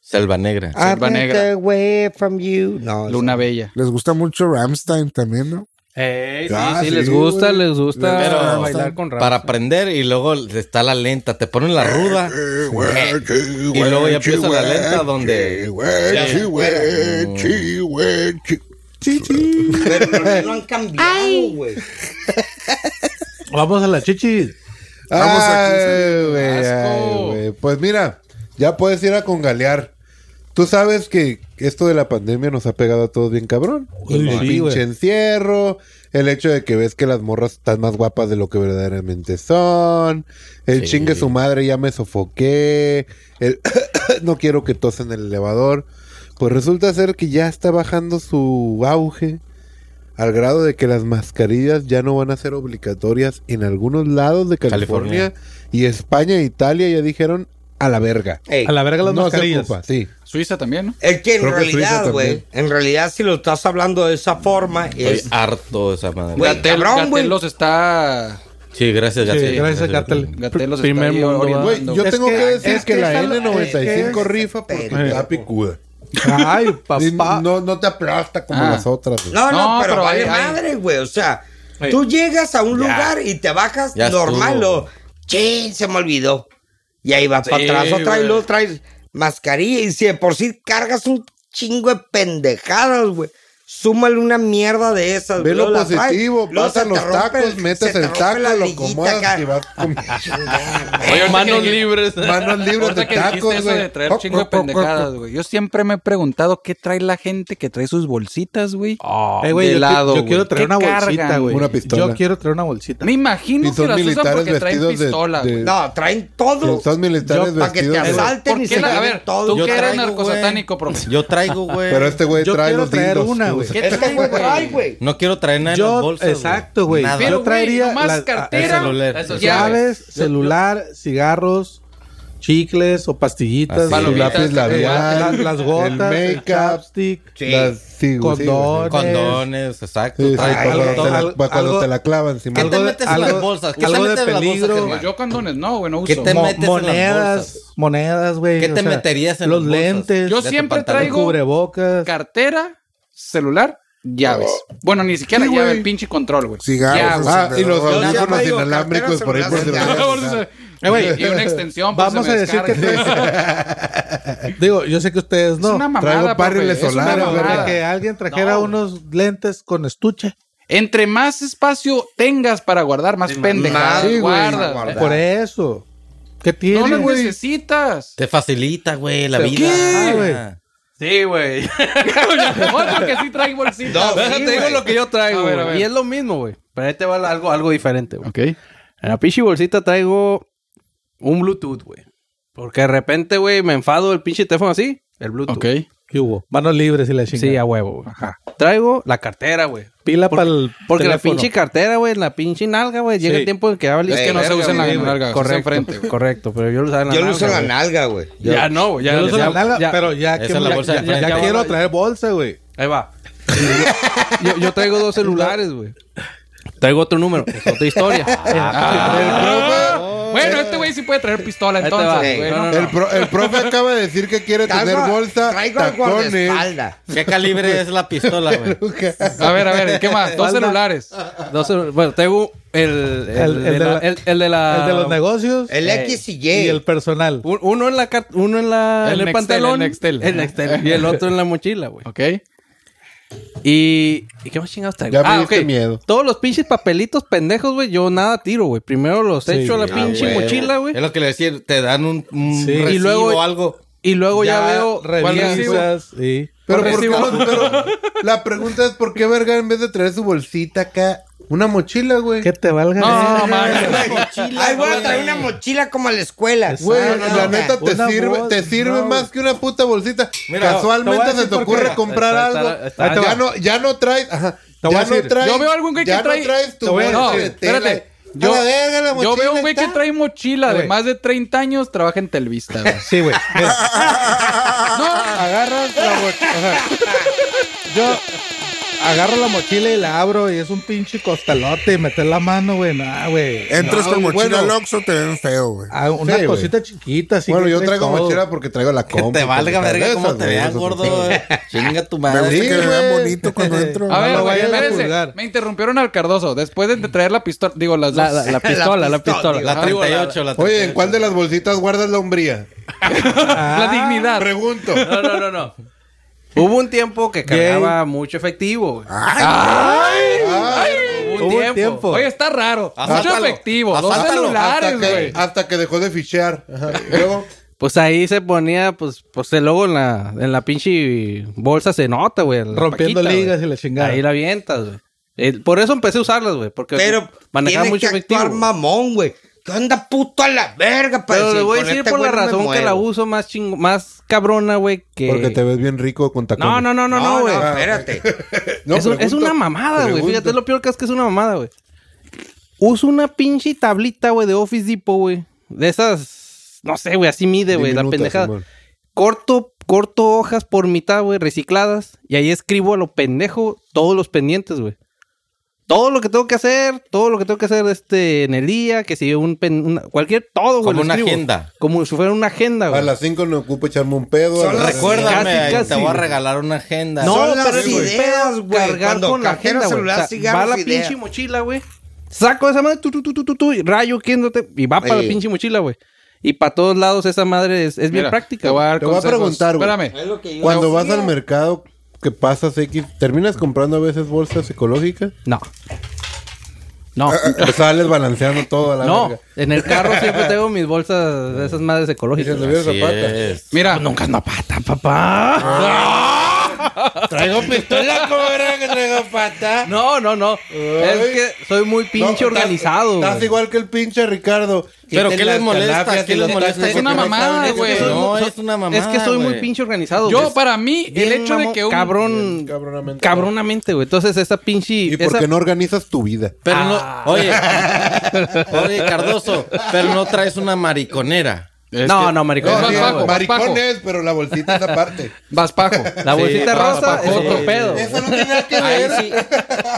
Speaker 2: Selva Negra.
Speaker 3: Selva
Speaker 6: I went
Speaker 3: Negra.
Speaker 6: away from you. No,
Speaker 3: Luna Bella.
Speaker 4: Les gusta mucho Ramstein también, ¿no?
Speaker 7: Ey, sí,
Speaker 1: Ah,
Speaker 7: sí,
Speaker 1: sí,
Speaker 7: les gusta,
Speaker 4: güey.
Speaker 7: les gusta
Speaker 4: Les gusta
Speaker 7: bailar
Speaker 4: bastante.
Speaker 7: con rap.
Speaker 2: Para aprender y luego está la lenta. Te ponen la ruda. Y luego ya empieza la lenta donde...
Speaker 6: Pero no lo han cambiado, güey.
Speaker 5: Vamos a la chichis.
Speaker 4: Vamos aquí,
Speaker 1: Ay, güey, ay, güey. Pues mira, ya puedes ir a congalear. Tú sabes que esto de la pandemia nos ha pegado a todos bien cabrón.
Speaker 5: Uy,
Speaker 1: el
Speaker 5: sí,
Speaker 1: pinche
Speaker 5: güey.
Speaker 1: encierro, el hecho de que ves que las morras están más guapas de lo que verdaderamente son, el chingue su madre ya me sofoqué, el no quiero que tose en el elevador. Pues resulta ser que ya está bajando su auge al grado de que las mascarillas ya no van a ser obligatorias en algunos lados de California, y España e Italia ya dijeron a la verga.
Speaker 6: Ey,
Speaker 5: A la verga las
Speaker 1: no
Speaker 5: mascarillas.
Speaker 1: se ocupa, sí.
Speaker 3: Suiza también, ¿no?
Speaker 6: Es que en
Speaker 1: Creo que Suiza
Speaker 6: realidad,
Speaker 1: también.
Speaker 6: güey. En realidad, si lo estás hablando de esa forma,
Speaker 2: Estoy
Speaker 6: es.
Speaker 2: harto de esa madre.
Speaker 6: Güey,
Speaker 3: Gatel,
Speaker 6: cabrón, güey.
Speaker 3: Gatelos está.
Speaker 2: Sí, gracias,
Speaker 5: Sí,
Speaker 2: Gatel.
Speaker 5: gracias, Gatel.
Speaker 3: Gatelos
Speaker 5: Primer
Speaker 3: está ahí
Speaker 5: mundo,
Speaker 6: Ah,
Speaker 3: orientando.
Speaker 1: Güey, yo
Speaker 5: Es
Speaker 1: tengo que,
Speaker 5: que-
Speaker 1: decir
Speaker 5: es
Speaker 1: que,
Speaker 5: que
Speaker 1: la
Speaker 5: esa-
Speaker 1: N95
Speaker 5: es-
Speaker 1: rifa porque
Speaker 6: pero-
Speaker 1: está picuda.
Speaker 5: Ay,
Speaker 1: Y
Speaker 5: papá.
Speaker 1: No, no te aplasta como
Speaker 3: Ah.
Speaker 1: las otras. güey.
Speaker 6: No, no,
Speaker 3: No,
Speaker 6: pero,
Speaker 3: pero
Speaker 6: vale
Speaker 3: ahí- ahí-
Speaker 6: madre, güey. O sea,
Speaker 5: Ey.
Speaker 6: tú llegas a un lugar y te bajas
Speaker 2: Ya
Speaker 6: normal
Speaker 2: estuvo.
Speaker 6: o. Che, se me olvidó. Y ahí vas para
Speaker 3: Sí,
Speaker 6: atrás otra y
Speaker 3: güey.
Speaker 6: luego traes mascarilla. Y si de por sí cargas un chingo de pendejadas, güey. Súmale una mierda de esas.
Speaker 1: Ve
Speaker 6: güey,
Speaker 1: lo
Speaker 6: luego la traes,
Speaker 1: positivo,
Speaker 6: luego se
Speaker 1: pasa
Speaker 6: te
Speaker 1: los
Speaker 6: rompe
Speaker 1: tacos,
Speaker 6: el-
Speaker 1: metes
Speaker 6: se te
Speaker 1: el
Speaker 6: rompe
Speaker 1: taco,
Speaker 6: la
Speaker 1: lo
Speaker 6: liguita
Speaker 1: acomodas
Speaker 6: acá.
Speaker 1: y vas con
Speaker 3: Oye, ahorita
Speaker 7: Manos
Speaker 3: que-
Speaker 7: libres.
Speaker 1: manos libres
Speaker 3: Ahorita
Speaker 1: de
Speaker 3: que dijiste
Speaker 1: tacos,
Speaker 3: eso de
Speaker 1: güey.
Speaker 3: traer chingo de pendejadas, güey. Yo siempre me he preguntado qué trae la gente que trae sus bolsitas, güey.
Speaker 5: Eh, güey,
Speaker 3: de
Speaker 5: yo, qui-
Speaker 3: lado,
Speaker 5: yo quiero
Speaker 3: güey.
Speaker 5: traer
Speaker 3: ¿Qué
Speaker 5: una bolsita,
Speaker 3: cargan?
Speaker 5: güey.
Speaker 1: Una pistola.
Speaker 5: Yo quiero traer una bolsita.
Speaker 3: Me imagino
Speaker 1: Y
Speaker 3: que
Speaker 1: son
Speaker 3: las usan
Speaker 1: militares
Speaker 3: porque traen
Speaker 1: vestidos de-
Speaker 3: pistola, güey.
Speaker 1: de-
Speaker 6: No, traen todo.
Speaker 1: Son militares
Speaker 5: Yo-
Speaker 6: pa' que te
Speaker 1: vestidos. de-
Speaker 6: asalte. salten
Speaker 3: ¿Por
Speaker 6: y
Speaker 3: qué
Speaker 6: se
Speaker 3: la- A
Speaker 6: lleven
Speaker 3: ver,
Speaker 6: todo.
Speaker 3: tú
Speaker 2: Yo
Speaker 3: que eres
Speaker 2: traigo,
Speaker 3: narcosatánico, profe.
Speaker 2: Yo traigo, güey.
Speaker 1: Pero este güey
Speaker 5: Yo
Speaker 1: trae
Speaker 5: quiero
Speaker 1: los
Speaker 5: traer
Speaker 1: dildos.
Speaker 5: una, güey.
Speaker 3: ¿Qué
Speaker 6: Este
Speaker 3: trae,
Speaker 6: güey trae, güey.
Speaker 2: No quiero traer nada en las
Speaker 5: Yo,
Speaker 2: bolsas, güey.
Speaker 5: exacto, güey.
Speaker 2: Nada.
Speaker 5: Yo
Speaker 3: Pero,
Speaker 5: traería
Speaker 3: güey, nomás
Speaker 5: las-
Speaker 3: cartera,
Speaker 2: el celular.
Speaker 3: esas
Speaker 2: Las
Speaker 3: llaves.
Speaker 5: Llaves, celular, cigarros, chicles o pastillitas,
Speaker 2: Así es.
Speaker 5: tu lápiz
Speaker 1: Lápiz
Speaker 5: labial,
Speaker 1: labial,
Speaker 5: la- las gotas,
Speaker 1: el
Speaker 5: el,
Speaker 1: make-up,
Speaker 5: chapstick,
Speaker 6: Sí.
Speaker 1: las- sí, güey, sí, güey.
Speaker 5: Condón.
Speaker 2: Condones, exacto.
Speaker 1: Sí, sí,
Speaker 2: Trae
Speaker 1: para
Speaker 5: algo-
Speaker 1: cuando, te, la,
Speaker 5: algo-
Speaker 1: para cuando
Speaker 5: algo-
Speaker 1: te la clavan, Simón.
Speaker 2: ¿Qué te
Speaker 5: algo de-
Speaker 2: metes en las
Speaker 5: algo-
Speaker 2: bolsas? ¿Qué te
Speaker 5: algo de
Speaker 2: metes en las bolsas,
Speaker 5: peligro.
Speaker 2: Germán?
Speaker 3: Pues Yo condones no, güey, no
Speaker 2: ¿Qué
Speaker 3: uso.
Speaker 2: te
Speaker 5: mo-
Speaker 2: metes en las bolsas?
Speaker 5: monedas, monedas, güey.
Speaker 2: ¿Qué te
Speaker 5: o sea,
Speaker 2: meterías en
Speaker 5: Los
Speaker 2: las bolsas?
Speaker 5: lentes,
Speaker 3: Yo
Speaker 2: de tu
Speaker 3: siempre
Speaker 2: pantalón.
Speaker 5: el
Speaker 3: traigo
Speaker 5: cubrebocas.
Speaker 3: cartera, celular, llaves. Bueno, ni siquiera
Speaker 1: Sí,
Speaker 3: llave,
Speaker 1: güey.
Speaker 3: el pinche control, güey.
Speaker 4: Cigarros,
Speaker 3: Llaves.
Speaker 4: o sea,
Speaker 1: Ah, y los
Speaker 4: Yo
Speaker 6: ya
Speaker 1: audífonos
Speaker 6: traigo
Speaker 1: inalámbricos
Speaker 6: cartera,
Speaker 1: por ahí por si
Speaker 6: celular,
Speaker 1: la-
Speaker 6: ya.
Speaker 5: Eh, güey,
Speaker 3: y una extensión. pues,
Speaker 5: Vamos
Speaker 3: se
Speaker 5: a
Speaker 3: me
Speaker 5: decir que
Speaker 3: descarga.
Speaker 5: Digo, yo sé que ustedes no.
Speaker 3: Es una mamada.
Speaker 1: Traigo
Speaker 3: profe,
Speaker 1: barriles
Speaker 3: es una
Speaker 1: solares,
Speaker 5: Pero
Speaker 3: mamada.
Speaker 5: que alguien trajera
Speaker 3: No.
Speaker 5: unos lentes con estuche.
Speaker 3: Entre más espacio tengas para guardar, más pendejadas
Speaker 1: Sí, güey.
Speaker 3: guardas.
Speaker 1: Guarda.
Speaker 5: Por eso. ¿Qué
Speaker 3: No
Speaker 5: tiene,
Speaker 3: las
Speaker 5: güey?
Speaker 3: necesitas.
Speaker 2: Te facilita, güey, la
Speaker 5: ¿Pero
Speaker 2: vida.
Speaker 5: qué, güey?
Speaker 2: Ah.
Speaker 7: Sí, güey.
Speaker 3: Otro que sí trae bolsita.
Speaker 7: Déjate,
Speaker 3: Sí,
Speaker 7: te digo
Speaker 3: güey.
Speaker 7: lo que yo
Speaker 3: A
Speaker 7: traigo,
Speaker 3: ver, a
Speaker 7: güey.
Speaker 3: ver.
Speaker 7: Y es lo mismo, güey. Pero ahí te va algo, algo diferente, güey.
Speaker 3: Ok.
Speaker 7: En la pinche bolsita traigo un Bluetooth, güey. Porque de repente, güey, me enfado el pinche teléfono así. El Bluetooth.
Speaker 3: Ok.
Speaker 5: ¿Qué hubo? Manos libres y la chingada.
Speaker 7: Sí, a huevo, güey. Traigo la cartera, güey.
Speaker 5: Pila
Speaker 7: Por-
Speaker 5: para el
Speaker 7: Porque la
Speaker 5: teléfono.
Speaker 7: pinche cartera, güey, la pinche nalga, güey. Llega
Speaker 5: Sí.
Speaker 7: el tiempo en que habla.
Speaker 3: Es que no se usa en la nalga, se usa
Speaker 7: Correcto.
Speaker 3: enfrente, güey.
Speaker 7: correcto, pero yo lo usaba en la
Speaker 6: Yo
Speaker 7: nalga.
Speaker 6: lo uso en la
Speaker 7: güey.
Speaker 6: nalga, güey. Yo-
Speaker 7: Ya no, güey, ya,
Speaker 5: Yo
Speaker 7: lo
Speaker 5: no uso la nalga,
Speaker 7: ya-
Speaker 5: pero ya,
Speaker 2: Esa
Speaker 5: que-
Speaker 2: es la
Speaker 5: ya-
Speaker 2: bolsa
Speaker 5: ya-
Speaker 2: de
Speaker 5: ya
Speaker 2: frente.
Speaker 5: quiero traer bolsa, güey.
Speaker 7: Ahí va. yo, yo traigo dos celulares, güey. Traigo otro número, es otra historia.
Speaker 3: Bueno, este güey sí puede traer pistola
Speaker 7: Ahí te va.
Speaker 3: entonces, güey.
Speaker 7: No, no, no.
Speaker 1: El, pro- el profe acaba de decir que quiere
Speaker 6: Traigo-
Speaker 1: tener bolsa,
Speaker 6: Traigo el
Speaker 1: tacones.
Speaker 6: guardaespaldas.
Speaker 2: ¿Qué calibre es la pistola, güey?
Speaker 3: A ver, a ver, ¿qué más? Dos celulares.
Speaker 7: Dos celu- bueno, tengo el, el,
Speaker 5: El- el
Speaker 7: de la, el, el de la-
Speaker 5: El de los negocios
Speaker 6: El
Speaker 7: Ey.
Speaker 6: X y Y.
Speaker 5: y el personal.
Speaker 7: Un- Uno en la car- uno en la
Speaker 3: El
Speaker 7: en el
Speaker 3: Nextel,
Speaker 7: pantalón,
Speaker 3: el Nextel.
Speaker 7: el Nextel, y el otro en la mochila, güey.
Speaker 3: Ok.
Speaker 7: Y, ¿y qué más chingados traigo?
Speaker 1: Ya
Speaker 7: Ah,
Speaker 1: me diste
Speaker 7: ok.
Speaker 1: miedo.
Speaker 7: Todos los pinches papelitos pendejos, güey. Yo nada tiro, güey. Primero los echo a la pinche
Speaker 2: Ah,
Speaker 7: mochila, güey.
Speaker 2: Es lo que le decía, te dan un, un
Speaker 5: Sí. Y
Speaker 2: recibo
Speaker 7: luego-
Speaker 2: o algo.
Speaker 7: Y luego ya, veo.
Speaker 5: Revisas y...
Speaker 1: Pero,
Speaker 3: Porque
Speaker 1: ¿por
Speaker 3: sí,
Speaker 1: qué
Speaker 3: bueno.
Speaker 1: los- pero la pregunta es: ¿por qué, verga, en vez de traer su bolsita acá, una mochila, güey?
Speaker 5: Que te valga.
Speaker 3: No, no,
Speaker 6: Una
Speaker 3: mames.
Speaker 6: mochila. Ay, voy a traer una mochila como a la escuela.
Speaker 1: Güey,
Speaker 6: No, no,
Speaker 1: la
Speaker 6: no.
Speaker 1: neta te
Speaker 5: Una
Speaker 1: sirve,
Speaker 5: bol-
Speaker 1: te sirve
Speaker 5: no,
Speaker 1: más que una puta bolsita.
Speaker 2: Mira,
Speaker 1: Casualmente
Speaker 7: te voy a
Speaker 1: se te
Speaker 7: decir por
Speaker 1: ocurre
Speaker 7: qué.
Speaker 1: comprar
Speaker 7: Está-
Speaker 1: algo. Ah,
Speaker 7: está- está-
Speaker 1: ya
Speaker 7: está-
Speaker 1: no, ya no traes, ajá.
Speaker 5: voy a
Speaker 1: Ya no
Speaker 5: decir.
Speaker 1: traes.
Speaker 3: Yo veo algún güey que
Speaker 1: ya
Speaker 3: trae.
Speaker 1: no traes tu
Speaker 3: Te voy a
Speaker 1: bolsa
Speaker 3: decir.
Speaker 1: de
Speaker 3: No, espérate.
Speaker 1: tela. A
Speaker 3: Yo-
Speaker 1: la verga, la
Speaker 3: Yo veo un
Speaker 1: mochila
Speaker 3: güey que
Speaker 1: está.
Speaker 3: trae mochila de
Speaker 7: Güey.
Speaker 3: más de 30 años, trabaja en Telvista, güey.
Speaker 5: Sí, güey.
Speaker 3: No,
Speaker 5: Agarras la mochila. yo agarro la mochila y la abro y es un pinche costalote y meter la mano, güey. Nah, güey.
Speaker 4: Entras
Speaker 1: No,
Speaker 4: con mochila
Speaker 1: bueno.
Speaker 4: al Oxxo, te ven feo, güey.
Speaker 5: Ah, una
Speaker 1: Sí, güey.
Speaker 5: cosita chiquita, así
Speaker 1: Bueno,
Speaker 5: que
Speaker 1: yo
Speaker 5: traes
Speaker 1: traigo
Speaker 5: todo.
Speaker 1: mochila porque traigo la
Speaker 2: Que
Speaker 1: compu.
Speaker 2: te valga
Speaker 1: porque
Speaker 2: verga
Speaker 1: traigo
Speaker 2: cómo
Speaker 1: esas,
Speaker 2: te
Speaker 1: güey,
Speaker 2: vean,
Speaker 1: esas
Speaker 2: gordo.
Speaker 1: cosas.
Speaker 2: güey. Chinga tu
Speaker 4: Me gusta
Speaker 2: madre.
Speaker 1: Sí,
Speaker 4: que me vean
Speaker 1: güey.
Speaker 4: bonito cuando entro.
Speaker 3: A ver,
Speaker 5: lo
Speaker 3: güey,
Speaker 5: vayan a
Speaker 3: espérense.
Speaker 5: juzgar.
Speaker 3: Me interrumpieron al Cardoso. Después de traer la pistola, digo, las
Speaker 7: Mm. La,
Speaker 3: dos.
Speaker 7: la- la pistola, la pistola. Ah.
Speaker 2: La 38, la 38.
Speaker 1: Oye, ¿en cuál de las bolsitas guardas la hombría?
Speaker 3: la dignidad.
Speaker 1: Pregunto.
Speaker 7: No, no, no, no. Hubo un tiempo que cargaba mucho efectivo, güey. Hubo un
Speaker 5: Hubo un
Speaker 7: tiempo.
Speaker 5: tiempo.
Speaker 3: Oye, está raro. Mucho
Speaker 2: Asáltalo.
Speaker 3: efectivo. Dos
Speaker 2: Asáltalo.
Speaker 3: celulares,
Speaker 1: Hasta que,
Speaker 3: güey.
Speaker 1: hasta que dejó de fichear. Ajá. Luego,
Speaker 7: Pues ahí se ponía, pues, pues el logo en la, en la pinche bolsa se nota, güey. la
Speaker 5: Rompiendo
Speaker 7: paquita,
Speaker 5: ligas
Speaker 7: güey.
Speaker 5: y la chingada.
Speaker 7: Ahí la avientas, güey. Eh, por eso empecé a usarlas, güey. Porque
Speaker 6: Pero
Speaker 7: manejaba
Speaker 6: tiene
Speaker 7: mucho
Speaker 6: que
Speaker 7: efectivo.
Speaker 6: actuar mamón, güey. ¿Qué onda puto a la verga? para
Speaker 7: Pero le
Speaker 6: decir,
Speaker 7: voy a
Speaker 6: con
Speaker 7: decir
Speaker 6: este
Speaker 7: por la
Speaker 6: güey no me
Speaker 7: razón que
Speaker 6: muevo?
Speaker 7: la uso más chingo, más cabrona, güey, que...
Speaker 1: porque te ves bien rico con tacones.
Speaker 7: No, no, no, no, no, güey.
Speaker 6: espérate.
Speaker 1: No,
Speaker 7: es, un- es
Speaker 1: pregunto.
Speaker 7: una mamada, güey.
Speaker 1: Pregunto.
Speaker 7: Fíjate lo peor que es que es una mamada, güey. Uso una pinche tablita, güey, de Office Depot, güey. De esas, no sé, güey, así mide, güey, la
Speaker 1: Diminuta,
Speaker 7: pendejada.
Speaker 1: Simón.
Speaker 7: Corto, corto hojas por mitad, güey, recicladas. Y ahí escribo a lo pendejo todos los pendientes, güey. Todo lo que tengo que hacer, todo lo que tengo que hacer este, en el día, que si un... pen- una- cualquier, todo, güey.
Speaker 2: Como
Speaker 7: lo
Speaker 2: una
Speaker 7: escribo.
Speaker 2: agenda.
Speaker 7: Como si fuera una agenda, güey.
Speaker 1: A las 5 no ocupo echarme un pedo. a
Speaker 6: Son
Speaker 1: las-
Speaker 6: las-
Speaker 2: Recuérdame,
Speaker 7: Casi,
Speaker 2: ahí te
Speaker 7: casi,
Speaker 2: voy a
Speaker 7: güey.
Speaker 2: regalar una agenda.
Speaker 7: No,
Speaker 6: Son
Speaker 7: pero
Speaker 6: las
Speaker 7: es un
Speaker 6: ideas,
Speaker 7: pedo
Speaker 6: güey,
Speaker 7: Cargar
Speaker 6: cuando
Speaker 7: con la
Speaker 6: cartera,
Speaker 7: agenda, güey.
Speaker 6: celular,
Speaker 7: O sea,
Speaker 6: cigarros,
Speaker 7: va la
Speaker 6: idea.
Speaker 7: pinche mochila, güey. Saco esa madre, tu, tu, tu, tu, tu, tu, y rayo, quiéndote, y va para la
Speaker 6: Sí.
Speaker 7: pinche mochila, güey. Y para todos lados esa madre es, es bien
Speaker 3: Mira,
Speaker 7: práctica.
Speaker 3: Te voy a dar
Speaker 1: Te voy a
Speaker 3: consejos.
Speaker 1: preguntar, güey.
Speaker 3: Espérame.
Speaker 1: Cuando vas al mercado que pasas X, ¿terminas comprando a veces bolsas ecológicas?
Speaker 7: güey. No. No,
Speaker 1: O sales balanceando todo a Ah, la
Speaker 7: no.
Speaker 1: verga.
Speaker 7: En el carro siempre tengo mis bolsas de esas madres ecológicas.
Speaker 1: Dices, "Le vieron
Speaker 2: Así
Speaker 1: zapata".
Speaker 2: es.
Speaker 3: Mira,
Speaker 7: Pues Nunca no pata, papá.
Speaker 2: Traigo pistola, ¿cómo era que traigo pata?
Speaker 7: No, no, no. Es que soy muy pinche
Speaker 1: No,
Speaker 7: organizado.
Speaker 1: Estás, estás
Speaker 7: güey.
Speaker 1: igual que el pinche Ricardo.
Speaker 2: ¿Pero
Speaker 1: Quiten
Speaker 2: qué les
Speaker 1: las
Speaker 2: molesta?
Speaker 1: calafias
Speaker 2: ¿Qué
Speaker 1: y
Speaker 2: les
Speaker 1: los
Speaker 2: molesta?
Speaker 1: tacos
Speaker 3: Es una
Speaker 1: porque no
Speaker 3: mamada,
Speaker 1: saben eso.
Speaker 3: güey.
Speaker 7: Soy muy-
Speaker 2: No,
Speaker 7: soy-
Speaker 2: es una mamada,
Speaker 7: Es que soy muy
Speaker 2: güey.
Speaker 7: pinche organizado.
Speaker 3: yo
Speaker 7: güey.
Speaker 3: para mí, el
Speaker 7: Bien
Speaker 3: hecho de
Speaker 7: mamón-
Speaker 3: que un...
Speaker 7: cabrón
Speaker 1: Bien, cabronamente.
Speaker 7: cabronamente güey entonces esta pinche
Speaker 1: ¿Y por
Speaker 7: esa-
Speaker 1: qué no organizas tu vida?
Speaker 2: Pero
Speaker 7: Ah.
Speaker 2: no, oye, oye, Cardoso, pero no traes una mariconera.
Speaker 3: Es
Speaker 7: no
Speaker 3: que-
Speaker 7: no maricón
Speaker 3: Es
Speaker 1: No,
Speaker 3: más
Speaker 1: sí,
Speaker 7: no,
Speaker 3: bajo,
Speaker 7: güey.
Speaker 3: más
Speaker 1: maricones, pero la bolsita es aparte.
Speaker 3: Vas pajo.
Speaker 7: la bolsita eh,
Speaker 2: Sí,
Speaker 7: rosa
Speaker 3: papajote.
Speaker 7: es otro
Speaker 2: Sí,
Speaker 7: pedo
Speaker 1: Eso no tiene nada que
Speaker 2: Ahí
Speaker 1: ver.
Speaker 2: sí,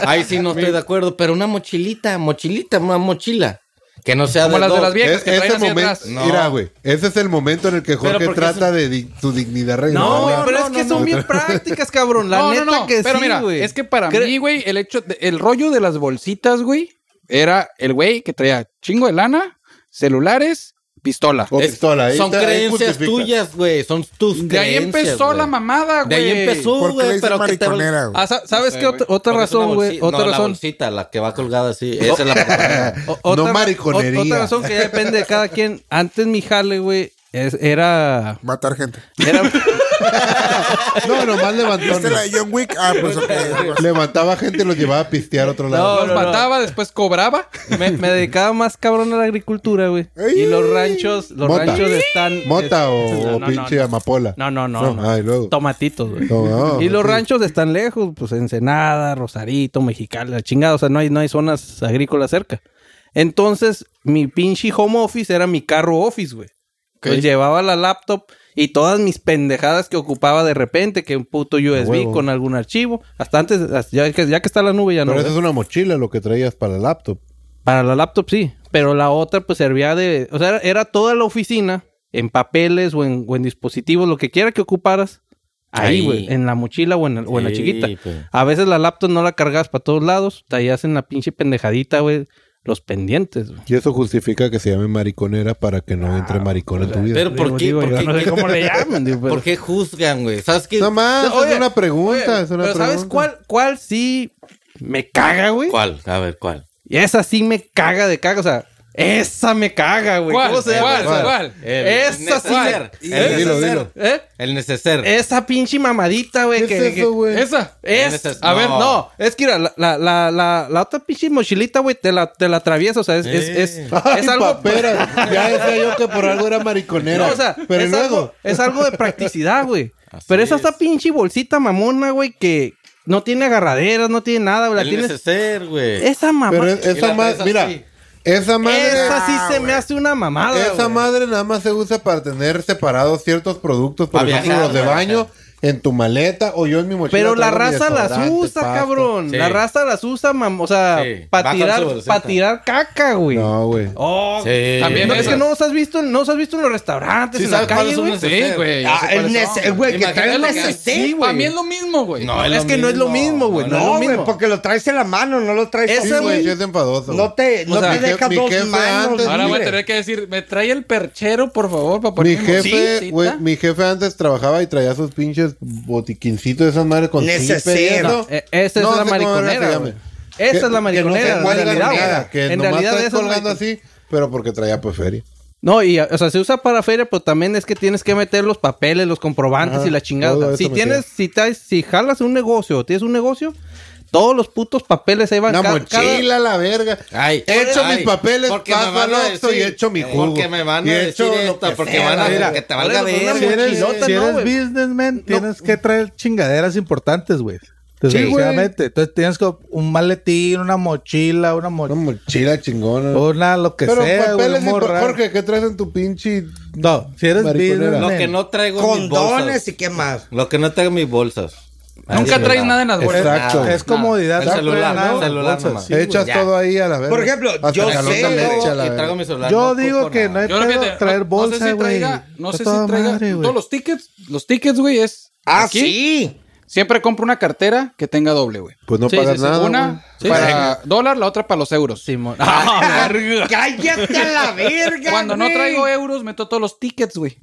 Speaker 2: ahí sí no estoy de acuerdo, pero una mochilita, mochilita, una mochila. Que no sea
Speaker 3: Como
Speaker 2: de
Speaker 3: las de
Speaker 2: dos.
Speaker 3: las viejas que traen así
Speaker 1: momento,
Speaker 3: atrás.
Speaker 2: No.
Speaker 1: mira, güey, ese es el momento en el que Jorge
Speaker 2: porque
Speaker 1: trata de di- su dignidad regional.
Speaker 7: no, güey,
Speaker 1: Ah,
Speaker 7: pero es que son bien prácticas, cabrón. La neta que
Speaker 3: pero
Speaker 7: sí,
Speaker 3: mira,
Speaker 7: güey.
Speaker 3: es que para
Speaker 7: Cre-
Speaker 3: mí, güey, el hecho, de- el rollo de las bolsitas, güey, era el güey que traía chingo de lana, celulares, pistola.
Speaker 1: O
Speaker 2: Es-
Speaker 1: pistola, ahí
Speaker 2: son
Speaker 1: está- ahí
Speaker 2: creencias
Speaker 1: justifica.
Speaker 2: tuyas, güey. Son tus
Speaker 3: De ahí
Speaker 2: creencias.
Speaker 3: empezó
Speaker 2: güey.
Speaker 3: la mamada,
Speaker 2: De
Speaker 3: güey.
Speaker 2: ahí empezó,
Speaker 4: ¿Por qué le
Speaker 2: güey.
Speaker 4: dices
Speaker 2: Pero que te
Speaker 4: mariconera, güey?
Speaker 7: Ah, sa- ¿sabes
Speaker 3: No sé,
Speaker 7: qué?
Speaker 3: güey.
Speaker 7: Otra, otra
Speaker 2: Porque es una
Speaker 7: razón, güey.
Speaker 2: bolsi-
Speaker 7: Otra
Speaker 2: no, La
Speaker 7: razón.
Speaker 2: bolsita, la que va colgada así. Esa es la mariconera.
Speaker 7: O- otra-
Speaker 1: No mariconería.
Speaker 7: o- Otra razón que ya depende de cada quien. Antes mi jale, güey, es- era...
Speaker 4: Matar gente.
Speaker 7: Era...
Speaker 1: No, nomás
Speaker 4: ¿Viste la de
Speaker 1: levantó.
Speaker 4: John Wick? Ah, pues ok.
Speaker 1: Levantaba gente y los llevaba a pistear a otro lado.
Speaker 7: No,
Speaker 3: Los mataba, después cobraba.
Speaker 7: Me, me dedicaba más cabrón a la agricultura, güey.
Speaker 4: Ay.
Speaker 7: Y los ranchos, los
Speaker 1: Mota.
Speaker 7: ranchos están.
Speaker 1: Mota o,
Speaker 7: No, no,
Speaker 1: o
Speaker 7: no,
Speaker 1: pinche
Speaker 7: no.
Speaker 1: amapola.
Speaker 7: No, no, no. no.
Speaker 1: Ay, luego.
Speaker 7: Tomatitos, güey.
Speaker 1: No, no,
Speaker 7: y los
Speaker 1: sí.
Speaker 7: ranchos están lejos, pues Ensenada, Rosarito, Mexicali, la chingada. O sea, no hay, no hay zonas agrícolas cerca. Entonces, mi pinche home office era mi carro office, güey. Pues llevaba la laptop y todas mis pendejadas que ocupaba de repente, que un puto USB
Speaker 1: huevo.
Speaker 7: con algún archivo. Hasta antes, ya que, ya que está la nube, ya no.
Speaker 1: Pero
Speaker 7: güey.
Speaker 1: esa es una mochila lo que traías para el laptop.
Speaker 7: Para la laptop sí, pero la otra pues servía de... O sea, era, era toda la oficina en papeles o en, o en dispositivos, lo que quiera que ocuparas. Ahí,
Speaker 2: Ahí.
Speaker 7: güey, en la mochila o en, el- o en la
Speaker 2: Sí,
Speaker 7: chiquita.
Speaker 2: pues.
Speaker 7: A veces la laptop no la cargabas para todos lados, traías en la pinche pendejadita, güey. los pendientes, güey.
Speaker 1: Y eso justifica que se llame mariconera para que no entre
Speaker 7: Ah,
Speaker 1: maricón en tu vida.
Speaker 2: Pero ¿por
Speaker 7: Digo,
Speaker 2: qué?
Speaker 7: digo,
Speaker 2: ¿Por
Speaker 7: yo
Speaker 2: qué-
Speaker 7: no sé cómo le llaman, digo, pero-
Speaker 2: ¿Por qué juzgan, güey? ¿Sabes qué?
Speaker 1: Nada más,
Speaker 7: Oye,
Speaker 1: es una pregunta.
Speaker 7: Oye,
Speaker 1: es una
Speaker 7: pero ¿sabes
Speaker 1: pregunta.
Speaker 7: cuál, cuál sí me caga, güey?
Speaker 2: ¿Cuál? A ver, ¿cuál?
Speaker 7: Y esa sí me caga de caga, o sea, esa me caga, güey.
Speaker 3: ¿Cuál?
Speaker 7: ¿Cómo se
Speaker 3: ¿Cuál?
Speaker 7: llama? esa?
Speaker 3: ¿Cuál?
Speaker 2: El
Speaker 7: Esa sí
Speaker 2: neceser.
Speaker 7: me-
Speaker 2: El
Speaker 7: ¿Eh?
Speaker 1: Dilo,
Speaker 2: neceser.
Speaker 7: ¿Eh?
Speaker 2: El neceser.
Speaker 7: Esa pinche mamadita, güey.
Speaker 1: ¿Qué
Speaker 7: que-
Speaker 1: es
Speaker 7: que-
Speaker 1: eso, güey?
Speaker 3: Esa.
Speaker 7: Es,
Speaker 2: Esa es-
Speaker 7: a ver,
Speaker 2: no.
Speaker 7: no, es que mira, la, la, la, la, la otra pinche mochilita, güey, te la, te la atraviesa, o sea, es, es, es,
Speaker 2: Eh.
Speaker 1: Ay,
Speaker 7: es algo...
Speaker 1: papera. ya decía yo que por algo era mariconera.
Speaker 7: No, o sea,
Speaker 1: pero
Speaker 7: es,
Speaker 1: luego.
Speaker 7: algo, es algo de practicidad, güey.
Speaker 2: Así
Speaker 7: Pero esa
Speaker 2: es.
Speaker 7: esta pinche bolsita mamona, güey, que no tiene agarraderas, no tiene nada, güey, la
Speaker 2: El
Speaker 7: tienes...
Speaker 2: neceser, güey.
Speaker 7: Esa mamá...
Speaker 1: Pero
Speaker 2: Y la
Speaker 1: esa
Speaker 2: traes
Speaker 1: madre, mira,
Speaker 2: así.
Speaker 1: esa madre,
Speaker 7: Esa sí se me hace una mamada,
Speaker 1: esa
Speaker 7: güey.
Speaker 1: madre nada más se usa para tener separados ciertos productos, por
Speaker 2: Para
Speaker 1: ejemplo,
Speaker 2: viajar,
Speaker 1: los de
Speaker 2: para
Speaker 1: baño, en tu maleta o yo en mi mochila.
Speaker 7: Pero la
Speaker 1: traigo mi
Speaker 7: raza las
Speaker 1: desodorante,
Speaker 7: usa,
Speaker 1: pasta.
Speaker 7: cabrón.
Speaker 2: Sí.
Speaker 7: La raza las usa, mam, o sea,
Speaker 2: Sí.
Speaker 7: para
Speaker 2: Va con
Speaker 7: tirar,
Speaker 2: su bolsita.
Speaker 7: pa' tirar caca, güey.
Speaker 1: No, güey.
Speaker 7: Oh,
Speaker 2: Sí.
Speaker 3: También
Speaker 7: No, es que
Speaker 3: esas.
Speaker 7: no los has visto, en- no los has visto en los restaurantes,
Speaker 2: Sí,
Speaker 7: en la
Speaker 2: ¿sabes cuáles
Speaker 7: calle,
Speaker 2: son
Speaker 7: güey.
Speaker 2: esas?
Speaker 3: Sí, güey.
Speaker 6: Ah, el nece- güey, que trae el
Speaker 3: Imagínate que-
Speaker 6: neceser,
Speaker 3: Para mí
Speaker 6: güey.
Speaker 3: es lo mismo, güey.
Speaker 2: No,
Speaker 7: es que no es lo mismo, güey. No,
Speaker 6: No,
Speaker 7: es lo
Speaker 6: güey,
Speaker 7: mismo.
Speaker 6: porque lo traes en la mano, no lo traes
Speaker 7: Ese,
Speaker 1: Sí,
Speaker 6: así,
Speaker 1: güey, sí es enfadoso.
Speaker 6: No
Speaker 1: güey.
Speaker 6: te, no
Speaker 1: O sea,
Speaker 6: te
Speaker 1: mi
Speaker 6: deja
Speaker 1: jef- mi
Speaker 6: dos
Speaker 1: jefe de
Speaker 6: manos.
Speaker 1: antes,
Speaker 3: Ahora voy a
Speaker 6: güey.
Speaker 3: tener que decir, me trae el perchero, por favor, para
Speaker 1: Mi
Speaker 3: poner
Speaker 1: jefe, güey, mi jefe antes trabajaba y traía sus pinches botiquincitos de esas madres con
Speaker 6: Neceser.
Speaker 1: zipper y eso.
Speaker 7: No, eh, esa es
Speaker 1: No sé cómo ahora
Speaker 7: la
Speaker 1: se
Speaker 7: mariconera,
Speaker 1: llame.
Speaker 7: güey. Esa es la mariconera,
Speaker 1: que
Speaker 7: en
Speaker 1: no se cuelga
Speaker 7: realidad,
Speaker 1: ni nada,
Speaker 7: güey.
Speaker 1: que
Speaker 7: En
Speaker 1: nomás
Speaker 7: realidad
Speaker 1: traes
Speaker 7: esa es la
Speaker 1: colgando
Speaker 7: maricon-
Speaker 1: así, pero porque traía pues feria.
Speaker 7: No, y o sea, se usa para feria, pero también es que tienes que meter los papeles, los comprobantes
Speaker 1: Ajá,
Speaker 7: y la chingada. O sea,
Speaker 1: todo eso
Speaker 7: Si
Speaker 1: metido.
Speaker 7: tienes, si traes- si jalas un negocio, o tienes un negocio, todos los putos papeles ahí van
Speaker 1: Una
Speaker 7: ca- cada-
Speaker 1: mochila, la verga.
Speaker 2: Ay,
Speaker 1: he hecho
Speaker 2: ay,
Speaker 1: mis papeles,
Speaker 2: porque me
Speaker 1: paso al
Speaker 2: van a
Speaker 1: Oxxo y
Speaker 2: decir-
Speaker 1: he hecho mi
Speaker 2: eh,
Speaker 1: jugo.
Speaker 2: Porque me van
Speaker 1: Y
Speaker 2: a
Speaker 1: he hecho
Speaker 2: decir
Speaker 1: lo
Speaker 2: esto,
Speaker 1: que
Speaker 2: porque
Speaker 1: sea,
Speaker 2: van a
Speaker 1: la
Speaker 2: decir
Speaker 1: verga.
Speaker 2: que te valga
Speaker 7: Ahora, pues, una
Speaker 2: ver.
Speaker 5: Si eres,
Speaker 7: Mochilota,
Speaker 5: si
Speaker 7: no,
Speaker 5: eres
Speaker 7: güey.
Speaker 5: businessman, tienes que traer chingaderas importantes, güey. Desgraciadamente. Entonces tienes como un maletín, una mochila, una
Speaker 1: Una
Speaker 5: mochila,
Speaker 1: mochila chingona.
Speaker 5: una lo que
Speaker 1: pero
Speaker 5: sea, güey.
Speaker 1: papeles
Speaker 5: un morral.
Speaker 1: y Jorge, ¿qué traes en tu pinche?
Speaker 5: No, si eres
Speaker 1: Mariconera.
Speaker 5: businessman.
Speaker 2: Lo que no traigo en mis
Speaker 6: Condones
Speaker 2: bolsas.
Speaker 6: y qué más.
Speaker 2: Lo que no traigo en mis bolsas.
Speaker 3: Nunca
Speaker 2: Ahí,
Speaker 3: traes
Speaker 2: güey.
Speaker 3: nada en las bolsas.
Speaker 1: Exacto.
Speaker 5: Es comodidad.
Speaker 2: El
Speaker 5: no
Speaker 2: celular,
Speaker 5: trae nada
Speaker 2: ¿no?
Speaker 5: en las
Speaker 2: Celular
Speaker 5: bolsas,
Speaker 2: nomás.
Speaker 5: sí, güey.
Speaker 1: Echas
Speaker 6: ya.
Speaker 1: todo ahí a la verga.
Speaker 6: Por ejemplo,
Speaker 1: Hasta
Speaker 6: yo
Speaker 1: calor
Speaker 6: sé,
Speaker 1: también
Speaker 6: yo-
Speaker 1: echa a la
Speaker 2: Y
Speaker 1: verga.
Speaker 2: traigo mi celular.
Speaker 5: Yo
Speaker 2: no
Speaker 5: digo
Speaker 2: ocupo
Speaker 5: que no
Speaker 2: nada.
Speaker 5: hay
Speaker 3: Yo creo que
Speaker 5: pedo
Speaker 3: te-
Speaker 5: traer
Speaker 3: no-
Speaker 5: bolsa, güey.
Speaker 3: No
Speaker 5: Está
Speaker 3: sé si traiga. No sé si
Speaker 5: toda
Speaker 3: traiga.
Speaker 5: madre, güey.
Speaker 3: todos los tickets, los tickets, güey, es.
Speaker 6: Ah,
Speaker 3: aquí.
Speaker 6: sí.
Speaker 3: Siempre compro una cartera que tenga doble, güey.
Speaker 1: Pues no
Speaker 3: Sí,
Speaker 1: pagas
Speaker 3: sí, sí.
Speaker 1: nada. güey.
Speaker 3: Una para dólar, la otra para los euros. Ah,
Speaker 7: Simón.
Speaker 6: Cállate a la verga.
Speaker 3: Cuando no
Speaker 6: güey.
Speaker 3: traigo euros, meto todos los tickets, güey.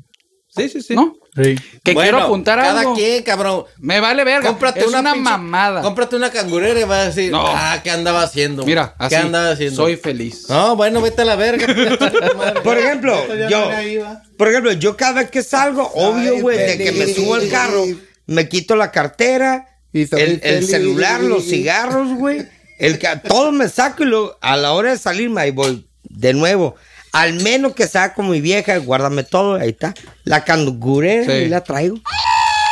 Speaker 7: Sí, sí, sí.
Speaker 3: ¿No?
Speaker 5: Sí.
Speaker 3: Que
Speaker 2: Bueno,
Speaker 3: quiero apuntar
Speaker 2: cada
Speaker 3: algo.
Speaker 2: quien, cabrón.
Speaker 3: Me vale verga.
Speaker 2: Cómprate
Speaker 3: es
Speaker 2: una,
Speaker 3: una,
Speaker 2: pinche-
Speaker 3: mamada.
Speaker 2: Cómprate una cangurera y vas a decir,
Speaker 3: No.
Speaker 2: ah, ¿qué andaba haciendo?
Speaker 3: Mira, así.
Speaker 2: ¿Qué andaba haciendo?
Speaker 3: Soy feliz.
Speaker 2: No, bueno, vete a la verga.
Speaker 6: Por ejemplo, yo, por ejemplo, yo cada vez que salgo, obvio, güey, de que me subo al carro, me quito la cartera,
Speaker 1: Y soy
Speaker 6: el, el
Speaker 1: feliz.
Speaker 6: celular, los cigarros, güey, el ca- todo me saco y luego, a la hora de salirme ahí voy de nuevo. Al menos que sea con mi vieja, guárdame todo, ahí está. La cangurera
Speaker 3: Sí.
Speaker 6: ahí la traigo.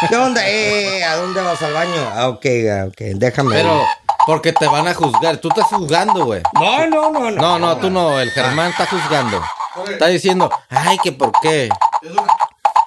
Speaker 6: ¿Qué onda? Eh, ¿A dónde vas al baño? Ah, ok, ah, ok, déjame.
Speaker 2: Pero, porque te van a juzgar. Tú estás juzgando, güey.
Speaker 6: No, no, no, no.
Speaker 2: No, no, tú no. El Germán está juzgando. Está diciendo, ay, que por qué.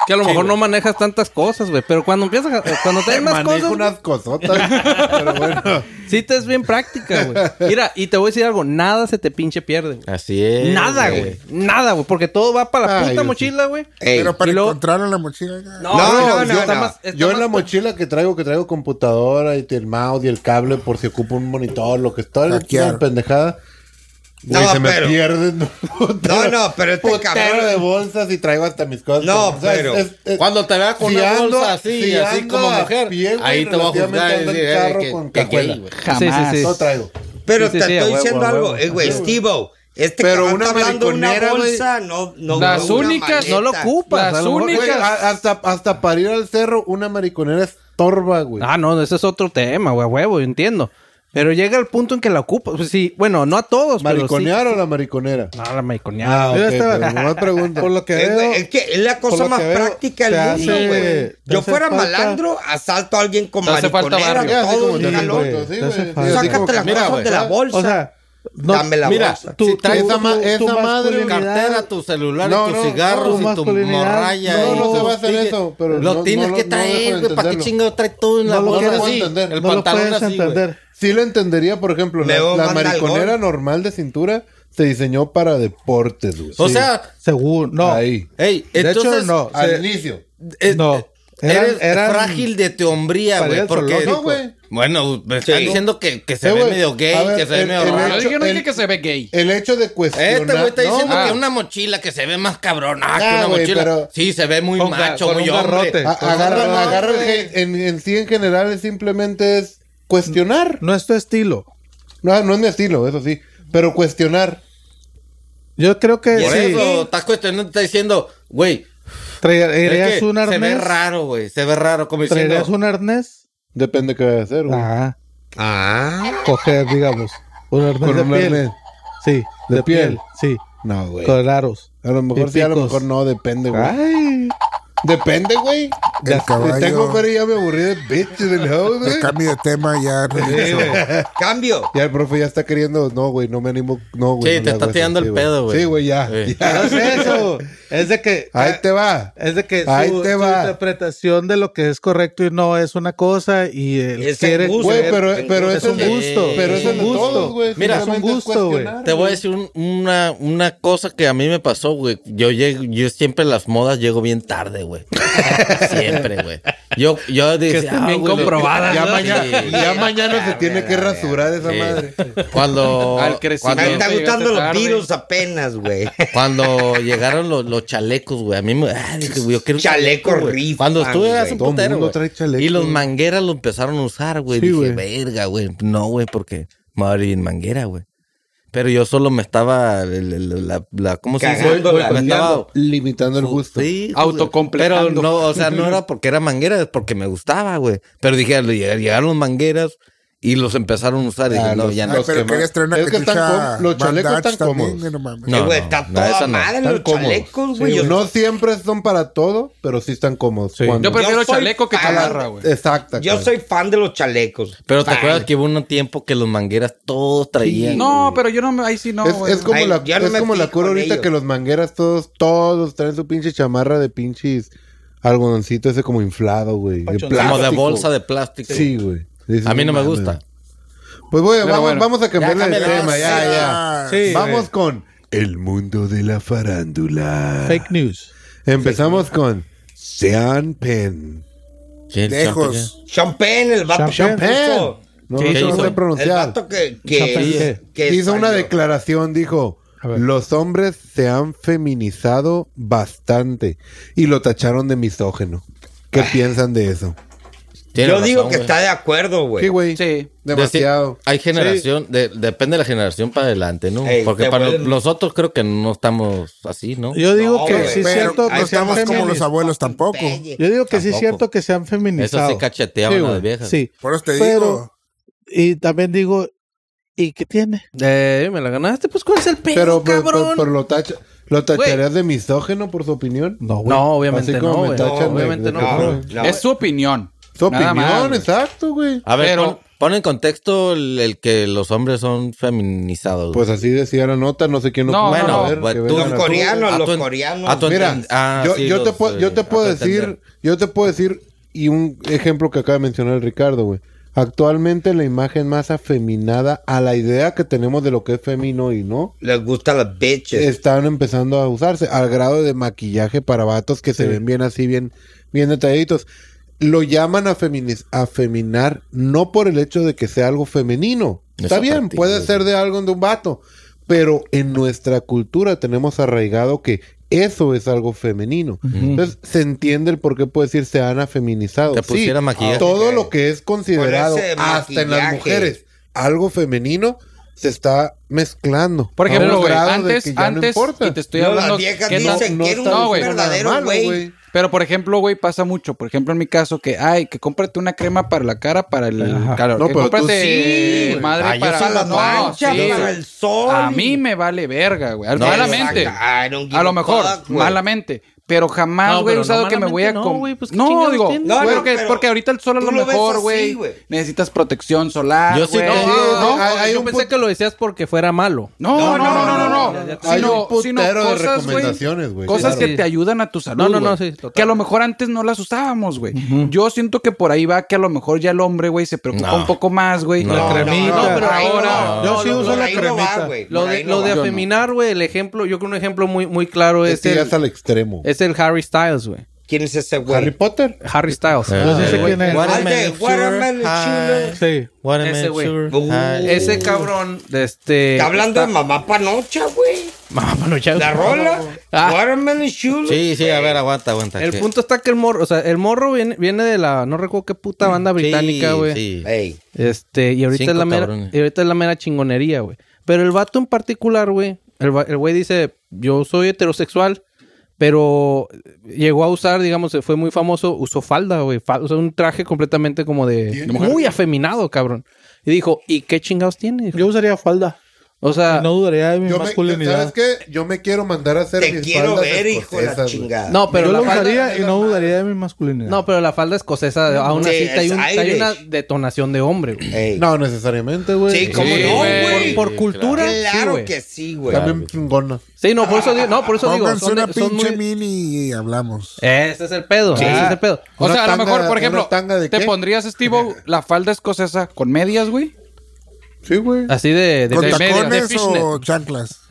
Speaker 7: Que a lo mejor
Speaker 2: güey.
Speaker 7: no manejas tantas cosas, güey. Pero cuando empiezas, a- cuando traes más
Speaker 1: Manejo
Speaker 7: cosas,
Speaker 1: unas cosotas. pero bueno.
Speaker 7: sí te es bien práctica, güey. Mira, y te voy a decir algo, nada se te pinche pierde, güey.
Speaker 2: Así es.
Speaker 7: Nada, güey. Nada, güey. Porque todo va para la
Speaker 1: Ay,
Speaker 7: puta
Speaker 1: yo sí.
Speaker 7: mochila, güey.
Speaker 6: Ey.
Speaker 4: Pero para
Speaker 7: Y luego-
Speaker 4: encontrarlo en la mochila. ya.
Speaker 7: No,
Speaker 6: No,
Speaker 7: no,
Speaker 6: no,
Speaker 7: no, está
Speaker 6: no.
Speaker 7: más- está
Speaker 1: Yo en
Speaker 7: más-
Speaker 1: la mochila que traigo, que traigo computadora y el mouse y el cable por si ocupo un monitor, lo que está,
Speaker 4: Hackear.
Speaker 1: una pendejada. Güey,
Speaker 6: No,
Speaker 1: se
Speaker 6: pero-
Speaker 1: me pierden. un
Speaker 6: No,
Speaker 1: putero-
Speaker 6: no, pero este
Speaker 1: putero
Speaker 6: cabrón-
Speaker 1: de bolsas y traigo hasta mis cosas.
Speaker 6: No,
Speaker 1: O sea, es-
Speaker 6: pero-
Speaker 1: es- es-
Speaker 2: Cuando te vea con
Speaker 1: si
Speaker 2: una
Speaker 1: ando-
Speaker 2: bolsa así,
Speaker 1: si
Speaker 2: así
Speaker 1: ando
Speaker 2: como
Speaker 1: a
Speaker 2: mujer,
Speaker 1: pie, güey,
Speaker 2: ahí te voy a
Speaker 1: relativamente
Speaker 2: juzgar y
Speaker 1: ando en
Speaker 2: decir, eh,
Speaker 1: carro
Speaker 2: que-
Speaker 1: con
Speaker 2: que
Speaker 1: cajuela.
Speaker 2: gay, güey.
Speaker 3: Jamás.
Speaker 7: Sí, sí, sí.
Speaker 1: No traigo.
Speaker 6: Pero
Speaker 7: Sí, sí,
Speaker 6: te
Speaker 7: sí, a
Speaker 6: estoy
Speaker 7: huevo,
Speaker 6: diciendo
Speaker 7: a huevo.
Speaker 6: algo, eh, güey, Steve, este
Speaker 1: Pero
Speaker 6: cabrón
Speaker 1: una
Speaker 6: está hablando de una
Speaker 1: mariconera, güey.
Speaker 6: bolsa, no, no,
Speaker 3: Las
Speaker 6: no, una
Speaker 3: únicas,
Speaker 7: No lo
Speaker 6: maleta.
Speaker 7: ocupas.
Speaker 3: Las
Speaker 7: a lo mejor-
Speaker 1: Güey,
Speaker 3: únicas-
Speaker 1: a- hasta, hasta para ir al cerro, una mariconera estorba, güey.
Speaker 7: Ah, no, ese es otro tema, güey, a huevo, yo entiendo. Pero llega el punto en que la ocupas. Pues sí, bueno, no a todos,
Speaker 1: ¿Mariconear o la mariconera?
Speaker 7: pero sí. No, la mariconeada.
Speaker 1: Ah, ok,
Speaker 5: Yo estaba-
Speaker 1: pero nomás pregunto.
Speaker 5: Por lo que
Speaker 6: Eh,
Speaker 5: veo,
Speaker 6: güey, es que es la
Speaker 5: Por
Speaker 6: cosa
Speaker 5: lo
Speaker 6: más
Speaker 5: que veo,
Speaker 6: práctica
Speaker 5: te
Speaker 6: del mundo,
Speaker 5: hace-
Speaker 6: güey.
Speaker 5: te
Speaker 6: Yo
Speaker 5: hace
Speaker 6: fuera
Speaker 5: falta-
Speaker 6: malandro, asalto a alguien con
Speaker 3: Te hace falta
Speaker 6: mariconera,
Speaker 3: barrio.
Speaker 1: Así
Speaker 6: todo
Speaker 1: como
Speaker 6: un
Speaker 1: te digo,
Speaker 6: jalón.
Speaker 1: güey,
Speaker 5: sí,
Speaker 1: sí,
Speaker 5: güey.
Speaker 1: güey.
Speaker 5: Sácate
Speaker 1: Así como-
Speaker 6: Sácate las
Speaker 2: mira,
Speaker 6: cosas
Speaker 2: güey.
Speaker 6: de la bolsa.
Speaker 5: o sea, no,
Speaker 6: Dame la
Speaker 2: Mira,
Speaker 6: bolsa.
Speaker 5: tu-
Speaker 2: si
Speaker 5: tu-
Speaker 2: traes
Speaker 1: esa ma- esa madre-
Speaker 2: tu cartera, tu celular,
Speaker 1: No,
Speaker 2: y
Speaker 1: no,
Speaker 2: tus cigarros,
Speaker 5: tu
Speaker 2: y tu
Speaker 5: masculinidad.
Speaker 2: morralla.
Speaker 1: No,
Speaker 2: y
Speaker 1: no se
Speaker 2: tus
Speaker 1: va a hacer
Speaker 2: tickets.
Speaker 1: eso, pero
Speaker 2: Lo
Speaker 1: no-
Speaker 2: tienes
Speaker 1: no-
Speaker 2: que
Speaker 1: no dejo
Speaker 2: traer,
Speaker 1: de
Speaker 2: güey. ¿Para qué
Speaker 1: entenderlo.
Speaker 2: chingado trae todo en la
Speaker 5: No lo
Speaker 2: bolsa
Speaker 5: puedes
Speaker 2: así?
Speaker 1: entender,
Speaker 2: El
Speaker 5: no lo
Speaker 2: pantalón
Speaker 5: puedes
Speaker 2: así, güey.
Speaker 5: entender.
Speaker 1: Sí lo entendería, por ejemplo, la,
Speaker 6: Leo
Speaker 1: la
Speaker 6: manda al
Speaker 1: mariconera
Speaker 6: gol.
Speaker 1: normal de cintura se diseñó para deportes, güey.
Speaker 2: O
Speaker 1: Sí.
Speaker 2: sea,
Speaker 5: según, no.
Speaker 1: Ahí.
Speaker 2: ey,
Speaker 5: De
Speaker 2: entonces...
Speaker 5: hecho, no.
Speaker 1: al
Speaker 5: se-
Speaker 1: inicio.
Speaker 2: eh,
Speaker 5: no. Eran-
Speaker 2: eres
Speaker 5: eran-
Speaker 2: frágil de tu hombría,
Speaker 5: Para ir
Speaker 2: güey.
Speaker 5: al
Speaker 2: Porque
Speaker 5: zoológico.
Speaker 1: No, güey.
Speaker 2: Bueno, me están
Speaker 6: Sí.
Speaker 2: diciendo que, que se
Speaker 1: Eh,
Speaker 2: ve
Speaker 1: güey,
Speaker 2: medio gay,
Speaker 1: a ver,
Speaker 2: que se ve
Speaker 1: el-
Speaker 2: medio
Speaker 1: el-
Speaker 2: raro.
Speaker 3: Yo dije, Ah, no
Speaker 1: el-
Speaker 3: dije que se ve gay.
Speaker 1: El hecho de cuestionar.
Speaker 2: Este güey está
Speaker 1: No,
Speaker 2: diciendo
Speaker 3: ah.
Speaker 2: que una mochila que se ve más cabrona
Speaker 1: Ah,
Speaker 2: que una
Speaker 1: güey,
Speaker 2: mochila.
Speaker 1: pero-
Speaker 2: Sí, se ve muy
Speaker 5: Con ga-
Speaker 2: macho,
Speaker 5: con
Speaker 2: muy
Speaker 5: un
Speaker 2: hombre. Ah,
Speaker 5: garrote.
Speaker 1: a-
Speaker 5: Pues,
Speaker 1: agarra,
Speaker 2: no,
Speaker 1: agarra el
Speaker 2: güey.
Speaker 1: hate. En, en sí, en general, es simplemente es cuestionar.
Speaker 5: No es tu estilo.
Speaker 1: No, no es mi estilo, eso sí. Pero cuestionar.
Speaker 5: Yo creo que
Speaker 2: Por
Speaker 5: Ah, sí.
Speaker 2: eso, estás cuestionando, estás diciendo, güey,
Speaker 5: Traerías
Speaker 2: es que
Speaker 5: un
Speaker 2: se ve
Speaker 5: arnés.
Speaker 2: raro, güey, se ve raro, como diciendo,
Speaker 5: Traerías un arnés.
Speaker 1: Depende qué vaya a hacer, güey.
Speaker 5: Ah,
Speaker 6: Ah,
Speaker 5: coger, digamos. Un arnés
Speaker 1: Con
Speaker 5: pues de
Speaker 1: un
Speaker 5: piel.
Speaker 1: arnés.
Speaker 5: Sí, de,
Speaker 1: De piel.
Speaker 5: piel. Sí,
Speaker 1: No, güey.
Speaker 5: con aros.
Speaker 1: A lo mejor
Speaker 5: Y
Speaker 1: sí, a lo
Speaker 5: picos. Ah.
Speaker 1: mejor no, depende, güey.
Speaker 5: Ay.
Speaker 1: Depende, güey.
Speaker 4: El
Speaker 1: Si tengo
Speaker 4: caballo.
Speaker 1: pero ya me aburrí de bitch del house,
Speaker 4: El
Speaker 1: güey.
Speaker 4: cambio de tema ya.
Speaker 6: cambio.
Speaker 1: Ya el profe ya está queriendo, no, güey, no me animo, no, güey.
Speaker 2: Sí,
Speaker 1: no
Speaker 2: te
Speaker 1: le
Speaker 2: está
Speaker 1: hago eso.
Speaker 2: tirando el
Speaker 1: Sí,
Speaker 2: pedo, güey.
Speaker 1: Sí, güey, ya.
Speaker 2: Sí.
Speaker 1: ya.
Speaker 5: No es eso. Es de que. ah,
Speaker 1: Ahí te va.
Speaker 5: Es de que su,
Speaker 1: Ahí te
Speaker 5: su
Speaker 1: va.
Speaker 5: interpretación de lo que es correcto y no es una cosa y él
Speaker 6: Es el
Speaker 5: quiere
Speaker 6: gusto.
Speaker 1: Güey,
Speaker 5: creer-
Speaker 1: pero,
Speaker 6: el
Speaker 1: pero
Speaker 5: pues es
Speaker 1: eso
Speaker 5: un
Speaker 1: de-
Speaker 5: gusto,
Speaker 1: Pero
Speaker 5: es
Speaker 1: eso
Speaker 5: un
Speaker 1: es de
Speaker 5: gusto.
Speaker 1: todos, güey.
Speaker 2: Mira, es un
Speaker 1: Simplemente
Speaker 5: gusto, güey.
Speaker 1: cuestionar,
Speaker 2: Te voy a decir un- una, una cosa que a mí me pasó, güey. Yo, llego- yo siempre en las modas llego bien tarde, güey. siempre, güey. Yo, yo decía,
Speaker 7: estén
Speaker 2: "Ah,
Speaker 7: bien
Speaker 2: güey, lo-
Speaker 7: comprobadas,
Speaker 1: Ya
Speaker 7: ¿no?
Speaker 1: mañana,
Speaker 2: Sí.
Speaker 1: ya mañana se tiene que rasurar esa
Speaker 2: Sí.
Speaker 1: madre.
Speaker 2: Cuando,
Speaker 3: Al
Speaker 2: cuando,
Speaker 3: crecimiento.
Speaker 6: Me está
Speaker 3: Llegaste
Speaker 6: gustando los
Speaker 3: tarde.
Speaker 6: tiros apenas, güey.
Speaker 2: cuando llegaron los, los chalecos, güey. A mí me. ah, dije, güey, yo quiero un
Speaker 6: Chaleco
Speaker 2: güey.
Speaker 6: rifan,
Speaker 2: Cuando estuve hace un
Speaker 1: Todo
Speaker 2: putero,
Speaker 1: mundo
Speaker 2: güey.
Speaker 1: trae chaleco.
Speaker 2: Y los mangueras lo empezaron a usar, güey.
Speaker 1: Sí,
Speaker 2: Dije,
Speaker 1: güey.
Speaker 2: verga, güey. No, güey, porque me va a ir bien manguera, güey. Pero yo solo me estaba. el- el- la, la- ¿Cómo se dice?
Speaker 6: Cagando la-
Speaker 2: Me estaba
Speaker 1: Limitando el gusto.
Speaker 2: Sí,
Speaker 3: Autocompletando.
Speaker 2: Pero no, o sea, no era porque era manguera, es porque me gustaba, güey. Pero dije, al llegar- llegaron los mangueras y los empezaron a usar. Dije,
Speaker 1: Ah,
Speaker 2: no,
Speaker 1: los-
Speaker 2: ya
Speaker 1: ah,
Speaker 2: no.
Speaker 4: Ay, pero
Speaker 1: que
Speaker 4: querías
Speaker 1: más-
Speaker 4: traer una
Speaker 1: es que están
Speaker 4: cachucha
Speaker 1: com- los chalecos
Speaker 4: Van Dutch
Speaker 1: están
Speaker 4: también,
Speaker 1: cómodos.
Speaker 4: que no mames.
Speaker 2: No,
Speaker 6: Eh, güey,
Speaker 2: no,
Speaker 6: está
Speaker 2: no,
Speaker 6: toda
Speaker 2: esa no.
Speaker 6: madre
Speaker 1: Están
Speaker 6: los
Speaker 1: cómodos.
Speaker 6: chalecos, güey.
Speaker 1: Sí,
Speaker 6: Yo-
Speaker 1: no siempre son para todo, pero sí están cómodos.
Speaker 5: Sí.
Speaker 1: Cuando-
Speaker 3: Yo prefiero
Speaker 6: soy
Speaker 3: chaleco que
Speaker 6: fan.
Speaker 3: chamarra, güey.
Speaker 1: Exacta.
Speaker 6: Yo
Speaker 1: cabrón.
Speaker 6: soy fan de los chalecos.
Speaker 2: Pero te
Speaker 6: Fan.
Speaker 2: acuerdas que hubo un tiempo que los mangueras todos traían.
Speaker 3: No,
Speaker 2: güey?
Speaker 3: pero yo no me. Ahí sí no,
Speaker 1: eh, Es-
Speaker 3: güey.
Speaker 1: es, como
Speaker 6: Ay,
Speaker 1: la,
Speaker 6: ya no
Speaker 1: es
Speaker 6: me
Speaker 1: como la
Speaker 6: fijo
Speaker 1: cura
Speaker 6: en
Speaker 1: ahorita
Speaker 6: ellos.
Speaker 1: que los mangueras todos, todos traen su pinche chamarra de pinches algodoncito ese como inflado, güey. de
Speaker 2: Como de
Speaker 1: plástico.
Speaker 2: bolsa de plástico.
Speaker 1: Sí, güey. Dices,
Speaker 2: A mí no me
Speaker 1: mames.
Speaker 2: gusta.
Speaker 1: Pues voy, vamos,
Speaker 3: bueno.
Speaker 1: vamos a cambiarle el
Speaker 2: cámbiale.
Speaker 1: tema, ya, ya.
Speaker 4: Sí,
Speaker 5: Sí,
Speaker 1: vamos
Speaker 6: eh.
Speaker 1: con el mundo de la farándula.
Speaker 5: Fake news.
Speaker 1: Empezamos con Sean Penn.
Speaker 2: ¿Qué,
Speaker 4: Lejos.
Speaker 6: Sean Penn, el vato.
Speaker 5: Sean
Speaker 1: Sean Penn.
Speaker 6: Justo.
Speaker 1: No,
Speaker 2: ¿Qué
Speaker 1: no
Speaker 2: hizo?
Speaker 1: sé
Speaker 2: El
Speaker 6: El
Speaker 1: pronunciar.
Speaker 6: vato que,
Speaker 5: Sean Penn,
Speaker 6: que,
Speaker 5: ¿qué?
Speaker 6: que
Speaker 1: Hizo una
Speaker 6: salió.
Speaker 1: declaración, dijo,
Speaker 5: A ver.
Speaker 1: los hombres se han feminizado bastante y lo tacharon de misógeno. ¿Qué piensan de eso?
Speaker 2: Tiene
Speaker 6: Yo
Speaker 2: razón,
Speaker 6: digo que
Speaker 2: güey.
Speaker 6: está de acuerdo,
Speaker 1: Sí,
Speaker 6: güey.
Speaker 1: güey.
Speaker 3: Sí.
Speaker 1: Demasiado.
Speaker 2: Decir, hay generación, de- depende de la generación para adelante, ¿no?
Speaker 6: Ey,
Speaker 2: Porque
Speaker 6: te
Speaker 2: para
Speaker 6: vuelven-
Speaker 2: los otros creo que no estamos así, ¿no?
Speaker 5: Yo digo
Speaker 6: No,
Speaker 5: que
Speaker 6: güey,
Speaker 5: sí es
Speaker 4: pero
Speaker 5: cierto
Speaker 4: ahí
Speaker 5: que se han
Speaker 4: estamos como los
Speaker 5: femini-
Speaker 4: abuelos tampoco.
Speaker 5: Yo digo que sí es
Speaker 2: Tampoco.
Speaker 5: cierto que se han
Speaker 2: Eso
Speaker 5: feminizado.
Speaker 2: sí cacheteaban
Speaker 5: Sí,
Speaker 2: a las
Speaker 5: güey,
Speaker 2: viejas.
Speaker 5: Sí.
Speaker 4: Por eso te
Speaker 5: Pero-
Speaker 4: digo.
Speaker 5: Y también digo, ¿y qué tiene?
Speaker 7: Eh, me la ganaste, pues ¿cuál es el pedo,
Speaker 1: Pero, pero,
Speaker 7: cabrón?
Speaker 1: pero- pero lo, tacha, lo tacharías de misógeno por su opinión.
Speaker 5: No, güey.
Speaker 7: No,
Speaker 1: Así
Speaker 7: obviamente
Speaker 1: como
Speaker 7: no,
Speaker 1: me
Speaker 7: güey. No,
Speaker 1: tachan de-
Speaker 7: obviamente
Speaker 1: de-
Speaker 7: no.
Speaker 6: No,
Speaker 7: güey.
Speaker 6: no, eh.
Speaker 3: es su opinión.
Speaker 1: Su
Speaker 3: Nada
Speaker 1: opinión,
Speaker 3: más, güey.
Speaker 1: exacto, güey.
Speaker 2: A ver,
Speaker 3: Pero-
Speaker 2: pon, pon en contexto el, el que los hombres son feminizados. güey.
Speaker 1: Pues así decía la nota, no sé quién lo
Speaker 3: No,
Speaker 1: puso,
Speaker 3: no,
Speaker 1: a ver,
Speaker 2: pues
Speaker 1: que
Speaker 2: tú-
Speaker 1: vengan
Speaker 6: Los
Speaker 1: a-
Speaker 6: coreanos,
Speaker 2: a tu
Speaker 6: los
Speaker 2: en-
Speaker 6: coreanos.
Speaker 2: a tu en-
Speaker 1: Mira,
Speaker 2: Ah,
Speaker 1: yo,
Speaker 2: sí,
Speaker 1: yo te
Speaker 2: los,
Speaker 1: puedo,
Speaker 2: eh,
Speaker 1: yo te puedo
Speaker 2: a tu
Speaker 1: decir,
Speaker 2: entender.
Speaker 1: yo te puedo decir, y un ejemplo que acaba de mencionar el Ricardo, güey. Actualmente la imagen más afeminada a la idea que tenemos de lo que es femino y no,
Speaker 6: Les gustan las bitches.
Speaker 1: están empezando a usarse al grado de maquillaje para vatos que se ven bien así, bien, bien detalladitos. Lo llaman a afeminar no por el hecho de que sea algo femenino.
Speaker 2: Es
Speaker 1: Está bien,
Speaker 2: atractivo,
Speaker 1: puede
Speaker 2: güey.
Speaker 1: ser de algo de un vato, pero en nuestra cultura tenemos arraigado que eso es algo femenino. Entonces se entiende el por qué puede decir se han afeminizado.
Speaker 2: Te
Speaker 1: Sí,
Speaker 2: pusiera maquillaje.
Speaker 1: Todo
Speaker 6: Ok.
Speaker 1: lo que es considerado
Speaker 6: Por ese
Speaker 1: hasta en las
Speaker 6: maquillaje.
Speaker 1: mujeres algo femenino se está mezclando.
Speaker 3: Por
Speaker 1: A
Speaker 3: ejemplo,
Speaker 1: un
Speaker 3: güey,
Speaker 1: grado de
Speaker 3: antes,
Speaker 1: que ya no
Speaker 3: antes,
Speaker 1: importa.
Speaker 3: y te estoy
Speaker 6: No,
Speaker 3: hablando
Speaker 6: las viejas
Speaker 3: que no-
Speaker 6: dicen
Speaker 1: no
Speaker 6: quiero
Speaker 1: está
Speaker 6: un
Speaker 1: güey, nada
Speaker 6: verdadero
Speaker 1: malo,
Speaker 6: güey.
Speaker 1: güey.
Speaker 3: Pero por ejemplo, güey, pasa mucho. Por ejemplo, en mi caso, que ay, que cómprate una crema para la cara, para el
Speaker 5: Ajá.
Speaker 3: calor.
Speaker 1: No,
Speaker 3: que
Speaker 1: pero tú
Speaker 3: cómprate
Speaker 1: sí, güey.
Speaker 3: madre
Speaker 6: Ah, yo
Speaker 3: para
Speaker 6: sí la
Speaker 3: No,
Speaker 6: mancha,
Speaker 3: sí,
Speaker 6: para
Speaker 3: güey.
Speaker 6: el sol.
Speaker 3: A mí me vale verga, güey.
Speaker 2: No,
Speaker 3: malamente.
Speaker 6: I don't give
Speaker 3: A lo
Speaker 6: a
Speaker 3: mejor,
Speaker 6: fuck, güey.
Speaker 3: malamente. Pero jamás,
Speaker 7: No,
Speaker 3: güey, he
Speaker 7: pero no
Speaker 3: usado que me voy a...
Speaker 7: malamente,
Speaker 3: com-
Speaker 7: no, güey, pues, ¿qué
Speaker 3: no,
Speaker 7: chingados
Speaker 3: digo,
Speaker 7: tiene?
Speaker 6: No,
Speaker 3: güey,
Speaker 6: no,
Speaker 3: que-
Speaker 6: pero
Speaker 3: porque ahorita el sol a
Speaker 6: tú
Speaker 3: lo
Speaker 6: lo ves
Speaker 3: mejor,
Speaker 6: así,
Speaker 3: güey,
Speaker 6: güey.
Speaker 3: necesitas protección solar,
Speaker 2: Yo sí
Speaker 3: güey.
Speaker 2: te
Speaker 3: No,
Speaker 2: digo,
Speaker 3: no,
Speaker 1: hay- hay
Speaker 7: yo
Speaker 1: un
Speaker 7: pensé
Speaker 1: put-
Speaker 7: que lo decías porque fuera malo.
Speaker 3: No, no, no, no, no,
Speaker 7: ya, ya,
Speaker 3: no.
Speaker 7: ya.
Speaker 1: Hay
Speaker 3: Sino-
Speaker 1: un putero
Speaker 3: sino
Speaker 1: de
Speaker 3: cosas, güey,
Speaker 1: recomendaciones, güey,
Speaker 3: Cosas
Speaker 7: claro.
Speaker 3: que te ayudan a tu salud.
Speaker 7: No, no, no,
Speaker 3: güey,
Speaker 7: sí, total.
Speaker 3: Que a lo mejor antes no las usábamos, güey. Yo siento que por ahí va que a lo mejor ya el hombre, güey, se preocupa
Speaker 2: No.
Speaker 3: un poco más, güey.
Speaker 2: No, La
Speaker 6: No,
Speaker 5: cremita.
Speaker 6: no, no,
Speaker 7: pero
Speaker 6: por ahí
Speaker 7: ahora-
Speaker 6: no.
Speaker 5: Yo sí
Speaker 6: No,
Speaker 5: uso
Speaker 6: por
Speaker 5: la
Speaker 6: ahí no
Speaker 5: cremita.
Speaker 6: va, güey.
Speaker 7: Lo
Speaker 6: Por
Speaker 7: de,
Speaker 6: ahí
Speaker 7: lo
Speaker 6: no
Speaker 7: de
Speaker 6: va.
Speaker 3: no.
Speaker 7: afeminar, güey, el ejemplo, yo creo un ejemplo muy, muy claro
Speaker 1: Te
Speaker 7: es el,
Speaker 1: tiras al extremo.
Speaker 7: es el Harry Styles, güey.
Speaker 6: ¿Quién es ese
Speaker 8: Harry
Speaker 6: güey?
Speaker 8: Potter.
Speaker 7: Harry Styles.
Speaker 2: Ah,
Speaker 5: Yo sí
Speaker 2: eh,
Speaker 5: sé pues, quién es.
Speaker 6: Watermelon
Speaker 2: Watermelon
Speaker 6: Watermelon
Speaker 2: Sugar
Speaker 5: Sí.
Speaker 2: High. Watermelon
Speaker 7: Ese güey.
Speaker 2: Sugar
Speaker 6: Uh.
Speaker 2: High.
Speaker 7: Ese cabrón, este.
Speaker 6: Está hablando de mamá panocha, güey.
Speaker 7: Mamá, pues, mano, ya-
Speaker 6: La rola.
Speaker 7: Ah.
Speaker 6: Watermelon Sugar.
Speaker 2: Sí, sí, a ver, aguanta, aguanta.
Speaker 7: El
Speaker 2: que-
Speaker 7: punto está que el morro, o sea, el morro viene, viene de la, no recuerdo qué puta banda
Speaker 2: Sí,
Speaker 7: británica, güey.
Speaker 2: sí.
Speaker 6: Ey,
Speaker 7: Este, y ahorita
Speaker 2: Cinco
Speaker 7: es la mera,
Speaker 2: cabrones.
Speaker 7: y ahorita es la mera chingonería, güey. Pero el vato en particular, güey, el va- el güey dice, yo soy heterosexual, pero llegó a usar, digamos, se fue muy famoso, usó falda, güey, fal- o sea, un traje completamente como de muy afeminado, cabrón. Y dijo, ¿y qué chingados tiene?
Speaker 5: Yo usaría falda.
Speaker 7: O sea,
Speaker 5: No
Speaker 7: no,
Speaker 5: dudaría de mi
Speaker 1: Yo me- ¿Sabes
Speaker 5: masculinidad.
Speaker 1: qué? Yo me quiero mandar a hacer
Speaker 6: te
Speaker 1: mis
Speaker 6: quiero
Speaker 1: faldas
Speaker 6: ver, hijo de la
Speaker 1: escocesas, güey.
Speaker 6: chingada.
Speaker 7: pero
Speaker 5: Yo
Speaker 7: la
Speaker 5: lo
Speaker 7: falda-
Speaker 5: usaría y no dudaría de mi masculinidad.
Speaker 7: No, pero la falda escocesa, aún
Speaker 6: Sí,
Speaker 7: así, te hay,
Speaker 6: es
Speaker 7: un- te hay una
Speaker 6: Irish.
Speaker 7: detonación de hombre, güey.
Speaker 6: Ey.
Speaker 1: No, necesariamente, güey.
Speaker 6: Sí, ¿cómo
Speaker 3: Sí,
Speaker 6: no,
Speaker 3: güey.
Speaker 6: güey?
Speaker 7: Por, por cultura, sí,
Speaker 6: Claro
Speaker 7: güey.
Speaker 6: que sí, güey.
Speaker 1: Está bien chingona.
Speaker 7: Sí, no, por eso digo, no, por eso digo,
Speaker 4: Pónganse
Speaker 7: son,
Speaker 4: una
Speaker 7: de- son
Speaker 4: pinche
Speaker 7: muy-
Speaker 4: mini y hablamos.
Speaker 7: Ese es el pedo, ese es el pedo.
Speaker 3: O
Speaker 1: Una
Speaker 3: sea, a lo
Speaker 1: tanga-
Speaker 3: mejor, por
Speaker 1: una
Speaker 3: ejemplo,
Speaker 1: tanga de
Speaker 3: te
Speaker 1: qué?
Speaker 3: pondrías, Steve, la falda escocesa con medias, güey.
Speaker 1: Sí, güey.
Speaker 7: Así de, de,
Speaker 4: ¿Con
Speaker 7: de media, de
Speaker 4: tacones
Speaker 7: fishnet.
Speaker 4: o chanclas?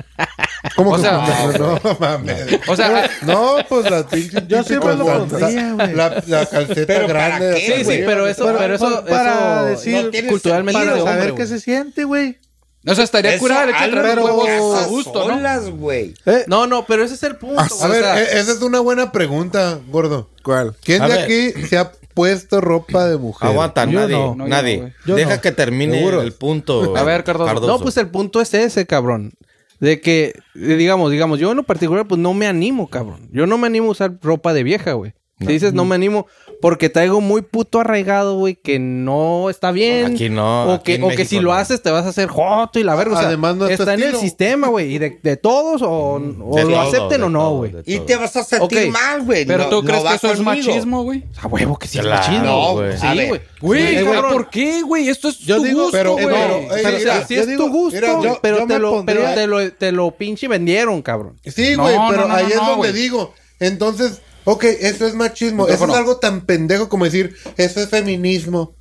Speaker 1: ¿Cómo
Speaker 3: O
Speaker 1: que
Speaker 3: sea-
Speaker 1: con- no mames?
Speaker 3: O sea,
Speaker 1: No, pues la pinche.
Speaker 5: Yo siempre lo
Speaker 1: con-
Speaker 5: pondría, güey.
Speaker 1: La, la calceta
Speaker 6: Pero ¿para
Speaker 1: grande.
Speaker 6: qué,
Speaker 1: así,
Speaker 7: Sí, sí,
Speaker 1: güey.
Speaker 7: pero eso,
Speaker 5: Pero-
Speaker 7: pero eso,
Speaker 5: para
Speaker 7: eso
Speaker 5: decir-
Speaker 7: no tiene culturalmente
Speaker 5: para
Speaker 7: de hombre.
Speaker 5: saber qué
Speaker 7: güey.
Speaker 5: se siente, güey.
Speaker 3: ah, o sea, estaría
Speaker 6: Eso
Speaker 3: curada el hecho de
Speaker 6: algo
Speaker 3: traer
Speaker 6: en
Speaker 3: huevos
Speaker 6: casa
Speaker 3: a gusto, ¿no?
Speaker 6: solas, güey.
Speaker 5: Eh,
Speaker 7: No, no, pero ese es el punto. güey,
Speaker 1: A
Speaker 7: o
Speaker 1: ver,
Speaker 4: eh,
Speaker 7: sea,
Speaker 1: e- esa es una buena pregunta, gordo.
Speaker 4: ¿Cuál?
Speaker 1: ¿Quién
Speaker 2: A
Speaker 1: de
Speaker 2: ver.
Speaker 1: aquí se ha puesto ropa de mujer?
Speaker 2: Aguanta,
Speaker 5: Yo
Speaker 2: nadie,
Speaker 5: no,
Speaker 3: no, yo no,
Speaker 2: nadie.
Speaker 3: güey.
Speaker 5: Yo
Speaker 2: Deja
Speaker 5: no.
Speaker 2: que termine
Speaker 1: Seguro.
Speaker 2: el punto.
Speaker 3: A ver, Cardoso.
Speaker 7: no, pues el punto es ese, cabrón. De que, eh, digamos, digamos, yo en lo particular, pues no me animo, cabrón. Yo no me animo a usar ropa de vieja, güey. Si dices no me animo, porque traigo muy puto arraigado, güey, que no está bien.
Speaker 2: Aquí no,
Speaker 7: O
Speaker 2: aquí
Speaker 7: que,
Speaker 2: en
Speaker 7: o que
Speaker 2: México
Speaker 7: si
Speaker 2: no.
Speaker 7: lo haces te vas a hacer joto y la verga. O sea,
Speaker 1: Además, no es tu
Speaker 7: está en el
Speaker 1: estilo.
Speaker 7: sistema, güey. Y de, de todos, o, o
Speaker 2: De
Speaker 7: lo
Speaker 2: todo,
Speaker 7: acepten
Speaker 2: de
Speaker 7: o no,
Speaker 2: todo,
Speaker 7: güey.
Speaker 2: de
Speaker 6: Y
Speaker 2: todo.
Speaker 6: te vas a sentir
Speaker 7: Ok,
Speaker 6: mal, güey.
Speaker 3: Pero
Speaker 6: No-
Speaker 3: tú
Speaker 6: no
Speaker 3: crees que
Speaker 6: va
Speaker 3: eso es
Speaker 6: conmigo.
Speaker 3: machismo, güey.
Speaker 7: A huevo que sí,
Speaker 2: Claro,
Speaker 7: machino.
Speaker 6: No,
Speaker 2: güey.
Speaker 6: a ver.
Speaker 7: güey.
Speaker 3: Güey,
Speaker 7: Sí,
Speaker 3: cabrón,
Speaker 7: cabrón.
Speaker 3: ¿por qué, güey? Esto es
Speaker 5: Yo
Speaker 3: tu
Speaker 5: digo,
Speaker 3: gusto,
Speaker 1: pero-
Speaker 3: güey.
Speaker 1: pero, ey,
Speaker 7: Pero, eh, o sea,
Speaker 1: mira,
Speaker 7: si
Speaker 1: yo
Speaker 7: es
Speaker 1: digo,
Speaker 7: tu gusto,
Speaker 1: mira, yo-
Speaker 7: pero,
Speaker 1: yo
Speaker 7: te
Speaker 1: me
Speaker 7: lo,
Speaker 1: pondría-
Speaker 7: pero te lo, te lo pinche vendieron, cabrón.
Speaker 1: Sí,
Speaker 3: No,
Speaker 1: güey, pero
Speaker 3: no, no,
Speaker 1: ahí
Speaker 3: no,
Speaker 1: es
Speaker 3: no,
Speaker 1: donde
Speaker 3: güey.
Speaker 1: digo. Entonces, ok, eso es machismo. Eso
Speaker 3: Micrófono.
Speaker 1: es algo tan pendejo como decir, eso es feminismo.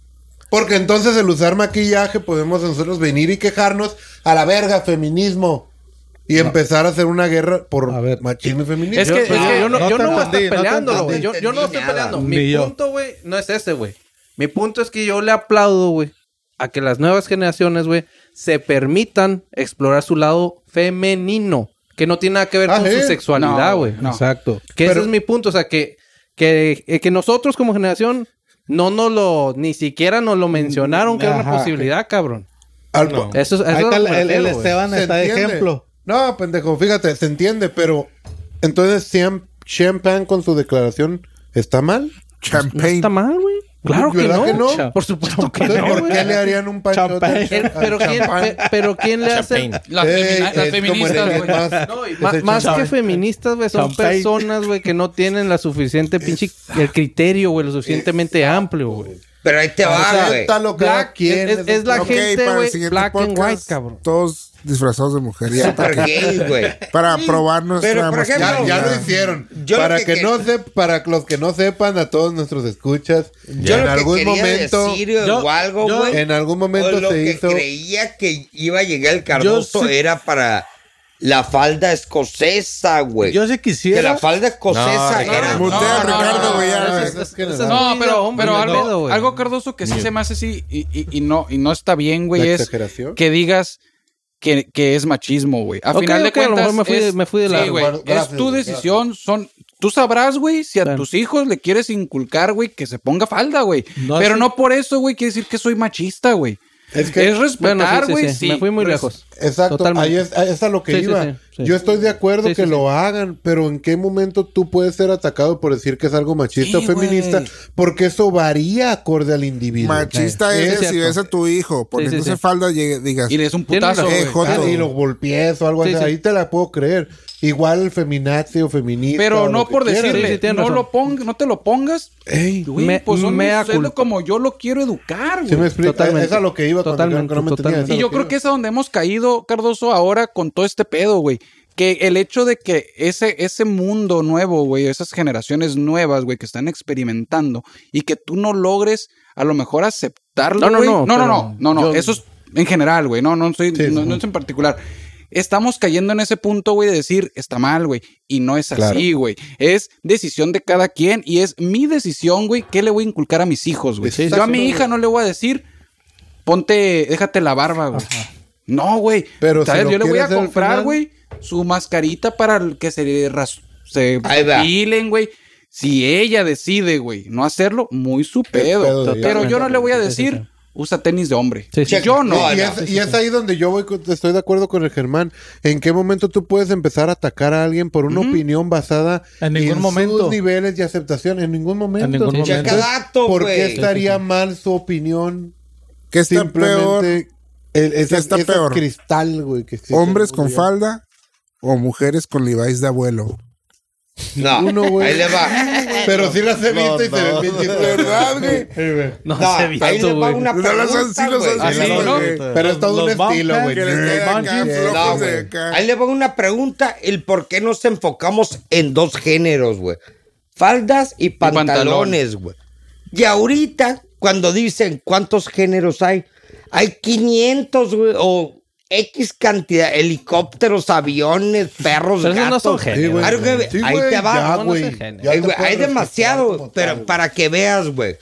Speaker 1: Porque entonces el usar maquillaje podemos nosotros venir y quejarnos a la verga, feminismo. Y empezar a hacer una guerra por
Speaker 5: A ver.
Speaker 1: machismo y feminismo.
Speaker 7: Es que, es que yo no,
Speaker 5: no
Speaker 7: yo
Speaker 5: te
Speaker 7: no voy a estar
Speaker 5: entendí, no te
Speaker 7: peleándolo,
Speaker 5: entendí.
Speaker 7: güey. Yo, yo no estoy
Speaker 6: Nada.
Speaker 7: peleando.
Speaker 5: Ni
Speaker 7: Mi
Speaker 5: yo.
Speaker 7: punto, güey, no es ese, güey. Mi punto es que yo le aplaudo, güey, a que las nuevas generaciones, güey, se permitan explorar su lado femenino, que no tiene nada que ver
Speaker 1: Ah,
Speaker 7: con
Speaker 1: ¿sí?
Speaker 7: su sexualidad,
Speaker 3: No,
Speaker 7: güey.
Speaker 3: no.
Speaker 5: Exacto.
Speaker 7: Que
Speaker 1: Pero-
Speaker 7: ese es mi punto, o sea, que, que, eh, que nosotros como generación no nos lo, ni siquiera nos lo mencionaron que era una
Speaker 5: Ajá.
Speaker 7: posibilidad, cabrón.
Speaker 1: Al-
Speaker 7: Eso, es- eso
Speaker 5: Ahí
Speaker 7: es
Speaker 5: está el,
Speaker 7: lo que me
Speaker 5: el- el
Speaker 7: refiero, güey.
Speaker 5: Esteban
Speaker 1: se
Speaker 5: está de
Speaker 1: entiende.
Speaker 5: ejemplo.
Speaker 1: No, pendejo, fíjate, se entiende, pero entonces Sean- Sean Pan con su declaración está mal.
Speaker 4: Champagne.
Speaker 7: Está mal, güey. Claro que
Speaker 1: ¿Verdad
Speaker 7: no.
Speaker 1: que no?
Speaker 7: Cha- Por supuesto que
Speaker 1: Entonces,
Speaker 7: no.
Speaker 1: ¿por
Speaker 7: güey.
Speaker 1: qué le haríán un panchote?
Speaker 5: Champagne.
Speaker 7: El- pero, quién, pe- pero quién le hace.
Speaker 2: Champagne.
Speaker 3: Las,
Speaker 1: Ey,
Speaker 3: femina-
Speaker 1: es
Speaker 3: las
Speaker 1: como
Speaker 3: feministas,
Speaker 1: el- es
Speaker 3: güey.
Speaker 1: más- pues,
Speaker 7: Ma-
Speaker 1: es el
Speaker 7: más que
Speaker 1: champagne.
Speaker 7: feministas, güey, son
Speaker 5: Champagne.
Speaker 7: personas, güey, que no tienen la suficiente pinche el criterio, güey, lo suficientemente amplio, güey.
Speaker 6: Pero ahí te va, güey.
Speaker 1: Acepta lo que
Speaker 7: Black
Speaker 1: cada quien
Speaker 7: es- es la
Speaker 1: Ok,
Speaker 7: gente, güey, black and white, cabrón.
Speaker 4: todos disfrazados de mujer. ya,
Speaker 6: Super
Speaker 4: para,
Speaker 6: gay, güey.
Speaker 4: para probar nuestra
Speaker 6: Pero, por ejemplo,
Speaker 1: Ya, ya
Speaker 4: masculinidad.
Speaker 1: lo hicieron.
Speaker 6: Yo lo
Speaker 1: para
Speaker 6: que
Speaker 1: que,
Speaker 6: que-
Speaker 1: no se, para los que no sepan, a todos nuestros escuchas,
Speaker 6: Yo
Speaker 1: en
Speaker 6: lo que
Speaker 1: algún
Speaker 6: quería
Speaker 1: momento,
Speaker 6: decir o algo, güey.
Speaker 1: en algún
Speaker 6: o
Speaker 1: momento
Speaker 6: lo
Speaker 1: se
Speaker 6: que
Speaker 1: hizo.
Speaker 6: creía que iba a llegar el Cardoso
Speaker 5: sí-
Speaker 6: era para la falda escocesa, güey.
Speaker 5: Yo si
Speaker 6: Que la
Speaker 5: quisiera.
Speaker 6: falda escocesa
Speaker 2: No,
Speaker 6: era...
Speaker 2: no, no.
Speaker 4: Mutea a
Speaker 3: No, no,
Speaker 4: Ricardo, güey. ya,
Speaker 1: no,
Speaker 4: güey.
Speaker 1: eso Ah, es que
Speaker 7: eso
Speaker 1: nada.
Speaker 7: Ah,
Speaker 3: No,
Speaker 7: es-
Speaker 3: pero,
Speaker 7: Hombre,
Speaker 3: pero
Speaker 7: hombre,
Speaker 3: algo,
Speaker 7: pedo, güey.
Speaker 3: algo cardoso que sí se me hace así y, y- y no, y no está bien, güey,
Speaker 1: La
Speaker 3: es
Speaker 1: exageración.
Speaker 3: que digas que, que es machismo, güey. A
Speaker 7: Ok,
Speaker 3: final de
Speaker 7: ok, a lo
Speaker 3: cuentas.
Speaker 7: mejor me fui de-
Speaker 3: es-
Speaker 7: me fui de
Speaker 3: sí,
Speaker 7: largo.
Speaker 3: güey,
Speaker 1: Gracias,
Speaker 3: es tu
Speaker 1: güey,
Speaker 3: decisión, son. Tú sabrás, güey, si a
Speaker 7: Claro.
Speaker 3: tus hijos le quieres inculcar, güey, que se ponga falda, güey.
Speaker 5: No,
Speaker 3: pero
Speaker 5: sí.
Speaker 3: no por eso, güey, quiere decir que soy machista, güey.
Speaker 1: Es
Speaker 3: Es,
Speaker 1: que-
Speaker 7: Bueno, sí,
Speaker 3: respetar,
Speaker 7: sí,
Speaker 3: güey.
Speaker 7: sí,
Speaker 3: sí.
Speaker 7: me fui muy lejos.
Speaker 1: Exacto,
Speaker 7: Totalmente.
Speaker 1: ahí es, ahí es a lo que
Speaker 7: Sí, sí,
Speaker 1: iba.
Speaker 7: sí, sí.
Speaker 1: Yo estoy de acuerdo
Speaker 7: Sí, sí,
Speaker 1: que
Speaker 7: sí.
Speaker 1: lo hagan, pero ¿en qué momento tú puedes ser atacado por decir que es algo machista
Speaker 3: Sí,
Speaker 1: o feminista?
Speaker 3: güey.
Speaker 1: Porque eso varía acorde al individuo.
Speaker 4: Machista
Speaker 1: Sí,
Speaker 4: es
Speaker 7: es
Speaker 4: si
Speaker 7: cierto.
Speaker 4: ves a tu hijo poniéndose
Speaker 7: sí.
Speaker 4: falda y digas,
Speaker 3: Y le es un
Speaker 7: Tienes
Speaker 3: putazo,
Speaker 7: razón,
Speaker 3: güey.
Speaker 4: eh, joto.
Speaker 1: Ah, y lo golpees o algo
Speaker 7: Sí,
Speaker 1: así.
Speaker 7: sí.
Speaker 1: Ahí te la puedo creer. Igual el feminazi o feminista. o
Speaker 3: Pero
Speaker 1: lo
Speaker 3: no
Speaker 1: que
Speaker 3: por
Speaker 1: quieras.
Speaker 3: decirle,
Speaker 7: Sí, sí, tienes
Speaker 3: no,
Speaker 7: razón.
Speaker 3: lo ponga, no te lo pongas.
Speaker 1: Ey,
Speaker 3: Güey,
Speaker 7: Me-
Speaker 3: pues son
Speaker 7: mea
Speaker 3: mis- es lo
Speaker 7: culpa.
Speaker 3: como yo lo quiero educar,
Speaker 1: ¿sí me
Speaker 3: güey.
Speaker 1: explico?
Speaker 7: Totalmente.
Speaker 1: Es a lo que iba cuando dijeron que no me entendían,
Speaker 7: Totalmente,
Speaker 1: es a
Speaker 3: Y
Speaker 1: lo
Speaker 3: yo creo que
Speaker 1: iba.
Speaker 3: es a donde hemos caído, Cardoso, ahora con todo este pedo, güey. Que el hecho de que ese, ese mundo nuevo, güey, esas generaciones nuevas, güey, que están experimentando y que tú no logres a lo mejor aceptarlo.
Speaker 7: No, no,
Speaker 3: güey.
Speaker 7: no,
Speaker 3: no, no,
Speaker 7: pero
Speaker 3: no, no, no,
Speaker 7: yo-
Speaker 3: Eso es en general, güey. No, no, soy,
Speaker 1: Sí,
Speaker 3: no,
Speaker 1: sí.
Speaker 3: no es en particular. estamos cayendo en ese punto, güey, de decir, está mal, güey. Y no es así, güey. Es decisión de cada quien y es mi decisión, güey, qué le voy a inculcar a mis hijos, güey. Yo a mi hija no le voy a decir, ponte, déjate la barba, güey. No, güey.
Speaker 1: Pero
Speaker 3: Pero
Speaker 1: si
Speaker 3: ¿Sabes?
Speaker 1: lo
Speaker 3: Yo le voy
Speaker 1: quiere
Speaker 3: a
Speaker 1: hacer al
Speaker 3: comprar,
Speaker 1: final-
Speaker 3: güey, su mascarita para que se, ras- se
Speaker 6: Ahí va.
Speaker 3: pilen, güey. Si ella decide, güey, no hacerlo, muy su pedo.
Speaker 1: pedo de ella.
Speaker 3: Pero yo no le voy a
Speaker 7: Sí, sí,
Speaker 3: decir,
Speaker 7: sí.
Speaker 3: usa tenis de hombre.
Speaker 7: Sí, sí,
Speaker 3: Yo
Speaker 6: sí.
Speaker 3: no. ah,
Speaker 6: No,
Speaker 1: y, es, y es ahí donde yo voy, con- estoy de acuerdo con el Germán. ¿En qué momento tú puedes empezar a atacar a alguien por una opinión basada
Speaker 5: En ningún
Speaker 1: sus
Speaker 5: momento.
Speaker 1: niveles de aceptación? En ningún momento.
Speaker 5: En ningún Sí,
Speaker 6: ya momento. cada acto,
Speaker 1: ¿Por
Speaker 6: güey.
Speaker 1: qué estaría mal su opinión?
Speaker 4: ¿Qué está peor?
Speaker 1: Simplemente el, ese-
Speaker 4: está
Speaker 1: ese
Speaker 4: peor?
Speaker 1: cristal, güey. que existe
Speaker 4: ¿Hombres
Speaker 1: en el
Speaker 4: con
Speaker 1: mundo.
Speaker 4: falda o mujeres con Levi's de abuelo?
Speaker 6: No,
Speaker 1: Uno, güey.
Speaker 6: ahí le va.
Speaker 1: Pero sí las he visto y se ven bien chistosos.
Speaker 4: güey?
Speaker 7: No,
Speaker 6: No,
Speaker 7: se
Speaker 6: ahí le
Speaker 7: visto,
Speaker 6: va
Speaker 7: güey.
Speaker 6: una
Speaker 4: No las han- sí
Speaker 6: pregunta,
Speaker 4: los han
Speaker 6: güey.
Speaker 3: Así,
Speaker 4: visto,
Speaker 3: ¿no?
Speaker 4: güey.
Speaker 1: Pero es todo un estilo, güey.
Speaker 4: Que les queda acá,
Speaker 6: No,
Speaker 4: flojos de
Speaker 6: güey.
Speaker 4: acá.
Speaker 6: Ahí le va una pregunta, el por qué nos enfocamos en dos géneros, güey. Faldas y
Speaker 3: pantalón.
Speaker 6: pantalones, güey. Y ahorita, cuando dicen cuántos géneros hay, hay 500, güey, o X cantidad, helicópteros, aviones, perros,
Speaker 7: Pero esos no
Speaker 6: gatos.
Speaker 7: son géneros,
Speaker 6: Ay, güey,
Speaker 1: güey. Sí,
Speaker 6: ahí
Speaker 1: güey,
Speaker 6: te va.
Speaker 1: ya,
Speaker 7: no
Speaker 1: güey.
Speaker 7: sé género.
Speaker 1: Ya
Speaker 6: Ay,
Speaker 1: te
Speaker 6: güey, hay
Speaker 1: puedes
Speaker 6: demasiado,
Speaker 1: respetar como
Speaker 6: pero
Speaker 1: tal,
Speaker 6: para que veas, güey.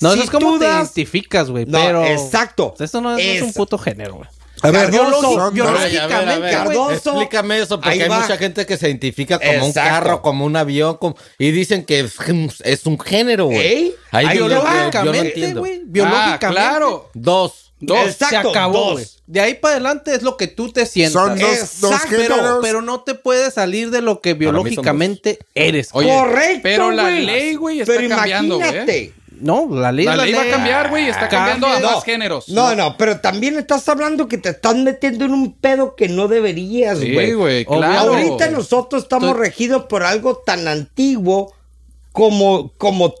Speaker 7: No,
Speaker 6: Si
Speaker 7: eso es como
Speaker 6: tú
Speaker 7: te
Speaker 6: das-
Speaker 7: identificas, güey.
Speaker 6: No,
Speaker 7: pero.
Speaker 6: exacto.
Speaker 7: Eso no es, no es un
Speaker 6: Es-
Speaker 7: puto género, güey.
Speaker 1: A ver,
Speaker 6: Cardoso,
Speaker 4: son-
Speaker 6: biológicamente,
Speaker 2: A ver, a ver,
Speaker 6: Cardoso.
Speaker 2: Explícame eso, porque
Speaker 6: Ahí
Speaker 2: hay
Speaker 6: va.
Speaker 2: mucha gente que se identifica como un
Speaker 6: Exacto.
Speaker 2: carro, como un avión, como- y dicen que es, es un género, güey.
Speaker 6: Ey,
Speaker 2: Ahí
Speaker 6: ahí
Speaker 2: yo, no- yo- yo no
Speaker 7: Biológicamente,
Speaker 2: entiendo.
Speaker 7: güey. Biológicamente.
Speaker 3: Ah, claro.
Speaker 2: Dos.
Speaker 3: Dos.
Speaker 6: Exacto,
Speaker 7: se acabó,
Speaker 6: dos.
Speaker 7: güey. De ahí para adelante es lo que tú te sientas.
Speaker 4: Son dos,
Speaker 6: Exacto,
Speaker 4: dos
Speaker 7: pero,
Speaker 4: géneros.
Speaker 7: pero no te puedes salir de lo que biológicamente eres.
Speaker 3: Oye,
Speaker 6: Correcto.
Speaker 3: pero la
Speaker 6: güey.
Speaker 3: ley, güey, está
Speaker 6: Pero
Speaker 3: cambiando, güey.
Speaker 6: imagínate.
Speaker 7: no, la ley,
Speaker 3: La
Speaker 7: es
Speaker 3: ley va a cambiar, güey. Está cambiando a
Speaker 6: No,
Speaker 3: más géneros.
Speaker 6: No, no, pero también estás hablando que te estás metiendo en un pedo que no deberías, güey.
Speaker 3: Sí, güey,
Speaker 7: Obvio.
Speaker 3: claro.
Speaker 6: Ahorita nosotros estamos
Speaker 7: Estoy-
Speaker 6: regidos por algo tan antiguo como, como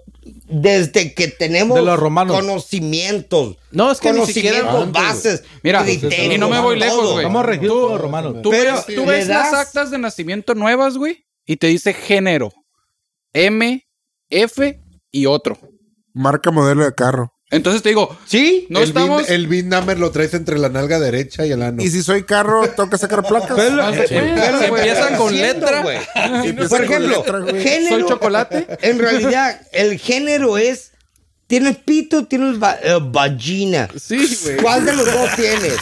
Speaker 6: desde que tenemos
Speaker 5: De los romanos.
Speaker 6: conocimientos.
Speaker 7: No, es que ni
Speaker 6: conocimientos,
Speaker 7: siquiera antes,
Speaker 6: bases.
Speaker 3: Mira,
Speaker 6: criterios,
Speaker 3: y no me voy
Speaker 6: todo.
Speaker 3: lejos, güey.
Speaker 5: Estamos regidos por los romanos.
Speaker 3: Tú
Speaker 6: Pero
Speaker 3: ves, tú
Speaker 6: le
Speaker 3: ves las
Speaker 6: das-
Speaker 3: actas de nacimiento nuevas, güey, y te dice género, M, F y otro.
Speaker 4: Marca modelo de carro.
Speaker 3: Entonces te digo,
Speaker 6: Sí.
Speaker 3: no
Speaker 1: el
Speaker 3: estamos.
Speaker 1: Bin, el Bin Dahmer lo traes entre la nalga derecha y el ano.
Speaker 4: Y si soy carro, toca sacar placas. Ah,
Speaker 3: Haz de cuenta,
Speaker 6: Pero
Speaker 3: güey.
Speaker 7: empieza con
Speaker 6: Siendo,
Speaker 7: letra.
Speaker 6: güey. Por
Speaker 4: empieza con
Speaker 6: ejemplo,
Speaker 4: letra, güey.
Speaker 6: género.
Speaker 3: Soy chocolate.
Speaker 6: En realidad, el género es. ¿Tienes pito o tienes va- eh, vagina?
Speaker 3: Sí, güey.
Speaker 6: ¿Cuál de los dos tienes?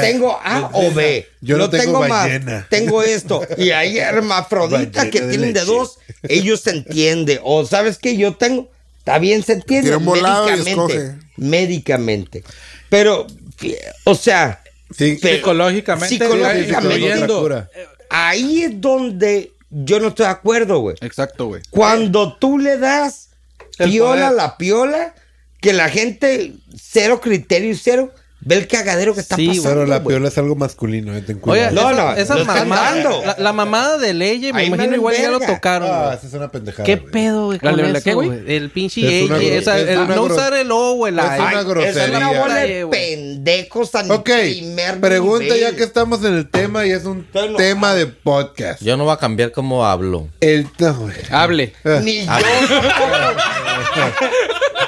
Speaker 6: tengo A o B.
Speaker 1: Yo no tengo
Speaker 6: más.
Speaker 1: ballena.
Speaker 6: Tengo esto. Y hay hermafroditas
Speaker 1: Ballena
Speaker 6: que
Speaker 1: de
Speaker 6: tienen de
Speaker 1: leche.
Speaker 6: dos. Ellos se entienden. O sabes que yo tengo. Está bien, se entiende.
Speaker 4: Tira un volado y
Speaker 6: médicamente.
Speaker 4: escoge.
Speaker 6: Médicamente. Pero, fi- o sea.
Speaker 1: Sí,
Speaker 6: pero-
Speaker 5: psicológicamente,
Speaker 1: Incluyendo-
Speaker 6: Psicológicamente.
Speaker 1: Locura.
Speaker 6: Eh, Ahí es donde yo no estoy de acuerdo, güey.
Speaker 3: Exacto, güey.
Speaker 6: Cuando tú le das
Speaker 5: El
Speaker 6: piola a
Speaker 5: poder.
Speaker 6: la piola, que la gente, cero criterio y cero, ve el cagadero que está
Speaker 7: Sí, güey.
Speaker 6: pasando.
Speaker 1: Pero la
Speaker 6: güey.
Speaker 1: piola es algo masculino, eh, ten
Speaker 7: Oye,
Speaker 1: cuidado.
Speaker 6: No,
Speaker 7: esa,
Speaker 6: no,
Speaker 7: esa
Speaker 6: lo están
Speaker 7: mamada-
Speaker 6: dando.
Speaker 7: la, la mamada de ley, me
Speaker 6: Ahí me
Speaker 7: imagino
Speaker 6: la
Speaker 7: igual ya lo
Speaker 6: verga.
Speaker 7: tocaron.
Speaker 1: Ah,
Speaker 7: güey.
Speaker 1: esa es una pendejada.
Speaker 7: ¿Qué
Speaker 1: güey.
Speaker 7: pedo, güey?
Speaker 3: ¿La-
Speaker 7: con
Speaker 3: la- la
Speaker 7: eso,
Speaker 3: qué, güey?
Speaker 7: güey? El pinche
Speaker 1: Es una
Speaker 7: ella,
Speaker 1: gro-
Speaker 7: o sea,
Speaker 1: es
Speaker 7: el
Speaker 1: una
Speaker 7: no
Speaker 1: gro-
Speaker 7: usar el O o el
Speaker 1: es
Speaker 7: A.
Speaker 1: una
Speaker 6: Ay, Es
Speaker 1: grosería.
Speaker 6: una bola
Speaker 7: Eh,
Speaker 6: de
Speaker 7: güey.
Speaker 6: pendejos a mi
Speaker 1: Ok,
Speaker 6: primer
Speaker 1: pregunta
Speaker 6: nivel.
Speaker 1: ya que estamos en el tema y es un
Speaker 6: Estoy enojado.
Speaker 1: tema de podcast.
Speaker 2: Yo no voy a cambiar cómo hablo.
Speaker 1: El... no, güey.
Speaker 3: Hable.
Speaker 6: Ni yo.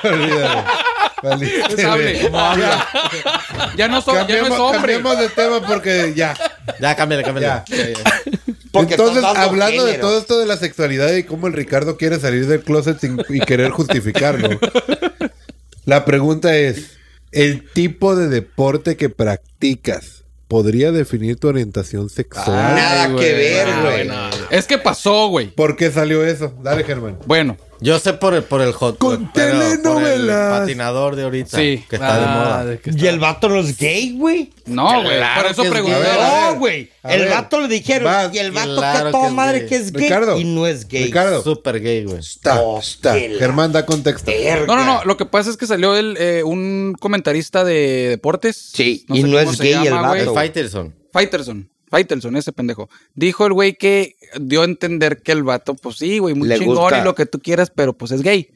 Speaker 1: Olvídalo. Valiste,
Speaker 3: Es hable.
Speaker 1: güey. Ya,
Speaker 3: Ya no, so- ya no
Speaker 1: cambiemos,
Speaker 3: es hombre.
Speaker 1: cambiemos de tema porque ya.
Speaker 2: Ya, cámbiale, cámbiale.
Speaker 1: ya, ya, ya.
Speaker 6: Porque
Speaker 1: Entonces,
Speaker 6: estás dando
Speaker 1: hablando de
Speaker 6: género.
Speaker 1: todo esto de la sexualidad y cómo el Ricardo quiere salir del closet sin- y querer justificarlo, la pregunta es, ¿el tipo de deporte que practicas podría definir tu orientación sexual?
Speaker 6: Nada
Speaker 3: Ay,
Speaker 6: que
Speaker 3: güey,
Speaker 6: ver,
Speaker 3: no,
Speaker 6: güey.
Speaker 3: Es que pasó, güey.
Speaker 1: ¿Por qué salió eso? Dale, Germán.
Speaker 3: Bueno,
Speaker 2: Yo sé por el, por el hot
Speaker 1: Con
Speaker 2: pero por el
Speaker 1: telenovelas.
Speaker 2: patinador de ahorita.
Speaker 3: Sí.
Speaker 2: Que está de moda.
Speaker 6: Y el vato no es gay, güey.
Speaker 3: no, güey.
Speaker 2: Claro
Speaker 3: por eso
Speaker 2: que es gay.
Speaker 3: preguntaba.
Speaker 6: No, güey.
Speaker 1: a
Speaker 6: El
Speaker 1: ver.
Speaker 6: vato le dijeron.
Speaker 1: Vas,
Speaker 6: y el vato
Speaker 2: claro
Speaker 6: que a toda
Speaker 2: que es
Speaker 6: madre
Speaker 2: gay.
Speaker 6: que es gay.
Speaker 1: Ricardo,
Speaker 6: y no es gay.
Speaker 1: Ricardo.
Speaker 2: Súper gay, güey.
Speaker 1: Está,
Speaker 6: Oh,
Speaker 1: está.
Speaker 6: qué la-
Speaker 1: Germán, da contexto.
Speaker 6: Verga.
Speaker 3: No, no, no. Lo que pasa es que salió el, eh, un comentarista de deportes.
Speaker 6: Sí, y no
Speaker 3: cómo
Speaker 6: es
Speaker 3: se
Speaker 6: gay el
Speaker 3: güey.
Speaker 2: El
Speaker 6: vato.
Speaker 2: Fighterson.
Speaker 3: Fighterson. Fighterson, ese pendejo. Dijo el güey que dio a entender que el vato, pues sí, güey, muy
Speaker 6: Le
Speaker 3: chingón
Speaker 6: gusta.
Speaker 3: y lo que tú quieras, pero pues es gay.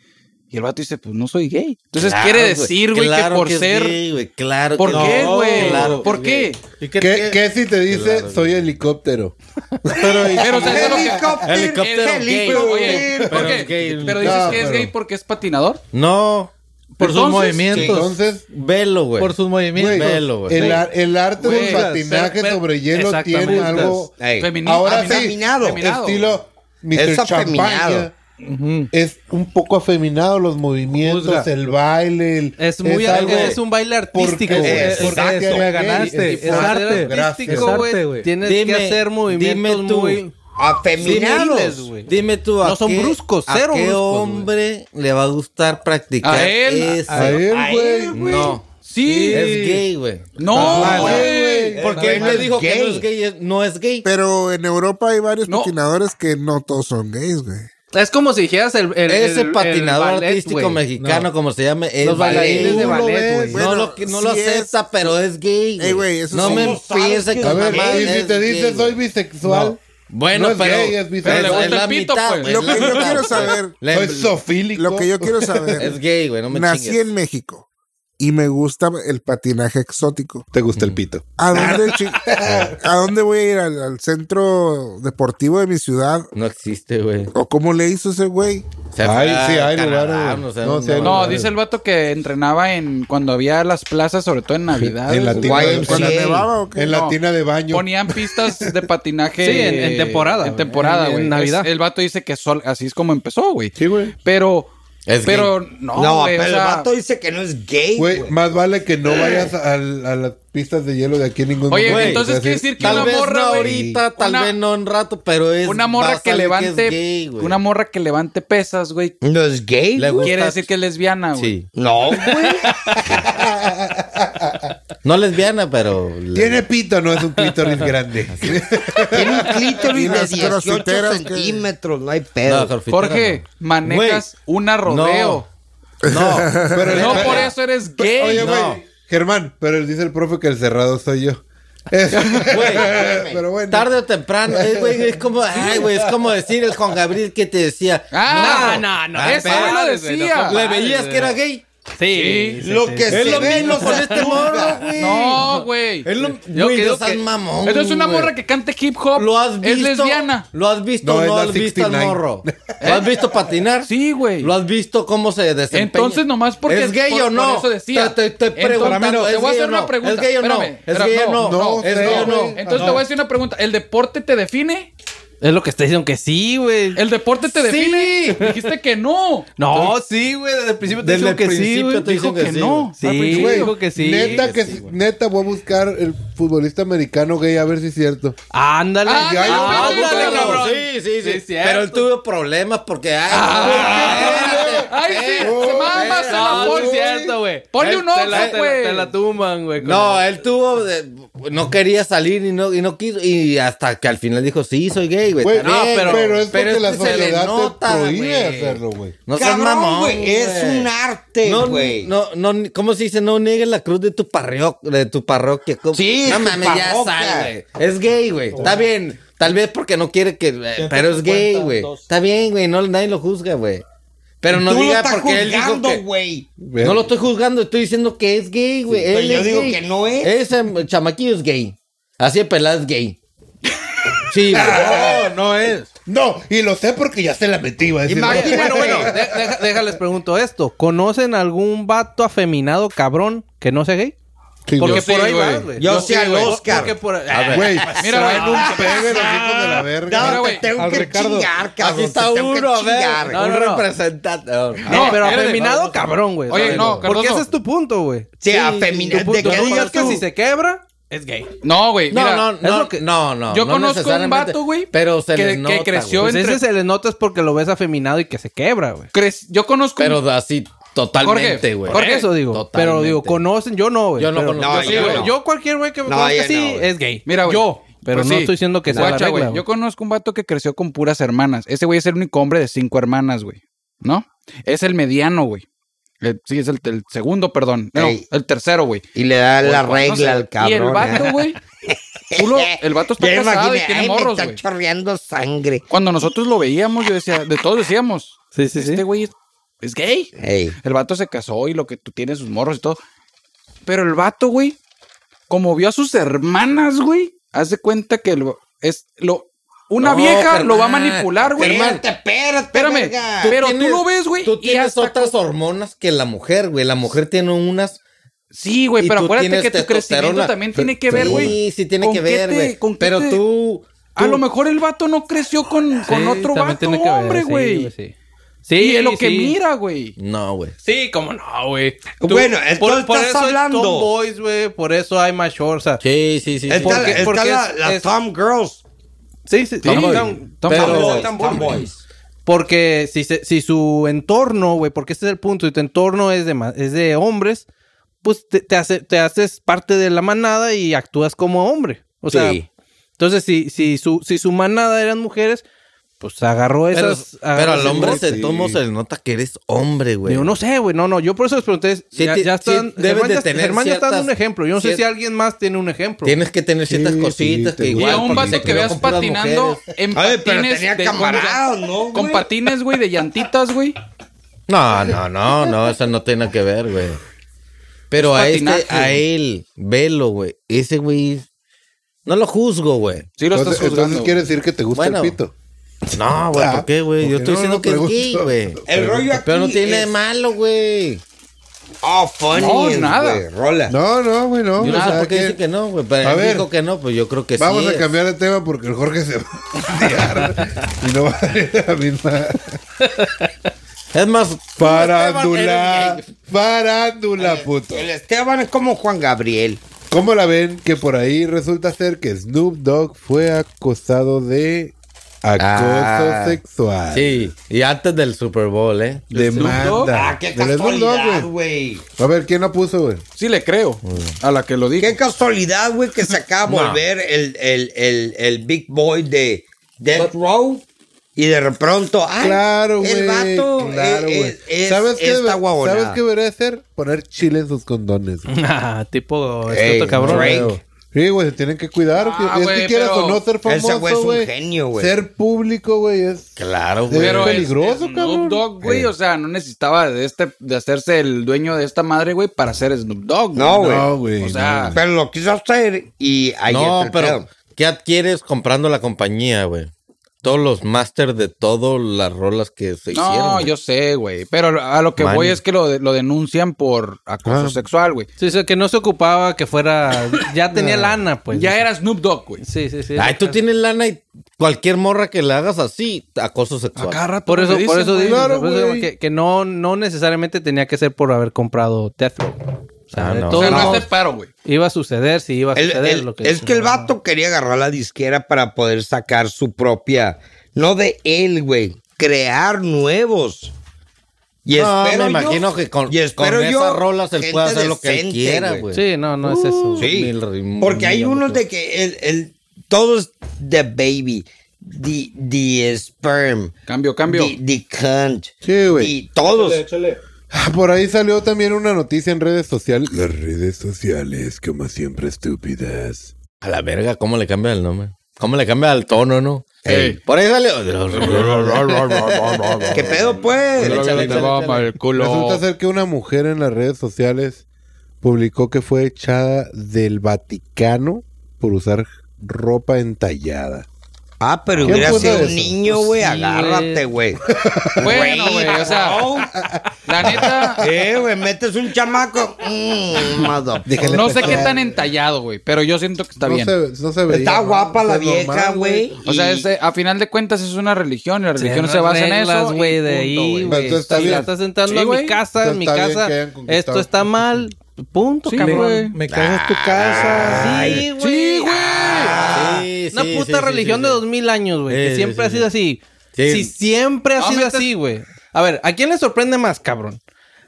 Speaker 3: Y el vato dice, pues no soy gay. Entonces
Speaker 2: Claro,
Speaker 3: quiere decir, güey,
Speaker 2: Claro
Speaker 3: que por
Speaker 2: es
Speaker 3: ser.
Speaker 2: gay, güey, Claro
Speaker 3: ¿Por
Speaker 2: que-
Speaker 3: qué,
Speaker 2: No,
Speaker 3: güey?
Speaker 2: claro
Speaker 3: ¿Por
Speaker 2: que es
Speaker 3: qué?
Speaker 2: gay.
Speaker 1: ¿Qué, qué si te dice soy helicóptero?
Speaker 3: Pero, o sea, eso es lo que-
Speaker 6: Helicóptero,
Speaker 2: Helicóptero
Speaker 3: Pero,
Speaker 2: gay.
Speaker 6: helicóptero.
Speaker 3: oye, ¿por
Speaker 2: Pero
Speaker 3: qué?
Speaker 2: es gay.
Speaker 3: Pero dices
Speaker 1: No,
Speaker 3: que es
Speaker 1: pero-
Speaker 3: gay porque es patinador.
Speaker 2: No.
Speaker 5: Por sus
Speaker 3: Entonces,
Speaker 5: movimientos.
Speaker 1: Entonces,
Speaker 2: Velo, güey.
Speaker 5: Por sus movimientos.
Speaker 1: Güey,
Speaker 2: Velo, güey.
Speaker 1: el, ar- el arte
Speaker 3: Güey,
Speaker 1: del patinaje
Speaker 5: pero-
Speaker 1: sobre hielo
Speaker 5: exactamente.
Speaker 1: tiene algo
Speaker 6: Ey.
Speaker 3: Femini-
Speaker 1: Ahora sí,
Speaker 3: afeminado, afeminado.
Speaker 1: estilo Mr.
Speaker 6: Es afeminado.
Speaker 1: Champaña. Es un poco afeminado los movimientos,
Speaker 5: Juzga.
Speaker 1: el baile. el-
Speaker 7: Es muy
Speaker 1: algo-
Speaker 7: es un baile artístico,
Speaker 1: Porque-
Speaker 7: güey.
Speaker 6: es-
Speaker 7: Porque
Speaker 6: exacto.
Speaker 7: eso.
Speaker 1: Me
Speaker 5: ganaste,
Speaker 7: Es
Speaker 5: es arte.
Speaker 7: arte artístico,
Speaker 5: Gracias. Es arte,
Speaker 7: güey.
Speaker 5: güey.
Speaker 7: Tienes que
Speaker 2: Dime-
Speaker 7: hacer movimientos
Speaker 2: dime tú.
Speaker 7: muy
Speaker 6: Afeminados.
Speaker 7: femeniles, güey.
Speaker 2: Dime tú a
Speaker 7: No son
Speaker 2: qué-
Speaker 7: bruscos,
Speaker 2: a
Speaker 7: cero
Speaker 2: qué
Speaker 7: bruscos, güey.
Speaker 2: hombre le va a gustar practicar
Speaker 3: A él, a-
Speaker 2: eso?
Speaker 1: A él, güey.
Speaker 2: No.
Speaker 3: Sí.
Speaker 2: Es gay, güey.
Speaker 3: No,
Speaker 1: Ah,
Speaker 3: güey.
Speaker 1: güey.
Speaker 2: Porque él
Speaker 6: no
Speaker 2: me
Speaker 6: es
Speaker 2: dijo que
Speaker 6: gay.
Speaker 2: no es gay. es- No es gay.
Speaker 4: Pero en Europa hay varios
Speaker 3: No.
Speaker 4: patinadores que no todos son gays, güey.
Speaker 7: Es como si dijeras el, el-
Speaker 2: Ese
Speaker 7: el- el
Speaker 2: patinador
Speaker 7: ballet,
Speaker 2: artístico
Speaker 7: güey.
Speaker 2: mexicano, como se llame, es
Speaker 7: Los bailarines
Speaker 2: gay.
Speaker 7: de
Speaker 1: Tú lo
Speaker 7: ballet,
Speaker 1: ves,
Speaker 7: güey.
Speaker 2: No lo, que- no lo
Speaker 4: sí es.
Speaker 2: acepta, pero es gay.
Speaker 4: Ey, güey, eso
Speaker 2: no
Speaker 4: sí.
Speaker 2: me
Speaker 4: ¿Cómo
Speaker 2: empiece
Speaker 1: A
Speaker 2: con
Speaker 1: ver,
Speaker 2: mamá.
Speaker 1: y si te dices soy bisexual,
Speaker 2: Bueno,
Speaker 1: No es
Speaker 2: pero,
Speaker 1: gay, es bisexual.
Speaker 2: pero
Speaker 1: Pero
Speaker 3: le
Speaker 2: es
Speaker 3: gusta
Speaker 2: la
Speaker 3: el pito,
Speaker 2: mitad,
Speaker 3: pues.
Speaker 2: güey,
Speaker 4: Lo
Speaker 2: es la
Speaker 4: que yo
Speaker 2: mitad,
Speaker 4: quiero
Speaker 2: güey.
Speaker 4: saber-
Speaker 2: La-
Speaker 1: soy zofílico.
Speaker 4: Lo que yo quiero saber
Speaker 2: Es gay, güey, no me
Speaker 4: Nací
Speaker 2: chingues.
Speaker 4: en México y me gusta el patinaje exótico.
Speaker 1: Te gusta el pito.
Speaker 4: ¿A dónde, chi- ¿a dónde voy a ir? ¿Al, al centro deportivo de mi ciudad?
Speaker 2: No existe, güey.
Speaker 4: ¿O cómo le hizo ese güey?
Speaker 2: O sea,
Speaker 1: Ay,
Speaker 2: fuera
Speaker 1: sí, hay
Speaker 2: Canadá,
Speaker 1: lugares.
Speaker 2: No, sé,
Speaker 1: No, sí hay
Speaker 3: No,
Speaker 1: lugares.
Speaker 3: dice el vato que entrenaba en cuando había las plazas, sobre todo en Navidad.
Speaker 1: En la
Speaker 3: güey.
Speaker 1: tienda,
Speaker 6: Guay,
Speaker 4: ¿Cuando
Speaker 6: Sí.
Speaker 4: nevaba o qué?
Speaker 1: en la tina de baño.
Speaker 3: Ponían pistas de patinaje.
Speaker 7: Sí, en- en temporada,
Speaker 3: En
Speaker 7: güey.
Speaker 3: temporada,
Speaker 7: En- en
Speaker 3: güey.
Speaker 7: Navidad.
Speaker 3: Es- el vato dice que sol- así es como empezó, güey.
Speaker 1: Sí, güey.
Speaker 3: Pero.
Speaker 2: Es
Speaker 3: pero
Speaker 6: No,
Speaker 3: no, güey, o
Speaker 6: pero el
Speaker 3: sea,
Speaker 6: vato dice que no es gay,
Speaker 1: Güey,
Speaker 6: güey.
Speaker 1: más vale que no vayas al- a, las pistas de hielo de aquí en ningún
Speaker 3: Oye,
Speaker 1: momento.
Speaker 3: entonces,
Speaker 1: Es
Speaker 3: ¿qué
Speaker 1: decir,
Speaker 3: decir que
Speaker 2: Tal
Speaker 3: una
Speaker 2: vez
Speaker 3: morra,
Speaker 2: no
Speaker 3: güey,
Speaker 2: ahorita, tal
Speaker 3: una-
Speaker 2: vez no en rato, pero es.
Speaker 3: Una
Speaker 2: va a
Speaker 3: morra que
Speaker 2: salir es
Speaker 3: levante.
Speaker 2: gay, güey.
Speaker 3: una morra que levante pesas, güey.
Speaker 6: No es gay.
Speaker 2: Le
Speaker 6: güey.
Speaker 2: gusta-
Speaker 3: Quiere decir que es lesbiana, güey.
Speaker 2: Sí.
Speaker 6: No, güey.
Speaker 2: No lesbiana, pero.
Speaker 1: Tiene pito, no es un clítoris grande.
Speaker 6: Tiene un clítoris
Speaker 4: Y
Speaker 6: de
Speaker 4: las
Speaker 6: 18
Speaker 4: crossfiteras que-
Speaker 6: centímetros. No hay
Speaker 2: No,
Speaker 6: pedo.
Speaker 2: Jorfitera,
Speaker 3: Jorge, manejas una rodeo.
Speaker 2: No. No.
Speaker 1: Pero
Speaker 3: No, por eso eres gay.
Speaker 1: Oye, güey.
Speaker 2: no.
Speaker 1: Germán, pero dice el profe que el cerrado soy yo. Es-
Speaker 2: Güey,
Speaker 1: pero bueno.
Speaker 2: tarde o temprano, es, güey, es como, ay, güey, es como decir el Juan Gabriel que te decía,
Speaker 3: Ah,
Speaker 7: No, no, no,
Speaker 3: Eso
Speaker 7: no
Speaker 3: ya lo
Speaker 7: compares, güey, no
Speaker 3: decía.
Speaker 2: le veías que era gay.
Speaker 7: Sí.
Speaker 6: Lo que
Speaker 2: Es
Speaker 6: se
Speaker 2: lo
Speaker 6: ve
Speaker 2: mismo
Speaker 6: no
Speaker 2: con
Speaker 6: se
Speaker 2: este morro, güey.
Speaker 3: No, güey.
Speaker 2: Es lo-
Speaker 3: Yo
Speaker 2: güey,
Speaker 3: creo
Speaker 2: no seas
Speaker 3: que-
Speaker 2: mamón,
Speaker 3: Entonces una
Speaker 2: güey.
Speaker 3: morra que cante hip hop
Speaker 2: Lo has visto.
Speaker 3: es lesbiana.
Speaker 2: Lo has visto
Speaker 1: No,
Speaker 2: o
Speaker 1: es
Speaker 2: no
Speaker 1: la
Speaker 2: has visto al
Speaker 1: 69.
Speaker 2: morro. Lo has visto patinar.
Speaker 3: Sí, güey.
Speaker 2: Lo has visto cómo se desempeña.
Speaker 3: Entonces nomás porque
Speaker 2: es gay
Speaker 3: por-
Speaker 2: o no.
Speaker 3: por eso decía.
Speaker 2: Te, te,
Speaker 3: Entonces,
Speaker 2: preguntando,
Speaker 3: te
Speaker 2: ¿es
Speaker 3: voy a
Speaker 2: gay
Speaker 3: hacer
Speaker 2: o no?
Speaker 3: una pregunta.
Speaker 2: Es gay o no.
Speaker 3: Espérame,
Speaker 2: Es
Speaker 3: espérame,
Speaker 2: gay o
Speaker 3: no,
Speaker 2: no.
Speaker 1: no,
Speaker 2: Es
Speaker 1: no,
Speaker 2: gay o no.
Speaker 1: güey.
Speaker 3: Entonces te voy a decir una pregunta. ¿El deporte te define?
Speaker 7: Es lo que está diciendo que sí, güey.
Speaker 3: ¿El deporte te define? Dijiste que no.
Speaker 7: No, sí, güey. Desde el principio te
Speaker 2: Desde
Speaker 7: dijo
Speaker 2: el
Speaker 7: que sí,
Speaker 2: principio
Speaker 7: güey.
Speaker 2: te
Speaker 3: Dijo
Speaker 2: dicen
Speaker 3: que
Speaker 2: que sí,
Speaker 3: no.
Speaker 7: Sí,
Speaker 3: Al principio.
Speaker 1: Güey,
Speaker 7: dijo que sí.
Speaker 1: Neta, que, neta, voy a buscar el futbolista americano gay a ver si es cierto.
Speaker 7: Ándale.
Speaker 3: Ah,
Speaker 1: ya, yo
Speaker 7: ándale,
Speaker 1: me
Speaker 7: ándale,
Speaker 1: acuerdo.
Speaker 7: cabrón.
Speaker 2: Sí, sí, sí.
Speaker 7: Sí, es cierto.
Speaker 2: Pero él tuvo problemas porque. Ay, Ah, espérate,
Speaker 3: Ah, Ay, sí.
Speaker 2: espérate.
Speaker 3: Se mama, se
Speaker 2: ah,
Speaker 3: la
Speaker 7: No, sí es
Speaker 3: pone.
Speaker 7: cierto, güey.
Speaker 3: Ponle
Speaker 7: Te-
Speaker 3: un
Speaker 7: te
Speaker 3: ojo,
Speaker 7: la- te la-
Speaker 3: güey.
Speaker 7: Te la tumban, güey. con
Speaker 2: No,
Speaker 7: el-
Speaker 2: él tuvo. de- no quería salir y no, y no quiso. Y hasta que al final dijo, sí, soy gay, güey.
Speaker 1: Güey,
Speaker 2: Está bien,
Speaker 1: pero, pero es porque
Speaker 2: pero es
Speaker 1: la
Speaker 2: que se le
Speaker 1: sociedad
Speaker 2: nota,
Speaker 1: te prohíbe
Speaker 2: güey.
Speaker 1: hacerlo, güey.
Speaker 2: No seas
Speaker 6: Cabrón,
Speaker 2: mamón,
Speaker 6: güey. Es
Speaker 2: güey.
Speaker 6: un arte,
Speaker 2: No,
Speaker 6: güey.
Speaker 2: no, no, ¿cómo se dice? No niegues la cruz de tu parrio- de tu parroquia. ¿Cómo?
Speaker 6: Sí,
Speaker 2: no
Speaker 6: tu
Speaker 2: mames, ya
Speaker 6: parroquia.
Speaker 2: sale, güey. Es gay, güey. Está bien. Tal vez porque no quiere que. eh, pero es gay, güey. Está bien, güey. No, nadie lo juzga, güey. Pero no
Speaker 6: Tú lo
Speaker 2: diga
Speaker 6: estás
Speaker 2: porque él dijo
Speaker 6: juzgando,
Speaker 2: que.
Speaker 6: güey.
Speaker 2: No lo estoy juzgando, estoy diciendo que es gay, güey.
Speaker 6: pero
Speaker 2: Él
Speaker 6: yo
Speaker 2: es
Speaker 6: digo
Speaker 2: gay.
Speaker 6: que no es.
Speaker 2: Ese mm, chamaquillo es gay. Así de pelado es gay. Sí, güey.
Speaker 7: No, no es.
Speaker 1: No, y lo sé porque ya se la metí, va a decir.
Speaker 7: Oye, bueno, bueno, de- deja- déjales pregunto esto. ¿Conocen algún vato afeminado cabrón que no sea gay?
Speaker 1: Sí,
Speaker 7: Porque
Speaker 1: güey.
Speaker 7: por ahí
Speaker 3: güey.
Speaker 7: va, güey.
Speaker 6: Yo sí al Oscar.
Speaker 7: Porque por
Speaker 1: Güey,
Speaker 3: Mira,
Speaker 1: mira,
Speaker 3: güey.
Speaker 1: traen un pegue los hijos de la verga.
Speaker 3: Mira,
Speaker 6: No, te
Speaker 3: güey,
Speaker 6: tengo
Speaker 5: al
Speaker 6: que
Speaker 5: Ricardo.
Speaker 6: chingar, cabrón.
Speaker 2: Aquí está
Speaker 6: te tengo que
Speaker 2: uno, a
Speaker 6: chingar.
Speaker 2: ver.
Speaker 7: No,
Speaker 2: un
Speaker 7: no, no.
Speaker 2: representante.
Speaker 7: No, Eh, pero
Speaker 3: espérate.
Speaker 7: afeminado cabrón, güey.
Speaker 3: Oye,
Speaker 7: O sea,
Speaker 3: no,
Speaker 7: Porque
Speaker 3: Cardoso.
Speaker 7: ese es tu punto, güey.
Speaker 6: Sí, afeminado.
Speaker 7: Tu
Speaker 6: ¿De
Speaker 7: punto.
Speaker 6: qué
Speaker 7: No digas
Speaker 6: digas
Speaker 7: que
Speaker 6: tú?
Speaker 7: si se quebra, es gay.
Speaker 3: No, güey.
Speaker 2: No,
Speaker 3: mira,
Speaker 2: no,
Speaker 7: es
Speaker 2: no,
Speaker 7: lo que-
Speaker 2: no, no.
Speaker 3: Yo
Speaker 2: no
Speaker 3: conozco un
Speaker 2: necesariamente,
Speaker 3: vato, güey,
Speaker 2: Pero se
Speaker 3: que-
Speaker 2: les
Speaker 3: que
Speaker 2: nota,
Speaker 3: creció
Speaker 2: güey.
Speaker 7: Pues
Speaker 3: entre-
Speaker 7: ese se le nota es porque lo ves afeminado y que se quebra, güey.
Speaker 3: cre- Yo conozco. un-
Speaker 2: Pero así, totalmente, güey.
Speaker 7: Por
Speaker 3: Jorge,
Speaker 7: eso digo.
Speaker 2: totalmente.
Speaker 7: Pero digo, conocen, yo no, güey.
Speaker 2: Yo no
Speaker 7: Pero-
Speaker 2: conozco.
Speaker 6: No,
Speaker 2: sí,
Speaker 6: yo
Speaker 7: Yo,
Speaker 2: güey.
Speaker 6: no.
Speaker 7: yo cualquier güey que me
Speaker 6: No,
Speaker 7: conozca
Speaker 6: yo
Speaker 7: así
Speaker 6: no, güey.
Speaker 7: es gay.
Speaker 3: Mira, güey.
Speaker 7: Yo. Pero
Speaker 3: Pues
Speaker 7: no
Speaker 3: sí.
Speaker 7: estoy diciendo que sea
Speaker 3: Guacha,
Speaker 7: la regla,
Speaker 3: güey.
Speaker 7: güey.
Speaker 3: Yo conozco un vato que creció con puras hermanas. Ese güey es el único hombre de cinco hermanas, güey. ¿No? Es el mediano, güey. El- sí, es el, el segundo, perdón. No,
Speaker 6: Ey.
Speaker 3: el tercero, güey.
Speaker 6: Y le da la
Speaker 3: Pues, no sé.
Speaker 6: regla al cabrón.
Speaker 3: Y el vato,
Speaker 6: ¿eh?
Speaker 3: güey. tú lo- el vato está
Speaker 6: Ya
Speaker 3: casado
Speaker 6: imaginé,
Speaker 3: y tiene
Speaker 6: ay,
Speaker 3: morros,
Speaker 6: Me
Speaker 3: güey.
Speaker 6: está chorreando sangre.
Speaker 3: Cuando nosotros lo veíamos, yo decía, de todos decíamos,
Speaker 7: Sí, sí, sí.
Speaker 3: este güey es- es gay.
Speaker 6: Ey.
Speaker 3: El vato se casó y lo que tú tienes, sus morros y todo. Pero el vato, güey, como vio a sus hermanas, güey, hace cuenta que lo, es lo Una
Speaker 2: No,
Speaker 3: vieja lo va a
Speaker 2: carnal,
Speaker 3: manipular, güey.
Speaker 2: espérate,
Speaker 6: espérate,
Speaker 3: Espérame,
Speaker 6: verga.
Speaker 3: pero tú
Speaker 2: tienes-
Speaker 3: lo ves, güey.
Speaker 2: Tú
Speaker 3: y
Speaker 2: tienes
Speaker 3: hasta-
Speaker 2: otras hormonas que la mujer, güey. La mujer tiene unas.
Speaker 3: Sí, güey,
Speaker 2: y
Speaker 3: pero
Speaker 2: tú
Speaker 3: acuérdate
Speaker 2: tienes
Speaker 3: que tu crecimiento
Speaker 2: testosterona.
Speaker 3: también tiene que ver,
Speaker 2: Sí,
Speaker 3: güey.
Speaker 2: Sí, tiene
Speaker 3: ¿Con
Speaker 2: que
Speaker 3: qué
Speaker 2: ver,
Speaker 3: te- con qué
Speaker 2: güey. Pero
Speaker 3: te-
Speaker 2: tú.
Speaker 3: A
Speaker 2: tú-
Speaker 3: lo mejor el vato no creció con, con otro
Speaker 7: también
Speaker 3: vato,
Speaker 7: tiene que ver,
Speaker 3: hombre,
Speaker 7: sí,
Speaker 3: güey.
Speaker 7: Sí,
Speaker 3: Sí, es lo que
Speaker 7: sí.
Speaker 3: mira, güey.
Speaker 2: No, güey.
Speaker 7: Sí, cómo no, güey. Tú-
Speaker 6: Bueno, entonces estás
Speaker 7: eso hay
Speaker 6: hablando.
Speaker 7: tomboys, güey, por eso hay machorza.
Speaker 2: Sí, sí, sí. sí.
Speaker 6: Está,
Speaker 7: porque-
Speaker 6: está
Speaker 7: porque
Speaker 6: la,
Speaker 7: es-
Speaker 6: la
Speaker 7: es-
Speaker 6: Tom Girls.
Speaker 7: Sí, sí,
Speaker 3: Tomboy.
Speaker 7: tam- tam-
Speaker 2: Pero-
Speaker 7: tam-
Speaker 6: Tomboys,
Speaker 7: tam- tam-
Speaker 6: Tomboys.
Speaker 7: Porque si, se- si su entorno, güey, porque este es el punto, si tu entorno es de, ma- es de hombres, pues te, te hace- te haces parte de la manada y actúas como hombre. O sea,
Speaker 2: Sí.
Speaker 7: entonces si, si, su, si su manada eran mujeres, pues agarró
Speaker 2: Pero,
Speaker 7: esas...
Speaker 2: pero
Speaker 3: ah,
Speaker 7: agarró
Speaker 2: al
Speaker 7: esas
Speaker 2: hombre
Speaker 7: morras.
Speaker 2: se
Speaker 1: sí.
Speaker 2: tomo se le nota que eres hombre, güey.
Speaker 7: Yo no sé, güey, no, no, yo por eso les pregunté,
Speaker 2: Sí
Speaker 7: ya,
Speaker 2: ti-
Speaker 7: ya
Speaker 2: sí
Speaker 7: están...
Speaker 2: deben
Speaker 7: Germán
Speaker 2: de
Speaker 7: ya-
Speaker 2: tener
Speaker 7: Germán ya está dando un
Speaker 2: ciertas-
Speaker 7: ejemplo, yo no sé
Speaker 2: cier-
Speaker 7: si alguien más tiene un ejemplo.
Speaker 2: Tienes que tener ciertas
Speaker 1: Sí,
Speaker 2: cositas
Speaker 1: sí,
Speaker 2: que
Speaker 1: te-
Speaker 3: Y
Speaker 2: igual.
Speaker 3: a un
Speaker 2: porque
Speaker 3: vato
Speaker 2: se
Speaker 3: que
Speaker 2: crió
Speaker 3: veas
Speaker 2: con puras
Speaker 3: patinando
Speaker 2: mujeres.
Speaker 3: en
Speaker 6: Oye, pero
Speaker 3: patines
Speaker 6: tenía
Speaker 3: de- con-
Speaker 6: camaradas, ¿no, güey?
Speaker 3: Con patines, güey, de llantitas, güey.
Speaker 2: No, no, no, no, eso no tiene que ver, güey. Pero
Speaker 3: Es
Speaker 2: a este,
Speaker 3: patinaje,
Speaker 2: a
Speaker 3: güey.
Speaker 2: él, velo, güey. Ese güey, no lo juzgo, güey.
Speaker 3: Sí lo estás
Speaker 1: Entonces,
Speaker 3: juzgando.
Speaker 1: entonces quiere decir que te gusta
Speaker 2: Bueno.
Speaker 1: el pito.
Speaker 2: No, güey, ¿por qué, güey?
Speaker 1: porque
Speaker 2: Yo estoy
Speaker 1: no,
Speaker 2: diciendo
Speaker 1: no
Speaker 2: que es
Speaker 1: pregunto.
Speaker 2: gay, güey.
Speaker 6: El rollo aquí
Speaker 2: Pero no tiene de
Speaker 6: es-
Speaker 2: malo, güey.
Speaker 6: Oh, funny.
Speaker 3: No,
Speaker 6: es,
Speaker 3: nada.
Speaker 6: güey, rola.
Speaker 1: No, no, güey, no.
Speaker 2: Yo no sé
Speaker 1: Cada
Speaker 2: por qué
Speaker 1: quien.
Speaker 2: dice que no, güey. Pero
Speaker 1: A
Speaker 2: él
Speaker 1: ver.
Speaker 2: dijo que no, pues yo creo que
Speaker 1: Vamos
Speaker 2: sí.
Speaker 1: a
Speaker 2: es.
Speaker 1: cambiar de tema porque el Jorge se va a liar. y no va a ir a la misma.
Speaker 2: Es más,
Speaker 1: Farándula. Farándula, puto.
Speaker 6: El Esteban es como Juan Gabriel.
Speaker 1: ¿Cómo la ven? Que por ahí resulta ser que Snoop Dogg fue acosado de acoso
Speaker 6: Ah.
Speaker 1: sexual.
Speaker 2: sí. Y antes del Super Bowl, ¿eh?
Speaker 3: Dogg?
Speaker 1: Demanda.
Speaker 6: Ah, qué
Speaker 1: Del Snoop Dogg,
Speaker 6: casualidad,
Speaker 1: güey.
Speaker 6: güey.
Speaker 1: A ver, ¿quién la puso, güey?
Speaker 3: Sí le creo a la que lo dijo.
Speaker 6: Qué casualidad, güey, que se acaba de
Speaker 2: No.
Speaker 6: volver el, el, el, el Big Boy de Death Row. Y de pronto, ay,
Speaker 1: Claro, güey.
Speaker 6: el vato
Speaker 1: Claro,
Speaker 6: es,
Speaker 1: güey.
Speaker 6: es- es-
Speaker 1: ¿Sabes, qué
Speaker 6: está
Speaker 1: debe-
Speaker 6: guabonada.
Speaker 1: ¿Sabes qué debería hacer? Poner chile en sus condones. güey.
Speaker 7: Ah, tipo,
Speaker 6: Ey,
Speaker 7: este cabrón.
Speaker 6: Drake.
Speaker 7: güey.
Speaker 1: Sí, güey, se tienen que cuidar.
Speaker 3: Ah,
Speaker 1: que- es
Speaker 3: güey,
Speaker 1: que quieras
Speaker 3: pero
Speaker 1: o no ser
Speaker 6: ese güey es
Speaker 1: famoso,
Speaker 6: un
Speaker 1: güey.
Speaker 6: genio, güey.
Speaker 1: Ser público, güey, es...
Speaker 2: Claro,
Speaker 1: Sí,
Speaker 2: güey.
Speaker 1: pero-
Speaker 3: es-
Speaker 1: peligroso,
Speaker 3: es Snoop
Speaker 1: cabrón.
Speaker 3: Dogg, güey, o sea, no necesitaba de este de hacerse el dueño de esta madre, güey, para ser Snoop Dogg. güey.
Speaker 6: No, güey.
Speaker 1: No, güey.
Speaker 3: O sea,
Speaker 6: Pero lo quiso hacer y ahí está
Speaker 2: No,
Speaker 6: el
Speaker 2: pero
Speaker 6: pedo.
Speaker 2: ¿qué adquieres comprando la compañía, güey? Todos los masters de todas las rolas que se hicieron.
Speaker 3: no,
Speaker 2: güey.
Speaker 3: yo sé, güey. Pero a lo que
Speaker 2: Man.
Speaker 3: voy es que lo, de- lo denuncian por acoso
Speaker 1: Ah.
Speaker 3: sexual, güey.
Speaker 7: Sí, o sea, que no se ocupaba que fuera. Ya tenía lana, pues.
Speaker 3: ya era Snoop Dogg, güey.
Speaker 7: Sí, sí, sí.
Speaker 2: Ay, tú tienes lana y cualquier morra que le hagas así, acoso sexual.
Speaker 3: Acá rato
Speaker 7: Por
Speaker 3: me
Speaker 7: eso,
Speaker 3: dicen,
Speaker 7: por eso
Speaker 3: güey.
Speaker 7: digo,
Speaker 1: Claro,
Speaker 7: por eso digo
Speaker 1: güey.
Speaker 7: que, que no, no necesariamente tenía que ser por haber comprado Death Row. O sea,
Speaker 2: Ah,
Speaker 7: de
Speaker 2: no.
Speaker 3: O
Speaker 7: todos
Speaker 3: sea, no
Speaker 7: modos,
Speaker 3: hace paro, güey.
Speaker 7: iba a suceder, sí, iba a
Speaker 6: El-
Speaker 7: suceder.
Speaker 6: el-
Speaker 7: lo que
Speaker 6: es que el vato quería agarrar la disquera para poder sacar su propia. No de él, güey. Crear nuevos. Y
Speaker 2: No,
Speaker 6: espero
Speaker 2: me
Speaker 6: yo-
Speaker 2: imagino que con,
Speaker 6: y espero
Speaker 2: con
Speaker 6: yo
Speaker 2: esas rolas él
Speaker 6: gente
Speaker 2: puede hacer lo que él
Speaker 6: decente,
Speaker 2: quiera,
Speaker 6: güey.
Speaker 2: güey.
Speaker 7: Sí, no, no es eso.
Speaker 6: Sí.
Speaker 2: Mil rim-
Speaker 6: porque hay
Speaker 2: millón de
Speaker 6: unos
Speaker 2: cosas.
Speaker 6: de que el, el- todo es the baby, the, the sperm,
Speaker 3: Cambio, cambio.
Speaker 6: the, the cunt.
Speaker 1: Sí, güey.
Speaker 6: Y todos.
Speaker 1: Ah, Por ahí salió también una noticia en redes sociales. Las redes sociales, como siempre, estúpidas.
Speaker 2: A la verga, ¿cómo le cambia el nombre? ¿Cómo le cambia el tono, no?
Speaker 3: Ey.
Speaker 2: Por ahí salió.
Speaker 6: ¿Qué pedo, pues?
Speaker 2: Échale,
Speaker 3: Te
Speaker 2: échale,
Speaker 3: va
Speaker 2: échale.
Speaker 3: mal el culo.
Speaker 1: Resulta ser que una mujer en las redes sociales publicó que fue echada del Vaticano por usar ropa entallada.
Speaker 6: Ah, pero
Speaker 1: ¿Quién
Speaker 6: hubiera
Speaker 1: puso
Speaker 6: sido
Speaker 1: eso?
Speaker 6: un
Speaker 2: Pues
Speaker 6: niño, güey. agárrate, güey.
Speaker 3: Bueno, güey, o sea, La neta,
Speaker 6: Eh, güey, metes un chamaco. Mm, mother-
Speaker 1: Déjale
Speaker 3: no sé qué
Speaker 1: pasar.
Speaker 3: tan entallado, güey, pero yo siento que está
Speaker 1: no
Speaker 3: bien.
Speaker 1: Se, no se veía,
Speaker 6: Está
Speaker 1: ¿no?
Speaker 6: guapa la
Speaker 1: Está
Speaker 6: vieja,
Speaker 1: normal,
Speaker 6: güey.
Speaker 3: O sea,
Speaker 6: y-
Speaker 3: ese- a final de cuentas es una religión y la religión se basa en eso. y
Speaker 7: güey, de
Speaker 3: punto,
Speaker 7: ahí,
Speaker 1: güey.
Speaker 7: güey.
Speaker 1: Entonces está
Speaker 7: Si la
Speaker 1: bien.
Speaker 7: estás sentando
Speaker 3: Sí,
Speaker 7: en
Speaker 3: güey.
Speaker 7: mi casa, en
Speaker 1: Entonces
Speaker 7: mi
Speaker 1: está bien que
Speaker 7: casa.
Speaker 1: hayan conquistado.
Speaker 7: Esto está mal. Punto,
Speaker 3: Sí, güey.
Speaker 7: cabrón. Me cagas
Speaker 2: Ah,
Speaker 7: tu casa. Sí, güey. Ah,
Speaker 3: Sí, güey.
Speaker 2: Sí,
Speaker 7: Una
Speaker 2: sí, sí,
Speaker 7: puta
Speaker 2: sí,
Speaker 7: religión
Speaker 2: sí,
Speaker 7: de
Speaker 2: sí.
Speaker 7: dos mil años, güey.
Speaker 2: Sí,
Speaker 7: que
Speaker 2: sí,
Speaker 7: siempre
Speaker 2: sí,
Speaker 7: ha sido así.
Speaker 2: Sí.
Speaker 7: Si siempre ha
Speaker 3: No,
Speaker 7: sido
Speaker 3: metes-
Speaker 7: así, güey. A ver, ¿a quién le sorprende más, cabrón?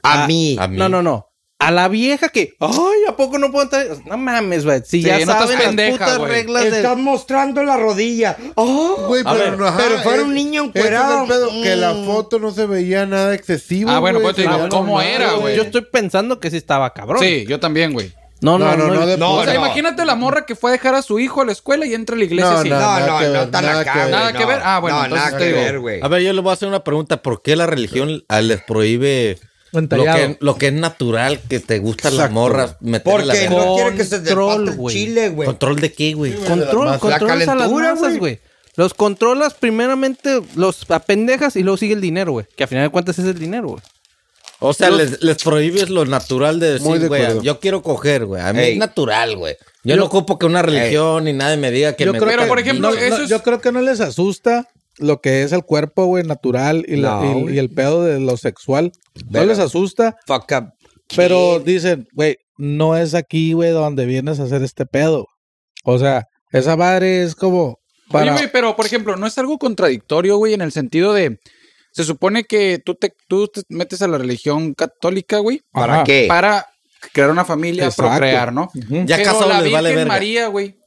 Speaker 6: A mí.
Speaker 2: A mí.
Speaker 7: No, no, no. A la vieja que, ay, ¿a poco no puedo entrar? No mames, güey.
Speaker 3: Sí,
Speaker 7: Si ya
Speaker 3: no estás
Speaker 7: saben las
Speaker 3: pendeja,
Speaker 7: putas
Speaker 3: güey.
Speaker 7: reglas del...
Speaker 6: Estás mostrando la rodilla. Oh,
Speaker 1: Güey,
Speaker 2: A
Speaker 1: pero,
Speaker 2: ver,
Speaker 1: no, ajá,
Speaker 6: pero fuera un
Speaker 1: es-
Speaker 6: niño
Speaker 1: ese es el
Speaker 6: encuerado.
Speaker 1: pedo, Que la
Speaker 6: Mm.
Speaker 1: foto no se veía nada excesivo.
Speaker 3: Ah, bueno,
Speaker 1: güey,
Speaker 3: pues te digo,
Speaker 1: se veía
Speaker 3: ¿cómo
Speaker 1: normal,
Speaker 3: era, güey?
Speaker 7: Yo estoy pensando que sí estaba cabrón.
Speaker 3: Sí, yo también, güey.
Speaker 7: No, no,
Speaker 1: No,
Speaker 7: no.
Speaker 1: no, no, de
Speaker 6: No,
Speaker 1: puta.
Speaker 3: O sea,
Speaker 6: no.
Speaker 3: imagínate la morra que fue a dejar a su hijo a la escuela y entra a la iglesia
Speaker 1: No,
Speaker 3: así.
Speaker 1: no,
Speaker 6: No,
Speaker 1: nada
Speaker 6: no,
Speaker 1: que
Speaker 6: no
Speaker 1: ver,
Speaker 6: tan
Speaker 1: nada
Speaker 6: acá,
Speaker 1: que
Speaker 6: güey,
Speaker 1: ver.
Speaker 3: Nada
Speaker 6: no.
Speaker 3: que ver. Ah, bueno,
Speaker 6: No,
Speaker 3: entonces
Speaker 6: nada
Speaker 3: te
Speaker 6: que
Speaker 3: digo.
Speaker 6: ver, güey.
Speaker 2: A ver, yo le voy a hacer una pregunta. ¿Por qué la religión ah, les prohíbe lo
Speaker 5: Entallado.
Speaker 2: que, lo que es natural, que te gustan las
Speaker 1: Exacto.
Speaker 2: morras, meterle la
Speaker 6: Porque
Speaker 2: verga?
Speaker 6: no quiere que se
Speaker 7: Control,
Speaker 6: despate el
Speaker 7: güey.
Speaker 6: chile, güey.
Speaker 2: ¿Control de qué, güey?
Speaker 1: güey.
Speaker 7: Control,
Speaker 1: La
Speaker 7: controlas a las
Speaker 6: calentura,
Speaker 7: masas,
Speaker 6: güey.
Speaker 7: güey. Los controlas primeramente, los apendejas y luego sigue el dinero, güey. Que a final de cuentas es el dinero, güey.
Speaker 2: O sea, les, les prohíbes lo natural de
Speaker 1: Muy
Speaker 2: decir,
Speaker 1: de
Speaker 2: güey,
Speaker 1: acuerdo.
Speaker 2: yo quiero coger, güey. A mí
Speaker 6: Ey.
Speaker 2: es natural, güey. Yo, no ocupo que una religión ni nadie me diga que
Speaker 3: Yo
Speaker 2: me
Speaker 3: creo que,
Speaker 2: toque
Speaker 3: por
Speaker 2: el
Speaker 3: ejemplo,
Speaker 2: bicho.
Speaker 3: eso es-
Speaker 5: Yo creo que no les asusta lo que es el cuerpo, güey, natural y, la-
Speaker 6: No,
Speaker 5: y-
Speaker 6: güey.
Speaker 5: y el pedo de lo sexual.
Speaker 6: Pero-
Speaker 5: No les asusta,
Speaker 6: Fuck up.
Speaker 5: pero dicen, güey, no es aquí, güey, donde vienes a hacer este pedo. O sea, esa madre es como
Speaker 3: Oye,
Speaker 5: para...
Speaker 3: güey, pero por ejemplo, no es algo contradictorio, güey, en el sentido de. Se supone que tú te, tú te metes a la religión católica, güey,
Speaker 6: ¿Para
Speaker 5: Ajá.
Speaker 6: qué?
Speaker 3: para crear una familia,
Speaker 5: Exacto.
Speaker 3: procrear, ¿no?
Speaker 5: Ujú.
Speaker 2: Ya
Speaker 3: Pero
Speaker 2: casado
Speaker 3: la
Speaker 2: les
Speaker 3: Virgen
Speaker 2: vale verga.
Speaker 3: María, güey.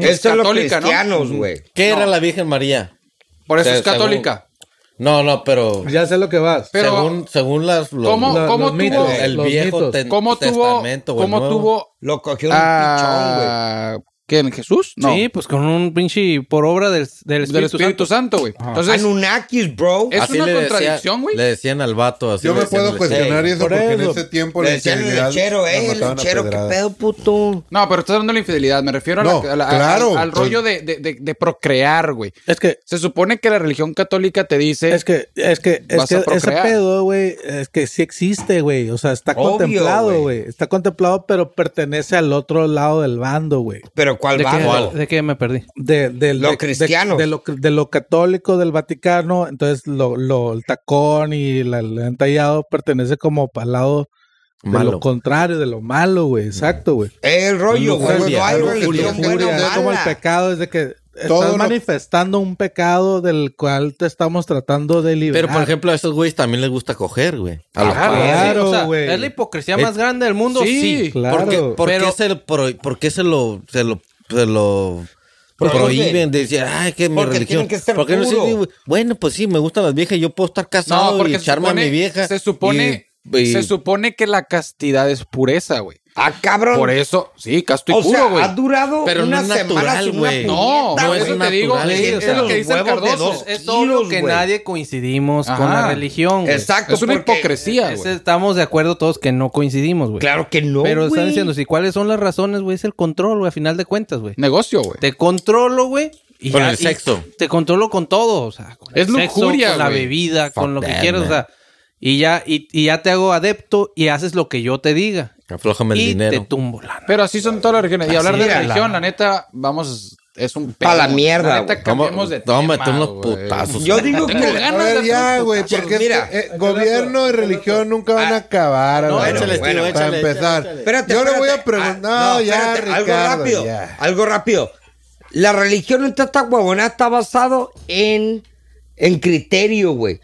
Speaker 6: Eso es lo
Speaker 3: Católica, ¿no?
Speaker 6: cristianos, güey.
Speaker 2: ¿Qué
Speaker 3: No.
Speaker 2: era la Virgen María?
Speaker 3: Por eso
Speaker 2: Se-
Speaker 3: es católica.
Speaker 2: No, no, pero,
Speaker 5: pues, Ya sé lo que vas.
Speaker 3: Pero
Speaker 2: según, según las, los,
Speaker 3: ¿Cómo-
Speaker 2: los-
Speaker 3: cómo
Speaker 5: los
Speaker 3: tuvo-
Speaker 5: mitos,
Speaker 2: el
Speaker 5: los
Speaker 2: viejo
Speaker 5: mitos.
Speaker 2: ten-
Speaker 3: ¿Cómo tuvo,
Speaker 2: testamento, güey,
Speaker 3: cómo
Speaker 2: nuevo?
Speaker 3: tuvo
Speaker 6: Lo cogió un
Speaker 3: Ah,
Speaker 6: pichón,
Speaker 3: a quién? Jesús? No.
Speaker 7: Sí, pues con un pinche por obra del, del Espíritu,
Speaker 3: del Espíritu
Speaker 7: Santo.
Speaker 3: Santo, güey.
Speaker 6: güey.
Speaker 3: Entonces,
Speaker 6: Anunnakis, bro.
Speaker 3: Es una
Speaker 2: decía-
Speaker 3: contradicción, güey.
Speaker 2: Le decían al vato así.
Speaker 1: Yo
Speaker 2: le
Speaker 1: me puedo
Speaker 2: decían,
Speaker 1: cuestionar
Speaker 2: "Ey,
Speaker 1: eso porque en
Speaker 5: eso.
Speaker 1: ese tiempo
Speaker 6: Le
Speaker 1: la
Speaker 6: decían el
Speaker 1: infidelidad
Speaker 6: lechero,
Speaker 1: la
Speaker 6: eh, el
Speaker 1: mataban a
Speaker 6: lechero, qué
Speaker 1: pedradas.
Speaker 6: pedo, puto.
Speaker 3: no, pero estás hablando de la infidelidad. Me refiero a la-
Speaker 1: No,
Speaker 3: a la- a-
Speaker 1: claro.
Speaker 3: al, al
Speaker 2: pues.
Speaker 3: rollo de, de- de- de procrear, güey.
Speaker 5: Es que
Speaker 3: Se supone que la religión católica te dice.
Speaker 5: Es que, es que, es
Speaker 3: Vas
Speaker 5: que
Speaker 3: a
Speaker 5: ese
Speaker 3: procrear.
Speaker 5: pedo, güey, es que sí existe, güey. O sea, está
Speaker 6: Obvio,
Speaker 5: contemplado,
Speaker 6: güey.
Speaker 5: güey. Está contemplado, pero pertenece al otro lado del bando, güey.
Speaker 6: Pero ¿cuál
Speaker 7: ¿De
Speaker 6: va?
Speaker 7: qué, ¿De qué me perdí?
Speaker 5: De, del-
Speaker 6: Lo
Speaker 5: de- de-
Speaker 6: cristiano.
Speaker 5: De, lo, de lo católico del Vaticano. Entonces, lo, lo, el tacón y la- el entallado pertenece como al lado de
Speaker 2: Malo.
Speaker 5: lo contrario, de lo malo, güey. Exacto, güey.
Speaker 6: El rollo, güey.
Speaker 2: Lujuria,
Speaker 6: No hay
Speaker 2: lujuria,
Speaker 6: religión buena o
Speaker 5: Furia, es como el
Speaker 6: mala.
Speaker 5: pecado, es de que
Speaker 1: Todo
Speaker 5: estás
Speaker 1: lo-
Speaker 5: manifestando un pecado del cual te estamos tratando de liberar.
Speaker 2: Pero, por ejemplo, a esos güeyes también les gusta coger, güey. A los
Speaker 3: Claro,
Speaker 2: padres.
Speaker 5: Claro,
Speaker 7: Sí, o sea,
Speaker 5: güey.
Speaker 7: es la hipocresía
Speaker 2: Eh,
Speaker 7: más grande del mundo,
Speaker 3: sí.
Speaker 7: sí.
Speaker 5: Claro.
Speaker 2: ¿Por qué, por
Speaker 7: Pero-
Speaker 2: qué se, lo pro- por qué se lo, se lo, se lo
Speaker 6: Prohíben.
Speaker 2: prohíben de decir, ay, que mi
Speaker 6: Porque
Speaker 2: religión.
Speaker 6: tienen que estar
Speaker 2: ¿Por qué no se
Speaker 6: puro.
Speaker 2: dice, bueno, pues sí, me gustan las viejas, yo puedo estar casado
Speaker 3: no,
Speaker 2: y
Speaker 3: porque se
Speaker 2: echarme
Speaker 3: supone,
Speaker 2: a mi vieja.
Speaker 3: Se supone,
Speaker 2: y- y-
Speaker 3: se supone que la castidad es pureza, güey.
Speaker 6: Ah, cabrón.
Speaker 3: Por eso, sí, casto y
Speaker 6: o sea,
Speaker 3: puro, güey.
Speaker 6: ha durado
Speaker 2: Pero
Speaker 6: una
Speaker 2: no es
Speaker 6: semana
Speaker 2: natural,
Speaker 6: sin una
Speaker 2: güey.
Speaker 6: puñeta,
Speaker 3: No,
Speaker 2: no
Speaker 6: güey.
Speaker 2: es
Speaker 3: eso te digo,
Speaker 2: natural,
Speaker 3: es,
Speaker 2: güey.
Speaker 3: es
Speaker 2: O sea,
Speaker 3: lo que
Speaker 6: los
Speaker 3: dice el
Speaker 6: huevos de
Speaker 3: Cardoso.
Speaker 6: dos.
Speaker 7: Es obvio
Speaker 6: Kilos,
Speaker 7: que
Speaker 6: güey.
Speaker 7: nadie coincidimos con
Speaker 3: Ajá.
Speaker 7: la religión. güey.
Speaker 6: Exacto.
Speaker 3: Es una
Speaker 6: porque-
Speaker 3: hipocresía,
Speaker 7: Ese-
Speaker 3: güey.
Speaker 7: Estamos de acuerdo todos que no coincidimos, güey.
Speaker 6: Claro que no,
Speaker 7: Pero están
Speaker 6: güey.
Speaker 7: diciendo, si cuáles son las razones, güey, es el control, güey, a final de cuentas, güey.
Speaker 3: Negocio, güey.
Speaker 7: Te controlo, güey. y
Speaker 2: Con
Speaker 7: ya-
Speaker 2: el
Speaker 7: y
Speaker 2: sexo.
Speaker 7: Te controlo con todo, o sea, con el
Speaker 3: Es
Speaker 7: sexo,
Speaker 3: lujuria,
Speaker 7: con la
Speaker 3: güey.
Speaker 7: bebida, con
Speaker 2: Fuck
Speaker 7: lo que
Speaker 2: that,
Speaker 7: quieras, o
Speaker 2: man.
Speaker 7: sea, y ya, y, y ya te hago adepto y haces lo que yo te diga.
Speaker 2: Aflójame el
Speaker 7: y
Speaker 2: dinero.
Speaker 7: te tumbo lana.
Speaker 3: Pero así son todas las religiones. Y hablar de
Speaker 7: era la-
Speaker 3: religión, la neta, vamos, es un
Speaker 6: Pa' la
Speaker 3: güey.
Speaker 6: mierda,
Speaker 3: La neta,
Speaker 6: güey.
Speaker 3: cambiemos de
Speaker 2: Vamos a
Speaker 3: tema,
Speaker 2: meter unos
Speaker 3: güey.
Speaker 2: putazos.
Speaker 6: Yo digo
Speaker 3: Tengo
Speaker 6: que...
Speaker 1: A
Speaker 3: ganas
Speaker 1: ver,
Speaker 3: de
Speaker 1: ya,
Speaker 3: hacer
Speaker 1: güey,
Speaker 6: putazos.
Speaker 1: porque
Speaker 6: Mira,
Speaker 1: este, eh, gobierno y religión nunca van a acabar.
Speaker 2: Ah, No,
Speaker 1: güey.
Speaker 2: échale,
Speaker 6: bueno,
Speaker 2: tío,
Speaker 6: bueno.
Speaker 1: para
Speaker 2: échale.
Speaker 1: empezar.
Speaker 6: Espérate,
Speaker 1: Yo le
Speaker 6: espérate.
Speaker 1: voy a preguntar.
Speaker 6: Ah,
Speaker 1: no, ya,
Speaker 6: espérate,
Speaker 1: Ricardo,
Speaker 6: algo rápido,
Speaker 1: ya.
Speaker 6: algo rápido. La religión en esta huevona está basado en, en criterio, güey.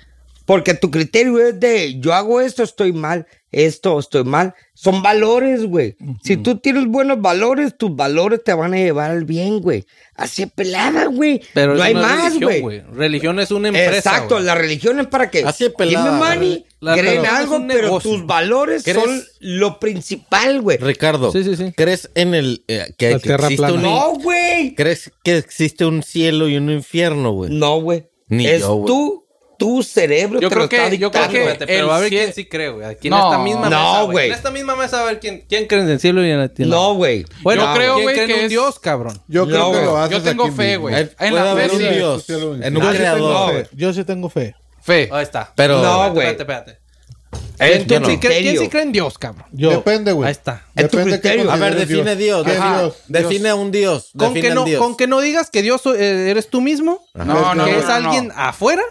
Speaker 6: Porque tu criterio es de yo hago esto, estoy mal, esto, estoy mal. Son valores, güey. Si tú tienes buenos valores, tus valores te van a llevar al bien, güey. Así es pelada, güey.
Speaker 7: Pero
Speaker 6: no
Speaker 7: eso
Speaker 6: hay
Speaker 7: no es
Speaker 6: más,
Speaker 7: religión,
Speaker 6: güey.
Speaker 7: Religión es em- una
Speaker 6: Eh,
Speaker 7: empresa.
Speaker 6: Exacto,
Speaker 7: güey.
Speaker 6: la religión es para que
Speaker 2: Así es pelada,
Speaker 6: dime money,
Speaker 7: La
Speaker 6: creen
Speaker 7: religión es
Speaker 6: algo,
Speaker 7: un
Speaker 6: pero
Speaker 7: negocio.
Speaker 6: tus valores
Speaker 2: ¿Crees?
Speaker 6: son lo principal, güey.
Speaker 2: Ricardo,
Speaker 7: Sí, sí, sí.
Speaker 2: ¿crees en el eh, que,
Speaker 5: La
Speaker 2: que
Speaker 5: tierra
Speaker 2: existe
Speaker 5: plana.
Speaker 2: un
Speaker 6: No, güey.
Speaker 2: crees que existe un cielo y un infierno, güey?
Speaker 6: No, güey.
Speaker 2: Ni
Speaker 6: es
Speaker 2: yo, güey.
Speaker 6: tú, tu cerebro
Speaker 3: Yo
Speaker 6: te
Speaker 3: creo
Speaker 6: lo está
Speaker 3: que- yo creo
Speaker 6: dictando.
Speaker 3: que-
Speaker 6: güey.
Speaker 7: Espérate, pero
Speaker 3: el
Speaker 7: va a ver
Speaker 3: cien-
Speaker 7: quién sí cree, güey. Aquí en
Speaker 3: No,
Speaker 7: esta misma
Speaker 6: no,
Speaker 7: mesa,
Speaker 6: güey.
Speaker 7: En esta misma mesa, a ver quién, quién cree en el cielo y en la tierra.
Speaker 6: No, güey.
Speaker 7: Bueno,
Speaker 3: Yo creo,
Speaker 7: ¿quién
Speaker 3: güey,
Speaker 7: cree en
Speaker 3: que
Speaker 7: un
Speaker 3: es-
Speaker 7: dios, cabrón?
Speaker 1: Yo
Speaker 6: No,
Speaker 1: creo que
Speaker 6: güey.
Speaker 1: lo haces
Speaker 3: Yo tengo
Speaker 1: aquí
Speaker 3: fe,
Speaker 1: mismo.
Speaker 3: güey.
Speaker 2: Hay-
Speaker 3: En
Speaker 2: puede
Speaker 3: la
Speaker 2: haber
Speaker 3: fe
Speaker 2: un
Speaker 3: sí.
Speaker 2: Dios, en un
Speaker 5: Yo sí tengo
Speaker 2: creador.
Speaker 5: fe, Yo sí tengo fe.
Speaker 3: Fe.
Speaker 7: Ahí está.
Speaker 2: Pero-
Speaker 6: No,
Speaker 7: Espérate,
Speaker 6: güey.
Speaker 7: espérate, espérate. Eh,
Speaker 6: Es tu
Speaker 2: Yo no.
Speaker 7: ¿Quién cree- ¿Quién
Speaker 6: criterio.
Speaker 7: sí cree en Dios, cabrón?
Speaker 5: Yo,
Speaker 1: Depende, güey.
Speaker 7: Ahí está.
Speaker 6: Es tu
Speaker 1: Depende qué
Speaker 6: criterio.
Speaker 2: A ver,
Speaker 1: consideres
Speaker 2: define Dios.
Speaker 1: ¿Qué es
Speaker 2: Ajá.
Speaker 1: Dios?
Speaker 2: Define a un Dios.
Speaker 7: Con
Speaker 2: define
Speaker 7: que,
Speaker 2: al
Speaker 7: no,
Speaker 2: Dios.
Speaker 7: con que no digas que Dios so- eh, eres tú mismo,
Speaker 3: No, no,
Speaker 7: que
Speaker 3: no,
Speaker 7: es
Speaker 3: no,
Speaker 7: alguien
Speaker 3: no.
Speaker 7: afuera,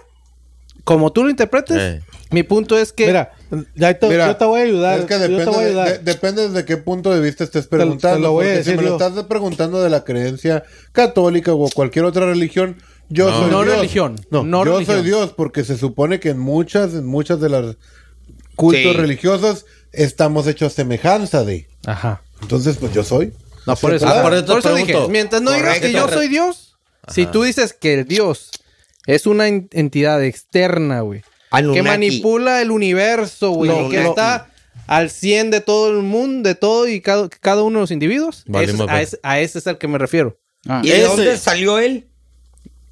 Speaker 7: como tú lo interpretes.
Speaker 2: Eh.
Speaker 7: Mi punto es que
Speaker 5: mira, ya te-
Speaker 1: Mira,
Speaker 5: yo te voy a ayudar.
Speaker 1: Es que
Speaker 5: yo te
Speaker 1: depende,
Speaker 5: voy a
Speaker 1: de-
Speaker 5: ayudar.
Speaker 1: de- depende desde qué punto de vista estés
Speaker 5: lo- te
Speaker 1: preguntando.
Speaker 5: lo voy a
Speaker 1: porque
Speaker 5: decir
Speaker 1: si me lo
Speaker 5: yo.
Speaker 1: estás preguntando de la creencia católica o cualquier otra religión, yo soy
Speaker 7: No
Speaker 1: Dios.
Speaker 7: religión,
Speaker 1: No,
Speaker 7: no
Speaker 1: yo
Speaker 7: religión.
Speaker 1: soy Dios porque se supone que en muchas, en muchas de las cultos
Speaker 6: Sí.
Speaker 1: religiosos estamos hechos a semejanza de.
Speaker 7: Ajá.
Speaker 1: Entonces, pues yo soy.
Speaker 7: No, por eso.
Speaker 2: Ah, por eso
Speaker 7: por eso
Speaker 2: pregunto.
Speaker 7: dije, mientras no digas que yo
Speaker 6: Correcto.
Speaker 7: soy Dios, si tú dices que el Dios es una en- entidad externa, güey,
Speaker 6: Anunnaki.
Speaker 7: que manipula el universo, güey,
Speaker 6: Lo-
Speaker 7: que
Speaker 6: lo-
Speaker 7: está al 100 de todo el mundo, de todo y cada, cada uno de los individuos,
Speaker 2: Valimos
Speaker 7: ese- a,
Speaker 2: ver.
Speaker 7: ese, a ese es al que me refiero.
Speaker 3: Ah.
Speaker 6: ¿Y de
Speaker 2: Ese.
Speaker 6: dónde salió él?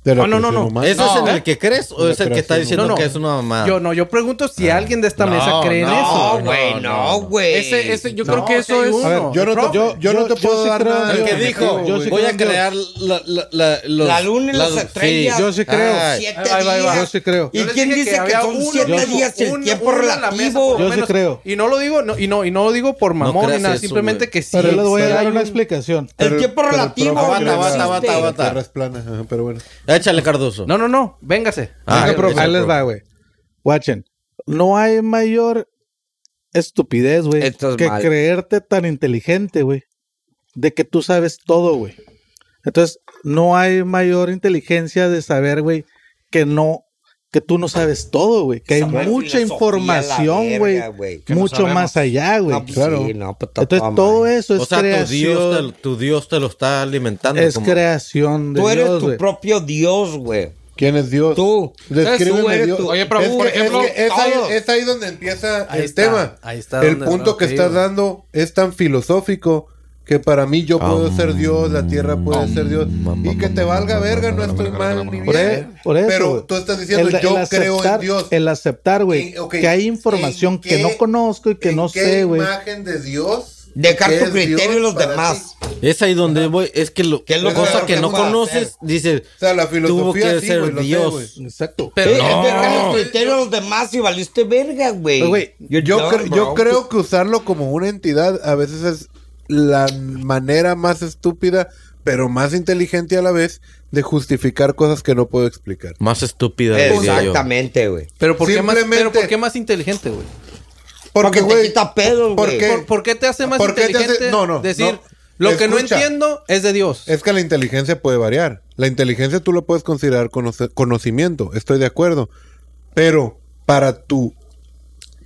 Speaker 1: De la
Speaker 7: No, no, no,
Speaker 1: presión
Speaker 7: no.
Speaker 1: humana.
Speaker 2: ¿Eso es en el que crees o
Speaker 1: La
Speaker 2: es el que está
Speaker 1: operación.
Speaker 2: diciendo
Speaker 7: No, no.
Speaker 2: que es una mamada? Ah.
Speaker 7: Yo no, yo pregunto si alguien de esta mesa cree en eso.
Speaker 6: No, güey, no, güey.
Speaker 3: Ese, ese, yo
Speaker 7: No,
Speaker 3: creo que eso
Speaker 7: sí,
Speaker 3: es.
Speaker 7: uno.
Speaker 1: A ver, yo no, te, yo, yo no te
Speaker 5: Yo-
Speaker 1: puedo
Speaker 5: yo sí
Speaker 1: dar
Speaker 5: creo-
Speaker 1: nada.
Speaker 2: El que
Speaker 5: Yo sí
Speaker 2: dijo,
Speaker 5: creo, yo sí
Speaker 2: voy
Speaker 5: creo
Speaker 2: a
Speaker 5: en Dios.
Speaker 2: crear la, la, la, los-
Speaker 6: La luna Ah, y las estrellas.
Speaker 5: yo sí creo.
Speaker 2: Ay.
Speaker 6: Siete
Speaker 7: Ahí va, ahí va.
Speaker 6: días.
Speaker 5: Yo sí creo.
Speaker 6: ¿Y
Speaker 7: Yo les
Speaker 6: quién
Speaker 7: dije
Speaker 6: dice
Speaker 7: que
Speaker 6: que,
Speaker 7: había
Speaker 6: son
Speaker 7: uno,
Speaker 6: siete
Speaker 7: yo-
Speaker 6: días el
Speaker 7: uno-
Speaker 6: tiempo
Speaker 7: uno en la mesa,
Speaker 6: relativo?
Speaker 7: por
Speaker 5: Yo
Speaker 7: lo
Speaker 5: sí creo.
Speaker 7: Y no lo digo, no, y, no, y no lo digo por mamón
Speaker 2: creas
Speaker 7: ni nada,
Speaker 2: eso,
Speaker 7: simplemente
Speaker 2: güey.
Speaker 7: que sí.
Speaker 5: Pero yo les voy a
Speaker 7: sí
Speaker 5: dar
Speaker 7: hay
Speaker 5: una
Speaker 7: un-
Speaker 5: explicación.
Speaker 6: el tiempo
Speaker 1: el
Speaker 6: relativo.
Speaker 1: profe-
Speaker 6: güey,
Speaker 2: Aguanta, aguanta,
Speaker 6: existe.
Speaker 2: aguanta, aguanta.
Speaker 1: Tierra es plana, ajá, pero bueno.
Speaker 2: Échale, Cardoso.
Speaker 7: No, no, no, véngase.
Speaker 2: Ah,
Speaker 5: Venga,
Speaker 2: ya,
Speaker 5: profe,
Speaker 2: ya,
Speaker 5: ahí les
Speaker 2: profe.
Speaker 5: va, güey. Watchen. No hay mayor estupidez, güey,
Speaker 6: Esto es
Speaker 5: que
Speaker 6: mal.
Speaker 5: creerte tan inteligente, güey, de que tú sabes todo, güey. Entonces, no hay mayor inteligencia de saber, güey, que no que tú no sabes todo, güey, que hay
Speaker 6: Esa madre filosofía
Speaker 5: mucha
Speaker 6: a la
Speaker 5: información,
Speaker 6: verga,
Speaker 5: güey, Ah,
Speaker 6: güey.
Speaker 5: mucho
Speaker 3: sabemos.
Speaker 5: más allá, güey.
Speaker 6: No, pues
Speaker 5: claro.
Speaker 6: sí, no, pues está
Speaker 5: Entonces,
Speaker 6: toda
Speaker 5: todo
Speaker 6: madre.
Speaker 5: eso es
Speaker 2: o sea, tu Dios, te,
Speaker 5: creación,
Speaker 2: lo- tu Dios te lo está alimentando.
Speaker 5: es
Speaker 2: como-
Speaker 5: creación de
Speaker 6: Tú eres
Speaker 5: Dios,
Speaker 6: tu
Speaker 5: güey.
Speaker 6: propio Dios, güey.
Speaker 1: ¿Quién es Dios?
Speaker 6: Tú.
Speaker 1: Descríbeme
Speaker 6: Tú eres
Speaker 1: Dios.
Speaker 6: tú.
Speaker 3: Oye, pero,
Speaker 1: es
Speaker 3: por
Speaker 1: que-
Speaker 3: ejemplo,
Speaker 1: es, que es ahí,
Speaker 3: todo.
Speaker 1: es ahí donde empieza
Speaker 7: Ahí
Speaker 1: el
Speaker 7: está,
Speaker 1: tema.
Speaker 7: ahí está
Speaker 1: el
Speaker 7: donde
Speaker 1: punto
Speaker 7: no
Speaker 1: que
Speaker 7: te
Speaker 1: estás
Speaker 7: digo.
Speaker 1: dando es tan filosófico que para mí yo puedo
Speaker 2: Ah,
Speaker 1: ser Dios, la tierra puede
Speaker 2: mm,
Speaker 1: ser Dios.
Speaker 2: mm,
Speaker 1: Y que te
Speaker 2: mm,
Speaker 1: valga
Speaker 2: mm,
Speaker 1: verga,
Speaker 2: mm,
Speaker 1: no
Speaker 2: mm,
Speaker 1: estoy
Speaker 2: mm,
Speaker 1: mal
Speaker 2: mm,
Speaker 1: ni
Speaker 2: mm,
Speaker 5: Por, e-
Speaker 1: bien.
Speaker 5: por eso.
Speaker 1: Pero
Speaker 5: güey.
Speaker 1: tú estás diciendo,
Speaker 5: El-
Speaker 1: yo
Speaker 5: el
Speaker 1: creo en
Speaker 5: aceptar-
Speaker 1: Dios.
Speaker 5: El aceptar, güey,
Speaker 1: En- ok,
Speaker 5: que hay información
Speaker 1: ¿en
Speaker 5: que
Speaker 1: qué-
Speaker 5: no conozco y que
Speaker 1: en
Speaker 5: no
Speaker 1: qué
Speaker 5: sé, güey.
Speaker 1: imagen de Dios?
Speaker 6: Dejar
Speaker 1: ¿Qué
Speaker 6: tu
Speaker 1: es
Speaker 6: criterio
Speaker 1: Dios
Speaker 6: y los
Speaker 1: para
Speaker 6: demás.
Speaker 1: ti?
Speaker 2: Es ahí donde voy. Es que lo,
Speaker 6: ¿Qué es lo
Speaker 2: cosa
Speaker 1: que
Speaker 2: que no
Speaker 1: vas a
Speaker 2: conoces,
Speaker 1: hacer?
Speaker 2: dice,
Speaker 1: O sea, la
Speaker 2: tuvo
Speaker 1: filosofía
Speaker 2: que
Speaker 1: sí,
Speaker 2: ser
Speaker 1: güey, lo sé, güey.
Speaker 2: Dios.
Speaker 5: Exacto.
Speaker 6: Es dejar los criterios a los demás y valiste verga, güey.
Speaker 5: Pero, güey,
Speaker 6: You're
Speaker 1: Pues, Yo,
Speaker 6: done,
Speaker 1: cre- yo
Speaker 6: bro.
Speaker 1: creo que usarlo como una entidad a veces es la manera más estúpida, pero más inteligente a la vez, de justificar cosas que no puedo explicar.
Speaker 2: Más estúpida, diría yo.
Speaker 6: Exactamente, güey.
Speaker 7: Pero ¿por, qué más, pero
Speaker 1: Simplemente-
Speaker 7: ¿por qué más inteligente, güey?
Speaker 6: Porque, te
Speaker 1: güey,
Speaker 6: quita pedos,
Speaker 1: ¿por
Speaker 6: güey.
Speaker 1: qué?
Speaker 7: ¿Por, por qué te hace más
Speaker 1: ¿Por qué te hace-
Speaker 7: inteligente
Speaker 1: no, no,
Speaker 7: decir,
Speaker 1: no.
Speaker 7: lo que no
Speaker 1: Escucha.
Speaker 7: entiendo es de Dios?
Speaker 1: Es que la inteligencia puede variar. La inteligencia tú lo puedes considerar conoce- conocimiento, estoy de acuerdo. Pero para tu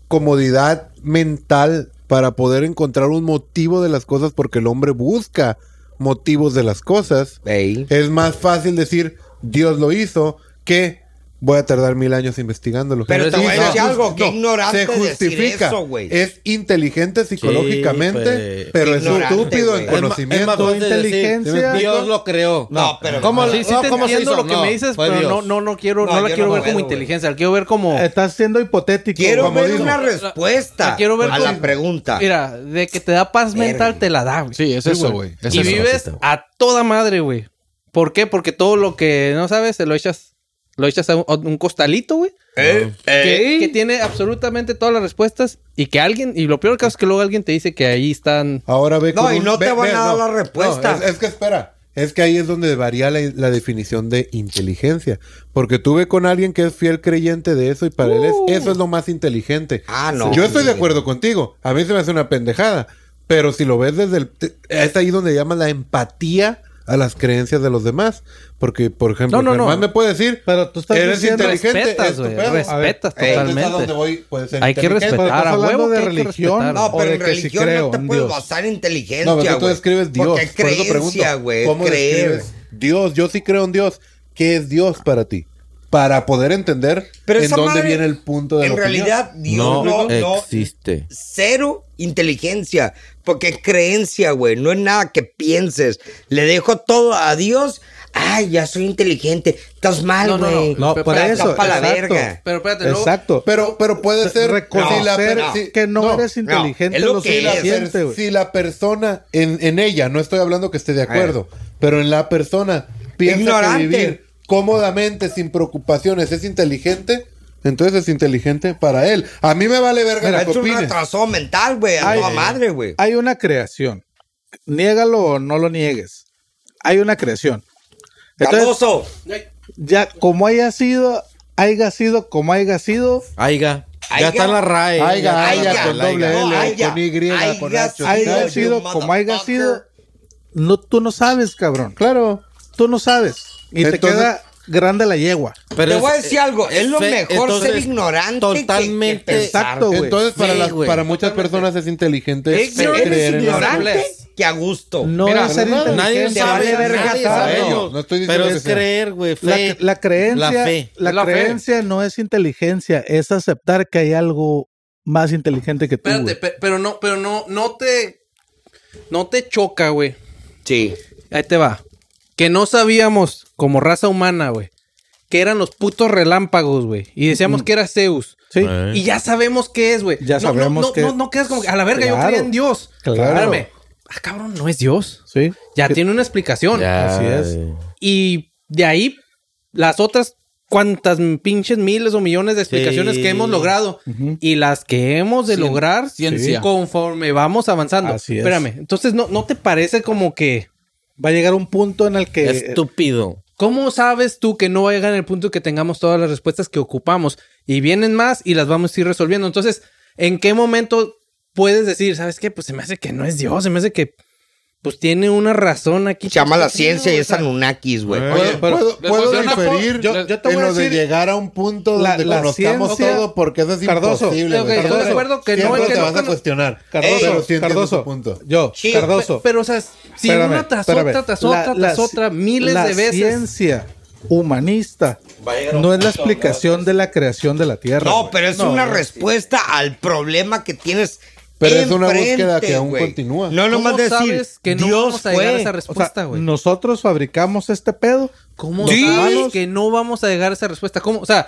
Speaker 1: comodidad mental, para poder encontrar un motivo de las cosas, porque el hombre busca motivos de las cosas,
Speaker 6: Ey.
Speaker 1: es más fácil decir Dios lo hizo que voy a tardar mil años investigándolo.
Speaker 6: Pero
Speaker 1: te
Speaker 6: te voy a decir algo, qué ignorante decir eso, güey.
Speaker 1: Es inteligente psicológicamente,
Speaker 2: Sí,
Speaker 1: pero es
Speaker 6: ignorante,
Speaker 1: estúpido en
Speaker 6: güey.
Speaker 2: Es ma- es más
Speaker 1: conocimiento.
Speaker 2: fácil decir,
Speaker 5: inteligencia.
Speaker 2: Dios lo creó.
Speaker 6: No, pero-
Speaker 2: ¿Cómo,
Speaker 7: Sí, sí
Speaker 2: no,
Speaker 7: te
Speaker 2: ¿cómo se
Speaker 7: entiendo
Speaker 2: hizo?
Speaker 7: lo que me dices,
Speaker 2: fue
Speaker 7: pero
Speaker 2: Dios.
Speaker 7: no, no, no quiero, no,
Speaker 6: No,
Speaker 7: la
Speaker 6: yo
Speaker 7: quiero
Speaker 6: no
Speaker 7: ver
Speaker 6: puedo,
Speaker 7: como
Speaker 6: güey.
Speaker 7: inteligencia, la quiero ver como...
Speaker 5: Estás siendo hipotético.
Speaker 6: Quiero
Speaker 5: como
Speaker 6: ver
Speaker 5: digo.
Speaker 6: una respuesta
Speaker 7: la quiero ver
Speaker 6: a la
Speaker 7: con-
Speaker 6: pregunta.
Speaker 7: Mira, de que te da paz
Speaker 6: Verga.
Speaker 7: mental, te la da, güey.
Speaker 3: Sí, es eso, güey. Es
Speaker 7: y
Speaker 3: eso.
Speaker 7: vives a toda madre, güey. ¿Por qué? Porque todo lo que no sabes se lo echas, lo echas a un, a un costalito, güey. eh, Que, que tiene absolutamente todas las respuestas y que alguien, y lo peor caso es que luego alguien te dice que ahí están...
Speaker 1: Ahora ve
Speaker 6: No,
Speaker 1: con
Speaker 6: y no te van a dar la respuesta.
Speaker 1: es, es que espera. Es que ahí es donde varía la, la definición de inteligencia. Porque tuve con alguien que es fiel creyente de eso y para él es, eso es lo más inteligente.
Speaker 6: Ah, no.
Speaker 1: Yo estoy de
Speaker 6: Sí.
Speaker 1: acuerdo contigo. A mí se me hace una pendejada. Pero si lo ves desde el... te- Es ahí donde llaman la empatía a las creencias de los demás. Porque, por ejemplo,
Speaker 7: No, no,
Speaker 1: Germán
Speaker 7: no.
Speaker 1: me puede decir...
Speaker 5: Pero tú estás
Speaker 1: Eres
Speaker 5: diciendo-
Speaker 1: inteligente.
Speaker 7: Respetas,
Speaker 1: es tu
Speaker 7: güey,
Speaker 1: pedo". A ver,
Speaker 7: respetas
Speaker 1: ahí es
Speaker 7: totalmente.
Speaker 1: donde voy, puedes ser
Speaker 7: Hay que
Speaker 1: inteligente.
Speaker 7: respetar.
Speaker 5: Pero estás
Speaker 7: a
Speaker 5: hablando
Speaker 7: huevo
Speaker 5: de
Speaker 7: que hay que
Speaker 5: religión
Speaker 7: respetar.
Speaker 5: o
Speaker 6: No, pero
Speaker 5: de
Speaker 6: en
Speaker 5: que si
Speaker 6: religión
Speaker 5: creo
Speaker 6: no te
Speaker 5: en
Speaker 6: puedes
Speaker 5: Dios.
Speaker 6: basar en
Speaker 1: No,
Speaker 6: inteligencia,
Speaker 1: pero tú
Speaker 6: güey.
Speaker 1: describes Dios.
Speaker 6: Porque es
Speaker 1: por eso pregunto.
Speaker 6: creencia, güey.
Speaker 1: ¿Cómo
Speaker 6: es creer.
Speaker 1: describes Dios? Yo sí creo en Dios. ¿Qué es Dios para ti? Para poder entender
Speaker 6: Pero
Speaker 1: en
Speaker 6: esa
Speaker 1: dónde
Speaker 6: madre,
Speaker 1: viene el punto de la
Speaker 6: En
Speaker 1: opinión.
Speaker 6: realidad, Dios
Speaker 2: No
Speaker 6: no, no,
Speaker 2: existe.
Speaker 6: Cero inteligencia. Porque es creencia, güey. No es nada que pienses. Le dejo todo a Dios. Ay, ya soy inteligente. Estás
Speaker 7: No,
Speaker 6: mal,
Speaker 7: no, no.
Speaker 6: güey.
Speaker 5: No, por
Speaker 6: Está-
Speaker 5: eso.
Speaker 6: está pa' la
Speaker 5: exacto.
Speaker 6: verga.
Speaker 7: Pero espérate, luego-
Speaker 5: Exacto.
Speaker 1: Pero, pero puede ser
Speaker 5: reconocer
Speaker 1: si la per-
Speaker 6: no,
Speaker 1: si-
Speaker 5: que no, eres
Speaker 6: no,
Speaker 5: inteligente
Speaker 6: es lo
Speaker 5: lo
Speaker 6: que
Speaker 1: si la, per-
Speaker 5: suficiente, güey.
Speaker 1: si la persona en, en ella, no estoy hablando que esté de acuerdo, pero en la persona piensa
Speaker 6: Ignorante.
Speaker 1: que vivir cómodamente, sin preocupaciones, es inteligente, entonces es inteligente para él. A mí me vale verga lo
Speaker 6: es
Speaker 1: que
Speaker 6: un
Speaker 1: opines.
Speaker 6: atrasado mental, güey. A
Speaker 5: Ay,
Speaker 6: toda
Speaker 5: eh.
Speaker 6: madre, güey.
Speaker 5: Hay una creación. Niégalo o no lo niegues. Hay una creación. Entonces,
Speaker 6: Caloso.
Speaker 5: ya como haya sido, haya sido como haya sido,
Speaker 2: Aiga. Ya
Speaker 6: Aiga.
Speaker 2: está la RAE.
Speaker 1: Aiga,
Speaker 2: Ya está
Speaker 1: aiga,
Speaker 2: la
Speaker 1: con
Speaker 2: RAE.
Speaker 1: doble L,
Speaker 6: No, aiga.
Speaker 1: con Y, con
Speaker 6: Aiga,
Speaker 1: H.
Speaker 5: haya
Speaker 6: Dios,
Speaker 5: sido
Speaker 6: you
Speaker 5: como haya
Speaker 6: motherfucker.
Speaker 5: sido, no, tú no sabes, cabrón.
Speaker 1: Claro.
Speaker 5: Tú no sabes. Y te
Speaker 1: Entonces-
Speaker 5: queda grande la yegua.
Speaker 2: Pero
Speaker 6: Te
Speaker 2: es-
Speaker 6: voy a decir algo, es lo mejor ser ignorante que- que
Speaker 2: Totalmente.
Speaker 6: pensar.
Speaker 5: Exacto, güey.
Speaker 1: Entonces, para,
Speaker 2: Sí,
Speaker 1: las-
Speaker 2: güey.
Speaker 1: para muchas personas es inteligente
Speaker 6: Ignorante
Speaker 1: creer en la-
Speaker 6: ignorante que a gusto.
Speaker 5: No
Speaker 3: Mira,
Speaker 5: es ser
Speaker 1: no,
Speaker 5: inteligente.
Speaker 2: Nadie
Speaker 6: Te
Speaker 2: sabe,
Speaker 6: vale verga
Speaker 2: nadie
Speaker 6: todo.
Speaker 2: sabe.
Speaker 1: No, no estoy diciendo
Speaker 2: Pero
Speaker 1: que
Speaker 2: es
Speaker 1: sea.
Speaker 2: creer, güey.
Speaker 5: La,
Speaker 2: fe.
Speaker 5: la creencia,
Speaker 2: La
Speaker 5: la,
Speaker 2: fe.
Speaker 3: La fe.
Speaker 5: creencia no es inteligencia, es aceptar que hay algo más inteligente que tú.
Speaker 7: Espérate,
Speaker 5: güey.
Speaker 7: pe- pero no, pero no, no te, no te choca, güey.
Speaker 6: Sí.
Speaker 7: Ahí te va. que no sabíamos como raza humana, güey, que eran los putos relámpagos, güey. Y decíamos que era Zeus.
Speaker 5: Sí.
Speaker 2: Eh.
Speaker 7: Y ya sabemos qué es, güey.
Speaker 5: Mm. Ya
Speaker 7: No, no,
Speaker 5: sabemos
Speaker 7: no,
Speaker 5: que-
Speaker 7: No, no quedas como que, a la verga, yo
Speaker 5: Claro.
Speaker 7: creía en Dios.
Speaker 5: Claro.
Speaker 7: Espérame. Ah, cabrón, no es Dios.
Speaker 5: Sí.
Speaker 7: Ya tiene una explicación.
Speaker 2: Ya,
Speaker 5: Así es.
Speaker 2: eh,
Speaker 7: Y de ahí, las otras cuantas pinches miles o millones de explicaciones
Speaker 2: Sí.
Speaker 7: que hemos logrado y las que hemos de
Speaker 3: Cien-
Speaker 7: lograr
Speaker 3: ciencia.
Speaker 7: conforme vamos avanzando.
Speaker 5: Así es.
Speaker 7: Espérame, entonces ¿no, no te parece como que...
Speaker 5: Va a llegar un punto en el que.
Speaker 2: Estúpido.
Speaker 7: ¿Cómo sabes tú que no va a llegar el punto que tengamos todas las respuestas que ocupamos? Y vienen más y las vamos a ir resolviendo. Entonces, ¿en qué momento puedes decir, sabes qué? Pues se me hace que no es Dios, se me hace que pues tiene una razón aquí.
Speaker 6: Llama la
Speaker 7: Sí,
Speaker 6: ciencia y
Speaker 7: o
Speaker 6: es
Speaker 7: sea,
Speaker 6: Anunnakis, güey.
Speaker 2: Eh.
Speaker 1: Puedo,
Speaker 7: pero-
Speaker 1: puedo-
Speaker 3: les
Speaker 1: puedo
Speaker 3: voy a hacer una
Speaker 1: diferir
Speaker 3: po- yo-
Speaker 5: yo te voy
Speaker 1: en
Speaker 5: a
Speaker 1: lo de
Speaker 5: decir-
Speaker 1: llegar a un punto
Speaker 5: La-
Speaker 1: donde
Speaker 5: la
Speaker 1: conozcamos
Speaker 5: ciencia-
Speaker 1: todo porque eso es
Speaker 5: Cardoso.
Speaker 1: imposible.
Speaker 7: Ok,
Speaker 1: güey.
Speaker 7: estoy de
Speaker 1: Cardoso,
Speaker 7: acuerdo que no,
Speaker 1: siempre
Speaker 7: el que
Speaker 1: te
Speaker 7: no
Speaker 1: vas a
Speaker 7: cono-
Speaker 1: cuestionar. pero
Speaker 5: Cardoso,
Speaker 1: sí entiendo
Speaker 5: Cardoso.
Speaker 1: tu punto.
Speaker 5: Yo,
Speaker 6: Sí,
Speaker 5: Cardoso.
Speaker 7: Pe- Pero, o sea, si
Speaker 5: Espérame,
Speaker 7: una tras
Speaker 5: espérame.
Speaker 7: otra, tras
Speaker 5: La-
Speaker 7: otra, tras
Speaker 5: la-
Speaker 7: otra, miles
Speaker 5: la
Speaker 7: de veces.
Speaker 5: ciencia humanista no es la explicación de la creación de la Tierra.
Speaker 6: No,
Speaker 5: güey.
Speaker 6: pero es una respuesta al problema que tienes.
Speaker 1: Pero es una búsqueda
Speaker 6: enfrente,
Speaker 1: que aún
Speaker 6: güey.
Speaker 1: continúa.
Speaker 6: No nomás
Speaker 7: ¿Cómo
Speaker 6: decir
Speaker 7: sabes que no
Speaker 6: Dios
Speaker 7: vamos a llegar
Speaker 6: fue.
Speaker 7: a esa
Speaker 5: O sea,
Speaker 7: respuesta, güey?
Speaker 5: nosotros fabricamos este pedo.
Speaker 7: ¿Cómo
Speaker 5: Sí.
Speaker 7: sabes que no vamos a llegar a esa respuesta? ¿Cómo? O sea,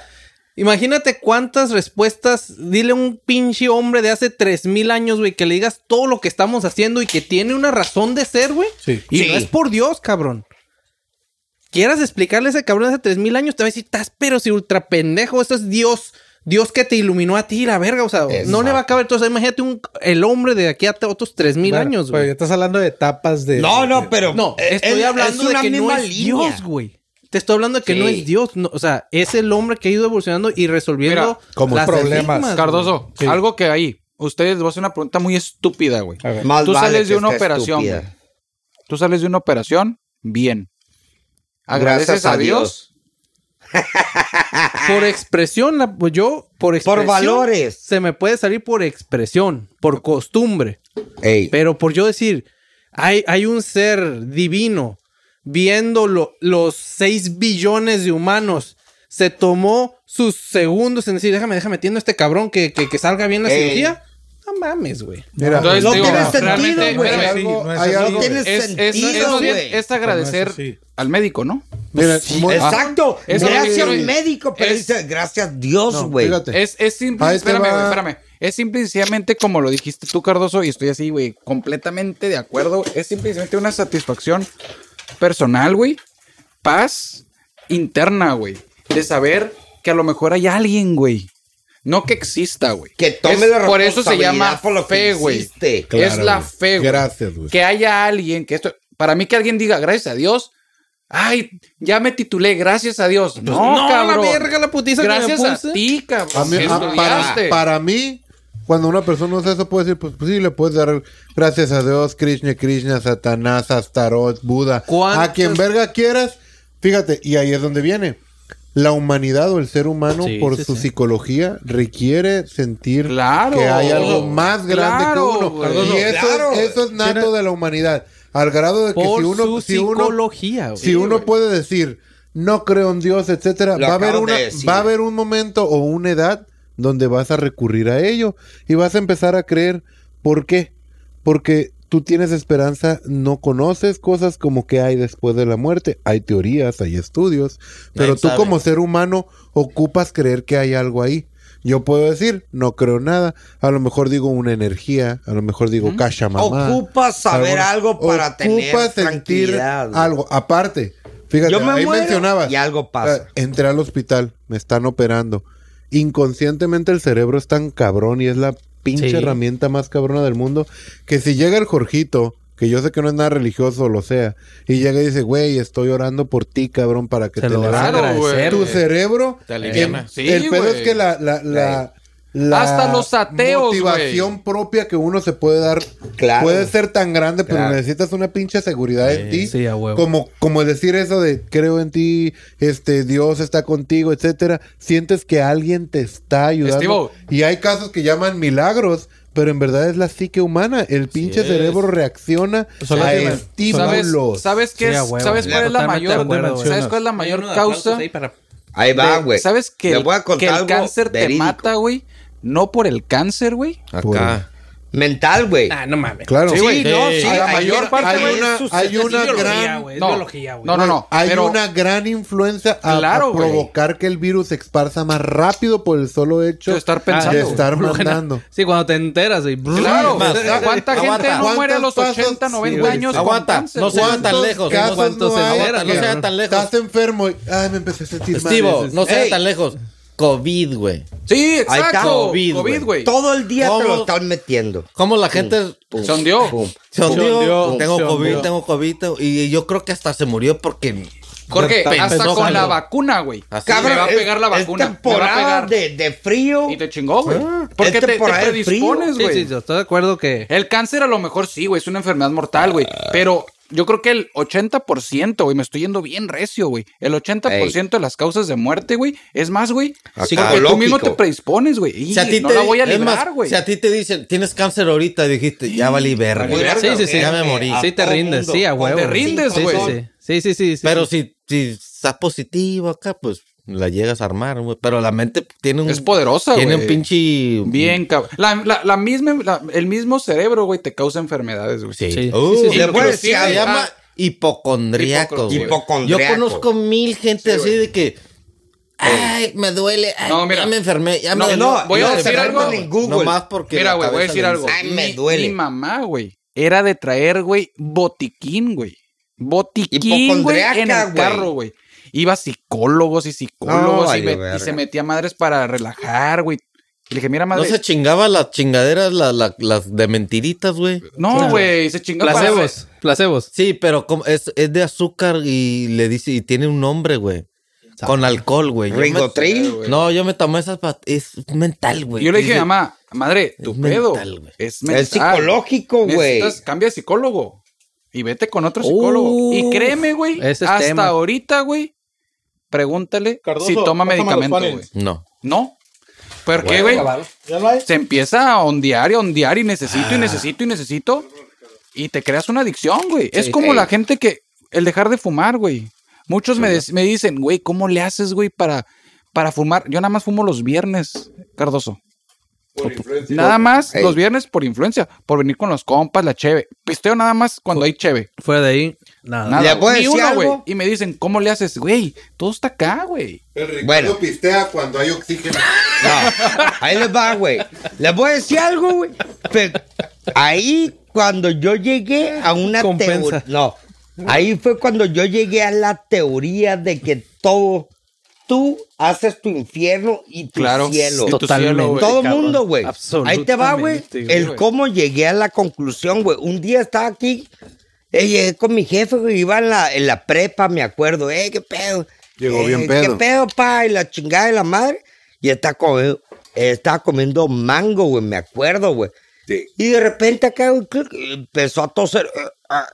Speaker 7: imagínate cuántas respuestas. Dile a un pinche hombre de hace 3000 años, güey, que le digas todo lo que estamos haciendo y que tiene una razón de ser, güey.
Speaker 5: Sí.
Speaker 7: Y
Speaker 6: Sí.
Speaker 7: no es por Dios, cabrón. Quieras explicarle a ese cabrón de hace 3000 años, te va a decir, estás pero si ultra pendejo, eso es Dios. Dios que te iluminó a ti, la verga. O sea, no le va a caber. Entonces, imagínate un, el hombre de aquí a t- otros 3000
Speaker 5: Bueno,
Speaker 7: años,
Speaker 5: pero
Speaker 7: güey.
Speaker 5: ya estás hablando de etapas de.
Speaker 6: No, no,
Speaker 5: de-
Speaker 6: pero.
Speaker 7: No,
Speaker 6: eh,
Speaker 7: estoy
Speaker 6: es-
Speaker 7: hablando
Speaker 6: es una
Speaker 7: de que no
Speaker 6: misma
Speaker 7: es
Speaker 6: línea.
Speaker 7: Dios, güey. Te estoy hablando de que no
Speaker 6: Sí.
Speaker 7: es Dios. no, o sea, es el hombre que ha ido evolucionando y resolviendo
Speaker 3: Mira,
Speaker 5: como
Speaker 7: las
Speaker 5: problemas.
Speaker 7: enigmas,
Speaker 3: Cardoso,
Speaker 5: Sí.
Speaker 3: algo que ahí. Ustedes les voy a hacer una pregunta muy estúpida, güey.
Speaker 5: A ver.
Speaker 6: Más
Speaker 3: Tú
Speaker 6: vale
Speaker 3: sales de
Speaker 6: que
Speaker 3: una
Speaker 6: esté
Speaker 3: operación,
Speaker 6: estúpida.
Speaker 3: güey. Tú sales de una operación, bien. Agradeces
Speaker 6: Gracias
Speaker 3: a, Dios.
Speaker 7: güey. Por expresión, la- pues yo, por expresión.
Speaker 6: valores.
Speaker 7: Se me puede salir por expresión, por costumbre.
Speaker 6: Ey.
Speaker 7: Pero por yo decir, hay, hay un ser divino viendo lo- los 6 billones de humanos. Se tomó sus segundos en decir, déjame, déjame, tiendo a este cabrón que, que- que salga bien la
Speaker 6: Ey.
Speaker 7: cirugía. No mames, güey.
Speaker 1: Mira,
Speaker 3: Entonces,
Speaker 6: no
Speaker 3: digo,
Speaker 6: tiene sentido,
Speaker 3: realmente,
Speaker 6: güey.
Speaker 3: espérame,
Speaker 1: hay algo-
Speaker 5: no es
Speaker 1: hay
Speaker 5: así,
Speaker 1: algo-
Speaker 5: no tiene
Speaker 3: es, es- es-
Speaker 6: sentido,
Speaker 3: más bien,
Speaker 6: güey.
Speaker 3: es agradecer
Speaker 5: Pero no es así.
Speaker 3: al médico, ¿no?
Speaker 1: mira, muy-
Speaker 6: Exacto.
Speaker 3: ah, Eso es lo que
Speaker 6: gracias
Speaker 3: quiero
Speaker 6: al
Speaker 3: decir.
Speaker 6: médico, pero
Speaker 3: Es-
Speaker 6: dice, gracias Dios,
Speaker 1: No,
Speaker 6: güey.
Speaker 1: fíjate.
Speaker 3: Es, Ah, es simple,
Speaker 1: Ahí te
Speaker 3: espérame,
Speaker 1: va.
Speaker 3: güey, espérame. Es simple y sencillamente como lo dijiste tú, Cardoso, y estoy así, güey, completamente de acuerdo. Es simplemente una satisfacción personal, güey. Paz interna, güey. De saber que a lo mejor hay alguien, güey. No que exista, güey.
Speaker 6: que tome
Speaker 3: Es-
Speaker 6: la
Speaker 3: Por eso se llama
Speaker 6: responsabilidad por lo que
Speaker 3: fe, güey.
Speaker 6: hiciste.
Speaker 1: Claro,
Speaker 3: es la
Speaker 1: güey.
Speaker 3: fe, güey.
Speaker 1: Gracias, güey.
Speaker 3: Que haya alguien que esto. Para mí, que alguien diga, gracias a Dios. Ay, ya me titulé, gracias a Dios. Pues no,
Speaker 7: no, la
Speaker 3: cabrón.
Speaker 7: verga, la putiza que me
Speaker 3: Gracias
Speaker 7: puse.
Speaker 3: a ti, cabrón.
Speaker 1: A mí-
Speaker 3: que
Speaker 1: a- para,
Speaker 3: estudiaste.
Speaker 1: para mí, cuando una persona usa eso, puede decir, pues, pues sí, le puedes dar gracias a Dios, Krishna, Krishna, Satanás, Astaroth, Buda,
Speaker 7: ¿Cuántas-
Speaker 1: a quien verga quieras. Fíjate, y ahí es donde viene. La humanidad o el ser humano,
Speaker 7: Sí,
Speaker 1: por
Speaker 7: sí,
Speaker 1: su
Speaker 7: sí.
Speaker 1: psicología, requiere sentir
Speaker 3: Claro.
Speaker 1: que hay algo más grande
Speaker 3: Claro,
Speaker 1: que uno.
Speaker 3: güey.
Speaker 1: Y eso,
Speaker 6: Claro.
Speaker 1: es, eso es nato de la humanidad. Al grado de que
Speaker 7: Por
Speaker 1: si uno,
Speaker 7: su
Speaker 1: si uno
Speaker 7: psicología, güey.
Speaker 1: si uno puede decir no creo en Dios, etcétera,
Speaker 6: Lo
Speaker 1: va a haber
Speaker 6: acabas
Speaker 1: una,
Speaker 6: de decir.
Speaker 1: va a haber un momento o una edad donde vas a recurrir a ello y vas a empezar a creer. ¿Por qué? Porque tú tienes esperanza, no conoces cosas como que hay después de la muerte. Hay teorías, hay estudios, pero
Speaker 2: Nadie
Speaker 1: tú
Speaker 2: sabe.
Speaker 1: como ser humano ocupas creer que hay algo ahí. Yo puedo decir, no creo nada. A lo mejor digo una energía, a lo mejor digo cacha mamá.
Speaker 6: Ocupas saber algo para tener tranquilidad, güey.
Speaker 1: algo. Aparte, fíjate,
Speaker 6: Yo me
Speaker 1: ahí
Speaker 6: muero
Speaker 1: mencionabas.
Speaker 6: y algo pasa.
Speaker 1: eh, entré al hospital, me están operando. Inconscientemente el cerebro es tan cabrón y es la pinche
Speaker 7: Sí.
Speaker 1: herramienta más cabrona del mundo que si llega el Jorgito, que yo sé que no es nada religioso, lo sea, y llega y dice, güey, estoy orando por ti, cabrón, para que
Speaker 7: Se
Speaker 1: te
Speaker 7: lo vas a
Speaker 1: levantes".
Speaker 3: Claro, güey.
Speaker 7: agradecer,
Speaker 1: Tu
Speaker 5: Eh,
Speaker 7: güey.
Speaker 1: cerebro,
Speaker 2: Te aliviana.
Speaker 1: em,
Speaker 3: Sí,
Speaker 1: el pedo
Speaker 3: güey.
Speaker 1: es que la, la- la- la
Speaker 3: Hasta los ateos, güey.
Speaker 1: motivación propia que uno se puede dar
Speaker 6: Claro.
Speaker 1: puede ser tan grande, pero
Speaker 6: Claro.
Speaker 1: necesitas una pinche seguridad en ti.
Speaker 7: sí, a huevo.
Speaker 1: Como, como decir eso de creo en ti, este Dios está contigo, etcétera. Sientes que alguien te está ayudando.
Speaker 3: Estivo.
Speaker 1: Y hay casos que llaman milagros, pero en verdad es la psique humana. El pinche
Speaker 2: es.
Speaker 1: cerebro reacciona
Speaker 3: Pues
Speaker 5: Son las
Speaker 1: a
Speaker 5: dimen-
Speaker 3: ¿Sabes,
Speaker 1: estímulos.
Speaker 3: ¿Sabes qué
Speaker 7: Sí,
Speaker 3: es-
Speaker 7: a huevo.
Speaker 3: ¿Sabes cuál es la
Speaker 7: Totalmente
Speaker 3: mayor?
Speaker 7: de acuerdo,
Speaker 3: ¿Sabes
Speaker 5: güey.
Speaker 3: cuál es la mayor causa?
Speaker 6: Ahí va,
Speaker 3: de-
Speaker 6: güey.
Speaker 3: ¿Sabes que
Speaker 6: Le
Speaker 3: el,
Speaker 6: voy a
Speaker 3: que
Speaker 6: contar
Speaker 3: el
Speaker 6: algo
Speaker 3: cáncer te
Speaker 6: verídico.
Speaker 3: mata, güey? No por el cáncer, güey.
Speaker 1: Por-
Speaker 2: Acá.
Speaker 6: mental, güey.
Speaker 7: Ah, no mames.
Speaker 1: Claro.
Speaker 6: Sí,
Speaker 3: güey,
Speaker 6: no, sí.
Speaker 2: sí.
Speaker 6: hay-
Speaker 1: la mayor
Speaker 6: hay-
Speaker 1: parte,
Speaker 7: güey,
Speaker 1: hay una,
Speaker 7: es su-
Speaker 1: hay
Speaker 7: es
Speaker 1: una
Speaker 7: biología,
Speaker 1: gran...
Speaker 7: güey, es
Speaker 3: No,
Speaker 7: biología, güey.
Speaker 3: no, no, no.
Speaker 1: Hay
Speaker 3: pero-
Speaker 1: una gran influencia a, a
Speaker 3: Claro, güey.
Speaker 1: provocar que el virus se esparza más rápido por el solo hecho
Speaker 3: De estar
Speaker 1: de
Speaker 3: pensando.
Speaker 1: estar mandando.
Speaker 7: Sí, cuando te enteras, güey.
Speaker 3: Claro,
Speaker 2: Más.
Speaker 3: ¿cuánta gente
Speaker 1: Aguanta.
Speaker 3: no muere a los
Speaker 1: ¿Cuántos
Speaker 3: 80,
Speaker 1: pasos?
Speaker 3: 90
Speaker 1: Sí,
Speaker 3: años? con
Speaker 2: Aguanta,
Speaker 3: cáncer,
Speaker 2: no
Speaker 3: güey?
Speaker 2: sean tan lejos.
Speaker 1: casos
Speaker 2: No,
Speaker 1: no
Speaker 2: se
Speaker 1: hay?
Speaker 2: no sean tan lejos.
Speaker 1: Estás enfermo y... Ay, me empecé a sentir mal.
Speaker 2: Estivo, no sean
Speaker 6: Ey.
Speaker 2: tan lejos. COVID, güey.
Speaker 3: Sí,
Speaker 6: Ahí está.
Speaker 3: exacto.
Speaker 2: COVID,
Speaker 3: COVID, güey.
Speaker 6: Todo el día te lo
Speaker 2: Todo-
Speaker 6: están metiendo.
Speaker 2: ¿Cómo la gente
Speaker 6: Pum,
Speaker 3: Se hundió.
Speaker 6: pum.
Speaker 2: se hundió?
Speaker 5: hundió,
Speaker 2: Tengo
Speaker 5: se
Speaker 2: COVID,
Speaker 5: hundió.
Speaker 2: tengo COVID. tengo- Y yo creo que hasta se murió porque.
Speaker 3: Jorge,
Speaker 2: Empezó
Speaker 3: hasta con
Speaker 2: cuando-
Speaker 3: la vacuna, güey.
Speaker 2: Así.
Speaker 3: Cabrón, me va a
Speaker 6: es-
Speaker 3: pegar la
Speaker 6: es
Speaker 3: vacuna. me va a
Speaker 6: temporada
Speaker 3: pegar.
Speaker 6: de, de frío.
Speaker 3: Y te chingó, güey.
Speaker 6: Ah.
Speaker 3: Porque
Speaker 6: Es
Speaker 3: te, te
Speaker 6: temporada de frío.
Speaker 3: predispones,
Speaker 7: Sí,
Speaker 3: güey.
Speaker 7: sí, yo estoy de acuerdo
Speaker 2: Eh,
Speaker 7: que.
Speaker 3: El cáncer a lo mejor sí, güey, es una enfermedad mortal, güey. Pero yo creo que el 80%, güey, me estoy yendo bien recio, güey. El 80% de las causas de muerte, güey, es más, güey.
Speaker 6: Ah,
Speaker 3: Porque tú mismo
Speaker 6: psicológico.
Speaker 3: te predispones, güey. Y
Speaker 2: Si a ti
Speaker 3: no
Speaker 2: te
Speaker 3: la
Speaker 2: di-
Speaker 3: voy a
Speaker 2: es más,
Speaker 3: librar, güey.
Speaker 2: Si a ti te dicen, tienes cáncer ahorita, dijiste, ya valí verga.
Speaker 3: Valí verga,
Speaker 7: Sí, sí, sí.
Speaker 2: Ya me morí.
Speaker 7: Sí, te
Speaker 6: todo
Speaker 7: rindes.
Speaker 6: mundo.
Speaker 7: Sí, a huevo.
Speaker 3: Te rindes,
Speaker 7: Sí,
Speaker 3: güey.
Speaker 7: Sí, sí, sí. sí, sí, sí.
Speaker 2: Pero si, si estás positivo acá, pues la llegas a armar, güey. Pero la mente tiene un.
Speaker 3: Es poderosa,
Speaker 2: Tiene
Speaker 3: güey.
Speaker 2: un pinche.
Speaker 3: Bien, cabrón. La, la- la misma, la- el mismo cerebro, güey, te causa enfermedades, güey.
Speaker 2: Sí.
Speaker 7: Sí.
Speaker 2: Uh,
Speaker 7: Sí, sí, sí.
Speaker 2: le puedes-
Speaker 6: Inclusive,
Speaker 2: se llama
Speaker 3: ah,
Speaker 2: hipocondriacos. güey.
Speaker 6: Hipocondriaco.
Speaker 2: Yo conozco mil gente así de que. Ay, me duele. ay,
Speaker 3: No, mira.
Speaker 2: ya me enfermé. Ya
Speaker 3: No,
Speaker 2: me
Speaker 3: no, voy a
Speaker 2: No,
Speaker 3: decir
Speaker 2: se
Speaker 3: algo.
Speaker 2: enferman en Google. Nomás porque
Speaker 3: Mira,
Speaker 2: la
Speaker 3: güey, voy a
Speaker 2: cabeza
Speaker 3: decir
Speaker 2: les-
Speaker 3: algo.
Speaker 6: Ay, me
Speaker 3: Mi-
Speaker 6: duele.
Speaker 3: Mi mamá, güey, era de traer, güey, botiquín, güey. Botiquín, güey,
Speaker 6: Hipocondriaca,
Speaker 3: en el
Speaker 6: güey.
Speaker 3: carro, güey. Iba a psicólogos y psicólogos
Speaker 6: No, valió
Speaker 3: y, me- y
Speaker 6: verga.
Speaker 3: se metía madres para relajar, güey. Y le dije, mira,
Speaker 2: No
Speaker 3: madre.
Speaker 2: se chingaba las chingaderas, la- la- las de mentiritas, güey.
Speaker 3: No, güey, se chingó para-
Speaker 7: Placebos. Placebos.
Speaker 2: Sí, pero como es, es de azúcar y le dice, y tiene un nombre, güey. Con alcohol, güey. Yo me-
Speaker 6: Rigotril.
Speaker 2: No, yo me tomé esas pa- Es mental, güey.
Speaker 3: Yo le dije,
Speaker 2: Dice,
Speaker 3: mamá, madre, tu
Speaker 2: Es
Speaker 3: pedo
Speaker 2: mental, güey.
Speaker 3: es mental.
Speaker 6: Es psicológico, güey.
Speaker 3: ah, Necesitas, cambia de psicólogo y vete con otro psicólogo. y créeme, güey,
Speaker 7: Uh, ese es
Speaker 3: hasta
Speaker 7: tema.
Speaker 3: ahorita, güey, pregúntale
Speaker 5: Cardoso,
Speaker 3: si toma
Speaker 5: pásame los
Speaker 3: medicamento,
Speaker 5: panes.
Speaker 3: güey.
Speaker 2: No.
Speaker 3: No. ¿Por qué, güey?
Speaker 5: ¿Ya no hay?
Speaker 3: Se empieza a ondear y ondear y necesito
Speaker 6: Ah.
Speaker 3: y necesito y necesito. Y te creas una adicción, güey. es como la gente que. El dejar de fumar, güey. Muchos me, des- me dicen, güey, ¿cómo le haces, güey, para, para fumar? Yo nada más fumo los viernes, Cardoso. Nada más
Speaker 6: Ey.
Speaker 3: los viernes por influencia, por venir con los compas, la cheve. Pisteo nada más cuando hay cheve.
Speaker 7: Fuera de ahí, nada.
Speaker 3: Nada,
Speaker 6: ¿Le puedo
Speaker 3: ni
Speaker 6: decir
Speaker 3: uno,
Speaker 6: algo?
Speaker 3: güey. Y me dicen, ¿cómo le haces? Güey, todo está acá, güey.
Speaker 1: El Ricardo
Speaker 6: Bueno.
Speaker 1: pistea cuando hay oxígeno.
Speaker 6: No, ahí les va, güey. Les voy a decir algo, güey. Pero ahí cuando yo llegué a una
Speaker 7: Compensa.
Speaker 6: teoría. No. Ahí fue cuando yo llegué a la teoría de que todo. Tú haces tu infierno y tu
Speaker 3: Claro.
Speaker 6: cielo.
Speaker 3: Y tu cielo, güey,
Speaker 6: Todo
Speaker 7: cabrón.
Speaker 6: mundo, güey. Ahí te va, güey.
Speaker 7: Absolutamente, güey.
Speaker 6: El cómo llegué a la conclusión, güey. Un día estaba aquí, eh, llegué con mi jefe, güey. Iba en la, en la prepa, me acuerdo. Eh, qué pedo.
Speaker 1: Llegó bien
Speaker 6: Eh,
Speaker 1: pedo.
Speaker 6: Qué pedo, pa. Y la chingada de la madre. Y está comiendo, estaba comiendo mango, güey. Me acuerdo, güey. Y de repente acá güey, clic, y empezó a toser. eh, ah.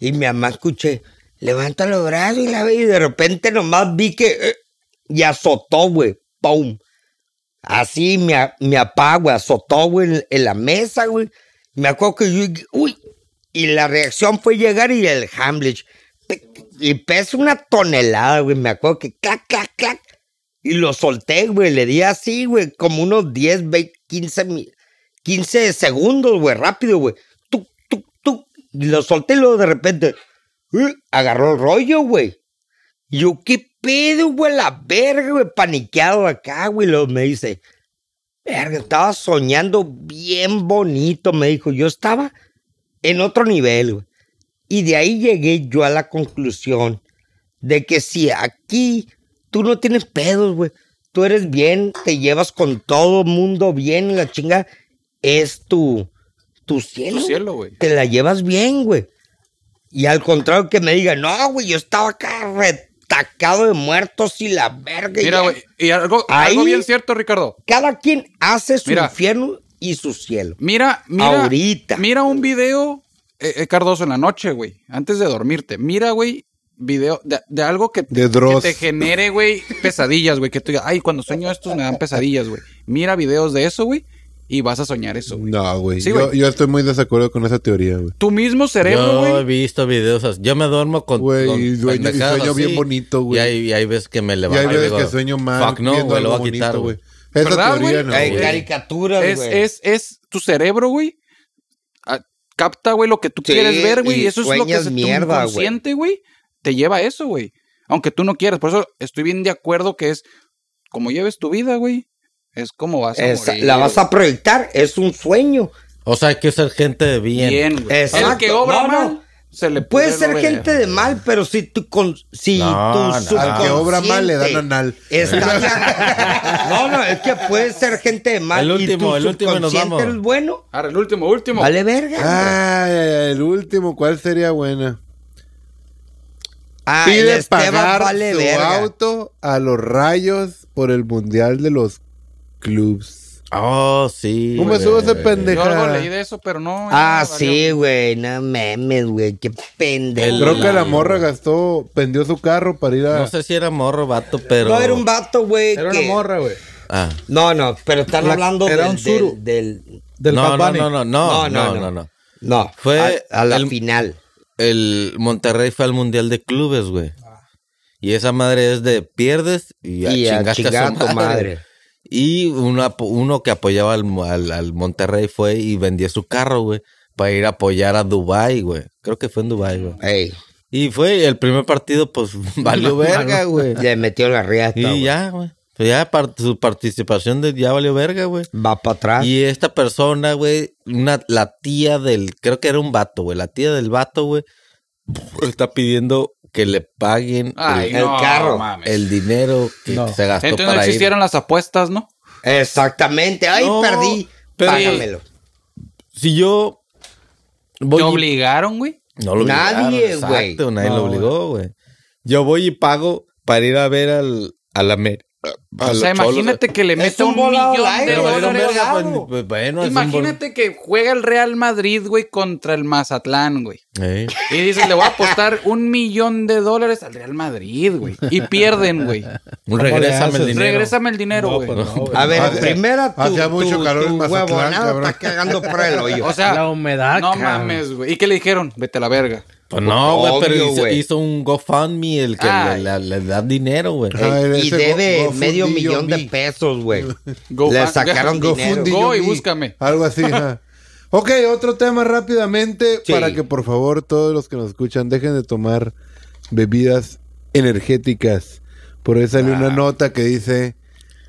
Speaker 6: Y mi mamá escuché, levanta los brazos y la ve. Y de repente nomás vi que. eh, y azotó, güey. ¡Pum! Así me, a- me apá, güey, azotó, güey, en, en la mesa, güey. Me acuerdo que yo, uy, y la reacción fue llegar y el Hamlet. pe- Y pesa una tonelada, güey. Me acuerdo que clac, clac, clac. Y lo solté, güey. Le di así, güey, como unos 10, 20, 15, mi- 15 segundos, güey, rápido, güey. Tuc, tuc, tuc. Y lo solté y luego de repente ¡uh! agarró el rollo, güey. Y Yo, ¿qué pedo, güey? La verga, güey, paniqueado acá, güey. Luego me dice, verga, estaba soñando bien bonito, me dijo. Yo estaba en otro nivel, güey. Y de ahí llegué yo a la conclusión de que si aquí tú no tienes pedos, güey, tú eres bien, te llevas con todo mundo bien, la chinga, es tu, tu cielo.
Speaker 3: Tu
Speaker 6: güey.
Speaker 3: cielo, güey.
Speaker 6: Te la llevas bien, güey. Y al contrario que me digan, no, güey, yo estaba acá retacado de muertos y la verga. y
Speaker 3: Mira,
Speaker 6: ya".
Speaker 3: güey. Y algo,
Speaker 6: Ahí-
Speaker 3: algo bien cierto, Ricardo.
Speaker 6: Cada quien hace su
Speaker 3: Mira.
Speaker 6: infierno y su cielo.
Speaker 3: Mira, mira.
Speaker 6: Ahorita.
Speaker 3: Mira un video, eh, eh, Cardoso, en la noche, güey. Antes de dormirte. Mira, güey, video de, de algo que,
Speaker 1: De
Speaker 3: que
Speaker 1: Dross.
Speaker 3: te genere, güey, pesadillas, güey. Que tú digas, ay, cuando sueño estos me dan pesadillas, güey. Mira videos de eso, güey, y vas a soñar eso, güey.
Speaker 1: No, güey.
Speaker 3: Sí,
Speaker 1: yo,
Speaker 3: güey.
Speaker 1: yo estoy muy desacuerdo con esa teoría, güey.
Speaker 3: Tu mismo cerebro,
Speaker 2: Yo he
Speaker 3: güey.
Speaker 2: visto videos así. Yo me duermo con.
Speaker 1: Güey,
Speaker 2: con
Speaker 1: y dueño- y
Speaker 2: pendejadas
Speaker 1: sueño bien
Speaker 2: así,
Speaker 1: bonito, güey.
Speaker 2: Y hay, y hay veces que me
Speaker 1: Y hay
Speaker 2: levanto. y
Speaker 1: veces
Speaker 2: digo,
Speaker 1: que sueño mal
Speaker 2: Fuck no,
Speaker 1: viendo
Speaker 2: güey, lo
Speaker 1: algo
Speaker 2: voy a quitar,
Speaker 1: bonito,
Speaker 2: güey.
Speaker 1: Esa
Speaker 3: ¿Verdad,
Speaker 1: teoría
Speaker 3: güey?
Speaker 1: no,
Speaker 6: Ey,
Speaker 1: güey.
Speaker 6: caricaturas,
Speaker 3: Es,
Speaker 6: güey.
Speaker 3: es, es tu cerebro, güey, Ah, capta, güey, lo que tú
Speaker 6: Sí,
Speaker 3: quieres ver, güey.
Speaker 6: y
Speaker 3: Y eso es lo que
Speaker 6: sueñas
Speaker 3: se
Speaker 6: mierda,
Speaker 3: mierda,
Speaker 6: güey.
Speaker 3: tu inconsciente, güey, te lleva a eso, güey. Aunque tú no quieras. Por eso estoy bien de acuerdo que es como lleves tu vida, güey. Es como vas a
Speaker 6: Esa-
Speaker 3: morir,
Speaker 6: la vas
Speaker 3: güey.
Speaker 6: a proyectar, es un sueño.
Speaker 2: O sea, hay que ser gente de bien.
Speaker 3: bien, güey.
Speaker 6: Exacto.
Speaker 3: El que obra
Speaker 6: No, no.
Speaker 3: mal se le
Speaker 6: Puede
Speaker 3: pudre
Speaker 6: ser
Speaker 3: lo
Speaker 6: gente de mal, pero si tu, con, si
Speaker 2: No,
Speaker 6: tu
Speaker 2: no. Al que
Speaker 1: Al que obra mal le dan
Speaker 6: subconsciente
Speaker 1: anal.
Speaker 6: Está no, no, es que puede ser gente de mal.
Speaker 2: El último,
Speaker 6: y tu
Speaker 2: el último y nos
Speaker 6: subconsciente
Speaker 2: vamos. Ah.
Speaker 6: es bueno.
Speaker 3: verga. Arre, el último, último.
Speaker 6: Vale verga.
Speaker 1: Ay, ay, ay, el último, ¿cuál sería buena?
Speaker 6: Ah, el
Speaker 1: Pide
Speaker 6: Esteban
Speaker 1: pagar
Speaker 6: vale
Speaker 1: su
Speaker 6: verga.
Speaker 1: auto a los rayos por el mundial de los clubs.
Speaker 2: Oh, sí.
Speaker 1: ¿Cómo
Speaker 2: güey.
Speaker 1: estuvo ese
Speaker 3: Yo
Speaker 1: pendejo?
Speaker 3: algo leí de eso, pero no.
Speaker 6: Ah,
Speaker 3: ya, valió.
Speaker 6: sí, güey, no memes, güey, qué pendejo.
Speaker 1: Creo que la
Speaker 2: La-
Speaker 1: morra gastó, vendió su carro para ir a.
Speaker 2: No sé si era morro o vato, pero.
Speaker 6: No era un vato, güey.
Speaker 5: Era
Speaker 6: que-
Speaker 5: una morra, güey.
Speaker 2: Ah.
Speaker 6: No, no, pero están
Speaker 5: Era-
Speaker 6: hablando
Speaker 5: era
Speaker 6: del,
Speaker 5: un suru.
Speaker 6: del, del-
Speaker 5: Del
Speaker 2: no,
Speaker 5: Bad
Speaker 2: no,
Speaker 5: Bunny.
Speaker 2: no, no, no, no, no, no.
Speaker 6: No,
Speaker 2: Fue
Speaker 6: a, a la
Speaker 2: el-
Speaker 6: final.
Speaker 2: El Monterrey fue al Mundial de Clubes, güey. Y esa madre es de pierdes y a,
Speaker 6: Y a
Speaker 2: chingaste a su
Speaker 6: chingar a tu madre.
Speaker 2: Y uno, apo- uno que apoyaba al, al- al Monterrey fue y vendió su carro, güey, para ir a apoyar a Dubai, güey. Creo que fue en Dubai, güey.
Speaker 6: Ey,
Speaker 2: Y fue el primer partido, pues valió verga, güey.
Speaker 6: le metió la riata,
Speaker 2: Y
Speaker 6: güey.
Speaker 2: ya, güey. Pues ya par- su participación de ya valió verga, güey.
Speaker 6: Va para atrás.
Speaker 2: Y esta persona, güey, una, la tía del, creo que era un vato, güey, la tía del vato, güey, está pidiendo que le paguen
Speaker 3: Ay,
Speaker 2: el,
Speaker 6: el
Speaker 3: no,
Speaker 6: carro,
Speaker 3: mames.
Speaker 2: el dinero que
Speaker 5: No.
Speaker 2: se gastó
Speaker 3: Entonces no
Speaker 2: para ir.
Speaker 3: existieron las apuestas, ¿no?
Speaker 6: Exactamente. Ay,
Speaker 2: No,
Speaker 6: perdí.
Speaker 2: pero-
Speaker 6: Págamelo.
Speaker 2: Si yo voy
Speaker 3: Te
Speaker 2: y-
Speaker 3: obligaron, güey.
Speaker 2: no lo
Speaker 6: Nadie,
Speaker 2: obligaron,
Speaker 6: güey.
Speaker 2: exacto, nadie lo
Speaker 5: No,
Speaker 2: obligó, güey. Yo voy y pago para ir a ver al a la Mer- a
Speaker 3: O
Speaker 2: los
Speaker 3: sea,
Speaker 2: Cholos.
Speaker 3: imagínate que le
Speaker 6: Es
Speaker 3: meta
Speaker 6: un
Speaker 3: un,
Speaker 6: volado
Speaker 3: millón
Speaker 6: al
Speaker 3: de
Speaker 6: aire,
Speaker 2: Pero valieron
Speaker 3: dólares.
Speaker 2: verga, pues,
Speaker 6: dado.
Speaker 2: pues, bueno, es un bol-
Speaker 3: Imagínate que juega el Real Madrid, güey, contra el Mazatlán, güey.
Speaker 2: Eh.
Speaker 3: Y dices, le voy a apostar un millón de dólares al Real Madrid, güey. Y pierden, güey.
Speaker 2: Un
Speaker 5: le
Speaker 2: regrésame el
Speaker 5: haces?
Speaker 2: dinero.
Speaker 3: Regrésame el dinero,
Speaker 5: No,
Speaker 3: güey.
Speaker 5: pues no, güey.
Speaker 6: A ver,
Speaker 1: Hace-
Speaker 6: primera tu,
Speaker 1: hacía mucho
Speaker 6: tu-
Speaker 1: calor en
Speaker 6: tu
Speaker 1: Mazatlán,
Speaker 6: huevonada
Speaker 1: cabrón.
Speaker 6: está cagando por el hoyo.
Speaker 3: O sea,
Speaker 7: la humedad.
Speaker 3: no
Speaker 7: cabrón.
Speaker 3: mames, güey. ¿Y qué le dijeron? Vete a la verga.
Speaker 2: Pues no, güey,
Speaker 6: Obvio,
Speaker 2: pero hizo,
Speaker 6: güey.
Speaker 2: hizo un GoFundMe el que
Speaker 3: Ay.
Speaker 2: le, le- le da dinero, güey.
Speaker 6: Ey,
Speaker 1: Ay,
Speaker 6: y
Speaker 1: ese
Speaker 6: debe
Speaker 1: Go-
Speaker 6: medio
Speaker 1: GoFundMe.
Speaker 6: millón de pesos, güey.
Speaker 3: Go
Speaker 6: Le
Speaker 3: fan-
Speaker 6: sacaron
Speaker 3: Go
Speaker 6: dinero.
Speaker 3: fundi- Go y búscame.
Speaker 1: Algo así, ajá. Ok, otro tema rápidamente
Speaker 6: Sí.
Speaker 1: para que por favor todos los que nos escuchan dejen de tomar bebidas energéticas. Por ahí salió
Speaker 2: Ah.
Speaker 1: una nota que dice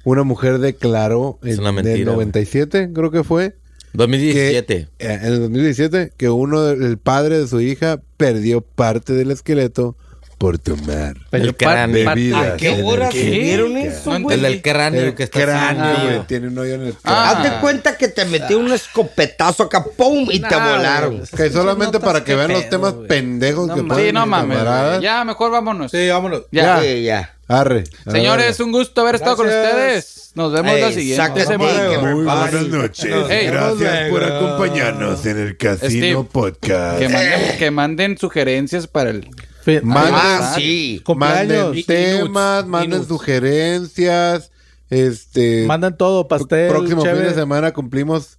Speaker 1: una mujer declaró
Speaker 2: Es
Speaker 1: en
Speaker 2: una
Speaker 1: el
Speaker 2: mentira,
Speaker 1: 97, creo que fue,
Speaker 2: 2017.
Speaker 1: que, eh, en el 2017 que uno de- el padre de su hija perdió parte del esqueleto por tomar
Speaker 2: El
Speaker 7: Pero
Speaker 2: cráneo.
Speaker 1: bebidas.
Speaker 6: ¿A qué hora
Speaker 1: energéticas.
Speaker 6: subieron eso,
Speaker 3: No
Speaker 2: El
Speaker 6: güey?
Speaker 2: del cráneo
Speaker 1: El
Speaker 2: que está
Speaker 1: cráneo,
Speaker 2: así,
Speaker 1: güey,
Speaker 2: güey.
Speaker 1: tiene un hoyo en el cráneo.
Speaker 3: Ah.
Speaker 6: Hazte cuenta que te metió un escopetazo acá, ¡pum! y te
Speaker 7: Nah,
Speaker 6: volaron.
Speaker 7: güey.
Speaker 1: Que solamente para que
Speaker 7: Qué
Speaker 1: vean los
Speaker 7: pedo,
Speaker 1: temas
Speaker 7: güey.
Speaker 1: pendejos
Speaker 7: No
Speaker 1: que
Speaker 7: mames.
Speaker 1: ponen
Speaker 3: Sí, no
Speaker 1: mis
Speaker 3: mames.
Speaker 1: camaradas.
Speaker 3: güey. Ya, mejor vámonos.
Speaker 5: Sí, vámonos.
Speaker 3: Ya.
Speaker 6: Sí, ya.
Speaker 1: Arre.
Speaker 3: Señores, un gusto haber estado con
Speaker 5: Gracias.
Speaker 3: ustedes. Nos vemos la
Speaker 6: Ey,
Speaker 3: siguiente
Speaker 6: sácate
Speaker 3: semana.
Speaker 6: que me
Speaker 1: muy
Speaker 6: pare.
Speaker 1: buenas noches.
Speaker 3: Ey.
Speaker 1: Gracias por acompañarnos en el Casino
Speaker 3: Steve.
Speaker 1: Podcast.
Speaker 3: Que manden, que manden sugerencias para el.
Speaker 5: Fe-
Speaker 1: Manden,
Speaker 6: Ah, sí.
Speaker 5: Cumpleaños.
Speaker 1: manden temas,
Speaker 5: Minuts.
Speaker 1: manden
Speaker 5: Minuts.
Speaker 1: sugerencias. Este
Speaker 5: Mandan todo, pastel,
Speaker 1: próximo fin
Speaker 5: chévere.
Speaker 1: de semana cumplimos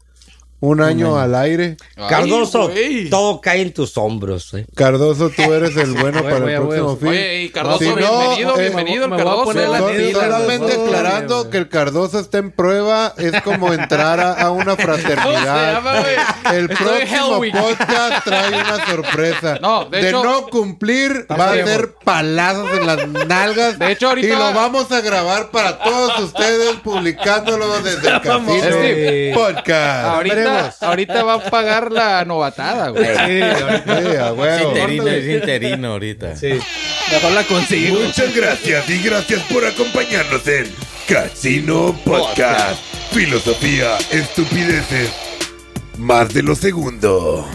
Speaker 1: un año al aire.
Speaker 6: Cardoso,
Speaker 3: Ay, güey.
Speaker 6: todo cae en tus hombros, eh.
Speaker 1: Cardoso, tú eres el bueno para el
Speaker 7: Güey, güey,
Speaker 1: próximo fin.
Speaker 3: Oye, y Cardoso,
Speaker 1: Si no,
Speaker 3: bienvenido,
Speaker 1: eh,
Speaker 3: bienvenido, el
Speaker 7: me voy a
Speaker 3: Cardoso.
Speaker 7: poner la
Speaker 1: Sol-
Speaker 7: neta, güey.
Speaker 1: solamente
Speaker 7: Oye,
Speaker 1: aclarando
Speaker 7: güey.
Speaker 1: que el Cardoso está en prueba es como entrar a, a una fraternidad.
Speaker 3: ¿Cómo se llama, güey?
Speaker 1: el
Speaker 3: Estoy
Speaker 1: próximo
Speaker 3: Hell Week.
Speaker 1: podcast trae una sorpresa.
Speaker 3: No, de hecho-
Speaker 1: no cumplir va a
Speaker 5: bien,
Speaker 1: ser palazos en las nalgas.
Speaker 3: De hecho, ahorita-
Speaker 1: y lo vamos a grabar para todos ustedes publicándolo desde el casino
Speaker 3: Steve.
Speaker 1: podcast.
Speaker 3: Ahorita,
Speaker 1: Veremos.
Speaker 3: ahorita va a pagar la novatada, güey.
Speaker 1: Sí, a
Speaker 2: Es
Speaker 1: huevo.
Speaker 2: interino, es interino ahorita.
Speaker 7: Mejor la consigo.
Speaker 8: Muchas gracias y gracias por acompañarnos en Casino Podcast. Filosofía, estupideces, más de lo segundo.